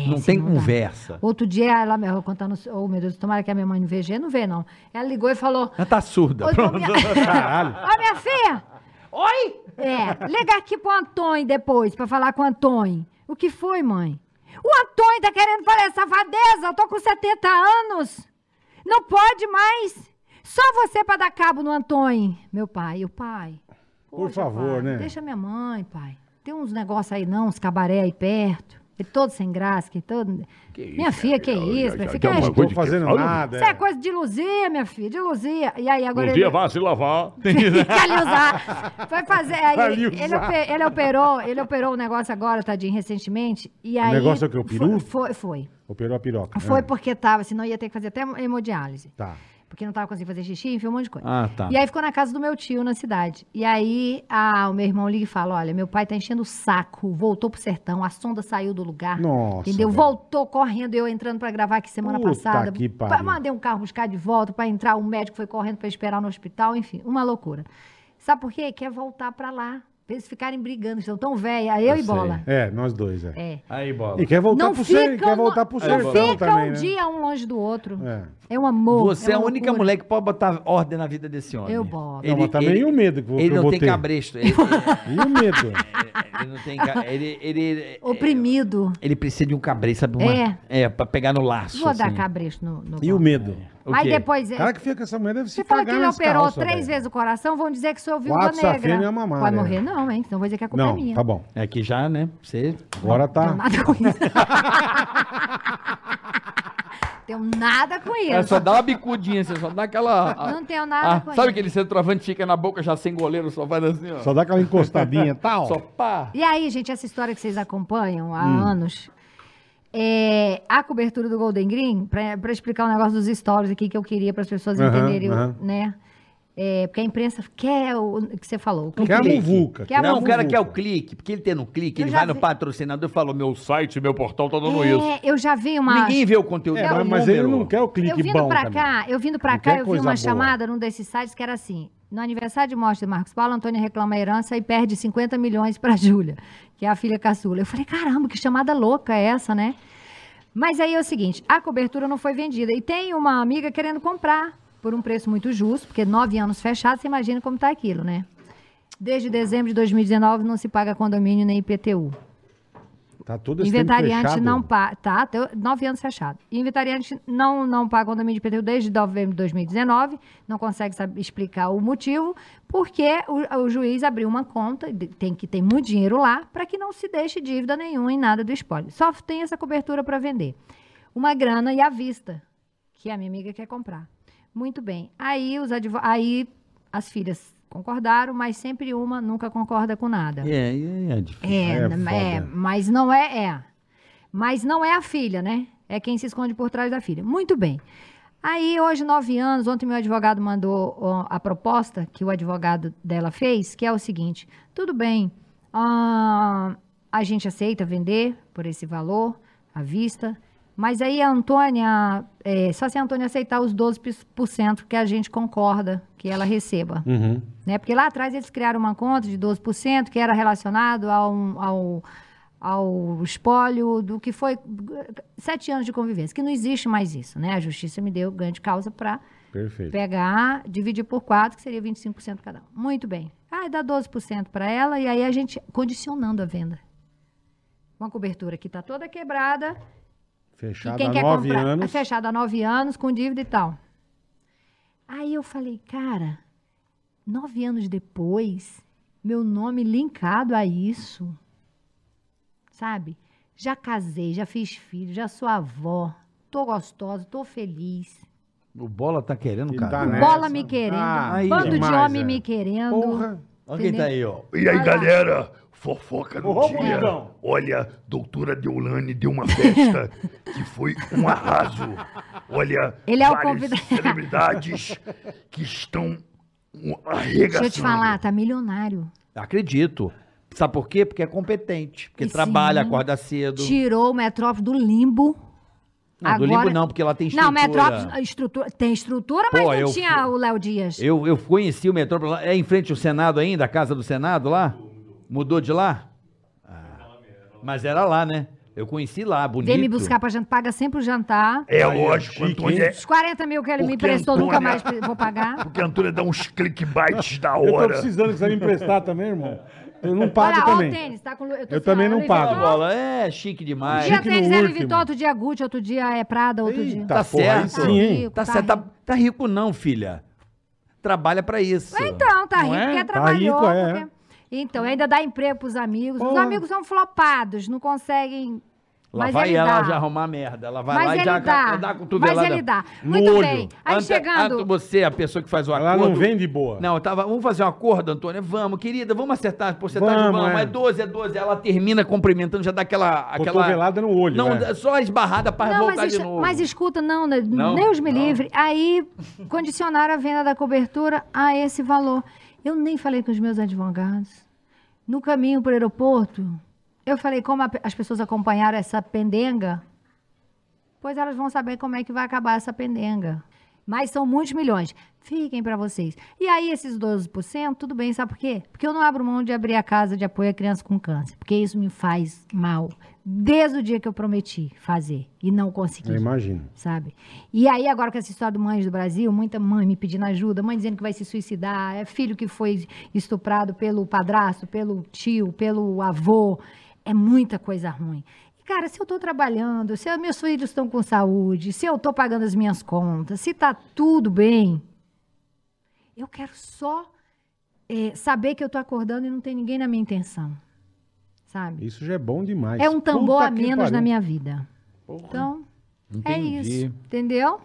[SPEAKER 3] não
[SPEAKER 4] "É, se
[SPEAKER 3] tem
[SPEAKER 4] não
[SPEAKER 2] um
[SPEAKER 4] dá.
[SPEAKER 3] conversa.
[SPEAKER 4] Outro dia, ela me eu contando, oh meu Deus, tomara que a minha mãe não veja, não vê, não. Ela ligou e falou:
[SPEAKER 3] Ela tá surda.
[SPEAKER 4] Ô,
[SPEAKER 3] pronto.
[SPEAKER 4] minha...
[SPEAKER 2] (laughs)
[SPEAKER 4] Ô, minha filha!
[SPEAKER 3] Oi?
[SPEAKER 4] É, liga aqui pro Antônio depois, pra falar com o Antônio. O que foi, mãe? O Antônio tá querendo falar safadeza, eu tô com 70 anos. Não pode mais. Só você pra dar cabo no Antônio. Meu pai, o pai.
[SPEAKER 2] Por
[SPEAKER 4] Poxa,
[SPEAKER 2] favor,
[SPEAKER 4] pai,
[SPEAKER 2] né?
[SPEAKER 4] Deixa minha mãe, pai. Tem uns negócios aí não, uns cabaré aí perto. E todo sem graça, que todo... minha filha, que isso? Minha filha, que
[SPEAKER 2] Não
[SPEAKER 4] é-
[SPEAKER 2] estou fazendo
[SPEAKER 3] né?
[SPEAKER 2] nada.
[SPEAKER 4] isso é
[SPEAKER 2] é.
[SPEAKER 4] coisa de Luzia, minha filha, de Luzia. E aí agora
[SPEAKER 1] Um
[SPEAKER 4] ele-
[SPEAKER 1] dia vá se
[SPEAKER 4] (laughs)
[SPEAKER 1] lavar.
[SPEAKER 4] Caliusar. Foi
[SPEAKER 2] (laughs)
[SPEAKER 4] fazer. aí
[SPEAKER 2] Caliusar.
[SPEAKER 4] ele, ele ope- ele operou, ele operou um negócio agora, tadinho, recentemente. E aí,
[SPEAKER 2] negócio é o quê? O peru?
[SPEAKER 4] Foi, foi. Foi,
[SPEAKER 2] Operou a piroca.
[SPEAKER 4] Foi
[SPEAKER 2] Ah,
[SPEAKER 4] porque tava, senão ia ter que fazer até hemodiálise.
[SPEAKER 2] Tá.
[SPEAKER 4] Porque não tava conseguindo fazer xixi, enfim, um monte de coisa.
[SPEAKER 3] Ah, tá.
[SPEAKER 4] E aí ficou na casa do meu tio, na cidade. E aí a- o meu irmão liga e fala: olha, meu pai tá enchendo o saco, voltou pro sertão, a sonda saiu do lugar.
[SPEAKER 2] Nossa,
[SPEAKER 4] Entendeu?
[SPEAKER 2] velho.
[SPEAKER 4] Voltou correndo, eu entrando pra gravar aqui semana
[SPEAKER 2] Puta
[SPEAKER 4] passada.
[SPEAKER 2] que pariu.
[SPEAKER 4] Mandei um carro buscar de volta pra entrar, o médico foi correndo pra esperar no hospital, enfim, uma loucura. Sabe por quê? Quer voltar pra lá. Pra eles ficarem brigando, estão tão velha, eu, e
[SPEAKER 3] sei.
[SPEAKER 4] bola.
[SPEAKER 2] É, nós dois, é.
[SPEAKER 4] É.
[SPEAKER 3] Aí, bola.
[SPEAKER 2] E quer voltar
[SPEAKER 4] não
[SPEAKER 2] pro
[SPEAKER 4] ficam,
[SPEAKER 2] ser, quer voltar pro
[SPEAKER 4] não
[SPEAKER 2] sertão
[SPEAKER 4] ficam
[SPEAKER 2] também,
[SPEAKER 4] um
[SPEAKER 2] né?
[SPEAKER 4] dia um longe do outro.
[SPEAKER 2] É.
[SPEAKER 4] É, um amor.
[SPEAKER 3] Você é a
[SPEAKER 4] uma
[SPEAKER 3] única
[SPEAKER 4] loucura.
[SPEAKER 3] mulher que pode botar ordem na vida desse homem.
[SPEAKER 4] Eu boto.
[SPEAKER 2] Não, mas também e o medo que eu-
[SPEAKER 3] Ele
[SPEAKER 2] que eu
[SPEAKER 3] não
[SPEAKER 2] vou
[SPEAKER 3] tem
[SPEAKER 2] ter?
[SPEAKER 4] (laughs)
[SPEAKER 3] cabresto. Ele, ele-
[SPEAKER 2] E o medo?
[SPEAKER 3] ele não tem. ca- Ele, ele,
[SPEAKER 4] Oprimido.
[SPEAKER 3] ele precisa de um cabresto, sabe? Uma,
[SPEAKER 4] É.
[SPEAKER 3] é, pra pegar no laço.
[SPEAKER 4] Vou dar
[SPEAKER 3] assim.
[SPEAKER 4] cabresto no, no
[SPEAKER 2] E o
[SPEAKER 4] bola.
[SPEAKER 2] medo?
[SPEAKER 3] O
[SPEAKER 4] Mas
[SPEAKER 3] quê?
[SPEAKER 4] depois.
[SPEAKER 2] O
[SPEAKER 4] é-
[SPEAKER 2] cara que fica com essa mulher deve se
[SPEAKER 4] Você fala que
[SPEAKER 2] cagar
[SPEAKER 4] ele
[SPEAKER 2] nas
[SPEAKER 4] operou
[SPEAKER 2] calças,
[SPEAKER 4] três
[SPEAKER 2] velho.
[SPEAKER 4] vezes o coração, vão dizer que sou viúva
[SPEAKER 2] Quatro
[SPEAKER 4] negra.
[SPEAKER 2] safena e uma mamária.
[SPEAKER 4] Pode morrer, não, hein? Então vou dizer que a culpa é
[SPEAKER 2] Não,
[SPEAKER 4] minha.
[SPEAKER 2] tá bom.
[SPEAKER 3] É que já, né? Você.
[SPEAKER 2] Agora
[SPEAKER 4] Tenho
[SPEAKER 2] tá.
[SPEAKER 4] nada com isso. (laughs) Tenho nada com isso.
[SPEAKER 3] É só dá uma bicudinha, você só dá aquela. a-
[SPEAKER 4] Não tenho nada
[SPEAKER 3] a-
[SPEAKER 4] com
[SPEAKER 3] Sabe
[SPEAKER 4] isso.
[SPEAKER 3] aquele centroavante que fica na boca já sem goleiro, só faz assim, ó.
[SPEAKER 2] Só dá
[SPEAKER 4] (laughs)
[SPEAKER 2] aquela encostadinha e tal.
[SPEAKER 3] Só pá.
[SPEAKER 4] E aí, gente, essa história que vocês acompanham há
[SPEAKER 3] Hum.
[SPEAKER 4] anos. É, a cobertura do Golden Green, para explicar o negócio dos stories aqui que eu queria para as pessoas
[SPEAKER 2] Aham,
[SPEAKER 4] entenderem, o-
[SPEAKER 2] aham.
[SPEAKER 4] né? É, porque a imprensa quer o que você falou.
[SPEAKER 2] Quer a
[SPEAKER 4] um clique.
[SPEAKER 2] muvuca.
[SPEAKER 4] Quer a
[SPEAKER 2] a
[SPEAKER 3] Não, o cara
[SPEAKER 2] muvuca.
[SPEAKER 3] quer o clique, porque ele tendo o clique,
[SPEAKER 4] Eu
[SPEAKER 3] ele
[SPEAKER 4] já
[SPEAKER 3] vai no
[SPEAKER 4] vi-
[SPEAKER 3] patrocinador e fala: meu site, meu portal tá dando isso.
[SPEAKER 4] É, eu já vi uma.
[SPEAKER 3] Ninguém vê o conteúdo.
[SPEAKER 2] É,
[SPEAKER 3] dá
[SPEAKER 2] mas,
[SPEAKER 3] um
[SPEAKER 2] mas ele
[SPEAKER 3] número.
[SPEAKER 2] não quer o
[SPEAKER 4] Eu
[SPEAKER 2] clique
[SPEAKER 4] vindo
[SPEAKER 2] bom.
[SPEAKER 4] pra
[SPEAKER 2] também.
[SPEAKER 4] cá, eu vindo pra
[SPEAKER 2] Não
[SPEAKER 4] cá,
[SPEAKER 2] quer
[SPEAKER 4] eu vi
[SPEAKER 2] coisa
[SPEAKER 4] uma
[SPEAKER 2] boa.
[SPEAKER 4] chamada num desses sites que era assim: no aniversário de morte do Marcos Paulo, Antônio reclama a herança e perde 50 milhões pra (laughs) Júlia, que é a filha caçula. Eu falei: caramba, que chamada louca é essa, né? Mas aí é o seguinte: a cobertura não foi vendida. E tem uma amiga querendo comprar por um preço muito justo, porque nove anos fechados, você imagina como tá aquilo, né? Desde dezembro de 2019 não se paga condomínio nem IPTU.
[SPEAKER 2] Tá todo esse tempo
[SPEAKER 4] Inventariante
[SPEAKER 2] fechado.
[SPEAKER 4] não paga. Tá, tô- nove anos fechado. Inventariante não, não paga condomínio de IPTU desde novembro de 2019, não consegue sab- explicar o motivo, porque o, o juiz abriu uma conta, de- tem que tem muito dinheiro lá, para que não se deixe dívida nenhuma em nada do espólio. Só tem essa cobertura para vender. Uma grana e à vista, que a minha amiga quer comprar. Muito bem. Aí, os advo- aí as filhas concordaram, mas sempre uma nunca concorda com nada.
[SPEAKER 3] É, é, é difícil.
[SPEAKER 4] É,
[SPEAKER 2] É
[SPEAKER 4] n- é,
[SPEAKER 2] foda.
[SPEAKER 4] mas não é, é. Mas não é a filha, né? É quem se esconde por trás da filha. Muito bem. Aí, hoje, nove anos, ontem meu advogado mandou ó, a proposta que o advogado dela fez, que é o seguinte: tudo bem, ah, a gente aceita vender por esse valor, à vista, mas aí a Antônia, é, só se a Antônia aceitar os 12% que a gente concorda que ela receba
[SPEAKER 2] Uhum.
[SPEAKER 4] né? Porque lá atrás eles criaram uma conta de 12% que era relacionado ao, ao, ao espólio do que foi sete anos de convivência, que não existe mais isso, né? A justiça me deu ganho de causa para
[SPEAKER 2] Perfeito.
[SPEAKER 4] pegar, dividir por quatro, que seria 25% cada um. Muito bem. Ah, dá 12% para ela e aí a gente condicionando a venda. Uma cobertura que está toda quebrada,
[SPEAKER 2] Fechado
[SPEAKER 4] e quem
[SPEAKER 2] há
[SPEAKER 4] quer
[SPEAKER 2] nove
[SPEAKER 4] comprar, Tá
[SPEAKER 2] anos.
[SPEAKER 4] Fechado há nove anos, com dívida e tal. Aí eu falei, cara, nove anos depois, meu nome linkado a isso, sabe? Já casei, já fiz filho, já sou avó, tô gostosa, tô feliz.
[SPEAKER 3] O Bola tá querendo,
[SPEAKER 2] E
[SPEAKER 3] cara.
[SPEAKER 2] tá
[SPEAKER 3] Olha
[SPEAKER 2] nessa.
[SPEAKER 4] Bola me querendo,
[SPEAKER 2] Ah,
[SPEAKER 3] aí
[SPEAKER 4] bando de
[SPEAKER 2] demais,
[SPEAKER 4] homem
[SPEAKER 2] é.
[SPEAKER 4] me querendo.
[SPEAKER 2] Porra.
[SPEAKER 3] quem
[SPEAKER 4] né?
[SPEAKER 3] tá aí, ó.
[SPEAKER 5] E aí,
[SPEAKER 4] Vai lá.
[SPEAKER 5] galera, fofoca no
[SPEAKER 2] Ô,
[SPEAKER 5] dia.
[SPEAKER 2] Bonitão.
[SPEAKER 5] Olha, doutora Deolane deu uma festa que foi um arraso. Olha,
[SPEAKER 4] Ele é o
[SPEAKER 5] várias
[SPEAKER 4] convidado.
[SPEAKER 5] celebridades que estão um,
[SPEAKER 4] Deixa
[SPEAKER 5] arregaçando.
[SPEAKER 4] eu te falar, tá milionário.
[SPEAKER 3] Acredito. Sabe por quê? Porque é competente. Porque
[SPEAKER 4] E
[SPEAKER 3] trabalha,
[SPEAKER 4] sim.
[SPEAKER 3] acorda cedo.
[SPEAKER 4] Tirou o Metrópole do limbo.
[SPEAKER 3] Não, do limbo não, porque ela tem estrutura.
[SPEAKER 4] Não, Metrópolis a estrutura, tem estrutura, mas
[SPEAKER 3] Pô,
[SPEAKER 4] não
[SPEAKER 3] eu
[SPEAKER 4] tinha
[SPEAKER 3] fui-
[SPEAKER 4] o Léo Dias.
[SPEAKER 3] Eu, eu conheci o Metrópole lá. É em frente ao Senado ainda, a casa do Senado lá? Mudou de lá? Ah, Mas era lá, né? Eu conheci lá, bonito.
[SPEAKER 4] Vem me buscar pra jantar, paga sempre o jantar.
[SPEAKER 5] É
[SPEAKER 2] Aí, ó,
[SPEAKER 5] lógico,
[SPEAKER 2] chique,
[SPEAKER 5] Antônio.
[SPEAKER 2] hein?
[SPEAKER 5] é-
[SPEAKER 4] Os 40 mil que ele me
[SPEAKER 5] Porque
[SPEAKER 4] emprestou, nunca
[SPEAKER 5] Antônia-
[SPEAKER 4] mais vou pagar.
[SPEAKER 5] Porque a Antônia dá uns clickbites da
[SPEAKER 2] Eu tô
[SPEAKER 5] hora.
[SPEAKER 2] precisando que você me emprestar também, irmão. Eu não pago
[SPEAKER 4] Olha, ó o
[SPEAKER 2] também.
[SPEAKER 4] tênis, tá com... tô
[SPEAKER 2] Eu
[SPEAKER 4] falando,
[SPEAKER 2] também não
[SPEAKER 4] Louis
[SPEAKER 2] pago.
[SPEAKER 3] Ah,
[SPEAKER 4] Vuitton.
[SPEAKER 3] bola. É chique demais.
[SPEAKER 4] Um dia
[SPEAKER 2] Chique no
[SPEAKER 4] tênis é Louis
[SPEAKER 2] último.
[SPEAKER 4] Vuitton, outro dia é Gucci, outro dia é Prada, outro dia...
[SPEAKER 2] Eita,
[SPEAKER 3] Tá
[SPEAKER 2] porra, aí
[SPEAKER 3] certo.
[SPEAKER 2] sim, hein?
[SPEAKER 4] rico,
[SPEAKER 3] Tá certo, tá, tá rico não, filha. Trabalha pra isso.
[SPEAKER 4] Então, tá
[SPEAKER 3] Não
[SPEAKER 4] rico,
[SPEAKER 3] é?
[SPEAKER 4] porque
[SPEAKER 2] Tá
[SPEAKER 4] trabalhou.
[SPEAKER 2] rico, é.
[SPEAKER 4] porque- Então, ainda dá emprego pros amigos. Os
[SPEAKER 2] Porra.
[SPEAKER 4] amigos são flopados, não conseguem...
[SPEAKER 3] Lá
[SPEAKER 4] mas
[SPEAKER 3] vai
[SPEAKER 4] ele
[SPEAKER 3] ela
[SPEAKER 4] dá.
[SPEAKER 3] já arrumar merda. Ela vai lá
[SPEAKER 4] Mas
[SPEAKER 3] e já
[SPEAKER 4] ele dá.
[SPEAKER 3] dá a cotovelada.
[SPEAKER 4] Mas ele dá.
[SPEAKER 2] No
[SPEAKER 4] Muito
[SPEAKER 2] olho.
[SPEAKER 4] bem. Aí
[SPEAKER 3] Ante-
[SPEAKER 4] chegando...
[SPEAKER 3] Ante- você, a pessoa que faz
[SPEAKER 4] Tá
[SPEAKER 3] o
[SPEAKER 2] Ela
[SPEAKER 3] acordo.
[SPEAKER 2] não vende boa.
[SPEAKER 3] Não, eu tava, vamos fazer um acordo, Antônia? Vamos, querida, vamos acertar a porcentagem,
[SPEAKER 2] Vamos,
[SPEAKER 3] vamos.
[SPEAKER 2] é.
[SPEAKER 3] é. 12, é 12. Ela termina cumprimentando, já dá aquela... aquela
[SPEAKER 2] Cotovelada no olho,
[SPEAKER 3] Não,
[SPEAKER 2] é.
[SPEAKER 3] só esbarrada pra
[SPEAKER 4] Não,
[SPEAKER 3] voltar
[SPEAKER 4] mas,
[SPEAKER 3] de
[SPEAKER 4] es-
[SPEAKER 3] novo.
[SPEAKER 4] mas escuta, não, né,
[SPEAKER 3] Não?
[SPEAKER 4] Deus me
[SPEAKER 3] Não.
[SPEAKER 4] livre. Aí condicionaram a venda da cobertura a esse valor. Eu nem falei com os meus advogados. No caminho para o aeroporto, eu falei como a pe- as pessoas acompanharam essa pendenga, pois elas vão saber como é que vai acabar essa pendenga. Mas são muitos milhões. Fiquem para vocês. E aí, esses 12%, tudo bem, sabe por quê? Porque eu não abro mão de abrir a casa de apoio à criança com câncer. Porque isso me faz mal. Desde o dia que eu prometi fazer e não consegui
[SPEAKER 2] Eu imagino.
[SPEAKER 4] sabe? E aí, agora com essa história do Mães do Brasil, muita mãe me pedindo ajuda, mãe dizendo que vai se suicidar, é filho que foi estuprado pelo padrasto, pelo tio, pelo avô. É muita coisa ruim. E, cara, se eu tô trabalhando, se meus filhos estão com saúde, se eu tô pagando as minhas contas, se tá tudo bem, eu quero só eh, saber que eu tô acordando e não tem ninguém na minha intenção, sabe?
[SPEAKER 2] Isso já é bom demais.
[SPEAKER 4] É um tambor
[SPEAKER 2] Puta
[SPEAKER 4] a
[SPEAKER 2] que
[SPEAKER 4] menos
[SPEAKER 2] pariu.
[SPEAKER 4] na minha vida. Então, é
[SPEAKER 3] Entendi.
[SPEAKER 4] isso. Entendeu?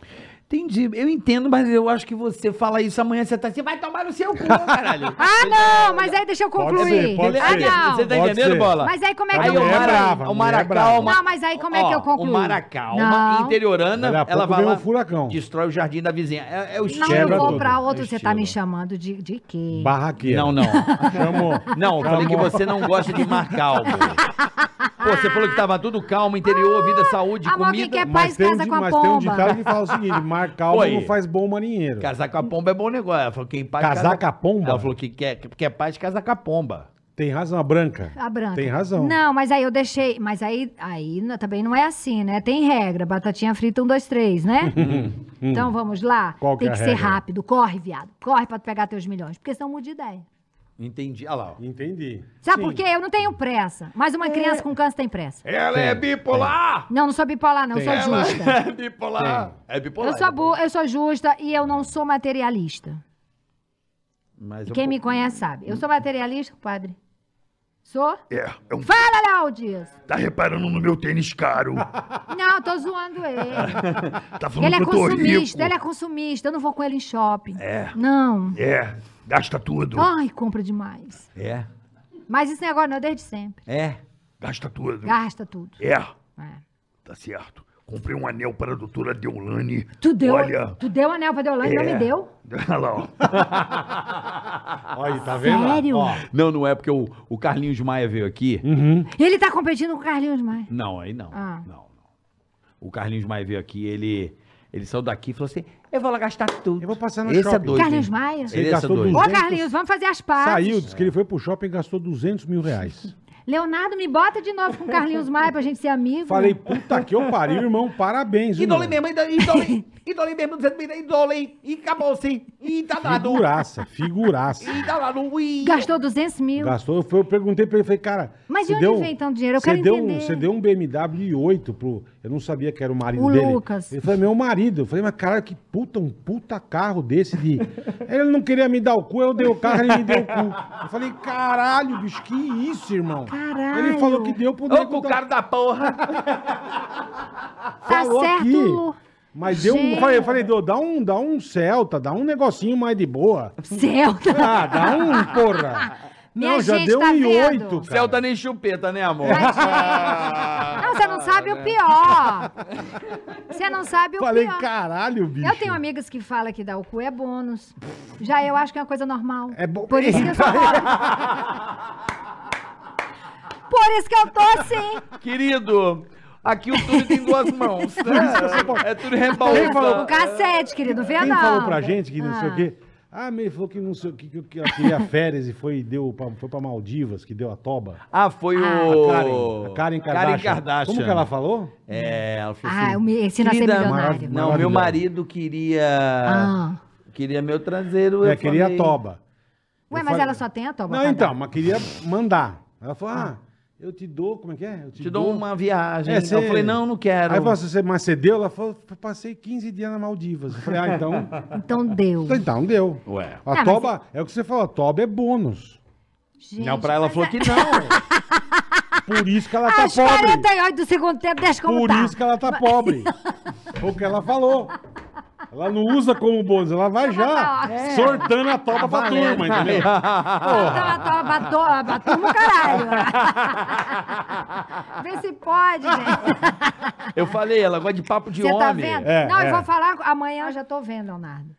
[SPEAKER 3] Entendi. Eu entendo, mas eu acho que você fala isso amanhã, você tá assim, vai tomar no seu cu, caralho.
[SPEAKER 4] (laughs) Ah, não! Mas aí deixa eu
[SPEAKER 2] Pode
[SPEAKER 4] concluir.
[SPEAKER 2] ser, pode
[SPEAKER 4] ah,
[SPEAKER 2] ser.
[SPEAKER 4] não!
[SPEAKER 3] Você tá
[SPEAKER 2] é Pode
[SPEAKER 3] entendendo,
[SPEAKER 2] ser.
[SPEAKER 3] bola?
[SPEAKER 4] Mas aí como é
[SPEAKER 2] Tá
[SPEAKER 4] que
[SPEAKER 3] Aí
[SPEAKER 2] bom.
[SPEAKER 4] eu
[SPEAKER 3] o
[SPEAKER 2] Mulher é
[SPEAKER 3] Mara,
[SPEAKER 2] brava, mulher é
[SPEAKER 3] o um Maracá,
[SPEAKER 2] brava.
[SPEAKER 3] o Ma-
[SPEAKER 4] Não, mas aí como é que eu concluo?
[SPEAKER 3] O Maracá, uma
[SPEAKER 4] Não.
[SPEAKER 3] interiorana,
[SPEAKER 2] Daqui a
[SPEAKER 3] ela
[SPEAKER 2] pouco
[SPEAKER 3] vai
[SPEAKER 2] vem
[SPEAKER 3] lá,
[SPEAKER 2] um furacão.
[SPEAKER 3] destrói o jardim da vizinha. É, é o
[SPEAKER 4] Não,
[SPEAKER 3] estilo.
[SPEAKER 2] Quebra
[SPEAKER 4] eu vou
[SPEAKER 2] tudo.
[SPEAKER 4] pra outro, você tá
[SPEAKER 3] Estilo.
[SPEAKER 4] me chamando de, de quê?
[SPEAKER 2] Barraqueira.
[SPEAKER 3] Não, não.
[SPEAKER 2] Chamou.
[SPEAKER 3] Não, eu falei que
[SPEAKER 2] Chamou.
[SPEAKER 3] você não gosta de mar calmo. Pô, você falou que tava tudo calmo, interior, vida, saúde,
[SPEAKER 4] Ah, amor, quem
[SPEAKER 3] comida.
[SPEAKER 4] quer
[SPEAKER 2] Mas
[SPEAKER 4] Paz
[SPEAKER 2] tem, um,
[SPEAKER 4] casa
[SPEAKER 2] di-
[SPEAKER 4] com a
[SPEAKER 2] mas tem um
[SPEAKER 4] pomba.
[SPEAKER 2] ditado que fala o seguinte: mar calmo
[SPEAKER 3] Oi.
[SPEAKER 2] não faz bom marinheiro.
[SPEAKER 3] Casar com a pomba é bom negócio. Ela falou que quem paz,
[SPEAKER 2] Casar com a pomba?
[SPEAKER 3] Ela falou que quer, que quer paz, casar com a pomba.
[SPEAKER 2] Tem razão, a branca.
[SPEAKER 4] A branca.
[SPEAKER 2] Tem razão.
[SPEAKER 4] Não, mas aí eu deixei. Mas aí, aí n- também não é assim, né? Tem regra. Batatinha frita, um, dois, três,
[SPEAKER 2] (laughs)
[SPEAKER 4] né? então vamos lá.
[SPEAKER 2] Hum. Qual que
[SPEAKER 4] tem
[SPEAKER 2] é
[SPEAKER 4] que,
[SPEAKER 2] a
[SPEAKER 4] ser
[SPEAKER 2] regra?
[SPEAKER 4] rápido. Corre, viado. Corre pra tu pegar teus milhões. Porque senão muda de ideia.
[SPEAKER 3] Entendi. Olha lá. ó.
[SPEAKER 2] Entendi.
[SPEAKER 4] Sabe
[SPEAKER 2] Sim. É.
[SPEAKER 4] por quê? Eu não tenho pressa. Mas uma criança com câncer tem pressa.
[SPEAKER 5] Ela é bipolar!
[SPEAKER 4] Não, não sou bipolar, não.
[SPEAKER 2] Tem.
[SPEAKER 4] Sou
[SPEAKER 2] Ela-
[SPEAKER 4] justa.
[SPEAKER 3] É (laughs) bipolar. É bipolar.
[SPEAKER 4] Eu sou, bu- eu sou justa e eu não sou materialista.
[SPEAKER 3] Mas
[SPEAKER 4] E
[SPEAKER 3] eu-
[SPEAKER 4] Quem me conhece sabe. Eu sou materialista, padre? Sou?
[SPEAKER 5] É, é um...
[SPEAKER 4] Fala, Léo Dias!
[SPEAKER 5] tá reparando no meu tênis caro.
[SPEAKER 4] Não, tô zoando ele.
[SPEAKER 5] Tá falando
[SPEAKER 4] Ele é
[SPEAKER 5] que eu tô rico.
[SPEAKER 4] consumista, ele é consumista. Eu não vou com ele em shopping.
[SPEAKER 5] É.
[SPEAKER 4] Não.
[SPEAKER 5] É, gasta tudo.
[SPEAKER 4] Ai, compra demais.
[SPEAKER 3] É.
[SPEAKER 4] Mas isso negócio não, desde sempre.
[SPEAKER 3] É.
[SPEAKER 5] Gasta tudo.
[SPEAKER 4] Gasta tudo.
[SPEAKER 5] É,
[SPEAKER 4] É.
[SPEAKER 5] tá certo. Comprei um anel para a doutora Deolane.
[SPEAKER 4] Tu deu,
[SPEAKER 5] Olha.
[SPEAKER 4] tu deu anel pra Deolane, não
[SPEAKER 5] é.
[SPEAKER 4] me deu?
[SPEAKER 5] Olha lá, ó.
[SPEAKER 2] Olha, tá vendo?
[SPEAKER 4] Sério?
[SPEAKER 2] Ó,
[SPEAKER 3] Não, não é porque o, o Carlinhos Maia veio aqui.
[SPEAKER 4] Ele tá competindo com o Carlinhos demais.
[SPEAKER 3] Não, aí não.
[SPEAKER 4] Ah.
[SPEAKER 3] Não, não. O Carlinhos Maia veio aqui, ele, ele saiu daqui e falou assim: eu vou lá gastar tudo.
[SPEAKER 2] Eu vou passar no
[SPEAKER 3] Esse é
[SPEAKER 2] shopping.
[SPEAKER 3] doido.
[SPEAKER 4] Carlinhos
[SPEAKER 3] hein?
[SPEAKER 4] Maia?
[SPEAKER 3] Esse
[SPEAKER 2] Ele
[SPEAKER 3] é
[SPEAKER 2] gastou
[SPEAKER 3] doido.
[SPEAKER 4] Ô,
[SPEAKER 2] 200.
[SPEAKER 4] Carlinhos, vamos fazer as pazes.
[SPEAKER 2] saiu, disse que ele foi pro shopping e gastou 200 mil reais.
[SPEAKER 4] Leonardo, me bota de novo com o Carlinhos Maia pra gente ser amigo.
[SPEAKER 2] Falei, puta que eu pariu, irmão, parabéns. irmão.
[SPEAKER 3] Idolei mesmo, idolei, idolei, idolei mesmo, idolei, e acabou sim, e tá dado,
[SPEAKER 2] Figuraça, figuraça.
[SPEAKER 3] e tá dado, e...
[SPEAKER 4] Gastou 200 mil.
[SPEAKER 2] Gastou, foi- eu perguntei pra ele, falei, cara.
[SPEAKER 4] Mas de
[SPEAKER 2] você
[SPEAKER 4] onde
[SPEAKER 2] deu-
[SPEAKER 4] vem tanto dinheiro? Eu
[SPEAKER 2] você
[SPEAKER 4] quero
[SPEAKER 2] deu,
[SPEAKER 4] entender.
[SPEAKER 2] Você deu um BMW i8 pro. Eu não sabia que era o marido
[SPEAKER 4] O
[SPEAKER 2] dele.
[SPEAKER 4] Lucas.
[SPEAKER 2] Ele falou, "É meu marido. Eu falei, mas caralho, que puta, um puta carro desse de. (laughs) ele não queria me dar o cu, eu dei o carro, ele me deu o cu. Eu falei, caralho, bicho, que isso, irmão?
[SPEAKER 4] Caralho.
[SPEAKER 2] Ele falou que deu pro
[SPEAKER 3] Ô,
[SPEAKER 4] então.
[SPEAKER 3] com o cara da porra.
[SPEAKER 4] Tá
[SPEAKER 2] falou
[SPEAKER 4] certo,
[SPEAKER 2] aqui.
[SPEAKER 4] Lu.
[SPEAKER 2] Mas deu um.
[SPEAKER 4] Gente.
[SPEAKER 2] Eu falei, eu falei, "Dô, dá um, dá um Celta, dá um negocinho mais de boa.
[SPEAKER 4] Celta.
[SPEAKER 2] Ah, dá um, porra.
[SPEAKER 4] (laughs) Minha
[SPEAKER 2] Não, já
[SPEAKER 4] gente
[SPEAKER 2] deu
[SPEAKER 4] tá
[SPEAKER 2] um
[SPEAKER 4] vendo.
[SPEAKER 2] i8, cara.
[SPEAKER 3] Celta nem chupeta, né, amor?
[SPEAKER 4] Não, você não sabe o pior. Você não sabe o
[SPEAKER 2] Falei,
[SPEAKER 4] pior.
[SPEAKER 2] caralho, bicho.
[SPEAKER 4] Eu tenho amigas que falam que dar o cu é bônus. Já eu acho que é uma coisa normal.
[SPEAKER 2] É bo-
[SPEAKER 4] Por isso que eu sou pobre.
[SPEAKER 2] (laughs)
[SPEAKER 4] Por isso que eu tô assim.
[SPEAKER 3] Querido, aqui o tudo tem duas mãos. né? É tudo
[SPEAKER 2] Quem falou-
[SPEAKER 4] O
[SPEAKER 3] rebolado.
[SPEAKER 4] cacete, querido, vê
[SPEAKER 2] Quem
[SPEAKER 4] não.
[SPEAKER 2] falou pra gente que não sei o
[SPEAKER 4] Ah.
[SPEAKER 2] quê? Ah, meio falou que não sei o quê, que, que ela queria férias e foi, e deu, pra- foi pra Maldivas, que deu a toba.
[SPEAKER 3] Ah, foi
[SPEAKER 2] A
[SPEAKER 3] o...
[SPEAKER 2] Karen, a Karen Kardashian.
[SPEAKER 3] Kardashian.
[SPEAKER 2] Como que ela falou?
[SPEAKER 3] É, ela falou
[SPEAKER 4] Ah,
[SPEAKER 3] assim...
[SPEAKER 4] eu me ensina a ser
[SPEAKER 3] querida,
[SPEAKER 4] milionário.
[SPEAKER 3] Não, meu
[SPEAKER 2] Maravilhosa.
[SPEAKER 3] marido queria...
[SPEAKER 4] Ah.
[SPEAKER 3] Queria meu traseiro,
[SPEAKER 2] É,
[SPEAKER 3] eu
[SPEAKER 2] queria a
[SPEAKER 3] falei-
[SPEAKER 2] toba.
[SPEAKER 4] Ué,
[SPEAKER 2] Eu
[SPEAKER 4] mas
[SPEAKER 2] falei-
[SPEAKER 4] ela só tem a toma.
[SPEAKER 2] Não, então, mas queria mandar. Ela falou, ah, eu te dou, como é que é? Eu
[SPEAKER 3] Te dou uma viagem.
[SPEAKER 2] É, cê-
[SPEAKER 3] Eu falei, não, não quero.
[SPEAKER 2] Aí falou, você, mas você deu? Ela falou, passei 15 dias na Maldivas. Eu falei,
[SPEAKER 4] (laughs)
[SPEAKER 2] ah, então,
[SPEAKER 4] Então deu.
[SPEAKER 2] então, então deu.
[SPEAKER 3] Ué.
[SPEAKER 2] A
[SPEAKER 4] Ah, mas
[SPEAKER 2] toba, é o que você falou, a toba é bônus.
[SPEAKER 4] Gente,
[SPEAKER 3] não, pra ela
[SPEAKER 4] mas é-
[SPEAKER 3] falou
[SPEAKER 4] a-
[SPEAKER 3] que
[SPEAKER 4] (laughs)
[SPEAKER 3] não.
[SPEAKER 2] Por isso que ela tá
[SPEAKER 4] Aos
[SPEAKER 2] pobre.
[SPEAKER 4] 48 do segundo tempo, deixa como
[SPEAKER 2] Por
[SPEAKER 4] tá.
[SPEAKER 2] isso que ela tá
[SPEAKER 4] (laughs)
[SPEAKER 2] pobre. Foi o que ela falou. Ela não usa como bônus, ela vai já
[SPEAKER 4] tá
[SPEAKER 2] É. sortando a topa
[SPEAKER 3] Tá
[SPEAKER 2] pra turma,
[SPEAKER 3] (laughs)
[SPEAKER 2] entendeu?
[SPEAKER 4] Porra. Toma, toma, toma,
[SPEAKER 2] (laughs)
[SPEAKER 4] caralho. Vê se pode, gente.
[SPEAKER 3] Eu falei, ela gosta de papo de
[SPEAKER 4] Você
[SPEAKER 3] homem.
[SPEAKER 4] tá vendo?
[SPEAKER 2] É,
[SPEAKER 4] não,
[SPEAKER 2] é.
[SPEAKER 4] eu vou falar. Amanhã eu já tô vendo, Leonardo.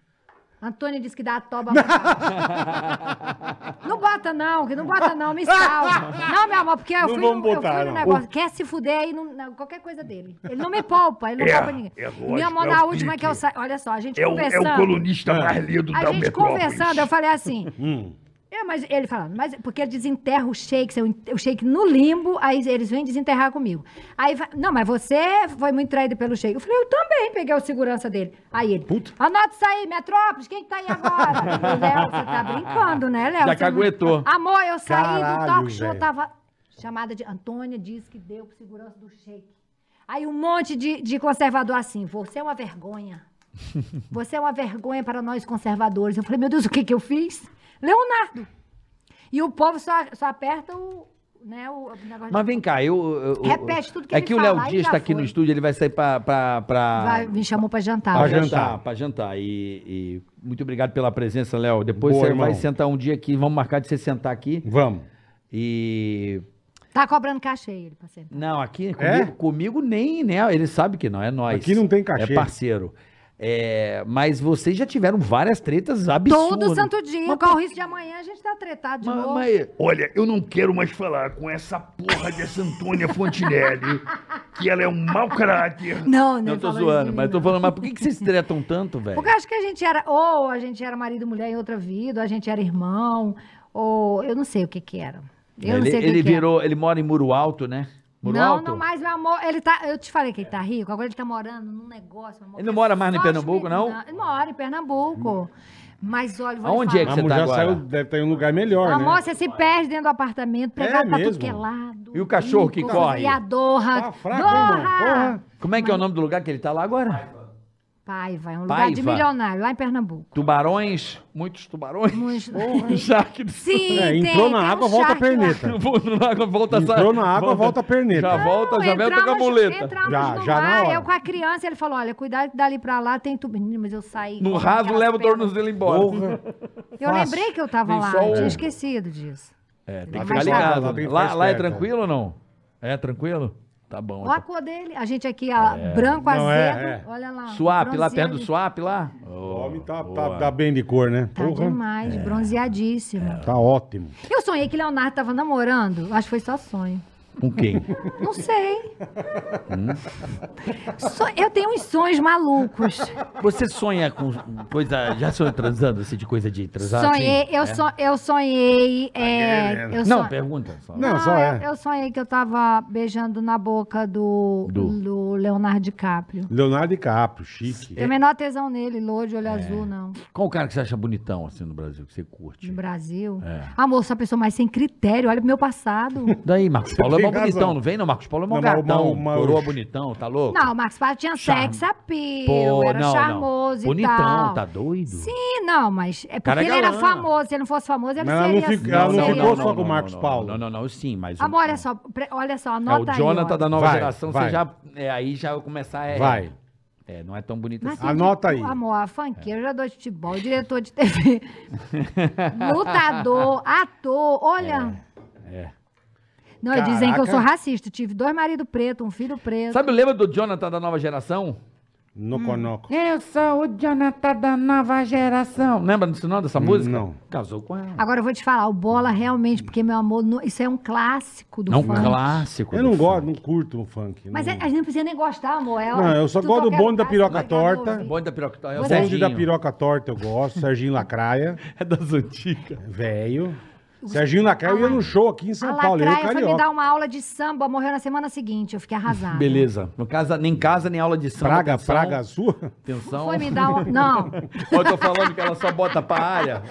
[SPEAKER 4] Antônio disse que dá a
[SPEAKER 2] (laughs)
[SPEAKER 4] toba pra ela. Não bota não, que não bota não, me salva. Não, meu amor, porque eu
[SPEAKER 2] Não
[SPEAKER 4] fui,
[SPEAKER 2] vamos
[SPEAKER 4] no, eu
[SPEAKER 2] botar,
[SPEAKER 4] fui no
[SPEAKER 2] não.
[SPEAKER 4] negócio. Quer se fuder aí, não- não, qualquer coisa dele. Ele não me poupa, ele não
[SPEAKER 5] É,
[SPEAKER 4] poupa ninguém.
[SPEAKER 5] é lógico,
[SPEAKER 4] Minha mão
[SPEAKER 5] é
[SPEAKER 4] na
[SPEAKER 5] o
[SPEAKER 4] última que
[SPEAKER 5] pique.
[SPEAKER 4] eu saí. Olha só, a gente
[SPEAKER 5] (laughs) É o, é
[SPEAKER 4] conversando.
[SPEAKER 5] o colunista mais lido
[SPEAKER 4] a
[SPEAKER 5] da
[SPEAKER 4] gente
[SPEAKER 5] Metrópolis.
[SPEAKER 4] conversando, eu falei assim.
[SPEAKER 2] (laughs) Hum.
[SPEAKER 4] É, mas ele falando, mas porque ele desenterra o shake, seu- o shake no limbo, aí eles vêm desenterrar comigo. Aí, vai, não, mas você foi muito traído pelo shake. Eu falei, eu também peguei o segurança dele. Aí ele,
[SPEAKER 2] Puta.
[SPEAKER 4] anota isso aí, Metrópolis, quem que tá aí agora? Eu
[SPEAKER 2] (laughs)
[SPEAKER 4] falei, Léo, você tá brincando, né, Léo?
[SPEAKER 3] Já
[SPEAKER 4] Você não-
[SPEAKER 3] caguetou.
[SPEAKER 4] Amor, eu saí do
[SPEAKER 2] Caralho,
[SPEAKER 4] talk show,
[SPEAKER 2] velho.
[SPEAKER 4] tava chamada de Antônia, disse que deu pro segurança do shake. Aí um monte de, de conservador assim, você é uma vergonha. Você é uma vergonha para nós conservadores. Eu falei, meu Deus, o que, que eu fiz? Leonardo. E o povo só, só aperta o, né, o o negócio.
[SPEAKER 3] Mas vem cá, eu. eu-
[SPEAKER 4] Repete tudo que
[SPEAKER 3] É
[SPEAKER 4] ele
[SPEAKER 3] que o Léo
[SPEAKER 4] falar e
[SPEAKER 3] Dias
[SPEAKER 4] já
[SPEAKER 3] tá aqui
[SPEAKER 4] foi.
[SPEAKER 3] no estúdio, ele vai sair pra. pra, pra...
[SPEAKER 4] Vai, me chamou para jantar.
[SPEAKER 2] Pra
[SPEAKER 3] Pra
[SPEAKER 2] jantar.
[SPEAKER 3] jantar, pra jantar. E, e muito obrigado pela presença, Léo. Depois
[SPEAKER 2] Boa,
[SPEAKER 3] você vai
[SPEAKER 2] irmão.
[SPEAKER 3] sentar um dia aqui, vamos marcar de você sentar aqui.
[SPEAKER 2] Vamos.
[SPEAKER 3] E.
[SPEAKER 4] Tá cobrando cachê ele, pra sempre.
[SPEAKER 3] Não, aqui comigo,
[SPEAKER 2] É?
[SPEAKER 3] comigo nem, né? Ele sabe que não, é nós.
[SPEAKER 2] Aqui não tem cachê.
[SPEAKER 3] É parceiro. É, mas vocês já tiveram várias tretas absurdas.
[SPEAKER 4] Todo santo dia,
[SPEAKER 3] Mas
[SPEAKER 4] com o risco de amanhã a gente tá tretado de
[SPEAKER 3] Mas,
[SPEAKER 4] novo.
[SPEAKER 3] mas-
[SPEAKER 5] Olha, eu não quero mais falar com essa porra dessa Antônia Fontinelli, que ela é um mau caráter.
[SPEAKER 4] Não, assim, não é
[SPEAKER 3] não, tô zoando, mas
[SPEAKER 4] né?
[SPEAKER 3] tô falando, mas por que, que vocês
[SPEAKER 4] (laughs)
[SPEAKER 3] tretam tanto, velho?
[SPEAKER 4] Porque eu acho que a gente era, ou a gente era marido e mulher em outra vida, ou a gente era irmão, ou eu não sei o que que era. Eu não
[SPEAKER 3] ele
[SPEAKER 4] sei o que
[SPEAKER 3] ele
[SPEAKER 4] que era.
[SPEAKER 3] virou, ele mora em Muro Alto, né? Muro
[SPEAKER 4] não,
[SPEAKER 3] Alto?
[SPEAKER 4] não mais, meu amor. Ele tá, eu te falei que ele tá rico, agora ele tá morando num negócio. Meu amor,
[SPEAKER 3] Ele não
[SPEAKER 4] que
[SPEAKER 3] mora
[SPEAKER 4] é
[SPEAKER 3] mais em
[SPEAKER 4] só
[SPEAKER 3] Pernambuco,
[SPEAKER 4] os
[SPEAKER 3] não? Hum.
[SPEAKER 4] meninos. Ele mora em Pernambuco. Mas olha, vou
[SPEAKER 3] Aonde
[SPEAKER 4] lhe
[SPEAKER 3] é que
[SPEAKER 4] falar.
[SPEAKER 2] A
[SPEAKER 3] você tá
[SPEAKER 2] mulher
[SPEAKER 3] agora?
[SPEAKER 2] saiu, deve estar em um lugar melhor,
[SPEAKER 4] Amor,
[SPEAKER 2] né?
[SPEAKER 4] você se perde dentro do apartamento, pegado pra
[SPEAKER 2] mesmo?
[SPEAKER 4] tudo que é lado.
[SPEAKER 3] E o cachorro que
[SPEAKER 4] Bico,
[SPEAKER 3] corre?
[SPEAKER 4] E a Dorra.
[SPEAKER 2] Tá fraco, hein,
[SPEAKER 4] Dorra!
[SPEAKER 2] irmão? Porra.
[SPEAKER 3] Como é que é o nome do lugar que ele tá lá agora?
[SPEAKER 4] Paiva, é um lugar de
[SPEAKER 3] Paiva.
[SPEAKER 4] milionário, lá em Pernambuco.
[SPEAKER 3] Tubarões, muitos tubarões.
[SPEAKER 4] Muitos-
[SPEAKER 3] (laughs) Shark do Sul.
[SPEAKER 4] Sim,
[SPEAKER 2] É,
[SPEAKER 4] tem,
[SPEAKER 2] entrou na
[SPEAKER 4] tem um
[SPEAKER 2] água, volta a
[SPEAKER 4] charque lá.
[SPEAKER 2] perneta.
[SPEAKER 3] Entrou na água, volta
[SPEAKER 2] Entrou na água, volta a perneta.
[SPEAKER 3] Já
[SPEAKER 2] Não,
[SPEAKER 3] volta, já volta com a
[SPEAKER 4] entramos-
[SPEAKER 3] muleta.
[SPEAKER 4] Entramos
[SPEAKER 2] Já-
[SPEAKER 4] no
[SPEAKER 2] já na
[SPEAKER 4] mar,
[SPEAKER 2] hora.
[SPEAKER 4] eu com a criança, ele falou, olha, cuidado que dali pra lá tem tubo. Menino, mas eu saí.
[SPEAKER 3] No
[SPEAKER 4] com
[SPEAKER 3] raso,
[SPEAKER 4] aquelas
[SPEAKER 3] leva o
[SPEAKER 4] pernas.
[SPEAKER 3] tornozelo embora.
[SPEAKER 2] Porra.
[SPEAKER 4] Eu
[SPEAKER 2] Fácil.
[SPEAKER 4] lembrei que eu tava
[SPEAKER 3] Tem
[SPEAKER 4] lá,
[SPEAKER 3] só
[SPEAKER 4] eu tinha
[SPEAKER 3] um.
[SPEAKER 4] esquecido disso.
[SPEAKER 3] É, tem que
[SPEAKER 4] Mas
[SPEAKER 3] ficar
[SPEAKER 4] tá-
[SPEAKER 3] ligado.
[SPEAKER 2] Lá tem que
[SPEAKER 3] Lá,
[SPEAKER 2] ficar
[SPEAKER 3] lá é
[SPEAKER 2] esperto, é.
[SPEAKER 3] tranquilo ou não? É tranquilo? Tá bom.
[SPEAKER 4] Olha a cor dele, a gente aqui, ó, branco,
[SPEAKER 2] Não,
[SPEAKER 4] azedo,
[SPEAKER 2] é, é.
[SPEAKER 4] olha lá.
[SPEAKER 3] Swap, lá
[SPEAKER 4] bronzeado.
[SPEAKER 3] perto do swap, lá?
[SPEAKER 2] O homem tá, tá,
[SPEAKER 3] Boa.
[SPEAKER 2] tá bem de cor, né?
[SPEAKER 4] Tá
[SPEAKER 2] Porra.
[SPEAKER 4] demais,
[SPEAKER 3] É.
[SPEAKER 4] bronzeadíssimo.
[SPEAKER 2] Tá ótimo.
[SPEAKER 4] Eu sonhei que Leonardo tava namorando, acho que foi só sonho.
[SPEAKER 3] Com
[SPEAKER 2] (laughs)
[SPEAKER 3] quem?
[SPEAKER 4] Não sei.
[SPEAKER 3] Hum?
[SPEAKER 4] So- eu tenho uns sonhos malucos.
[SPEAKER 3] Você sonha com coisa. Já sonhou transando, assim, de coisa de transar? assim?
[SPEAKER 4] sonhei, eu, so- eu sonhei, é,
[SPEAKER 5] Aquele,
[SPEAKER 4] eu
[SPEAKER 3] Não,
[SPEAKER 4] son-
[SPEAKER 3] pergunta só.
[SPEAKER 2] Tá Não, só é.
[SPEAKER 4] Eu, eu sonhei que eu tava beijando na boca do,
[SPEAKER 3] Do. É.
[SPEAKER 4] do. Leonardo DiCaprio.
[SPEAKER 2] Leonardo DiCaprio, chique.
[SPEAKER 4] Tem o menor tesão nele, louro,
[SPEAKER 3] É.
[SPEAKER 4] de olho azul, não.
[SPEAKER 3] Qual o cara que você acha bonitão, assim, no Brasil, que você curte?
[SPEAKER 4] No Brasil.
[SPEAKER 3] É.
[SPEAKER 4] Amor, sou a pessoa mais sem critério. Olha pro meu passado.
[SPEAKER 3] (laughs) Daí, Marcos Paulo é
[SPEAKER 2] tem
[SPEAKER 3] mó bonitão,
[SPEAKER 2] razão.
[SPEAKER 3] não vem, não? Marcos Paulo é mó
[SPEAKER 2] Não, mas o-
[SPEAKER 3] gatão,
[SPEAKER 2] mas o-
[SPEAKER 3] coroa bonitão, tá louco?
[SPEAKER 4] não, o Max Fábio tinha
[SPEAKER 3] Charm-
[SPEAKER 4] sexo appeal,
[SPEAKER 3] Pô,
[SPEAKER 4] era
[SPEAKER 3] não, não.
[SPEAKER 4] charmoso e tal.
[SPEAKER 3] Bonitão, tá doido?
[SPEAKER 4] Sim, não, mas é porque
[SPEAKER 3] Cara é
[SPEAKER 4] ele era
[SPEAKER 3] galã.
[SPEAKER 4] famoso. Se ele não fosse famoso, ele
[SPEAKER 2] Mas ela não
[SPEAKER 4] seria...
[SPEAKER 2] fica- ela não
[SPEAKER 4] seria-
[SPEAKER 2] ficou só com o Marcos
[SPEAKER 3] não,
[SPEAKER 2] Paulo.
[SPEAKER 3] Não, não, não, sim, mas.
[SPEAKER 4] Amor, olha só, pre- olha só,
[SPEAKER 3] É, o
[SPEAKER 4] anota aí.
[SPEAKER 3] Jonathan
[SPEAKER 4] ó.
[SPEAKER 3] da nova
[SPEAKER 2] Vai,
[SPEAKER 3] geração,
[SPEAKER 2] vai.
[SPEAKER 3] você já. É, aí já eu começar. É,
[SPEAKER 2] Vai.
[SPEAKER 3] É, não é tão bonito
[SPEAKER 4] Mas
[SPEAKER 3] assim.
[SPEAKER 4] tem
[SPEAKER 2] Anota
[SPEAKER 4] de-
[SPEAKER 2] aí.
[SPEAKER 4] Amor, a
[SPEAKER 3] É.
[SPEAKER 4] funkeira, jogador de futebol, diretor de
[SPEAKER 3] (laughs)
[SPEAKER 4] TV, lutador, ator, olha.
[SPEAKER 3] é.
[SPEAKER 4] Não, e dizem que eu
[SPEAKER 2] Caraca.
[SPEAKER 4] sou racista. Tive dois maridos pretos, um filho preto.
[SPEAKER 3] Sabe, lembra do Jonathan da nova geração?
[SPEAKER 4] Hum.
[SPEAKER 2] Noconoco.
[SPEAKER 3] Eu sou o Jonathan da nova geração. Lembra disso não, dessa música?
[SPEAKER 2] não.
[SPEAKER 3] Casou com ela.
[SPEAKER 4] Agora eu vou te falar, o Bola realmente, porque, meu amor, não- isso é um clássico do
[SPEAKER 3] É um
[SPEAKER 4] funk.
[SPEAKER 3] clássico.
[SPEAKER 2] Eu
[SPEAKER 3] do
[SPEAKER 2] não
[SPEAKER 3] funk.
[SPEAKER 2] gosto, não curto o funk.
[SPEAKER 4] Mas
[SPEAKER 2] não...
[SPEAKER 4] é- a gente não precisa nem gostar, amor. É,
[SPEAKER 2] Não, eu só
[SPEAKER 4] tu
[SPEAKER 2] gosto do
[SPEAKER 4] qualquer
[SPEAKER 2] bonde da
[SPEAKER 4] lugar,
[SPEAKER 2] piroca
[SPEAKER 4] você vai
[SPEAKER 2] torta.
[SPEAKER 4] ouvir.
[SPEAKER 3] Bonde da piroca. É o
[SPEAKER 2] O bonde
[SPEAKER 3] Serginho.
[SPEAKER 2] da piroca torta eu gosto, Serginho Lacraia,
[SPEAKER 3] (laughs) É das antigas.
[SPEAKER 2] velho. Serginho Lacraia eu ia num show aqui em
[SPEAKER 4] Ah, A
[SPEAKER 2] São Paulo, ele é
[SPEAKER 4] Lacraia foi me
[SPEAKER 2] carioca.
[SPEAKER 4] dar um uma aula de samba, morreu na semana seguinte, eu fiquei arrasada.
[SPEAKER 3] Beleza. No casa, nem casa, nem aula de samba.
[SPEAKER 2] Praga,
[SPEAKER 3] atenção,
[SPEAKER 2] praga sua?
[SPEAKER 3] Atenção.
[SPEAKER 4] Foi me dar uma... Não,
[SPEAKER 3] Eu tô falando que ela só bota pra área.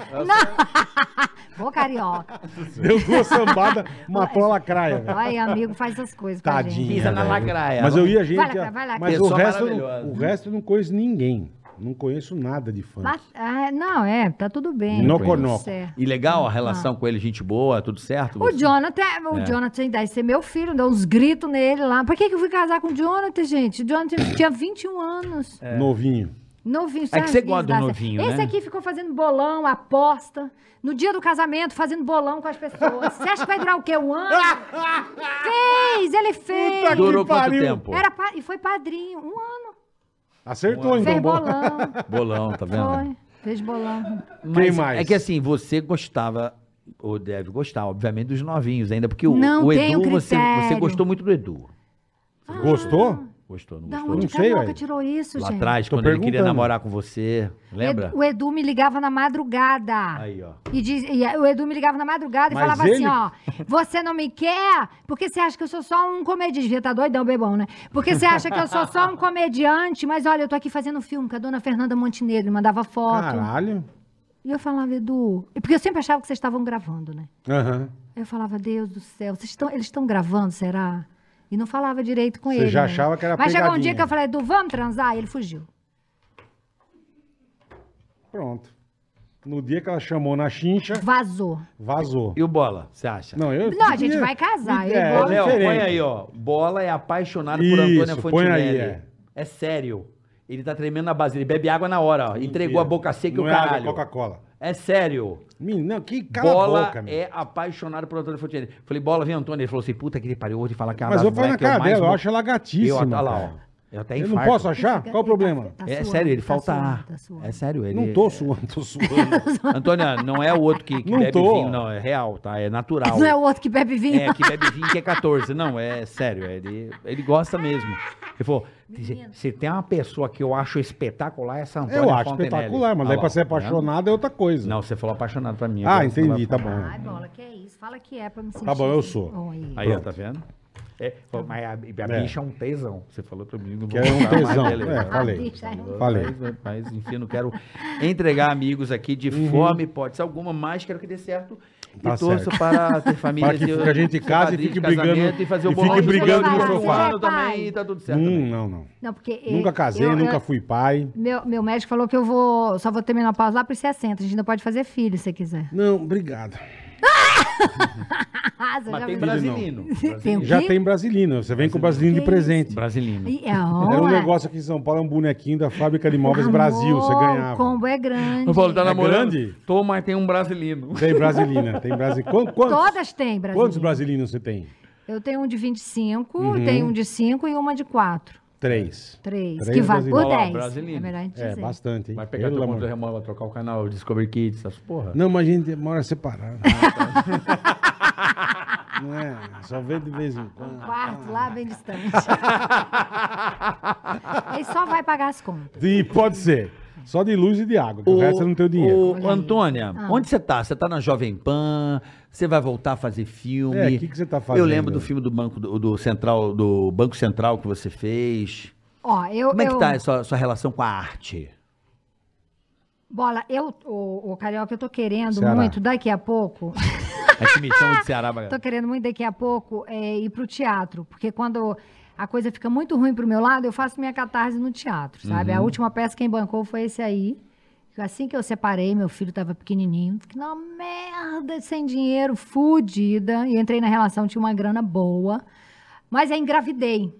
[SPEAKER 4] vou carioca.
[SPEAKER 2] (laughs) Deu duas sambadas, matou a Lacraia, velho.
[SPEAKER 4] Ai, amigo, faz essas coisas pra
[SPEAKER 2] Tadinha.
[SPEAKER 4] gente.
[SPEAKER 3] Pisa na
[SPEAKER 2] velho.
[SPEAKER 3] lacraia.
[SPEAKER 2] Mas eu ia, gente.
[SPEAKER 4] Vai, Lacraia, vai, Lacraia.
[SPEAKER 2] Mas o
[SPEAKER 3] Pessoa
[SPEAKER 2] resto, eu
[SPEAKER 3] maravilhosa.
[SPEAKER 2] não, o resto eu não conheço ninguém. Não conheço nada de funk.
[SPEAKER 4] Mas- ah, não, é, tá tudo bem.
[SPEAKER 2] No
[SPEAKER 4] tá
[SPEAKER 2] conoco.
[SPEAKER 4] tudo certo.
[SPEAKER 3] E legal a relação com ele, gente boa, tudo certo?
[SPEAKER 4] O Jonathan, é, o Jonathan deve ser meu filho, deu uns gritos nele lá. Por que, que eu fui casar com o Jonathan, gente? O Jonathan tinha 21 anos.
[SPEAKER 2] É. Novinho.
[SPEAKER 4] Novinho,
[SPEAKER 3] É que você
[SPEAKER 4] serzinho,
[SPEAKER 3] gosta do
[SPEAKER 4] dá certo.
[SPEAKER 3] novinho,
[SPEAKER 4] Esse
[SPEAKER 3] né?
[SPEAKER 4] aqui ficou fazendo bolão, aposta. No dia do casamento, fazendo bolão com as pessoas. Você acha que vai durar o quê? Um
[SPEAKER 3] (laughs)
[SPEAKER 4] ano? fez, ele fez.
[SPEAKER 3] Durou
[SPEAKER 2] que
[SPEAKER 3] quanto
[SPEAKER 2] pariu.
[SPEAKER 3] tempo?
[SPEAKER 4] Era pa- E foi padrinho, um ano.
[SPEAKER 2] Acertou, então.
[SPEAKER 4] fez
[SPEAKER 2] bom.
[SPEAKER 3] (laughs)
[SPEAKER 4] bolão.
[SPEAKER 3] Bolão, tá vendo?
[SPEAKER 4] Foi. Fez bolão.
[SPEAKER 3] Mas
[SPEAKER 2] mais?
[SPEAKER 3] É que assim, você gostava, ou deve gostar, obviamente, dos novinhos ainda, porque o,
[SPEAKER 4] Não
[SPEAKER 3] o
[SPEAKER 4] tem
[SPEAKER 3] Edu,
[SPEAKER 4] um
[SPEAKER 3] você,
[SPEAKER 4] critério.
[SPEAKER 3] você gostou muito do Edu.
[SPEAKER 2] (laughs) Gostou?
[SPEAKER 3] Gostou, não
[SPEAKER 4] Da
[SPEAKER 3] gostou?
[SPEAKER 4] onde
[SPEAKER 2] Não sei,
[SPEAKER 4] Carioca
[SPEAKER 2] ué.
[SPEAKER 4] tirou isso,
[SPEAKER 3] Lá
[SPEAKER 4] gente?
[SPEAKER 3] atrás,
[SPEAKER 2] Tô
[SPEAKER 3] quando ele queria
[SPEAKER 2] perguntando.
[SPEAKER 3] namorar com você, lembra?
[SPEAKER 4] Edu- o Edu me ligava na madrugada.
[SPEAKER 3] Aí, ó.
[SPEAKER 4] E, diz- e a- o Edu me ligava na madrugada e
[SPEAKER 2] Mas
[SPEAKER 4] falava assim,
[SPEAKER 2] ele-
[SPEAKER 4] ó, você não me quer porque você acha que eu sou só um comediante. Tá doidão, bebão, né? Porque você acha que eu sou só um comediante, mas olha, eu tô aqui fazendo um filme com a dona Fernanda Montenegro, mandava Ah, foto.
[SPEAKER 2] Caralho.
[SPEAKER 4] E eu falava, Edu... e Porque eu sempre achava que vocês estavam gravando, né?
[SPEAKER 2] Aham.
[SPEAKER 4] Aí Eu falava, Deus do céu, vocês estão, eles estão gravando, será? E não falava direito com
[SPEAKER 2] Você
[SPEAKER 4] ele.
[SPEAKER 2] já
[SPEAKER 4] né?
[SPEAKER 2] achava que era
[SPEAKER 4] Mas chegou um
[SPEAKER 2] pegadinha.
[SPEAKER 4] dia que eu falei, Edu, vamos transar? E ele fugiu.
[SPEAKER 2] Pronto. No dia que ela chamou na chincha,
[SPEAKER 4] Vazou.
[SPEAKER 2] vazou.
[SPEAKER 3] E o Bola, você acha?
[SPEAKER 2] Não, eu.
[SPEAKER 4] Não, a gente vai casar, eu e
[SPEAKER 2] É,
[SPEAKER 3] Ô,
[SPEAKER 4] Bola.
[SPEAKER 2] é
[SPEAKER 3] Léo, põe
[SPEAKER 2] diferente.
[SPEAKER 3] aí, ó. Bola é apaixonado
[SPEAKER 2] Isso,
[SPEAKER 3] por Antônia
[SPEAKER 2] põe
[SPEAKER 3] Fontinelli.
[SPEAKER 2] aí, é.
[SPEAKER 3] é sério. Ele tá tremendo na base. Ele bebe água na hora, ó. Entregou a boca seca e o
[SPEAKER 2] Não é água, é
[SPEAKER 3] caralho.
[SPEAKER 2] Coca-Cola.
[SPEAKER 3] É sério.
[SPEAKER 2] Menino, não, que cala
[SPEAKER 3] Bola
[SPEAKER 2] a boca, meu.
[SPEAKER 3] é apaixonado por Antônia Fontinelli. Falei, Bola, vem Antônia. Ele falou assim, puta que ele pariu. Hoje fala, cara,
[SPEAKER 2] Mas eu falei na
[SPEAKER 3] moleque, é o
[SPEAKER 2] cara
[SPEAKER 3] mais
[SPEAKER 2] dela, eu
[SPEAKER 3] mo-
[SPEAKER 2] acho ela
[SPEAKER 3] Eu,
[SPEAKER 2] gatíssima.
[SPEAKER 3] olha lá,
[SPEAKER 2] cara.
[SPEAKER 3] ó. Eu até
[SPEAKER 2] Eu
[SPEAKER 3] infarto.
[SPEAKER 2] não posso achar? Qual o problema?
[SPEAKER 4] Tá
[SPEAKER 3] É
[SPEAKER 4] suando,
[SPEAKER 3] sério, ele
[SPEAKER 4] tá
[SPEAKER 3] falta
[SPEAKER 4] suando,
[SPEAKER 3] ar.
[SPEAKER 4] tá suando.
[SPEAKER 3] É sério, ele...
[SPEAKER 2] Não tô suando, tô suando.
[SPEAKER 3] Antônia, não é o outro que, que
[SPEAKER 2] Não
[SPEAKER 3] bebe
[SPEAKER 2] tô.
[SPEAKER 3] vinho, não. É real, tá? É
[SPEAKER 4] (laughs)
[SPEAKER 3] natural.
[SPEAKER 4] Não é o outro que bebe vinho?
[SPEAKER 3] É, que bebe vinho que é 14. Não, é sério, ele, ele gosta mesmo. Ele falou, se, se tem uma pessoa que eu acho espetacular, é essa Antônia
[SPEAKER 2] (laughs) eu acho
[SPEAKER 3] Fontenelle.
[SPEAKER 2] espetacular, mas
[SPEAKER 3] Olha
[SPEAKER 2] aí
[SPEAKER 3] lá,
[SPEAKER 2] pra ser
[SPEAKER 3] tá vendo?
[SPEAKER 2] apaixonado é outra coisa.
[SPEAKER 3] Não, você falou apaixonado pra mim.
[SPEAKER 2] ah,
[SPEAKER 3] agora você não vai
[SPEAKER 2] entendi, tá
[SPEAKER 3] falar.
[SPEAKER 4] Ai,
[SPEAKER 2] bom. Tá
[SPEAKER 4] bola, que é isso? Fala que é pra me sentir.
[SPEAKER 2] bom, eu
[SPEAKER 4] assim.
[SPEAKER 2] sou.
[SPEAKER 4] Oi.
[SPEAKER 3] Aí, ó, tá vendo? É, pô, mas a, a
[SPEAKER 2] É.
[SPEAKER 3] bicha é um tesão. Você falou pra mim. Não
[SPEAKER 2] Que
[SPEAKER 3] vou
[SPEAKER 2] é um
[SPEAKER 3] falar mais
[SPEAKER 2] tesão.
[SPEAKER 3] dela,
[SPEAKER 2] É,
[SPEAKER 3] né?
[SPEAKER 2] falei.
[SPEAKER 4] bicha é um
[SPEAKER 2] Falei.
[SPEAKER 3] Mas, mas, enfim, não quero entregar amigos aqui de forma, hipótese alguma, mas quero que dê certo.
[SPEAKER 2] Uhum. Tá
[SPEAKER 3] e torço
[SPEAKER 2] certo.
[SPEAKER 3] para ter família.
[SPEAKER 2] Para que
[SPEAKER 3] ter-
[SPEAKER 2] a gente
[SPEAKER 3] ser
[SPEAKER 2] case e
[SPEAKER 3] padrinho
[SPEAKER 2] fique
[SPEAKER 3] de casamento
[SPEAKER 2] brigando-
[SPEAKER 3] E fazer o
[SPEAKER 2] e
[SPEAKER 3] bolão.
[SPEAKER 4] fique brigando no
[SPEAKER 3] Eu
[SPEAKER 4] sofá.
[SPEAKER 3] falo também, tá tudo certo. também.
[SPEAKER 2] Hum, não, não.
[SPEAKER 4] Não, porque eu-
[SPEAKER 2] Nunca casei,
[SPEAKER 4] eu-
[SPEAKER 2] nunca
[SPEAKER 4] eu-
[SPEAKER 2] fui pai.
[SPEAKER 4] Meu, meu médico falou que eu vou só vou ter menopausa lá pros 60. A gente ainda pode fazer filho se você
[SPEAKER 3] (laughs)
[SPEAKER 4] quiser.
[SPEAKER 2] Não, obrigado.
[SPEAKER 4] Ah, você
[SPEAKER 3] Mas
[SPEAKER 4] já
[SPEAKER 3] tem
[SPEAKER 4] viu?
[SPEAKER 3] brasileiro.
[SPEAKER 4] Tem o
[SPEAKER 2] Já
[SPEAKER 4] quê?
[SPEAKER 2] tem brasileiro, você vem com o brasileiro de
[SPEAKER 4] Que isso?
[SPEAKER 2] presente.
[SPEAKER 3] Brasileiro.
[SPEAKER 4] Ih,
[SPEAKER 2] Era um
[SPEAKER 4] é, olha.
[SPEAKER 2] negócio aqui em São Paulo, um bonequinho da fábrica de imóveis Brasil, você
[SPEAKER 4] Amor,
[SPEAKER 2] ganhava.
[SPEAKER 4] O combo é grande.
[SPEAKER 3] Eu falo, tá
[SPEAKER 2] É
[SPEAKER 3] namorando?
[SPEAKER 2] grande?
[SPEAKER 3] Tô, mas tem um brasileiro.
[SPEAKER 2] Tem brasilina, tem brasileiro. Quantos,
[SPEAKER 4] Todas têm, Brasil.
[SPEAKER 2] quantos Uhum. brasilinos você tem?
[SPEAKER 4] Eu tenho um de 25, tenho um de 5 e uma de 4.
[SPEAKER 2] Três.
[SPEAKER 4] 3,
[SPEAKER 2] Três
[SPEAKER 4] que vai
[SPEAKER 2] brasileiros.
[SPEAKER 4] por
[SPEAKER 3] Olha lá,
[SPEAKER 4] 10. É
[SPEAKER 3] brasileiro.
[SPEAKER 4] melhor a gente
[SPEAKER 2] É,
[SPEAKER 4] dizer.
[SPEAKER 2] bastante, hein?
[SPEAKER 3] Vai pegar
[SPEAKER 2] Pelo
[SPEAKER 3] teu
[SPEAKER 2] amor
[SPEAKER 3] controle
[SPEAKER 2] de
[SPEAKER 3] remoto, vai trocar o canal Discovery Kids, essas porra.
[SPEAKER 2] Não, mas a gente mora separado.
[SPEAKER 3] Ah, tá.
[SPEAKER 2] Não é? Só vê de vez em quando.
[SPEAKER 4] Quarto lá, bem distante.
[SPEAKER 3] (laughs)
[SPEAKER 4] Ele só vai pagar as contas.
[SPEAKER 2] E pode ser. Só de luz e de água, (laughs) que o, resto eu não tenho dinheiro.
[SPEAKER 3] Ô, Antônia,
[SPEAKER 4] Ah.
[SPEAKER 3] onde você tá? Você tá na Jovem Pan? Você vai voltar a fazer filme?
[SPEAKER 2] É, o que que você tá fazendo?
[SPEAKER 3] Eu lembro do filme do Banco do, do Central, do Banco Central que você fez.
[SPEAKER 4] Ó, eu,
[SPEAKER 3] Como é que
[SPEAKER 4] eu-
[SPEAKER 3] tá a sua, sua relação com a arte?
[SPEAKER 4] Bola, eu, o, Carioca, eu tô querendo
[SPEAKER 2] Ceará.
[SPEAKER 4] muito daqui a pouco.
[SPEAKER 3] É que me chamam de Ceará,
[SPEAKER 4] tô
[SPEAKER 3] mas...
[SPEAKER 4] querendo muito daqui a pouco é, ir pro teatro. Porque quando a coisa fica muito ruim pro meu lado, eu faço minha catarse no teatro, sabe? A última peça quem bancou foi esse aí. Assim que eu separei, meu filho tava pequenininho. Fiquei na merda, sem dinheiro, fudida. E entrei na relação, tinha uma grana boa. Mas aí engravidei.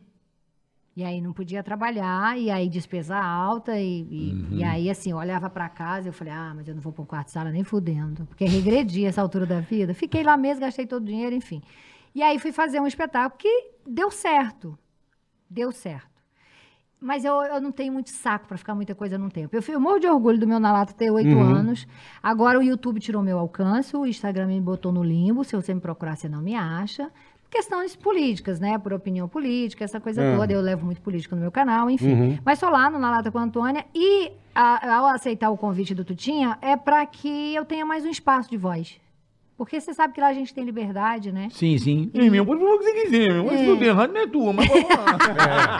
[SPEAKER 4] E aí não podia trabalhar, e aí despesa alta, e, e, e aí assim, eu olhava pra casa, eu falei, ah, mas eu não vou pra um quarto de sala nem fudendo, porque regredi essa altura da vida. Fiquei lá mesmo, gastei todo o dinheiro, enfim. E aí fui fazer um espetáculo que deu certo, deu certo. Mas eu, eu não tenho muito saco pra ficar muita coisa num tempo. Eu, fui- eu morro de orgulho do meu Nalato ter oito anos. Agora o YouTube tirou meu alcance, o Instagram me botou no limbo. Se você me procurar, você não me acha. Questões políticas, né? Por opinião política, essa coisa
[SPEAKER 2] Ah.
[SPEAKER 4] toda. Eu levo muito política no meu canal, enfim.
[SPEAKER 2] Uhum.
[SPEAKER 4] Mas sou lá no Na Lata com a Antônia. E a- ao aceitar o convite do Tutinha, é pra que eu tenha mais um espaço de voz. Porque você sabe que lá a gente tem liberdade, né?
[SPEAKER 3] Sim, sim. E meu, pode falar o que você quiser, meu. Mas tudo errado não é tua, mas vamos lá.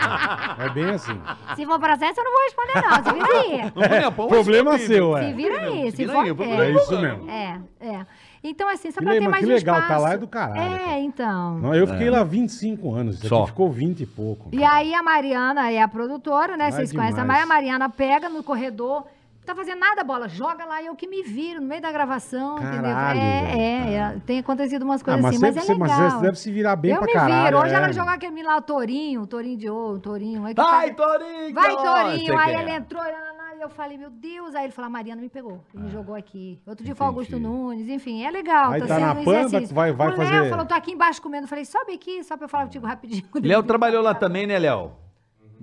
[SPEAKER 2] É bem assim.
[SPEAKER 4] Se for processo, eu não vou responder, não. Se
[SPEAKER 2] (laughs)
[SPEAKER 4] vira aí.
[SPEAKER 3] Olha, pô,
[SPEAKER 2] Problema
[SPEAKER 3] isso é
[SPEAKER 2] seu,
[SPEAKER 4] Se
[SPEAKER 2] é.
[SPEAKER 4] vira aí. Se
[SPEAKER 3] vira
[SPEAKER 4] for,
[SPEAKER 3] aí, eu vou-
[SPEAKER 4] é.
[SPEAKER 2] É isso mesmo.
[SPEAKER 4] É, é. Então, assim, só
[SPEAKER 2] Que
[SPEAKER 4] pra
[SPEAKER 2] le-
[SPEAKER 4] ter
[SPEAKER 2] mas
[SPEAKER 4] mais
[SPEAKER 2] que
[SPEAKER 4] um
[SPEAKER 2] legal, tá
[SPEAKER 4] espaço.
[SPEAKER 2] lá é do caralho, cara.
[SPEAKER 4] É, então.
[SPEAKER 2] Não, eu fiquei lá 25 anos, isso
[SPEAKER 3] É. Só.
[SPEAKER 2] aqui ficou 20 e pouco.
[SPEAKER 4] E aí a Mariana é a produtora, né?
[SPEAKER 2] Vai
[SPEAKER 4] Vocês conhecem a
[SPEAKER 2] demais.
[SPEAKER 4] Maria. A Mariana pega no corredor, não tá fazendo nada, bola, joga lá, eu que me viro no meio da gravação,
[SPEAKER 2] Caralho,
[SPEAKER 4] entendeu?
[SPEAKER 2] velho.
[SPEAKER 4] É, é, tem acontecido umas
[SPEAKER 2] Ah,
[SPEAKER 4] coisas
[SPEAKER 2] mas,
[SPEAKER 4] assim,
[SPEAKER 2] você,
[SPEAKER 4] mas é
[SPEAKER 2] você-
[SPEAKER 4] legal.
[SPEAKER 2] mas você deve se virar bem
[SPEAKER 4] eu
[SPEAKER 2] pra
[SPEAKER 4] me
[SPEAKER 2] caralho.
[SPEAKER 4] viro. Hoje
[SPEAKER 2] é.
[SPEAKER 4] ela joga aquele lá, o Tourinho, o Tourinho de ouro, o Tourinho. Aí que
[SPEAKER 3] Vai,
[SPEAKER 4] faz-
[SPEAKER 3] Torinho!
[SPEAKER 4] Vai, Tourinho!
[SPEAKER 3] Você
[SPEAKER 4] Aí
[SPEAKER 3] quer.
[SPEAKER 2] é.
[SPEAKER 4] ele entrou, lá, lá, lá, e eu falei, meu Deus! Aí ele falou, a Mariana me pegou, e me jogou aqui. Outro dia foi o Augusto
[SPEAKER 3] entendi.
[SPEAKER 4] Nunes, enfim, é legal.
[SPEAKER 2] Ah, Aí
[SPEAKER 4] tá
[SPEAKER 2] tá
[SPEAKER 4] sendo
[SPEAKER 2] na
[SPEAKER 4] um
[SPEAKER 2] Pampa,
[SPEAKER 4] exercício.
[SPEAKER 2] vai- vai
[SPEAKER 4] o
[SPEAKER 2] fazer-
[SPEAKER 4] Léo falou, tô aqui embaixo comendo. Eu falei, sobe aqui, só pra eu falar contigo rapidinho.
[SPEAKER 3] Léo trabalhou lá também, né, Léo?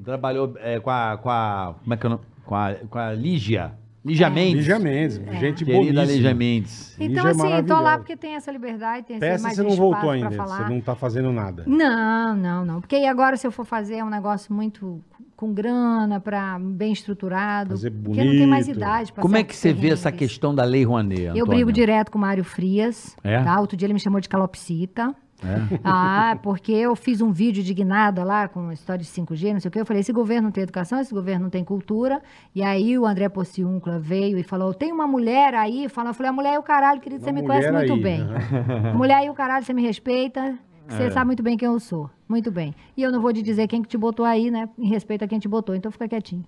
[SPEAKER 3] Trabalhou é, com a. com a. Como é que é o nome? Com a, com a Lígia. Lígia Mendes.
[SPEAKER 2] Lígia Mendes,
[SPEAKER 4] É.
[SPEAKER 2] gente
[SPEAKER 3] Querida
[SPEAKER 2] boníssima.
[SPEAKER 3] Lígia Mendes.
[SPEAKER 4] Então,
[SPEAKER 2] Lígia é
[SPEAKER 4] assim, tô
[SPEAKER 2] maravilhosa.
[SPEAKER 4] lá porque tem essa liberdade, tem esse
[SPEAKER 2] Peça
[SPEAKER 4] mais
[SPEAKER 2] você não
[SPEAKER 4] espaço
[SPEAKER 2] voltou
[SPEAKER 4] pra
[SPEAKER 2] ainda,
[SPEAKER 4] falar.
[SPEAKER 2] você não tá fazendo nada.
[SPEAKER 4] Não, não, não. Porque aí agora se eu for fazer é um negócio muito com grana, pra, bem estruturado.
[SPEAKER 2] Fazer
[SPEAKER 4] Porque não tem mais
[SPEAKER 2] bonito.
[SPEAKER 4] idade. pra
[SPEAKER 3] Como é
[SPEAKER 4] certos
[SPEAKER 3] que você vê
[SPEAKER 4] perrengues.
[SPEAKER 3] essa questão da Lei Rouanet, Antônio?
[SPEAKER 4] Eu brigo direto com o Mário Frias.
[SPEAKER 3] É?
[SPEAKER 4] Tá? Outro dia ele me chamou de calopsita.
[SPEAKER 3] É.
[SPEAKER 4] Ah, porque eu fiz um vídeo de guinada lá com a história de 5G, não sei o quê. Eu falei, esse governo não tem educação, esse governo não tem cultura. E aí o André Pociúncula veio e falou, tem uma mulher aí. Fala, eu falei, a mulher é o caralho, querido, você
[SPEAKER 2] Uma
[SPEAKER 4] me conhece
[SPEAKER 2] mulher
[SPEAKER 4] muito
[SPEAKER 2] aí,
[SPEAKER 4] bem.
[SPEAKER 2] né?
[SPEAKER 4] (laughs) Mulher aí, o caralho, você me respeita.
[SPEAKER 2] É.
[SPEAKER 4] Você sabe muito bem quem eu sou. Muito bem. E eu não vou te dizer quem que te botou aí, né? Em respeito a quem te botou, então fica quietinho.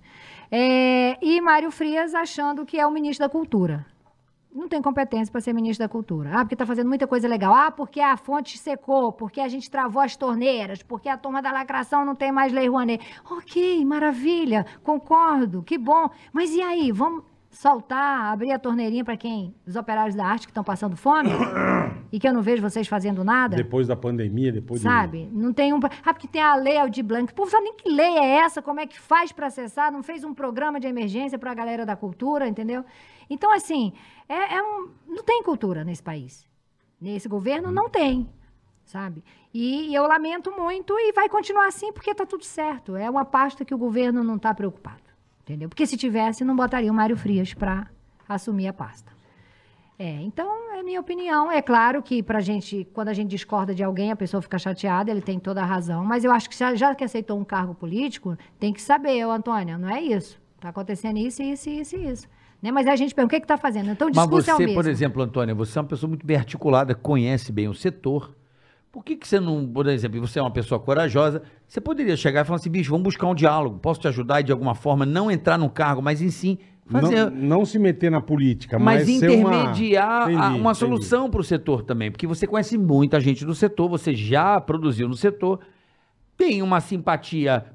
[SPEAKER 4] É, e Mário Frias achando que é o ministro da cultura não tem competência para ser ministro da cultura. Ah, porque está fazendo muita coisa legal. Ah, porque a fonte secou, porque a gente travou as torneiras, porque a turma da lacração não tem mais lei Rouanet. Ok, maravilha, concordo, que bom. Mas e aí, vamos soltar, abrir a torneirinha para quem? Os operários da arte que estão passando fome? (coughs) e que eu não vejo vocês fazendo nada?
[SPEAKER 2] Depois da pandemia, depois do-
[SPEAKER 4] Sabe? Não tem um. Ah, porque tem a lei Aldir Blanc. O povo sabe nem que lei é essa, como é que faz para acessar, não fez um programa de emergência para a galera da cultura, entendeu? Então, assim, é, é um... não tem cultura nesse país. Nesse governo não tem, sabe? E, eu lamento muito e vai continuar assim porque está tudo certo. É uma pasta que o governo não está preocupado, entendeu? Porque se tivesse, não botaria o Mário Frias para assumir a pasta. É, então é minha opinião. É claro que pra gente, quando a gente discorda de alguém, a pessoa fica chateada, ele tem toda a razão. Mas eu acho que já, já que aceitou um cargo político, tem que saber, ô Antônia, não é isso. Tá acontecendo isso, isso, isso, e isso. Né? Mas a gente pergunta, o que é que tá fazendo? Então o
[SPEAKER 3] Mas
[SPEAKER 4] discurso é o
[SPEAKER 3] você,
[SPEAKER 4] mesmo.
[SPEAKER 3] por exemplo, Antônia, você é uma pessoa muito bem articulada, conhece bem o setor. Por que, que você não, por exemplo, você é uma pessoa corajosa, você poderia chegar e falar assim, bicho, vamos buscar um diálogo, posso te ajudar e de alguma forma não entrar no cargo, mas em sim fazer...
[SPEAKER 2] Não, não se meter na política, mas,
[SPEAKER 3] Mas
[SPEAKER 2] É ser uma-
[SPEAKER 3] intermediar a-
[SPEAKER 2] Entendi,
[SPEAKER 3] uma,
[SPEAKER 2] entendi.
[SPEAKER 3] solução para o setor também, porque você conhece muita gente do setor, você já produziu no setor, tem uma simpatia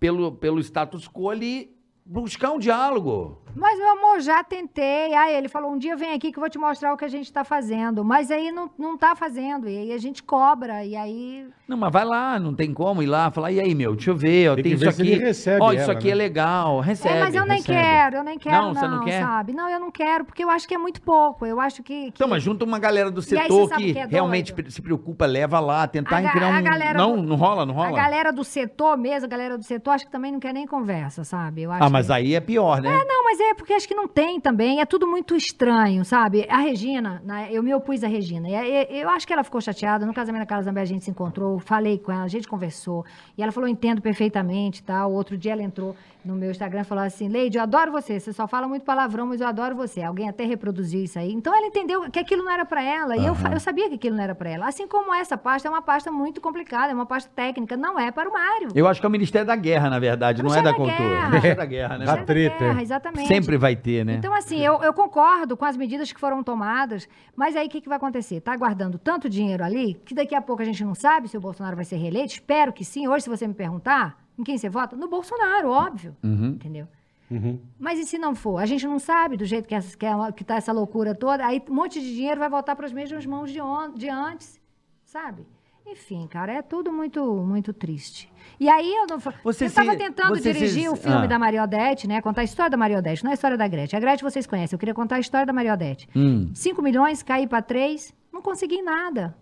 [SPEAKER 3] pelo, pelo status quo ali, buscar um diálogo.
[SPEAKER 4] Mas, meu amor, já tentei. Aí ele falou: um dia vem aqui que eu vou te mostrar o que a gente tá fazendo. Mas aí não, não tá fazendo. E aí a gente cobra. E aí.
[SPEAKER 3] Não, mas vai lá, não tem como ir lá, falar, e aí, meu, deixa eu ver, ó,
[SPEAKER 2] Tem
[SPEAKER 3] tem,
[SPEAKER 2] que ver
[SPEAKER 3] isso
[SPEAKER 2] se ele
[SPEAKER 3] aqui,
[SPEAKER 2] recebe
[SPEAKER 3] ó, isso
[SPEAKER 2] ela,
[SPEAKER 3] aqui
[SPEAKER 2] né?
[SPEAKER 3] é legal, recebe.
[SPEAKER 4] é, mas eu nem
[SPEAKER 2] recebe.
[SPEAKER 4] quero, eu nem quero,
[SPEAKER 3] Não,
[SPEAKER 4] não,
[SPEAKER 3] você não quer?
[SPEAKER 4] sabe? Não, eu não quero, porque eu acho que é muito pouco. Eu acho que. que-
[SPEAKER 3] Então, mas junta uma galera do
[SPEAKER 4] você
[SPEAKER 3] setor
[SPEAKER 4] sabe
[SPEAKER 3] que,
[SPEAKER 4] o que é
[SPEAKER 3] realmente
[SPEAKER 4] doido?
[SPEAKER 3] pre- se preocupa, leva lá, tentar
[SPEAKER 4] A ga-
[SPEAKER 3] criar
[SPEAKER 4] a
[SPEAKER 3] um...
[SPEAKER 4] galera
[SPEAKER 3] não,
[SPEAKER 4] do-
[SPEAKER 3] não rola, não
[SPEAKER 4] A
[SPEAKER 3] rola?
[SPEAKER 4] galera do setor mesmo, a galera do setor, acho que também não quer nem conversa, sabe? Eu acho
[SPEAKER 3] Ah, mas
[SPEAKER 4] que...
[SPEAKER 3] aí é pior, né?
[SPEAKER 4] Não, mas é porque acho que não tem também. É tudo muito estranho, sabe? A Regina, né, eu me opus à Regina. E a- e- Eu acho que ela ficou chateada. No casamento da Carla Zambelli, a gente se encontrou, falei com ela, a gente conversou. E ela falou, entendo perfeitamente e tal. Outro dia ela entrou no meu Instagram e falou assim, Leide, eu adoro você. Você só fala muito palavrão, mas eu adoro você. Alguém até reproduziu isso aí. Então ela entendeu que aquilo não era pra ela. E eu, fa- eu sabia que aquilo não era pra ela. Assim como essa pasta é uma pasta muito complicada, é uma pasta técnica. Não é para o Mário.
[SPEAKER 3] Eu acho que é o Ministério da Guerra, na verdade, não é
[SPEAKER 4] Ministério
[SPEAKER 3] da
[SPEAKER 4] da
[SPEAKER 3] cultura.
[SPEAKER 4] Guerra.
[SPEAKER 3] É Ministério da Guerra, né?
[SPEAKER 2] Da
[SPEAKER 4] Era
[SPEAKER 2] treta, é.
[SPEAKER 4] guerra, Exatamente.
[SPEAKER 3] Sempre vai ter, né?
[SPEAKER 4] Então, assim, eu, eu concordo com as medidas que foram tomadas, mas aí o que, que vai acontecer? Tá guardando tanto dinheiro ali que daqui a pouco a gente não sabe se o Bolsonaro vai ser reeleito. Espero que sim. Hoje, se você me perguntar em quem você vota, no Bolsonaro, óbvio. Entendeu?
[SPEAKER 2] Uhum.
[SPEAKER 4] Mas e se não for? A gente não sabe do jeito que, essa, que, é- que tá essa loucura toda. Aí um monte de dinheiro vai voltar para as mesmas mãos de, on- de antes, sabe? Enfim, cara, é tudo muito muito triste. E aí eu não fa-
[SPEAKER 3] Você
[SPEAKER 4] eu tava
[SPEAKER 3] se-
[SPEAKER 4] tentando
[SPEAKER 3] você se-
[SPEAKER 4] dirigir o filme
[SPEAKER 3] Ah.
[SPEAKER 4] da Mariodete, né? Contar a história da Mariodete, não é a história da Gretchen. A Gretchen vocês conhecem, eu queria contar a história da Mariodete.
[SPEAKER 3] Hum,
[SPEAKER 4] 5 milhões, caí para 3, não consegui nada,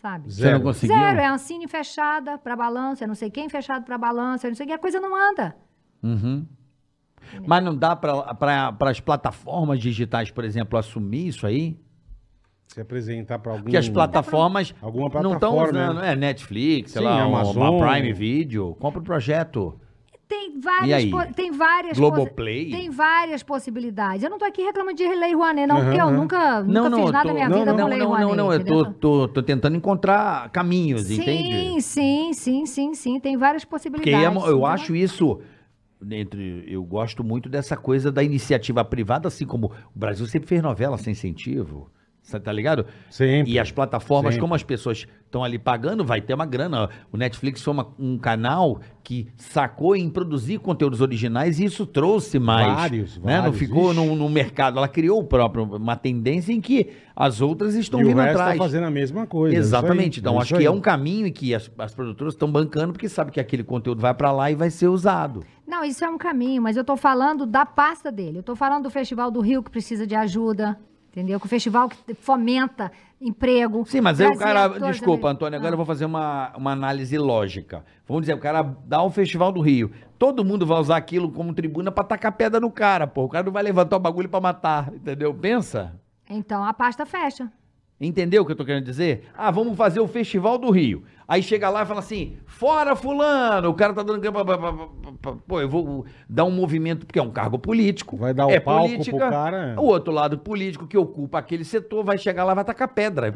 [SPEAKER 4] sabe?
[SPEAKER 3] você não
[SPEAKER 2] Zero.
[SPEAKER 3] conseguiu?
[SPEAKER 4] Zero, é a Ancine fechada para balança, eu não sei quem fechado para balança, eu não sei quem, a coisa não anda.
[SPEAKER 3] Uhum. Mas não dá para as plataformas digitais, por exemplo, assumir isso aí?
[SPEAKER 2] Se apresentar pra algum...
[SPEAKER 3] Porque as plataformas
[SPEAKER 2] Hum. Alguma
[SPEAKER 3] não estão
[SPEAKER 2] plataforma, né?
[SPEAKER 3] usando. É Netflix, sei
[SPEAKER 2] Sim,
[SPEAKER 3] lá,
[SPEAKER 2] Amazon.
[SPEAKER 3] uma Prime Video. Compra o projeto.
[SPEAKER 4] Tem
[SPEAKER 3] E
[SPEAKER 4] várias,
[SPEAKER 3] aí?
[SPEAKER 4] po- tem várias
[SPEAKER 3] Globoplay?
[SPEAKER 4] posi- Tem várias possibilidades. Eu não tô aqui reclamando de Lei Rouanet, não,
[SPEAKER 2] Aham,
[SPEAKER 4] porque eu
[SPEAKER 2] aham.
[SPEAKER 4] nunca, nunca fiz
[SPEAKER 3] eu
[SPEAKER 4] nada
[SPEAKER 3] tô-
[SPEAKER 4] na minha
[SPEAKER 3] não,
[SPEAKER 4] vida
[SPEAKER 3] não,
[SPEAKER 4] com Lei
[SPEAKER 3] não,
[SPEAKER 4] Rouanet.
[SPEAKER 3] não, é não, eu tô,
[SPEAKER 4] entendeu?
[SPEAKER 3] tô, tô tentando encontrar caminhos,
[SPEAKER 4] Sim,
[SPEAKER 3] entende?
[SPEAKER 4] sim, sim, sim, sim. Tem várias
[SPEAKER 3] Porque
[SPEAKER 4] possibilidades.
[SPEAKER 3] é mo- eu
[SPEAKER 2] né?
[SPEAKER 4] entendeu?
[SPEAKER 3] acho isso. Entre, eu gosto muito dessa coisa da iniciativa privada, assim como o Brasil sempre fez novela sem incentivo. Você tá ligado?
[SPEAKER 2] Sempre.
[SPEAKER 3] E as plataformas,
[SPEAKER 2] Sempre.
[SPEAKER 3] como as pessoas estão ali pagando, vai ter uma grana. O Netflix foi uma- um canal que sacou em produzir conteúdos originais e isso trouxe mais.
[SPEAKER 2] Vários,
[SPEAKER 3] né? Não
[SPEAKER 2] vários,
[SPEAKER 3] ficou
[SPEAKER 2] ixi.
[SPEAKER 3] no, no mercado. Ela criou o próprio, uma tendência em que as outras estão
[SPEAKER 2] e o
[SPEAKER 3] vindo
[SPEAKER 2] resto
[SPEAKER 3] atrás.
[SPEAKER 2] tá fazendo a mesma coisa. é isso aí,
[SPEAKER 3] Exatamente. então,
[SPEAKER 2] isso
[SPEAKER 3] acho
[SPEAKER 2] aí.
[SPEAKER 3] que é um caminho e que as, as produtoras estão bancando porque sabe que aquele conteúdo vai pra lá e vai ser usado.
[SPEAKER 4] Não, isso é um caminho, mas eu tô falando da pasta dele. Eu tô falando do Festival do Rio que precisa de ajuda, entendeu? Que o festival que fomenta emprego.
[SPEAKER 3] Sim, mas aí o
[SPEAKER 4] Brasil,
[SPEAKER 3] cara.
[SPEAKER 4] todas as-
[SPEAKER 3] Desculpa, Antônio, agora eu vou fazer uma, uma análise lógica. Vamos dizer, o cara dá o Festival do Rio. Todo mundo vai usar aquilo como tribuna pra tacar pedra no cara, pô. O cara não vai levantar o bagulho pra matar, entendeu? Pensa.
[SPEAKER 4] Então a pasta fecha.
[SPEAKER 3] Entendeu o que eu tô querendo dizer? Ah, vamos fazer o Festival do Rio. Aí chega lá e fala assim: fora Fulano, o cara tá dando. grana pra- pra- pra- pra- pra- Pô, eu vou dar um movimento, porque é um cargo político.
[SPEAKER 2] Vai dar o
[SPEAKER 3] é
[SPEAKER 2] palco pro cara. é.
[SPEAKER 3] O outro lado político que ocupa aquele setor vai chegar lá e vai tacar pedra.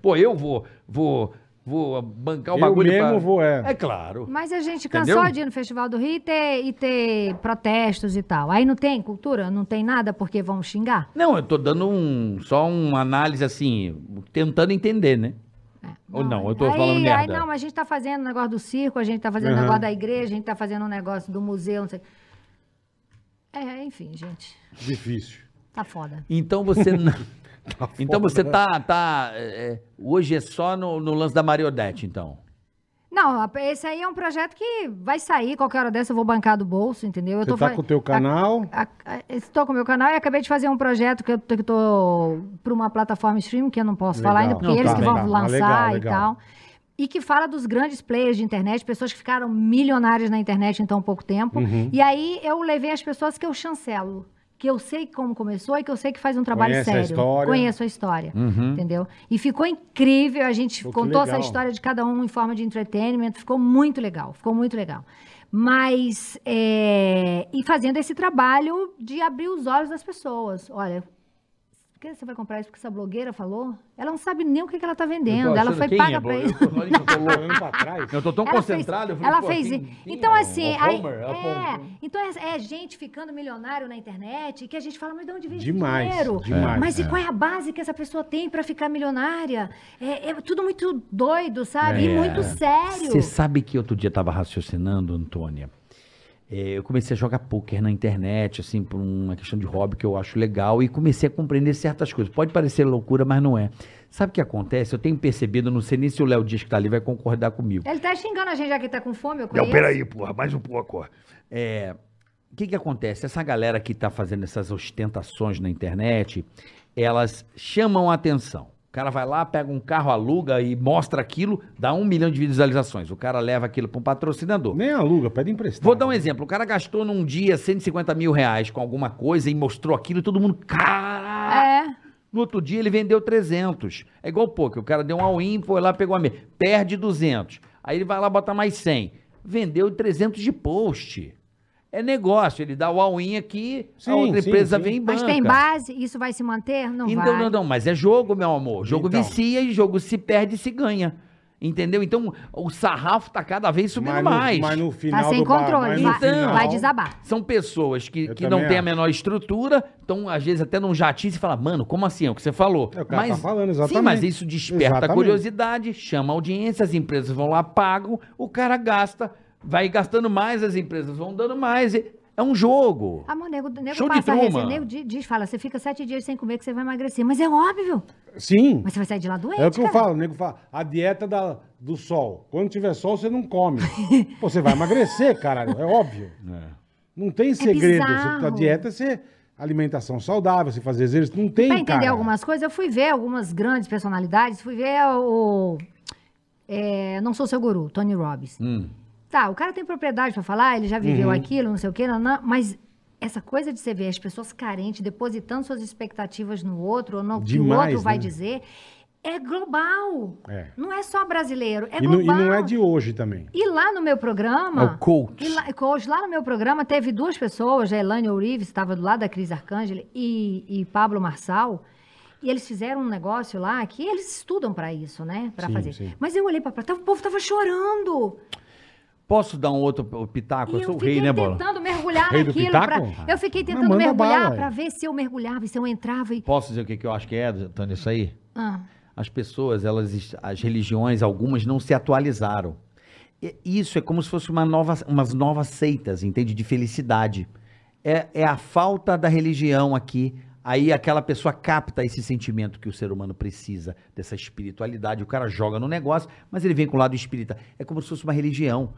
[SPEAKER 3] Pô, eu vou. vou Vou bancar o
[SPEAKER 2] Eu
[SPEAKER 3] é um bagulho.
[SPEAKER 2] mesmo
[SPEAKER 3] pra-
[SPEAKER 2] vou, é.
[SPEAKER 3] É claro.
[SPEAKER 4] Mas a gente
[SPEAKER 3] Entendeu?
[SPEAKER 4] cansou de ir no Festival do Rio e ter, e ter protestos e tal. Aí não tem cultura, não tem nada porque vão xingar.
[SPEAKER 3] Não, eu tô dando um. Só uma análise assim, tentando entender, né? Ou não, eu tô
[SPEAKER 4] É, aí,
[SPEAKER 3] falando merda. Uhum.
[SPEAKER 4] Aí não, mas a gente tá fazendo o negócio do circo, a gente tá fazendo o
[SPEAKER 2] Aham.
[SPEAKER 4] negócio da igreja, a gente tá fazendo o negócio do museu, não sei. É, enfim, gente.
[SPEAKER 2] Difícil.
[SPEAKER 4] Tá foda.
[SPEAKER 2] (laughs)
[SPEAKER 3] Então você não. (laughs) então você tá. tá é, é, hoje é só no, no lance da Mariodete, então.
[SPEAKER 4] Não, a- esse aí é um projeto que vai sair, qualquer hora dessa eu vou bancar do bolso, entendeu? Eu
[SPEAKER 2] Você tá
[SPEAKER 4] fa-
[SPEAKER 2] com o teu canal.
[SPEAKER 4] a- a- Estou com o meu canal e acabei de fazer um projeto que eu tô, que tô para uma plataforma streaming que eu não posso
[SPEAKER 2] Legal.
[SPEAKER 4] falar ainda, porque
[SPEAKER 3] Não,
[SPEAKER 4] eles
[SPEAKER 3] tá,
[SPEAKER 4] que vão
[SPEAKER 2] legal. Ah,
[SPEAKER 4] lançar
[SPEAKER 2] legal,
[SPEAKER 4] e
[SPEAKER 2] legal.
[SPEAKER 4] tal. E que fala dos grandes players de internet, pessoas que ficaram milionárias na internet em tão pouco tempo.
[SPEAKER 2] Uhum.
[SPEAKER 4] E aí eu levei as pessoas que eu chancelo. Que eu sei como começou e que eu sei que faz um trabalho
[SPEAKER 2] Conhece a
[SPEAKER 4] sério.
[SPEAKER 2] história.
[SPEAKER 4] Conheço a história.
[SPEAKER 3] Uhum.
[SPEAKER 4] Entendeu? E ficou incrível. A gente
[SPEAKER 2] Pô, que
[SPEAKER 4] contou essa
[SPEAKER 2] legal.
[SPEAKER 4] história de cada um em forma de entretenimento. Ficou muito legal. Ficou muito legal. Mas, é, e fazendo esse trabalho de abrir os olhos das pessoas. Olha, por que você vai comprar isso porque essa blogueira falou? Ela não sabe nem o que, que ela está vendendo. Ela foi paga para isso.
[SPEAKER 2] Olhando pra trás.
[SPEAKER 3] Eu é tô tão
[SPEAKER 4] Ela
[SPEAKER 3] concentrado. eu
[SPEAKER 4] fez,
[SPEAKER 3] falei,
[SPEAKER 4] ela
[SPEAKER 3] pô,
[SPEAKER 4] fez
[SPEAKER 3] quem-
[SPEAKER 4] isso.
[SPEAKER 3] quem
[SPEAKER 4] então,
[SPEAKER 3] é o-
[SPEAKER 4] assim.
[SPEAKER 3] o
[SPEAKER 4] aí-
[SPEAKER 3] Homer? É
[SPEAKER 4] é,
[SPEAKER 3] o Homer.
[SPEAKER 4] então é, é gente ficando milionário na internet que a gente fala, mas de onde vem
[SPEAKER 2] Demais,
[SPEAKER 4] esse dinheiro?
[SPEAKER 2] demais,
[SPEAKER 4] mas e
[SPEAKER 2] é.
[SPEAKER 4] qual é a base que essa pessoa tem para ficar milionária? É, é tudo muito doido, sabe?
[SPEAKER 3] É.
[SPEAKER 4] E muito sério.
[SPEAKER 3] Você sabe que outro dia eu tava raciocinando, Antônia? É, eu comecei a jogar pôquer na internet, assim, por uma questão de hobby que eu acho legal e comecei a compreender certas coisas. Pode parecer loucura, mas não é. Sabe o que acontece? Eu tenho percebido, não sei nem se o Léo Dias que tá ali vai concordar comigo.
[SPEAKER 4] Ele tá xingando a gente já que tá com fome, eu conheço.
[SPEAKER 5] Não, peraí, porra, mais um pouco, ó.
[SPEAKER 3] É, O que, que acontece? Essa galera que está fazendo essas ostentações na internet, elas chamam a atenção. O cara vai lá, pega um carro, aluga e mostra aquilo, dá um milhão de visualizações. O cara leva aquilo para um patrocinador.
[SPEAKER 2] Nem aluga, pede emprestado.
[SPEAKER 3] Vou dar um exemplo. O cara gastou num dia 150 mil reais com alguma coisa e mostrou aquilo e todo mundo, caralho!
[SPEAKER 4] É.
[SPEAKER 3] No outro dia ele vendeu 300. É igual pouco. O cara deu um all-in, foi lá, pegou a meia. Perde 200. Aí ele vai lá botar mais 100. Vendeu 300 de post. É negócio. Ele dá o all-in aqui,
[SPEAKER 2] Sim,
[SPEAKER 3] a outra
[SPEAKER 2] sim,
[SPEAKER 3] empresa
[SPEAKER 2] sim.
[SPEAKER 3] vem e banca.
[SPEAKER 4] Mas tem base? Isso vai se manter? Não
[SPEAKER 3] Então,
[SPEAKER 4] vai. Tá
[SPEAKER 3] não, não, mas é jogo, meu amor. Jogo
[SPEAKER 2] Então.
[SPEAKER 3] vicia e jogo se perde e se ganha. Entendeu? Então, o sarrafo tá cada vez subindo
[SPEAKER 2] mas no,
[SPEAKER 3] mais.
[SPEAKER 2] Mas no final
[SPEAKER 4] Tá sem
[SPEAKER 2] do ba-
[SPEAKER 4] controle.
[SPEAKER 2] mas no
[SPEAKER 4] vai,
[SPEAKER 3] final-
[SPEAKER 4] vai desabar.
[SPEAKER 3] São pessoas que,
[SPEAKER 2] Eu
[SPEAKER 3] que não
[SPEAKER 2] também
[SPEAKER 3] têm a
[SPEAKER 2] acho.
[SPEAKER 3] menor estrutura, estão, às vezes, até num jatinho e fala, mano, como assim? É o que você falou.
[SPEAKER 2] É, o cara tá falando,
[SPEAKER 3] Sim,
[SPEAKER 2] exatamente.
[SPEAKER 3] mas isso desperta a
[SPEAKER 2] Exatamente.
[SPEAKER 3] curiosidade, chama a audiência, as empresas vão lá, pagam, o cara gasta, vai gastando mais, as empresas vão dando mais. e- É um jogo.
[SPEAKER 4] Amor, nego, nego
[SPEAKER 3] Show de
[SPEAKER 4] passa a
[SPEAKER 3] Truman.
[SPEAKER 4] receita, nego di- diz, fala, você fica sete dias sem comer que você vai emagrecer. Mas é óbvio.
[SPEAKER 2] Sim.
[SPEAKER 4] Mas você vai sair de lá doente,
[SPEAKER 2] É o que eu
[SPEAKER 4] cara.
[SPEAKER 2] falo, o nego fala, a dieta da- do sol. Quando tiver sol, você não come. Pô, você vai emagrecer, caralho, é
[SPEAKER 3] (laughs)
[SPEAKER 2] óbvio. Não tem segredo.
[SPEAKER 4] É bizarro.
[SPEAKER 2] Você- a dieta é ser alimentação saudável, você fazer exercício. Não tem,
[SPEAKER 4] Pra entender
[SPEAKER 2] cara.
[SPEAKER 4] algumas coisas, eu fui ver algumas grandes personalidades, fui ver o. é, não sou seu guru, Tony Robbins.
[SPEAKER 3] Hum.
[SPEAKER 4] Tá, o cara tem propriedade pra falar, ele já
[SPEAKER 2] Uhum.
[SPEAKER 4] viveu aquilo, não sei o quê, nanã, mas essa coisa de você ver as pessoas carentes depositando suas expectativas no outro, ou no que o
[SPEAKER 2] Demais,
[SPEAKER 4] outro vai
[SPEAKER 2] né?
[SPEAKER 4] dizer, é global.
[SPEAKER 2] É.
[SPEAKER 4] Não é só brasileiro, é
[SPEAKER 2] e, não,
[SPEAKER 4] global.
[SPEAKER 2] e não é de hoje também.
[SPEAKER 4] E lá no meu programa.
[SPEAKER 3] É o coach.
[SPEAKER 4] E lá, coach, lá no meu programa teve duas pessoas, a Elane Ourives, estava do lado da Cris Arcangeli, e, e Pablo Marçal. E eles fizeram um negócio lá que eles estudam para isso, né? Para
[SPEAKER 2] Sim,
[SPEAKER 4] fazer.
[SPEAKER 2] sim.
[SPEAKER 4] Mas eu olhei para o povo tava chorando.
[SPEAKER 3] Posso dar um outro pitaco? eu
[SPEAKER 4] E
[SPEAKER 3] sou
[SPEAKER 4] eu
[SPEAKER 3] o rei,
[SPEAKER 4] fiquei
[SPEAKER 3] né, Bola?
[SPEAKER 4] tentando mergulhar
[SPEAKER 2] Rei do
[SPEAKER 4] naquilo.
[SPEAKER 2] pitaco?
[SPEAKER 4] pra- Eu fiquei
[SPEAKER 2] Mas
[SPEAKER 4] tentando
[SPEAKER 2] manda
[SPEAKER 4] mergulhar
[SPEAKER 2] bala,
[SPEAKER 4] pra
[SPEAKER 2] ué.
[SPEAKER 4] ver se eu mergulhava, e se eu entrava e.
[SPEAKER 3] Posso dizer o que, que eu acho que é, Antônio, isso aí?
[SPEAKER 4] Ah,
[SPEAKER 3] As pessoas, elas, est- as religiões, algumas não se atualizaram. E- Isso é como se fosse uma nova, umas novas seitas, entende? De felicidade. É, é a falta da religião aqui. Aí aquela pessoa capta esse sentimento que o ser humano precisa, dessa espiritualidade. O cara joga no negócio, mas ele vem com o lado espírita. É como se fosse uma religião.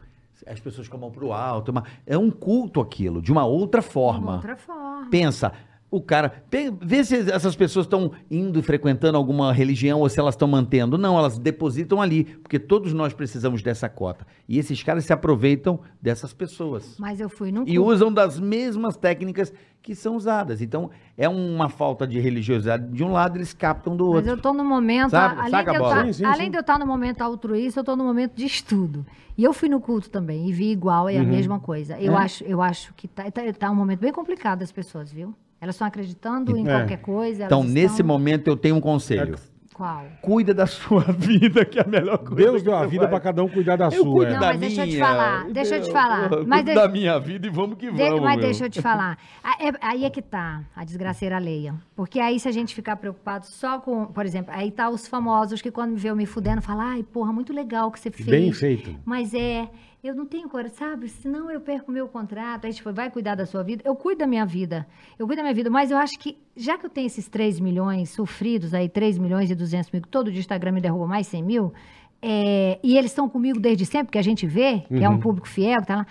[SPEAKER 3] As pessoas com a mão pro alto. é uma- é um culto aquilo, de uma outra
[SPEAKER 4] de uma
[SPEAKER 3] forma.
[SPEAKER 4] outra forma.
[SPEAKER 3] Pensa, o cara. pe- Vê se essas pessoas estão indo, frequentando alguma religião ou se elas estão mantendo. Não, elas depositam ali, porque todos nós precisamos dessa cota. E esses caras se aproveitam dessas pessoas.
[SPEAKER 4] Mas eu fui num
[SPEAKER 3] E usam das mesmas técnicas que são usadas. Então, é uma falta de religiosidade. De um lado, eles captam do
[SPEAKER 4] Mas
[SPEAKER 3] outro.
[SPEAKER 4] eu tô no momento,
[SPEAKER 3] Sabe?
[SPEAKER 4] a- além,
[SPEAKER 3] Saca
[SPEAKER 4] de, eu
[SPEAKER 3] a bola.
[SPEAKER 4] tá-
[SPEAKER 2] Sim, sim,
[SPEAKER 4] além
[SPEAKER 2] sim.
[SPEAKER 4] de eu estar no momento altruísta, eu tô no momento de estudo. E eu fui no culto também, e vi igual, é
[SPEAKER 3] Uhum.
[SPEAKER 4] a mesma coisa.
[SPEAKER 3] É.
[SPEAKER 4] Eu, acho, eu acho que tá, tá, tá um momento bem complicado das pessoas, viu? Elas estão acreditando em
[SPEAKER 2] É.
[SPEAKER 4] qualquer coisa.
[SPEAKER 3] Então,
[SPEAKER 4] elas
[SPEAKER 3] nesse
[SPEAKER 4] estão-
[SPEAKER 3] momento, eu tenho um conselho.
[SPEAKER 4] Qual?
[SPEAKER 3] Cuida da sua (laughs) vida, que é a melhor coisa.
[SPEAKER 2] Deus
[SPEAKER 3] que
[SPEAKER 2] deu a
[SPEAKER 3] você
[SPEAKER 2] vida
[SPEAKER 3] faz.
[SPEAKER 2] pra cada um cuidar da
[SPEAKER 3] Eu
[SPEAKER 2] sua.
[SPEAKER 3] cuido
[SPEAKER 2] é.
[SPEAKER 4] Não,
[SPEAKER 3] da
[SPEAKER 4] mas deixa eu te
[SPEAKER 3] minha.
[SPEAKER 4] falar, deixa eu te falar.
[SPEAKER 3] Porra,
[SPEAKER 4] Mas
[SPEAKER 3] cuido
[SPEAKER 4] de-
[SPEAKER 3] da minha vida e vamos que
[SPEAKER 4] De-
[SPEAKER 3] vamos.
[SPEAKER 4] mas
[SPEAKER 3] meu.
[SPEAKER 4] deixa eu te falar. A- é- aí é que tá a desgraceira alheia. Porque aí se a gente ficar preocupado só com, por exemplo, aí tá os famosos que quando me vê eu me fudendo, fala, ai, porra, muito legal o que você fez.
[SPEAKER 2] Bem feito.
[SPEAKER 4] Mas é, eu não tenho coragem, sabe? Senão eu perco meu contrato. Aí tipo, vai cuidar da sua vida. Eu cuido da minha vida. Eu cuido da minha vida. Mas eu acho que, já que eu tenho esses 3 milhões sofridos aí, 3 milhões e 200 mil, que todo dia o Instagram me derruba mais 100 mil, é, e eles estão comigo desde sempre, que a gente vê, que
[SPEAKER 2] Uhum.
[SPEAKER 4] é um público fiel, que tá lá.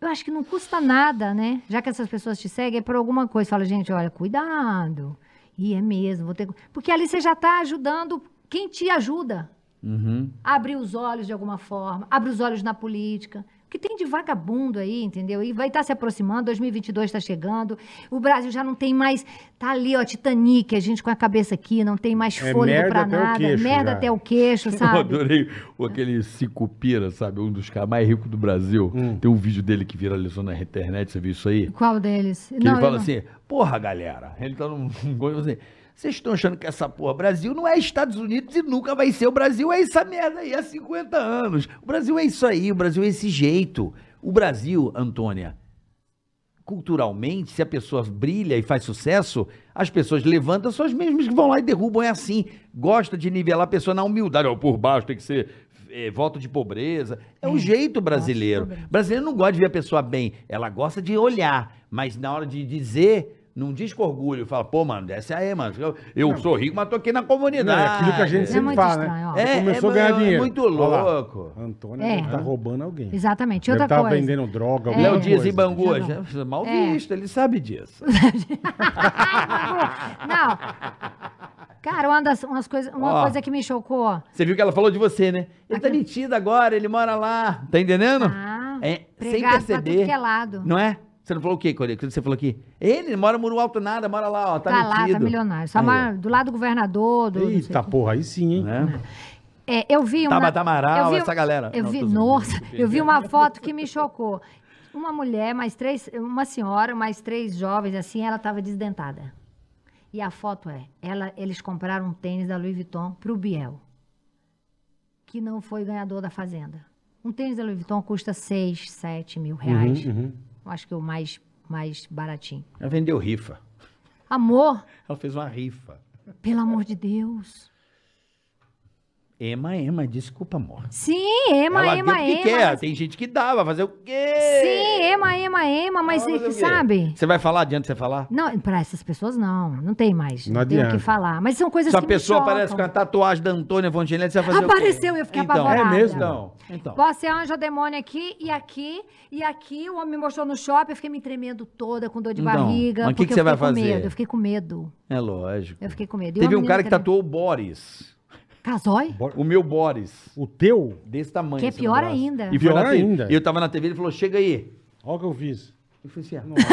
[SPEAKER 4] Eu acho que não custa nada, né? Já que essas pessoas te seguem, é por alguma coisa. Fala, gente, olha, cuidado. E é mesmo, vou ter. que- Porque ali você já está ajudando quem te ajuda
[SPEAKER 3] Uhum.
[SPEAKER 4] abrir os olhos de alguma forma, abre os olhos na política. O que tem de vagabundo aí, entendeu? E vai estar se aproximando, 2022 está tá chegando, o Brasil já não tem mais. Tá ali, ó, Titanic, a gente com a cabeça aqui, não tem mais
[SPEAKER 2] É
[SPEAKER 4] fôlego
[SPEAKER 2] merda
[SPEAKER 4] para
[SPEAKER 2] até o
[SPEAKER 4] nada,
[SPEAKER 2] queixo
[SPEAKER 4] merda
[SPEAKER 2] já.
[SPEAKER 4] até o queixo,
[SPEAKER 1] Eu
[SPEAKER 4] sabe?
[SPEAKER 1] adorei o- aquele Sicupira, sabe? Um dos caras mais ricos do Brasil.
[SPEAKER 5] Hum.
[SPEAKER 1] Tem um vídeo dele que viralizou na internet, você viu isso aí?
[SPEAKER 4] Qual deles?
[SPEAKER 1] Que ele
[SPEAKER 4] eu
[SPEAKER 1] fala assim, porra, galera. Ele tá num (laughs) num gol e fala assim, vocês estão achando que essa porra, Brasil não é Estados Unidos e nunca vai ser. O Brasil é essa merda aí há 50 anos.
[SPEAKER 3] O Brasil é isso aí, o Brasil é esse jeito. O Brasil, Antônia, culturalmente, se a pessoa brilha e faz sucesso, as pessoas levantam, são as mesmas que vão lá e derrubam, é assim. Gosta de nivelar a pessoa na humildade, ó, por baixo tem que ser eh, voto de pobreza. É o
[SPEAKER 4] É,
[SPEAKER 3] jeito
[SPEAKER 4] voto de
[SPEAKER 3] brasileiro.
[SPEAKER 4] pobreza.
[SPEAKER 3] Brasileiro não gosta de ver a pessoa bem, ela gosta de olhar, mas na hora de dizer... Não diz com orgulho, fala, pô, mano, desce aí, mano. Eu, eu sou rico, mas tô aqui na comunidade.
[SPEAKER 2] Não, é aquilo que a gente
[SPEAKER 4] É
[SPEAKER 2] sempre
[SPEAKER 4] muito
[SPEAKER 2] fala,
[SPEAKER 4] estranho, ó.
[SPEAKER 2] né?
[SPEAKER 3] É,
[SPEAKER 2] Começou
[SPEAKER 3] é,
[SPEAKER 2] a ganhar
[SPEAKER 3] é
[SPEAKER 2] dinheiro.
[SPEAKER 3] muito
[SPEAKER 2] Olha lá.
[SPEAKER 3] louco.
[SPEAKER 2] Antônio
[SPEAKER 4] É.
[SPEAKER 2] deve tá roubando alguém.
[SPEAKER 4] Exatamente.
[SPEAKER 2] Deve
[SPEAKER 4] Outra
[SPEAKER 2] tá
[SPEAKER 4] coisa. É.
[SPEAKER 2] vendendo droga, alguma
[SPEAKER 3] Léo
[SPEAKER 2] coisa.
[SPEAKER 3] Dias e Bangu,
[SPEAKER 4] Já não.
[SPEAKER 3] já- mal
[SPEAKER 4] É.
[SPEAKER 3] visto, ele sabe disso.
[SPEAKER 4] Ai, Babu, (laughs) não. Cara, uma das umas coisas, uma
[SPEAKER 3] Ó.
[SPEAKER 4] coisa que me chocou.
[SPEAKER 3] Você viu que ela falou de você, né? Ele tá metido agora, ele mora lá. Tá entendendo?
[SPEAKER 4] Ah,
[SPEAKER 3] É, sem
[SPEAKER 4] pregado pra tudo
[SPEAKER 3] perceber.
[SPEAKER 4] que é lado.
[SPEAKER 3] Não é? Você não falou o quê, Coreia? Você falou aqui. Ele mora Muro Alto nada, mora lá, ó. Tá,
[SPEAKER 4] Tá, lá,
[SPEAKER 3] metido.
[SPEAKER 4] tá milionário. Só ma- do lado do governador, do. não sei
[SPEAKER 2] Eita porra, aí sim, hein?
[SPEAKER 3] Né?
[SPEAKER 4] É, eu vi uma.
[SPEAKER 3] Tabata Amaral,
[SPEAKER 4] eu vi,
[SPEAKER 3] essa galera.
[SPEAKER 4] Eu
[SPEAKER 3] Não,
[SPEAKER 4] vi,
[SPEAKER 3] tô zoando.
[SPEAKER 4] nossa, eu vi uma foto que me chocou. Uma mulher, mais três, uma senhora, mais três jovens, assim, ela estava desdentada. E a foto é, ela, eles compraram um tênis da Louis Vuitton pro Biel, que não foi ganhador da Fazenda. Um tênis da Louis Vuitton custa seis, sete mil
[SPEAKER 3] Uhum.
[SPEAKER 2] Uhum,
[SPEAKER 4] reais. Eu Acho que é o mais, mais baratinho.
[SPEAKER 3] Ela vendeu rifa.
[SPEAKER 4] Amor,
[SPEAKER 3] Ela fez uma rifa.
[SPEAKER 4] pelo amor de Deus.
[SPEAKER 3] Ema, Ema, desculpa, amor.
[SPEAKER 4] Sim, Ema,
[SPEAKER 3] ela
[SPEAKER 4] Ema,
[SPEAKER 3] deu o que é?
[SPEAKER 4] Ema.
[SPEAKER 3] quer. Tem gente que dá, vai fazer o quê?
[SPEAKER 4] Sim, Ema, Ema, Ema, mas é
[SPEAKER 3] Vai fazer o quê?
[SPEAKER 4] sabe?
[SPEAKER 3] Você vai falar? Adianta você falar?
[SPEAKER 4] Não, para essas pessoas não, não tem mais.
[SPEAKER 2] Não
[SPEAKER 4] Não, tem o
[SPEAKER 2] adianta.
[SPEAKER 4] que falar. Mas são coisas
[SPEAKER 3] Se a
[SPEAKER 4] que
[SPEAKER 3] pessoa
[SPEAKER 4] me chocam.
[SPEAKER 3] aparece com a tatuagem da Antônia Evangelista, você vai fazer
[SPEAKER 4] Apareceu,
[SPEAKER 3] o quê?
[SPEAKER 4] eu fiquei
[SPEAKER 3] então,
[SPEAKER 4] apavorada.
[SPEAKER 2] É mesmo?
[SPEAKER 3] Então, então.
[SPEAKER 4] Você é anjo demônio aqui e aqui e aqui. O homem me mostrou no shopping, eu fiquei me tremendo toda, com dor de
[SPEAKER 3] Então,
[SPEAKER 4] barriga.
[SPEAKER 3] mas o que
[SPEAKER 4] porque
[SPEAKER 3] que
[SPEAKER 4] eu
[SPEAKER 3] você vai
[SPEAKER 4] fiquei com
[SPEAKER 3] fazer?
[SPEAKER 4] Medo, eu fiquei com medo.
[SPEAKER 3] É lógico.
[SPEAKER 4] Eu fiquei com medo. E
[SPEAKER 3] Teve
[SPEAKER 4] uma
[SPEAKER 3] um cara
[SPEAKER 4] menina
[SPEAKER 3] que
[SPEAKER 4] também-
[SPEAKER 3] tatuou o Boris.
[SPEAKER 4] Casói?
[SPEAKER 3] O meu Boris.
[SPEAKER 2] O teu?
[SPEAKER 3] Desse tamanho.
[SPEAKER 4] Que é
[SPEAKER 3] assim, no
[SPEAKER 4] pior
[SPEAKER 3] braço.
[SPEAKER 4] ainda.
[SPEAKER 3] E foi
[SPEAKER 2] Pior
[SPEAKER 3] na TV.
[SPEAKER 2] ainda.
[SPEAKER 3] E eu tava na TV, ele falou, chega aí.
[SPEAKER 2] Olha o que eu fiz.
[SPEAKER 3] Eu falei
[SPEAKER 4] (laughs)
[SPEAKER 3] assim,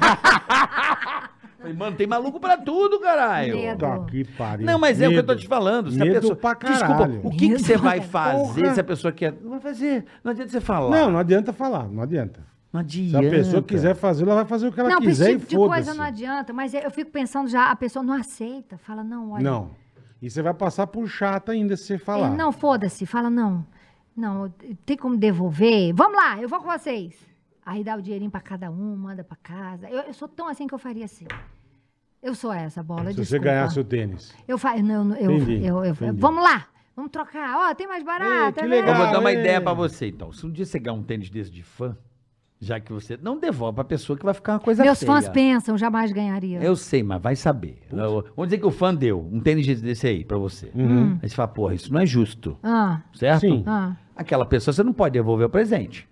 [SPEAKER 3] ah. Falei, mano, tem maluco pra tudo, caralho.
[SPEAKER 4] Medo.
[SPEAKER 2] Tá que pariu.
[SPEAKER 3] Não, mas é o que eu tô
[SPEAKER 2] Medo.
[SPEAKER 3] te falando. Se a
[SPEAKER 2] Medo
[SPEAKER 3] pessoa...
[SPEAKER 2] pra caralho.
[SPEAKER 3] Desculpa, o que, que
[SPEAKER 4] Medo
[SPEAKER 3] você
[SPEAKER 4] pra
[SPEAKER 3] vai
[SPEAKER 2] caralho.
[SPEAKER 3] fazer
[SPEAKER 2] Porra.
[SPEAKER 3] se a pessoa quer... Não vai fazer. Não adianta você falar.
[SPEAKER 2] Não, não adianta falar, não adianta.
[SPEAKER 3] Não
[SPEAKER 2] Se
[SPEAKER 3] adianta.
[SPEAKER 2] a pessoa quiser fazer, ela vai fazer o que ela
[SPEAKER 4] não, pra esse
[SPEAKER 2] quiser
[SPEAKER 4] tipo
[SPEAKER 2] e
[SPEAKER 4] de coisa
[SPEAKER 2] foda-se.
[SPEAKER 4] não adianta. Mas eu fico pensando já, a pessoa não aceita. Fala, não, olha.
[SPEAKER 2] Não. E você vai passar por chata ainda se você falar.
[SPEAKER 4] Ele, não, foda-se, fala não. Não, tem como devolver? Vamos lá, eu vou com vocês. Aí dá o dinheirinho pra cada um, manda pra casa. Eu, eu sou tão assim que eu faria assim. Eu sou essa bola,
[SPEAKER 2] Se você
[SPEAKER 4] desculpa.
[SPEAKER 2] ganhasse o tênis.
[SPEAKER 4] Eu faço, não, não, eu,
[SPEAKER 2] Entendi,
[SPEAKER 4] eu, eu-
[SPEAKER 2] entendi.
[SPEAKER 4] vamos lá, vamos trocar. Ó, tem mais barato.
[SPEAKER 2] Ei, que
[SPEAKER 4] né?
[SPEAKER 2] legal.
[SPEAKER 3] Eu vou dar uma
[SPEAKER 2] hein?
[SPEAKER 3] ideia pra você, então. Se um dia você ganhar um tênis desse de fã, já que você não devolve pra pessoa que vai ficar uma coisa
[SPEAKER 4] Meus
[SPEAKER 3] feia.
[SPEAKER 4] fãs pensam, jamais ganharia.
[SPEAKER 3] Eu sei, mas vai saber. Eu- Vamos dizer que o fã deu um tênis desse aí pra você. Aí você fala, porra, isso não é justo,
[SPEAKER 4] Ah,
[SPEAKER 3] certo?
[SPEAKER 2] Sim.
[SPEAKER 4] ah.
[SPEAKER 3] Aquela pessoa, você não pode devolver o presente.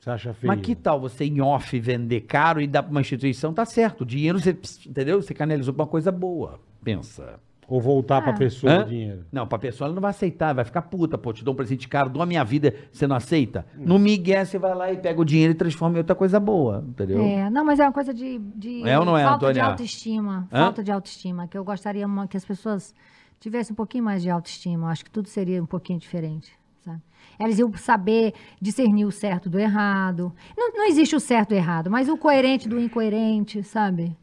[SPEAKER 2] Você acha feio?
[SPEAKER 3] Mas que tal você em off vender caro e dar pra uma instituição? Tá certo. O dinheiro, você, entendeu? Você canalizou pra uma coisa boa. Pensa.
[SPEAKER 2] Ou voltar
[SPEAKER 4] Ah.
[SPEAKER 2] pra pessoa
[SPEAKER 3] Hã?
[SPEAKER 2] o dinheiro.
[SPEAKER 3] Não, pra pessoa ela não vai aceitar, vai ficar puta, pô, te dou um presente caro, dou a minha vida, você não aceita? No Miguel, você vai lá e pega o dinheiro e transforma em outra coisa boa, entendeu?
[SPEAKER 4] É, não, mas é uma coisa de, de
[SPEAKER 3] É ou não é,
[SPEAKER 4] falta
[SPEAKER 3] Antônia?
[SPEAKER 4] de autoestima.
[SPEAKER 3] Hã?
[SPEAKER 4] Falta de autoestima. Que eu gostaria uma- que as pessoas tivessem um pouquinho mais de autoestima. Acho que tudo seria um pouquinho diferente. Sabe? Elas iam saber discernir o certo do errado. Não, não existe o certo e o errado, mas o coerente do incoerente, sabe?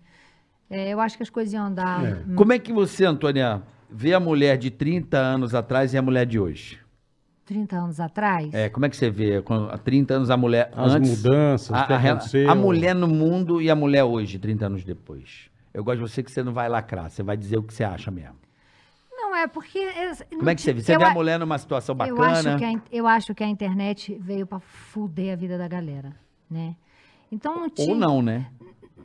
[SPEAKER 4] É, eu acho que as coisas iam andar.
[SPEAKER 3] Como é que você, Antônia, vê a mulher de 30 anos atrás e a mulher de hoje?
[SPEAKER 4] 30 anos atrás?
[SPEAKER 3] É, como é que você vê com- há 30 anos a mulher
[SPEAKER 2] As
[SPEAKER 3] antes?
[SPEAKER 2] mudanças, o
[SPEAKER 3] a,
[SPEAKER 2] que
[SPEAKER 3] a re-
[SPEAKER 2] aconteceu.
[SPEAKER 3] a mulher no mundo e a mulher hoje, 30 anos depois. Eu gosto de você que você não vai lacrar, você vai dizer o que você acha mesmo.
[SPEAKER 4] Não, é porque. eu-
[SPEAKER 3] Como é que você vê? Você
[SPEAKER 4] eu
[SPEAKER 3] vê a
[SPEAKER 4] a-
[SPEAKER 3] mulher numa situação
[SPEAKER 4] Eu acho, que a,
[SPEAKER 3] bacana?
[SPEAKER 4] in- eu acho que a internet veio pra fuder a vida da galera, né? Então não tinha.
[SPEAKER 3] Ou não, né?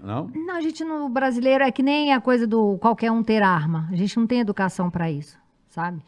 [SPEAKER 3] Não?
[SPEAKER 4] Não, a gente no brasileiro é que nem a coisa do qualquer um ter arma. A gente não tem educação para isso, sabe?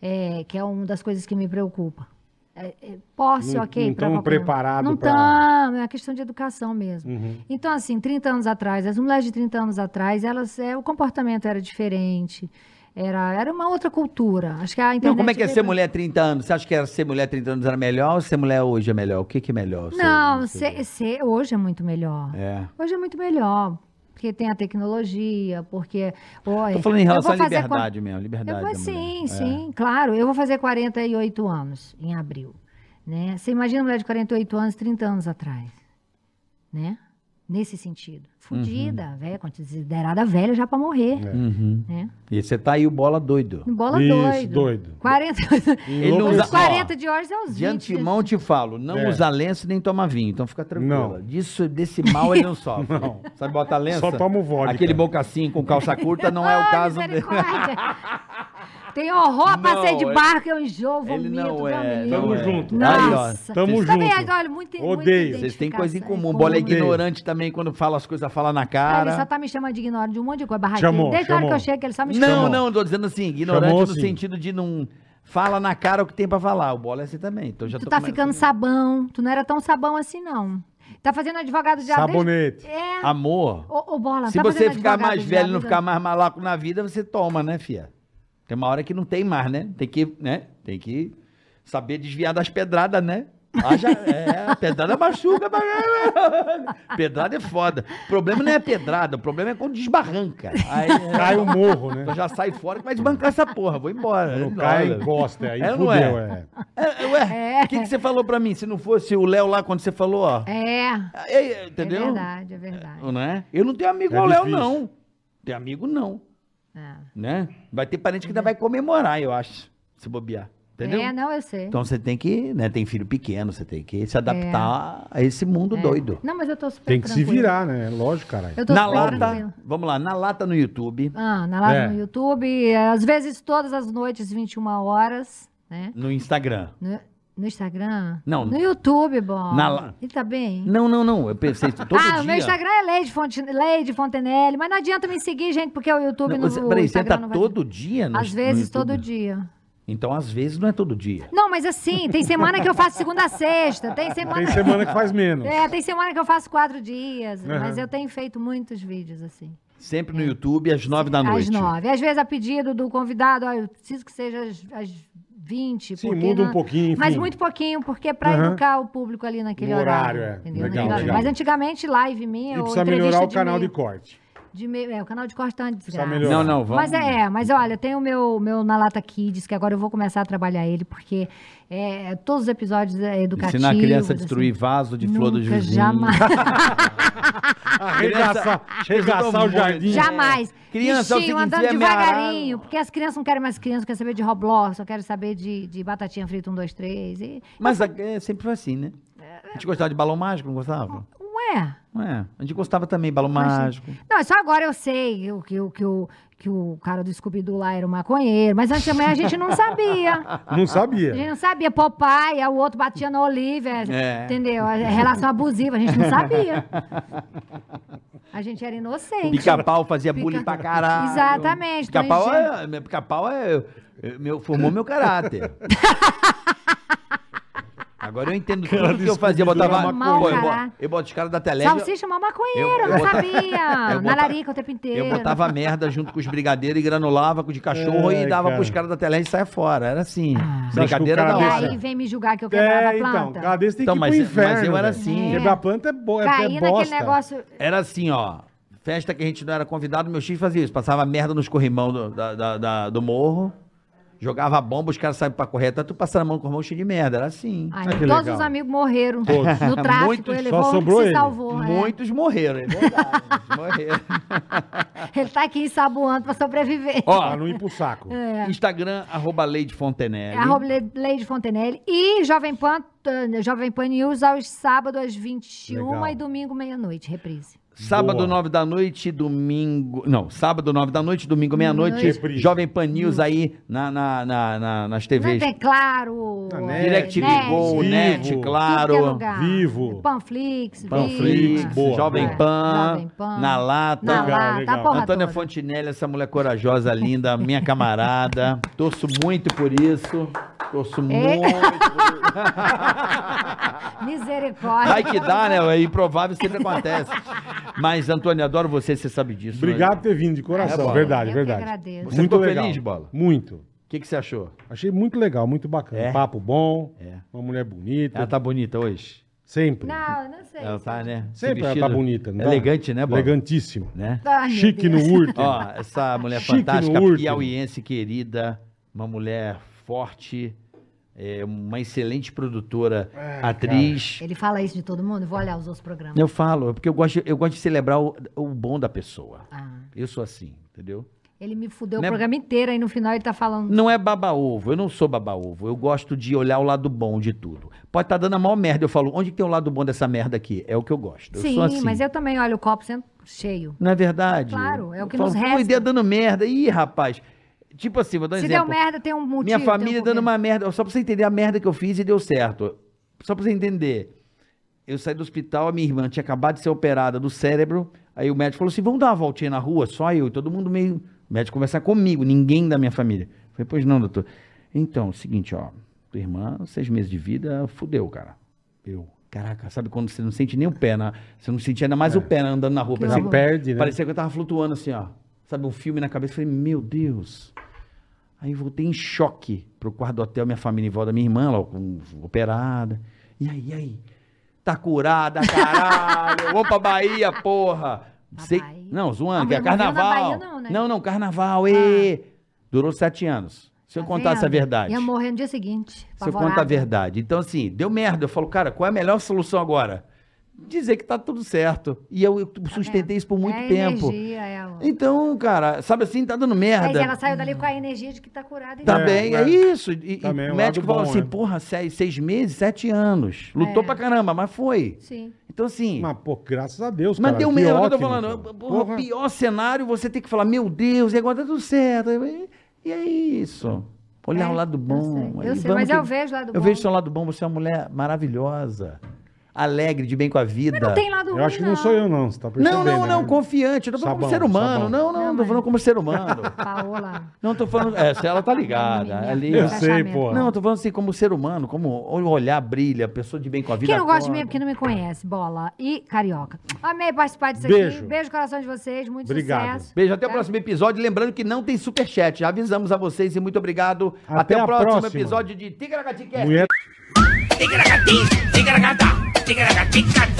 [SPEAKER 4] É, que é uma das coisas que me preocupa. É, é, posse,
[SPEAKER 2] Não-
[SPEAKER 4] ok.
[SPEAKER 2] não
[SPEAKER 4] pra
[SPEAKER 2] tão
[SPEAKER 4] qualquer um.
[SPEAKER 2] preparado
[SPEAKER 4] Não
[SPEAKER 2] pra-
[SPEAKER 4] tão, é uma questão de educação mesmo.
[SPEAKER 2] Uhum.
[SPEAKER 4] Então, assim, 30 anos atrás, as mulheres de 30 anos atrás, elas, é, o comportamento era diferente, era, era uma outra cultura. Acho que a internet...
[SPEAKER 3] Então, como é que é
[SPEAKER 4] veio
[SPEAKER 3] ser
[SPEAKER 4] pra-
[SPEAKER 3] mulher 30 anos? Você acha que era ser mulher 30 anos era melhor ou ser mulher hoje é melhor? O que, que é melhor? Você-
[SPEAKER 4] Não,
[SPEAKER 3] você-
[SPEAKER 4] ser- ser- hoje é muito melhor.
[SPEAKER 3] É.
[SPEAKER 4] Hoje é muito melhor. Porque tem a tecnologia, porque. Oi,
[SPEAKER 3] Tô falando em
[SPEAKER 4] eu
[SPEAKER 3] relação à
[SPEAKER 4] vou fazer
[SPEAKER 3] liberdade mesmo,
[SPEAKER 4] Eu
[SPEAKER 3] liberdade.
[SPEAKER 4] vou,
[SPEAKER 3] da
[SPEAKER 4] sim,
[SPEAKER 3] mulher. É.
[SPEAKER 4] sim, claro. Eu vou fazer 48 anos em abril. Né? Você imagina uma mulher de 48 anos, 30 anos atrás. Né? Nesse sentido. Fudida, velha, considerada velha já pra morrer.
[SPEAKER 2] É.
[SPEAKER 3] Uhum.
[SPEAKER 4] Né?
[SPEAKER 3] E você tá aí o bola doido.
[SPEAKER 4] Bola
[SPEAKER 2] Isso,
[SPEAKER 4] doido.
[SPEAKER 2] doido.
[SPEAKER 4] 40,
[SPEAKER 2] Ele
[SPEAKER 3] não
[SPEAKER 4] os
[SPEAKER 3] usa-
[SPEAKER 4] 40 de hoje é os 20.
[SPEAKER 3] De antemão te falo, não
[SPEAKER 2] É.
[SPEAKER 3] usa lenço nem toma vinho, então fica tranquila.
[SPEAKER 2] Não.
[SPEAKER 3] Disso, desse mal ele não sofre. Sabe botar lenço?
[SPEAKER 2] Só toma um o vodka.
[SPEAKER 3] Aquele boca assim com calça curta não é
[SPEAKER 4] Ai,
[SPEAKER 3] o caso dele.
[SPEAKER 4] misericórdia. Tem horror,
[SPEAKER 3] Não,
[SPEAKER 4] passei de
[SPEAKER 3] ele-
[SPEAKER 4] barco, eu enjoo, vomito,
[SPEAKER 3] Ele não é.
[SPEAKER 4] caminho.
[SPEAKER 3] não
[SPEAKER 2] Tamo
[SPEAKER 3] é.
[SPEAKER 2] junto.
[SPEAKER 3] Aí, ó.
[SPEAKER 4] Nossa.
[SPEAKER 2] Tamo
[SPEAKER 4] Vocês também,
[SPEAKER 2] junto.
[SPEAKER 4] olha, muito,
[SPEAKER 2] Odeio.
[SPEAKER 4] Muito
[SPEAKER 3] Vocês têm coisa em comum.
[SPEAKER 4] Bola
[SPEAKER 3] Bola é
[SPEAKER 2] comum.
[SPEAKER 3] ignorante também quando fala as coisas, fala na
[SPEAKER 4] Cara,
[SPEAKER 3] cara.
[SPEAKER 4] ele só tá me chamando de ignorante de um monte de coisa. Barraqueiro.
[SPEAKER 2] Chamou,
[SPEAKER 4] Desde a hora
[SPEAKER 2] chamou.
[SPEAKER 4] que eu chego, ele só me
[SPEAKER 3] não,
[SPEAKER 4] chama.
[SPEAKER 3] não, tô dizendo assim, ignorante
[SPEAKER 2] Chamou,
[SPEAKER 3] no
[SPEAKER 2] sim.
[SPEAKER 3] sentido de não fala na cara o que tem pra falar. O bola é assim também. Então já
[SPEAKER 4] Tu
[SPEAKER 3] tô
[SPEAKER 4] tá
[SPEAKER 3] começando-
[SPEAKER 4] ficando sabão. Tu não era tão sabão assim, não. Tá fazendo advogado de
[SPEAKER 2] Sabonete.
[SPEAKER 4] É.
[SPEAKER 3] Amor.
[SPEAKER 4] Ô, ô, Bola,
[SPEAKER 3] Se
[SPEAKER 4] tá
[SPEAKER 3] você
[SPEAKER 4] fazendo
[SPEAKER 3] ficar
[SPEAKER 4] advogado
[SPEAKER 3] mais
[SPEAKER 4] de
[SPEAKER 3] velho e não
[SPEAKER 4] adeus?
[SPEAKER 3] ficar mais malaco na vida, você toma, né, fia? Tem uma hora que não tem mais, né? Tem que, né? Tem que saber desviar das pedradas, né? Haja, é, pedrada machuca. pra caralho. pedrada é foda. O problema não é a pedrada, o problema é quando desbarranca. Aí, é,
[SPEAKER 2] Cai o morro, né?
[SPEAKER 3] eu já sai fora que vai desbancar essa porra, vou embora.
[SPEAKER 2] Não
[SPEAKER 3] Olha.
[SPEAKER 2] cai, encosta. Aí
[SPEAKER 3] É, não
[SPEAKER 2] fudeu,
[SPEAKER 3] é?
[SPEAKER 2] é.
[SPEAKER 3] É, ué, o que, que você falou pra mim? Se não fosse o Léo lá quando você falou, ó.
[SPEAKER 4] É.
[SPEAKER 3] Ei,
[SPEAKER 4] É
[SPEAKER 3] entendeu?
[SPEAKER 4] verdade, é verdade.
[SPEAKER 3] Não é? Eu não tenho amigo
[SPEAKER 2] É
[SPEAKER 3] ao Léo,
[SPEAKER 2] difícil.
[SPEAKER 3] não. Tem amigo, não.
[SPEAKER 4] É.
[SPEAKER 3] né? Vai ter parente que ainda vai comemorar, eu acho, se bobear. Entendeu?
[SPEAKER 4] É, não, eu sei.
[SPEAKER 3] Então você tem que, né? Tem filho pequeno, você tem que se adaptar a esse mundo
[SPEAKER 4] É.
[SPEAKER 3] doido.
[SPEAKER 4] Não, mas eu tô super
[SPEAKER 2] Tem que se
[SPEAKER 4] tranquila.
[SPEAKER 2] virar, né? Lógico, caralho.
[SPEAKER 4] Eu tô
[SPEAKER 3] Na
[SPEAKER 4] super
[SPEAKER 3] lata,
[SPEAKER 4] tranquila.
[SPEAKER 3] vamos lá, na lata no YouTube,
[SPEAKER 4] Ah, na live
[SPEAKER 2] É.
[SPEAKER 4] no YouTube, é, às vezes todas as noites, 21 horas, né?
[SPEAKER 3] no Instagram.
[SPEAKER 4] No, no Instagram.
[SPEAKER 3] Não.
[SPEAKER 4] No YouTube, bom.
[SPEAKER 3] Na la-
[SPEAKER 4] Ele tá bem.
[SPEAKER 3] Não, não, não,
[SPEAKER 4] (laughs)
[SPEAKER 3] eu pensei todo
[SPEAKER 4] ah,
[SPEAKER 3] dia.
[SPEAKER 4] o meu Instagram é Leide, Fonte... Leide Fontenelle, mas não adianta me seguir, gente, porque o YouTube não,
[SPEAKER 3] Não, você, peraí,
[SPEAKER 4] o
[SPEAKER 3] você
[SPEAKER 4] Instagram
[SPEAKER 3] tá
[SPEAKER 4] não vai-
[SPEAKER 3] todo dia no
[SPEAKER 4] Às
[SPEAKER 3] no
[SPEAKER 4] vezes,
[SPEAKER 3] YouTube?
[SPEAKER 4] todo dia.
[SPEAKER 3] Então, às vezes não é todo dia.
[SPEAKER 4] Não, mas assim, tem semana que eu faço segunda a sexta, tem semana...
[SPEAKER 2] Tem semana que faz menos.
[SPEAKER 4] É, tem semana que eu faço quatro dias,
[SPEAKER 2] Aham.
[SPEAKER 4] mas eu tenho feito muitos vídeos, assim.
[SPEAKER 3] Sempre no YouTube, às nove da noite.
[SPEAKER 4] Às nove. Às vezes, a pedido do convidado, ó, eu preciso que seja às, às 20.
[SPEAKER 2] Sim,
[SPEAKER 4] porque
[SPEAKER 2] muda um
[SPEAKER 4] na-
[SPEAKER 2] pouquinho, enfim.
[SPEAKER 4] Mas muito pouquinho, porque é pra
[SPEAKER 2] Aham.
[SPEAKER 4] educar o público ali naquele
[SPEAKER 2] No
[SPEAKER 4] horário.
[SPEAKER 2] horário, é.
[SPEAKER 4] entendeu?
[SPEAKER 2] Legal,
[SPEAKER 4] Naquele horário.
[SPEAKER 2] legal.
[SPEAKER 4] Mas antigamente, live
[SPEAKER 2] E
[SPEAKER 4] minha ou
[SPEAKER 2] precisa
[SPEAKER 4] entrevista
[SPEAKER 2] melhorar o
[SPEAKER 4] de
[SPEAKER 2] canal de
[SPEAKER 4] meio.
[SPEAKER 2] corte.
[SPEAKER 4] De me- é, o canal de corte tá uma desgraça.
[SPEAKER 2] melhorar.
[SPEAKER 3] Não, não, vamos.
[SPEAKER 4] Mas é, mas olha, eu tenho o meu, meu Na Lata Kids, que agora eu vou começar a trabalhar ele, porque é, todos os episódios é, educativos.
[SPEAKER 3] Ensinar a criança a
[SPEAKER 4] assim.
[SPEAKER 3] destruir vaso de flor dos
[SPEAKER 4] Nunca,
[SPEAKER 3] vizinhos. (laughs)
[SPEAKER 4] Jamais.
[SPEAKER 2] Arregaçar, arregaçar o jardim.
[SPEAKER 4] jamais.
[SPEAKER 3] Criança, é o
[SPEAKER 4] Bichinho
[SPEAKER 3] seguinte,
[SPEAKER 4] andando
[SPEAKER 3] é minha
[SPEAKER 4] devagarinho, porque as crianças não querem mais crianças, querem saber de Roblox, só querem saber de, de batatinha frita, um, dois, três. E...
[SPEAKER 3] Mas a- é, sempre foi assim, né? A gente gostava de balão mágico, não gostava?
[SPEAKER 4] Ué.
[SPEAKER 3] Não é. A gente gostava também de balão mágico.
[SPEAKER 4] Não, só agora eu sei que, o- que, o- que, o, que o cara do Scooby-Doo lá era um maconheiro, mas antes também a gente não sabia.
[SPEAKER 2] Não
[SPEAKER 4] Ah, A gente
[SPEAKER 2] sabia.
[SPEAKER 4] não sabia, Popeye, o outro batia na Olivia,
[SPEAKER 3] É.
[SPEAKER 4] entendeu? A relação abusiva, a gente não sabia. A gente era inocente.
[SPEAKER 3] Pica-pau fazia
[SPEAKER 4] Pica-
[SPEAKER 3] bullying pra caralho.
[SPEAKER 4] Exatamente,
[SPEAKER 3] Pica-pau
[SPEAKER 4] não
[SPEAKER 3] é, meu- pica-pau é, é meu, formou
[SPEAKER 4] (laughs)
[SPEAKER 3] meu caráter. Agora eu entendo
[SPEAKER 2] Cara,
[SPEAKER 3] tudo que eu fazia.
[SPEAKER 2] descobriu
[SPEAKER 3] Botava,
[SPEAKER 4] uma Mau
[SPEAKER 3] pô, eu, boto,
[SPEAKER 4] caráter.
[SPEAKER 3] eu boto os caras da Telege.
[SPEAKER 4] Salsicha é uma maconheira,
[SPEAKER 3] eu
[SPEAKER 4] eu não
[SPEAKER 3] botava-
[SPEAKER 4] sabia.
[SPEAKER 3] eu botava-
[SPEAKER 4] na larica o tempo inteiro.
[SPEAKER 3] Eu botava a merda junto com os brigadeiros e granulava com o de cachorro
[SPEAKER 2] É,
[SPEAKER 3] e dava
[SPEAKER 2] cara. Ah.
[SPEAKER 3] pros caras da Telege e saia fora. Era assim.
[SPEAKER 2] Você acha que o
[SPEAKER 3] Brincadeira
[SPEAKER 2] cara
[SPEAKER 3] da
[SPEAKER 4] E
[SPEAKER 2] desse-
[SPEAKER 3] hora.
[SPEAKER 4] aí vem me julgar que eu quebrava
[SPEAKER 2] É,
[SPEAKER 4] a planta.
[SPEAKER 2] então, cada desse tem
[SPEAKER 3] Então,
[SPEAKER 2] que ir
[SPEAKER 3] mas-
[SPEAKER 2] pro
[SPEAKER 3] mas
[SPEAKER 2] inferno.
[SPEAKER 3] eu era
[SPEAKER 2] velho.
[SPEAKER 3] assim.
[SPEAKER 2] Quebrar planta é, bo é, é
[SPEAKER 4] Caí naquele
[SPEAKER 2] bosta.
[SPEAKER 4] negócio.
[SPEAKER 3] Era assim, ó. Festa que a gente não era convidado, meu X fazia isso. Passava merda nos corrimão do, da- da- da- do morro, jogava bomba, os caras saíam pra correr. Tá tu passando a mão com o mão cheio de merda. Era assim.
[SPEAKER 4] Ai,
[SPEAKER 2] Ah, que
[SPEAKER 4] todos
[SPEAKER 2] legal.
[SPEAKER 4] os amigos morreram
[SPEAKER 2] Todos. É
[SPEAKER 4] no tráfico.
[SPEAKER 3] Muitos,
[SPEAKER 4] ele
[SPEAKER 2] só
[SPEAKER 4] foi o único
[SPEAKER 2] sobrou
[SPEAKER 4] que se
[SPEAKER 2] ele.
[SPEAKER 4] salvou. é.
[SPEAKER 3] Muitos morreram, é verdade.
[SPEAKER 4] (laughs)
[SPEAKER 3] morreram.
[SPEAKER 4] Ele tá aqui ensaboando pra sobreviver.
[SPEAKER 2] Pra
[SPEAKER 3] Ó,
[SPEAKER 2] Ah, não ir pro saco.
[SPEAKER 4] É,
[SPEAKER 3] Instagram, arroba Leide Fontenelle.
[SPEAKER 4] Arroba Le- Leide Fontenelle e Jovem Pan, t- Jovem Pan News aos sábados às 21
[SPEAKER 2] Legal.
[SPEAKER 4] e domingo meia-noite, reprise.
[SPEAKER 3] Sábado,
[SPEAKER 2] Boa.
[SPEAKER 3] nove da noite, domingo. Não, sábado, nove da noite, domingo, meia-noite.
[SPEAKER 2] Reprise.
[SPEAKER 3] Jovem Pan News aí na, na, na- na- nas
[SPEAKER 4] Hum. Não é
[SPEAKER 3] TVs.
[SPEAKER 4] tem claro.
[SPEAKER 2] Na net,
[SPEAKER 3] DirecTV
[SPEAKER 4] net,
[SPEAKER 3] Go,
[SPEAKER 2] Vivo.
[SPEAKER 3] Net,
[SPEAKER 2] Tudo que é
[SPEAKER 3] Claro.
[SPEAKER 4] tudo que é lugar.
[SPEAKER 2] Vivo.
[SPEAKER 4] Panflix,
[SPEAKER 3] Panflix,
[SPEAKER 4] Viva.
[SPEAKER 2] boa.
[SPEAKER 3] Jovem,
[SPEAKER 4] É,
[SPEAKER 3] Pan,
[SPEAKER 4] Jovem Pan,
[SPEAKER 3] Na Lata.
[SPEAKER 4] Na
[SPEAKER 2] Legal,
[SPEAKER 4] Lata,
[SPEAKER 2] legal.
[SPEAKER 4] a tá porra
[SPEAKER 3] Antônia
[SPEAKER 4] toda.
[SPEAKER 3] Fontinelli, essa mulher corajosa, linda, minha camarada. Torço muito por isso.
[SPEAKER 4] É.
[SPEAKER 3] Torço muito.
[SPEAKER 4] (laughs) Misericórdia.
[SPEAKER 3] Ai que dá, né? É improvável, sempre acontece. Mas, Antônia, adoro você, você sabe disso. né?
[SPEAKER 2] Obrigado por ter vindo, de coração.
[SPEAKER 3] É, bola.
[SPEAKER 2] verdade,
[SPEAKER 4] Eu que
[SPEAKER 2] verdade.
[SPEAKER 4] agradeço.
[SPEAKER 3] Você ficou feliz, Bola?
[SPEAKER 2] Muito.
[SPEAKER 3] O que, que você achou?
[SPEAKER 2] Achei muito legal, muito bacana.
[SPEAKER 3] É?
[SPEAKER 2] Papo bom,
[SPEAKER 3] É.
[SPEAKER 2] uma mulher bonita.
[SPEAKER 3] Ela tá bonita hoje?
[SPEAKER 2] Sempre.
[SPEAKER 4] Não, não sei.
[SPEAKER 3] Ela tá, né? Esse
[SPEAKER 2] Sempre ela
[SPEAKER 3] vestido
[SPEAKER 2] tá bonita. não tá?
[SPEAKER 3] Elegante, né, Bola?
[SPEAKER 2] Elegantíssima.
[SPEAKER 3] Né?
[SPEAKER 4] Ai, meu
[SPEAKER 2] Chique no
[SPEAKER 4] Deus.
[SPEAKER 2] último.
[SPEAKER 3] (laughs) Ó, essa mulher
[SPEAKER 2] Chique no
[SPEAKER 3] fantástica,
[SPEAKER 2] último.
[SPEAKER 3] piauiense querida, uma mulher forte, é, uma excelente
[SPEAKER 4] É,
[SPEAKER 3] produtora, atriz.
[SPEAKER 4] Ele fala isso de todo mundo? Eu Vou olhar os outros programas.
[SPEAKER 3] Eu falo, porque eu gosto, eu gosto de celebrar o, o bom da pessoa.
[SPEAKER 4] Ah,
[SPEAKER 3] Eu sou assim, entendeu?
[SPEAKER 4] ele me fudeu
[SPEAKER 3] Né?
[SPEAKER 4] o programa inteiro, aí no final ele tá falando.
[SPEAKER 3] Não é baba-ovo, eu não sou baba-ovo. Eu gosto de olhar o lado bom de tudo. Pode estar dando a maior merda, eu falo, onde que tem o lado bom dessa merda aqui? É o que eu gosto. Eu
[SPEAKER 4] Sim,
[SPEAKER 3] sou assim.
[SPEAKER 4] mas eu também olho o copo sendo cheio.
[SPEAKER 3] Não é verdade?
[SPEAKER 4] Claro, é o que
[SPEAKER 3] Eu falo,
[SPEAKER 4] nos
[SPEAKER 3] "Pô,
[SPEAKER 4] resta."
[SPEAKER 3] ideia dando merda. Ih, rapaz. Tipo assim, vou dar um
[SPEAKER 4] Se
[SPEAKER 3] exemplo.
[SPEAKER 4] deu merda, tem um motivo.
[SPEAKER 3] Minha
[SPEAKER 4] tem um
[SPEAKER 3] família
[SPEAKER 4] porquê.
[SPEAKER 3] dando uma merda. Só pra você entender a merda que eu fiz e deu certo. Só pra você entender. Eu saí do hospital, a minha irmã tinha acabado de ser operada do cérebro. Aí o médico falou assim: vamos dar uma voltinha na rua, só eu e todo mundo meio. O médico conversar comigo, ninguém da minha família. Eu falei, pois não, doutor. Então, seguinte, ó. Tua irmã, seis meses de vida, fudeu, cara. Eu. Caraca, sabe quando você não sente nem o pé, né? Você não sentia ainda mais o pé andando na rua.
[SPEAKER 4] Que
[SPEAKER 3] Parecia-
[SPEAKER 4] horror.
[SPEAKER 2] Perde, né?
[SPEAKER 3] Parecia que eu tava flutuando assim, ó. Sabe, um filme na cabeça. Falei, meu Deus. Aí voltei em choque pro quarto do hotel, minha família em volta, minha irmã lá, com, operada. E aí, e aí? Tá curada, caralho. Vou pra Bahia, porra.
[SPEAKER 4] Pra
[SPEAKER 3] Sei-
[SPEAKER 4] Bahia?
[SPEAKER 3] Não,
[SPEAKER 4] Ah,
[SPEAKER 3] zoando, que é
[SPEAKER 4] mas não morreu na
[SPEAKER 3] carnaval.
[SPEAKER 4] Bahia não, né?
[SPEAKER 3] não, não, carnaval, ê. Durou sete anos. Se eu
[SPEAKER 4] Tá
[SPEAKER 3] contar
[SPEAKER 4] vendo?
[SPEAKER 3] essa verdade.
[SPEAKER 4] Ia morrer no dia seguinte.
[SPEAKER 3] Se eu
[SPEAKER 4] apavorada.
[SPEAKER 3] contar a verdade. Então, assim, deu merda. Eu falo, cara, qual é a melhor solução agora? Dizer que tá tudo certo. E eu, eu sustentei isso por muito
[SPEAKER 4] Tá é a
[SPEAKER 3] tempo.
[SPEAKER 4] Energia, ela.
[SPEAKER 3] Então, cara, sabe assim, tá dando
[SPEAKER 4] Mas
[SPEAKER 3] merda.
[SPEAKER 4] ela saiu dali com a energia de que tá curada.
[SPEAKER 3] Tá
[SPEAKER 4] então.
[SPEAKER 3] bem, é,
[SPEAKER 2] é.
[SPEAKER 3] isso. E, e
[SPEAKER 2] Também é um
[SPEAKER 3] o médico
[SPEAKER 2] lado
[SPEAKER 3] falou
[SPEAKER 2] bom,
[SPEAKER 3] assim,
[SPEAKER 2] né?
[SPEAKER 3] porra, seis, seis meses, sete anos. Lutou
[SPEAKER 4] É.
[SPEAKER 3] pra caramba, mas foi.
[SPEAKER 4] Sim.
[SPEAKER 3] Então, assim...
[SPEAKER 2] Mas, pô, graças a Deus,
[SPEAKER 3] Mas
[SPEAKER 2] cara.
[SPEAKER 3] deu
[SPEAKER 2] que
[SPEAKER 3] merda, é o que eu tô
[SPEAKER 2] ótimo,
[SPEAKER 3] falando.
[SPEAKER 2] cara.
[SPEAKER 3] Porra,
[SPEAKER 2] Porra.
[SPEAKER 3] pior cenário, você tem que falar, meu Deus, e agora tá tudo certo. E, e é isso. Olhar
[SPEAKER 4] É,
[SPEAKER 3] o lado
[SPEAKER 4] eu
[SPEAKER 3] bom.
[SPEAKER 4] sei.
[SPEAKER 3] aí
[SPEAKER 4] Eu sei,
[SPEAKER 3] vamos
[SPEAKER 4] mas
[SPEAKER 3] que-
[SPEAKER 4] eu vejo o lado
[SPEAKER 3] Eu
[SPEAKER 4] bom.
[SPEAKER 3] vejo seu lado bom, você é uma mulher maravilhosa. Alegre, de bem com a vida.
[SPEAKER 4] Não tem lado ruim,
[SPEAKER 2] Eu acho que não sou eu, não. Você tá percebendo?
[SPEAKER 3] não, não, não,
[SPEAKER 2] né?
[SPEAKER 3] confiante. Eu tô falando como
[SPEAKER 2] Sabão,
[SPEAKER 3] ser humano.
[SPEAKER 2] sabão.
[SPEAKER 3] Não, não,
[SPEAKER 4] Não,
[SPEAKER 3] tô
[SPEAKER 4] mas-
[SPEAKER 3] falando como
[SPEAKER 2] (laughs)
[SPEAKER 3] ser humano.
[SPEAKER 4] Paola.
[SPEAKER 3] Não tô falando. Essa ela tá ligada.
[SPEAKER 4] Minha-
[SPEAKER 3] é ali.
[SPEAKER 4] minha
[SPEAKER 2] Eu sei,
[SPEAKER 4] fechamento.
[SPEAKER 2] pô.
[SPEAKER 3] Não, eu tô falando assim, como ser humano, como o olhar brilha, pessoa de bem com a vida.
[SPEAKER 4] Quem não gosta de mim é
[SPEAKER 3] acorda.
[SPEAKER 4] porque não me conhece, bola e carioca. Amei participar disso
[SPEAKER 2] Beijo.
[SPEAKER 4] aqui. Beijo no coração de vocês, muito
[SPEAKER 2] Obrigado.
[SPEAKER 4] sucesso.
[SPEAKER 3] Beijo, até o
[SPEAKER 4] Tá?
[SPEAKER 3] próximo episódio. Lembrando que não tem superchat. Já avisamos a vocês e muito obrigado. Até,
[SPEAKER 2] Até
[SPEAKER 3] o
[SPEAKER 2] a
[SPEAKER 3] próximo
[SPEAKER 2] próxima.
[SPEAKER 3] episódio de Ticaracati Cast.
[SPEAKER 2] Mulher
[SPEAKER 5] Tigaracati, tigaracata, tigaracati,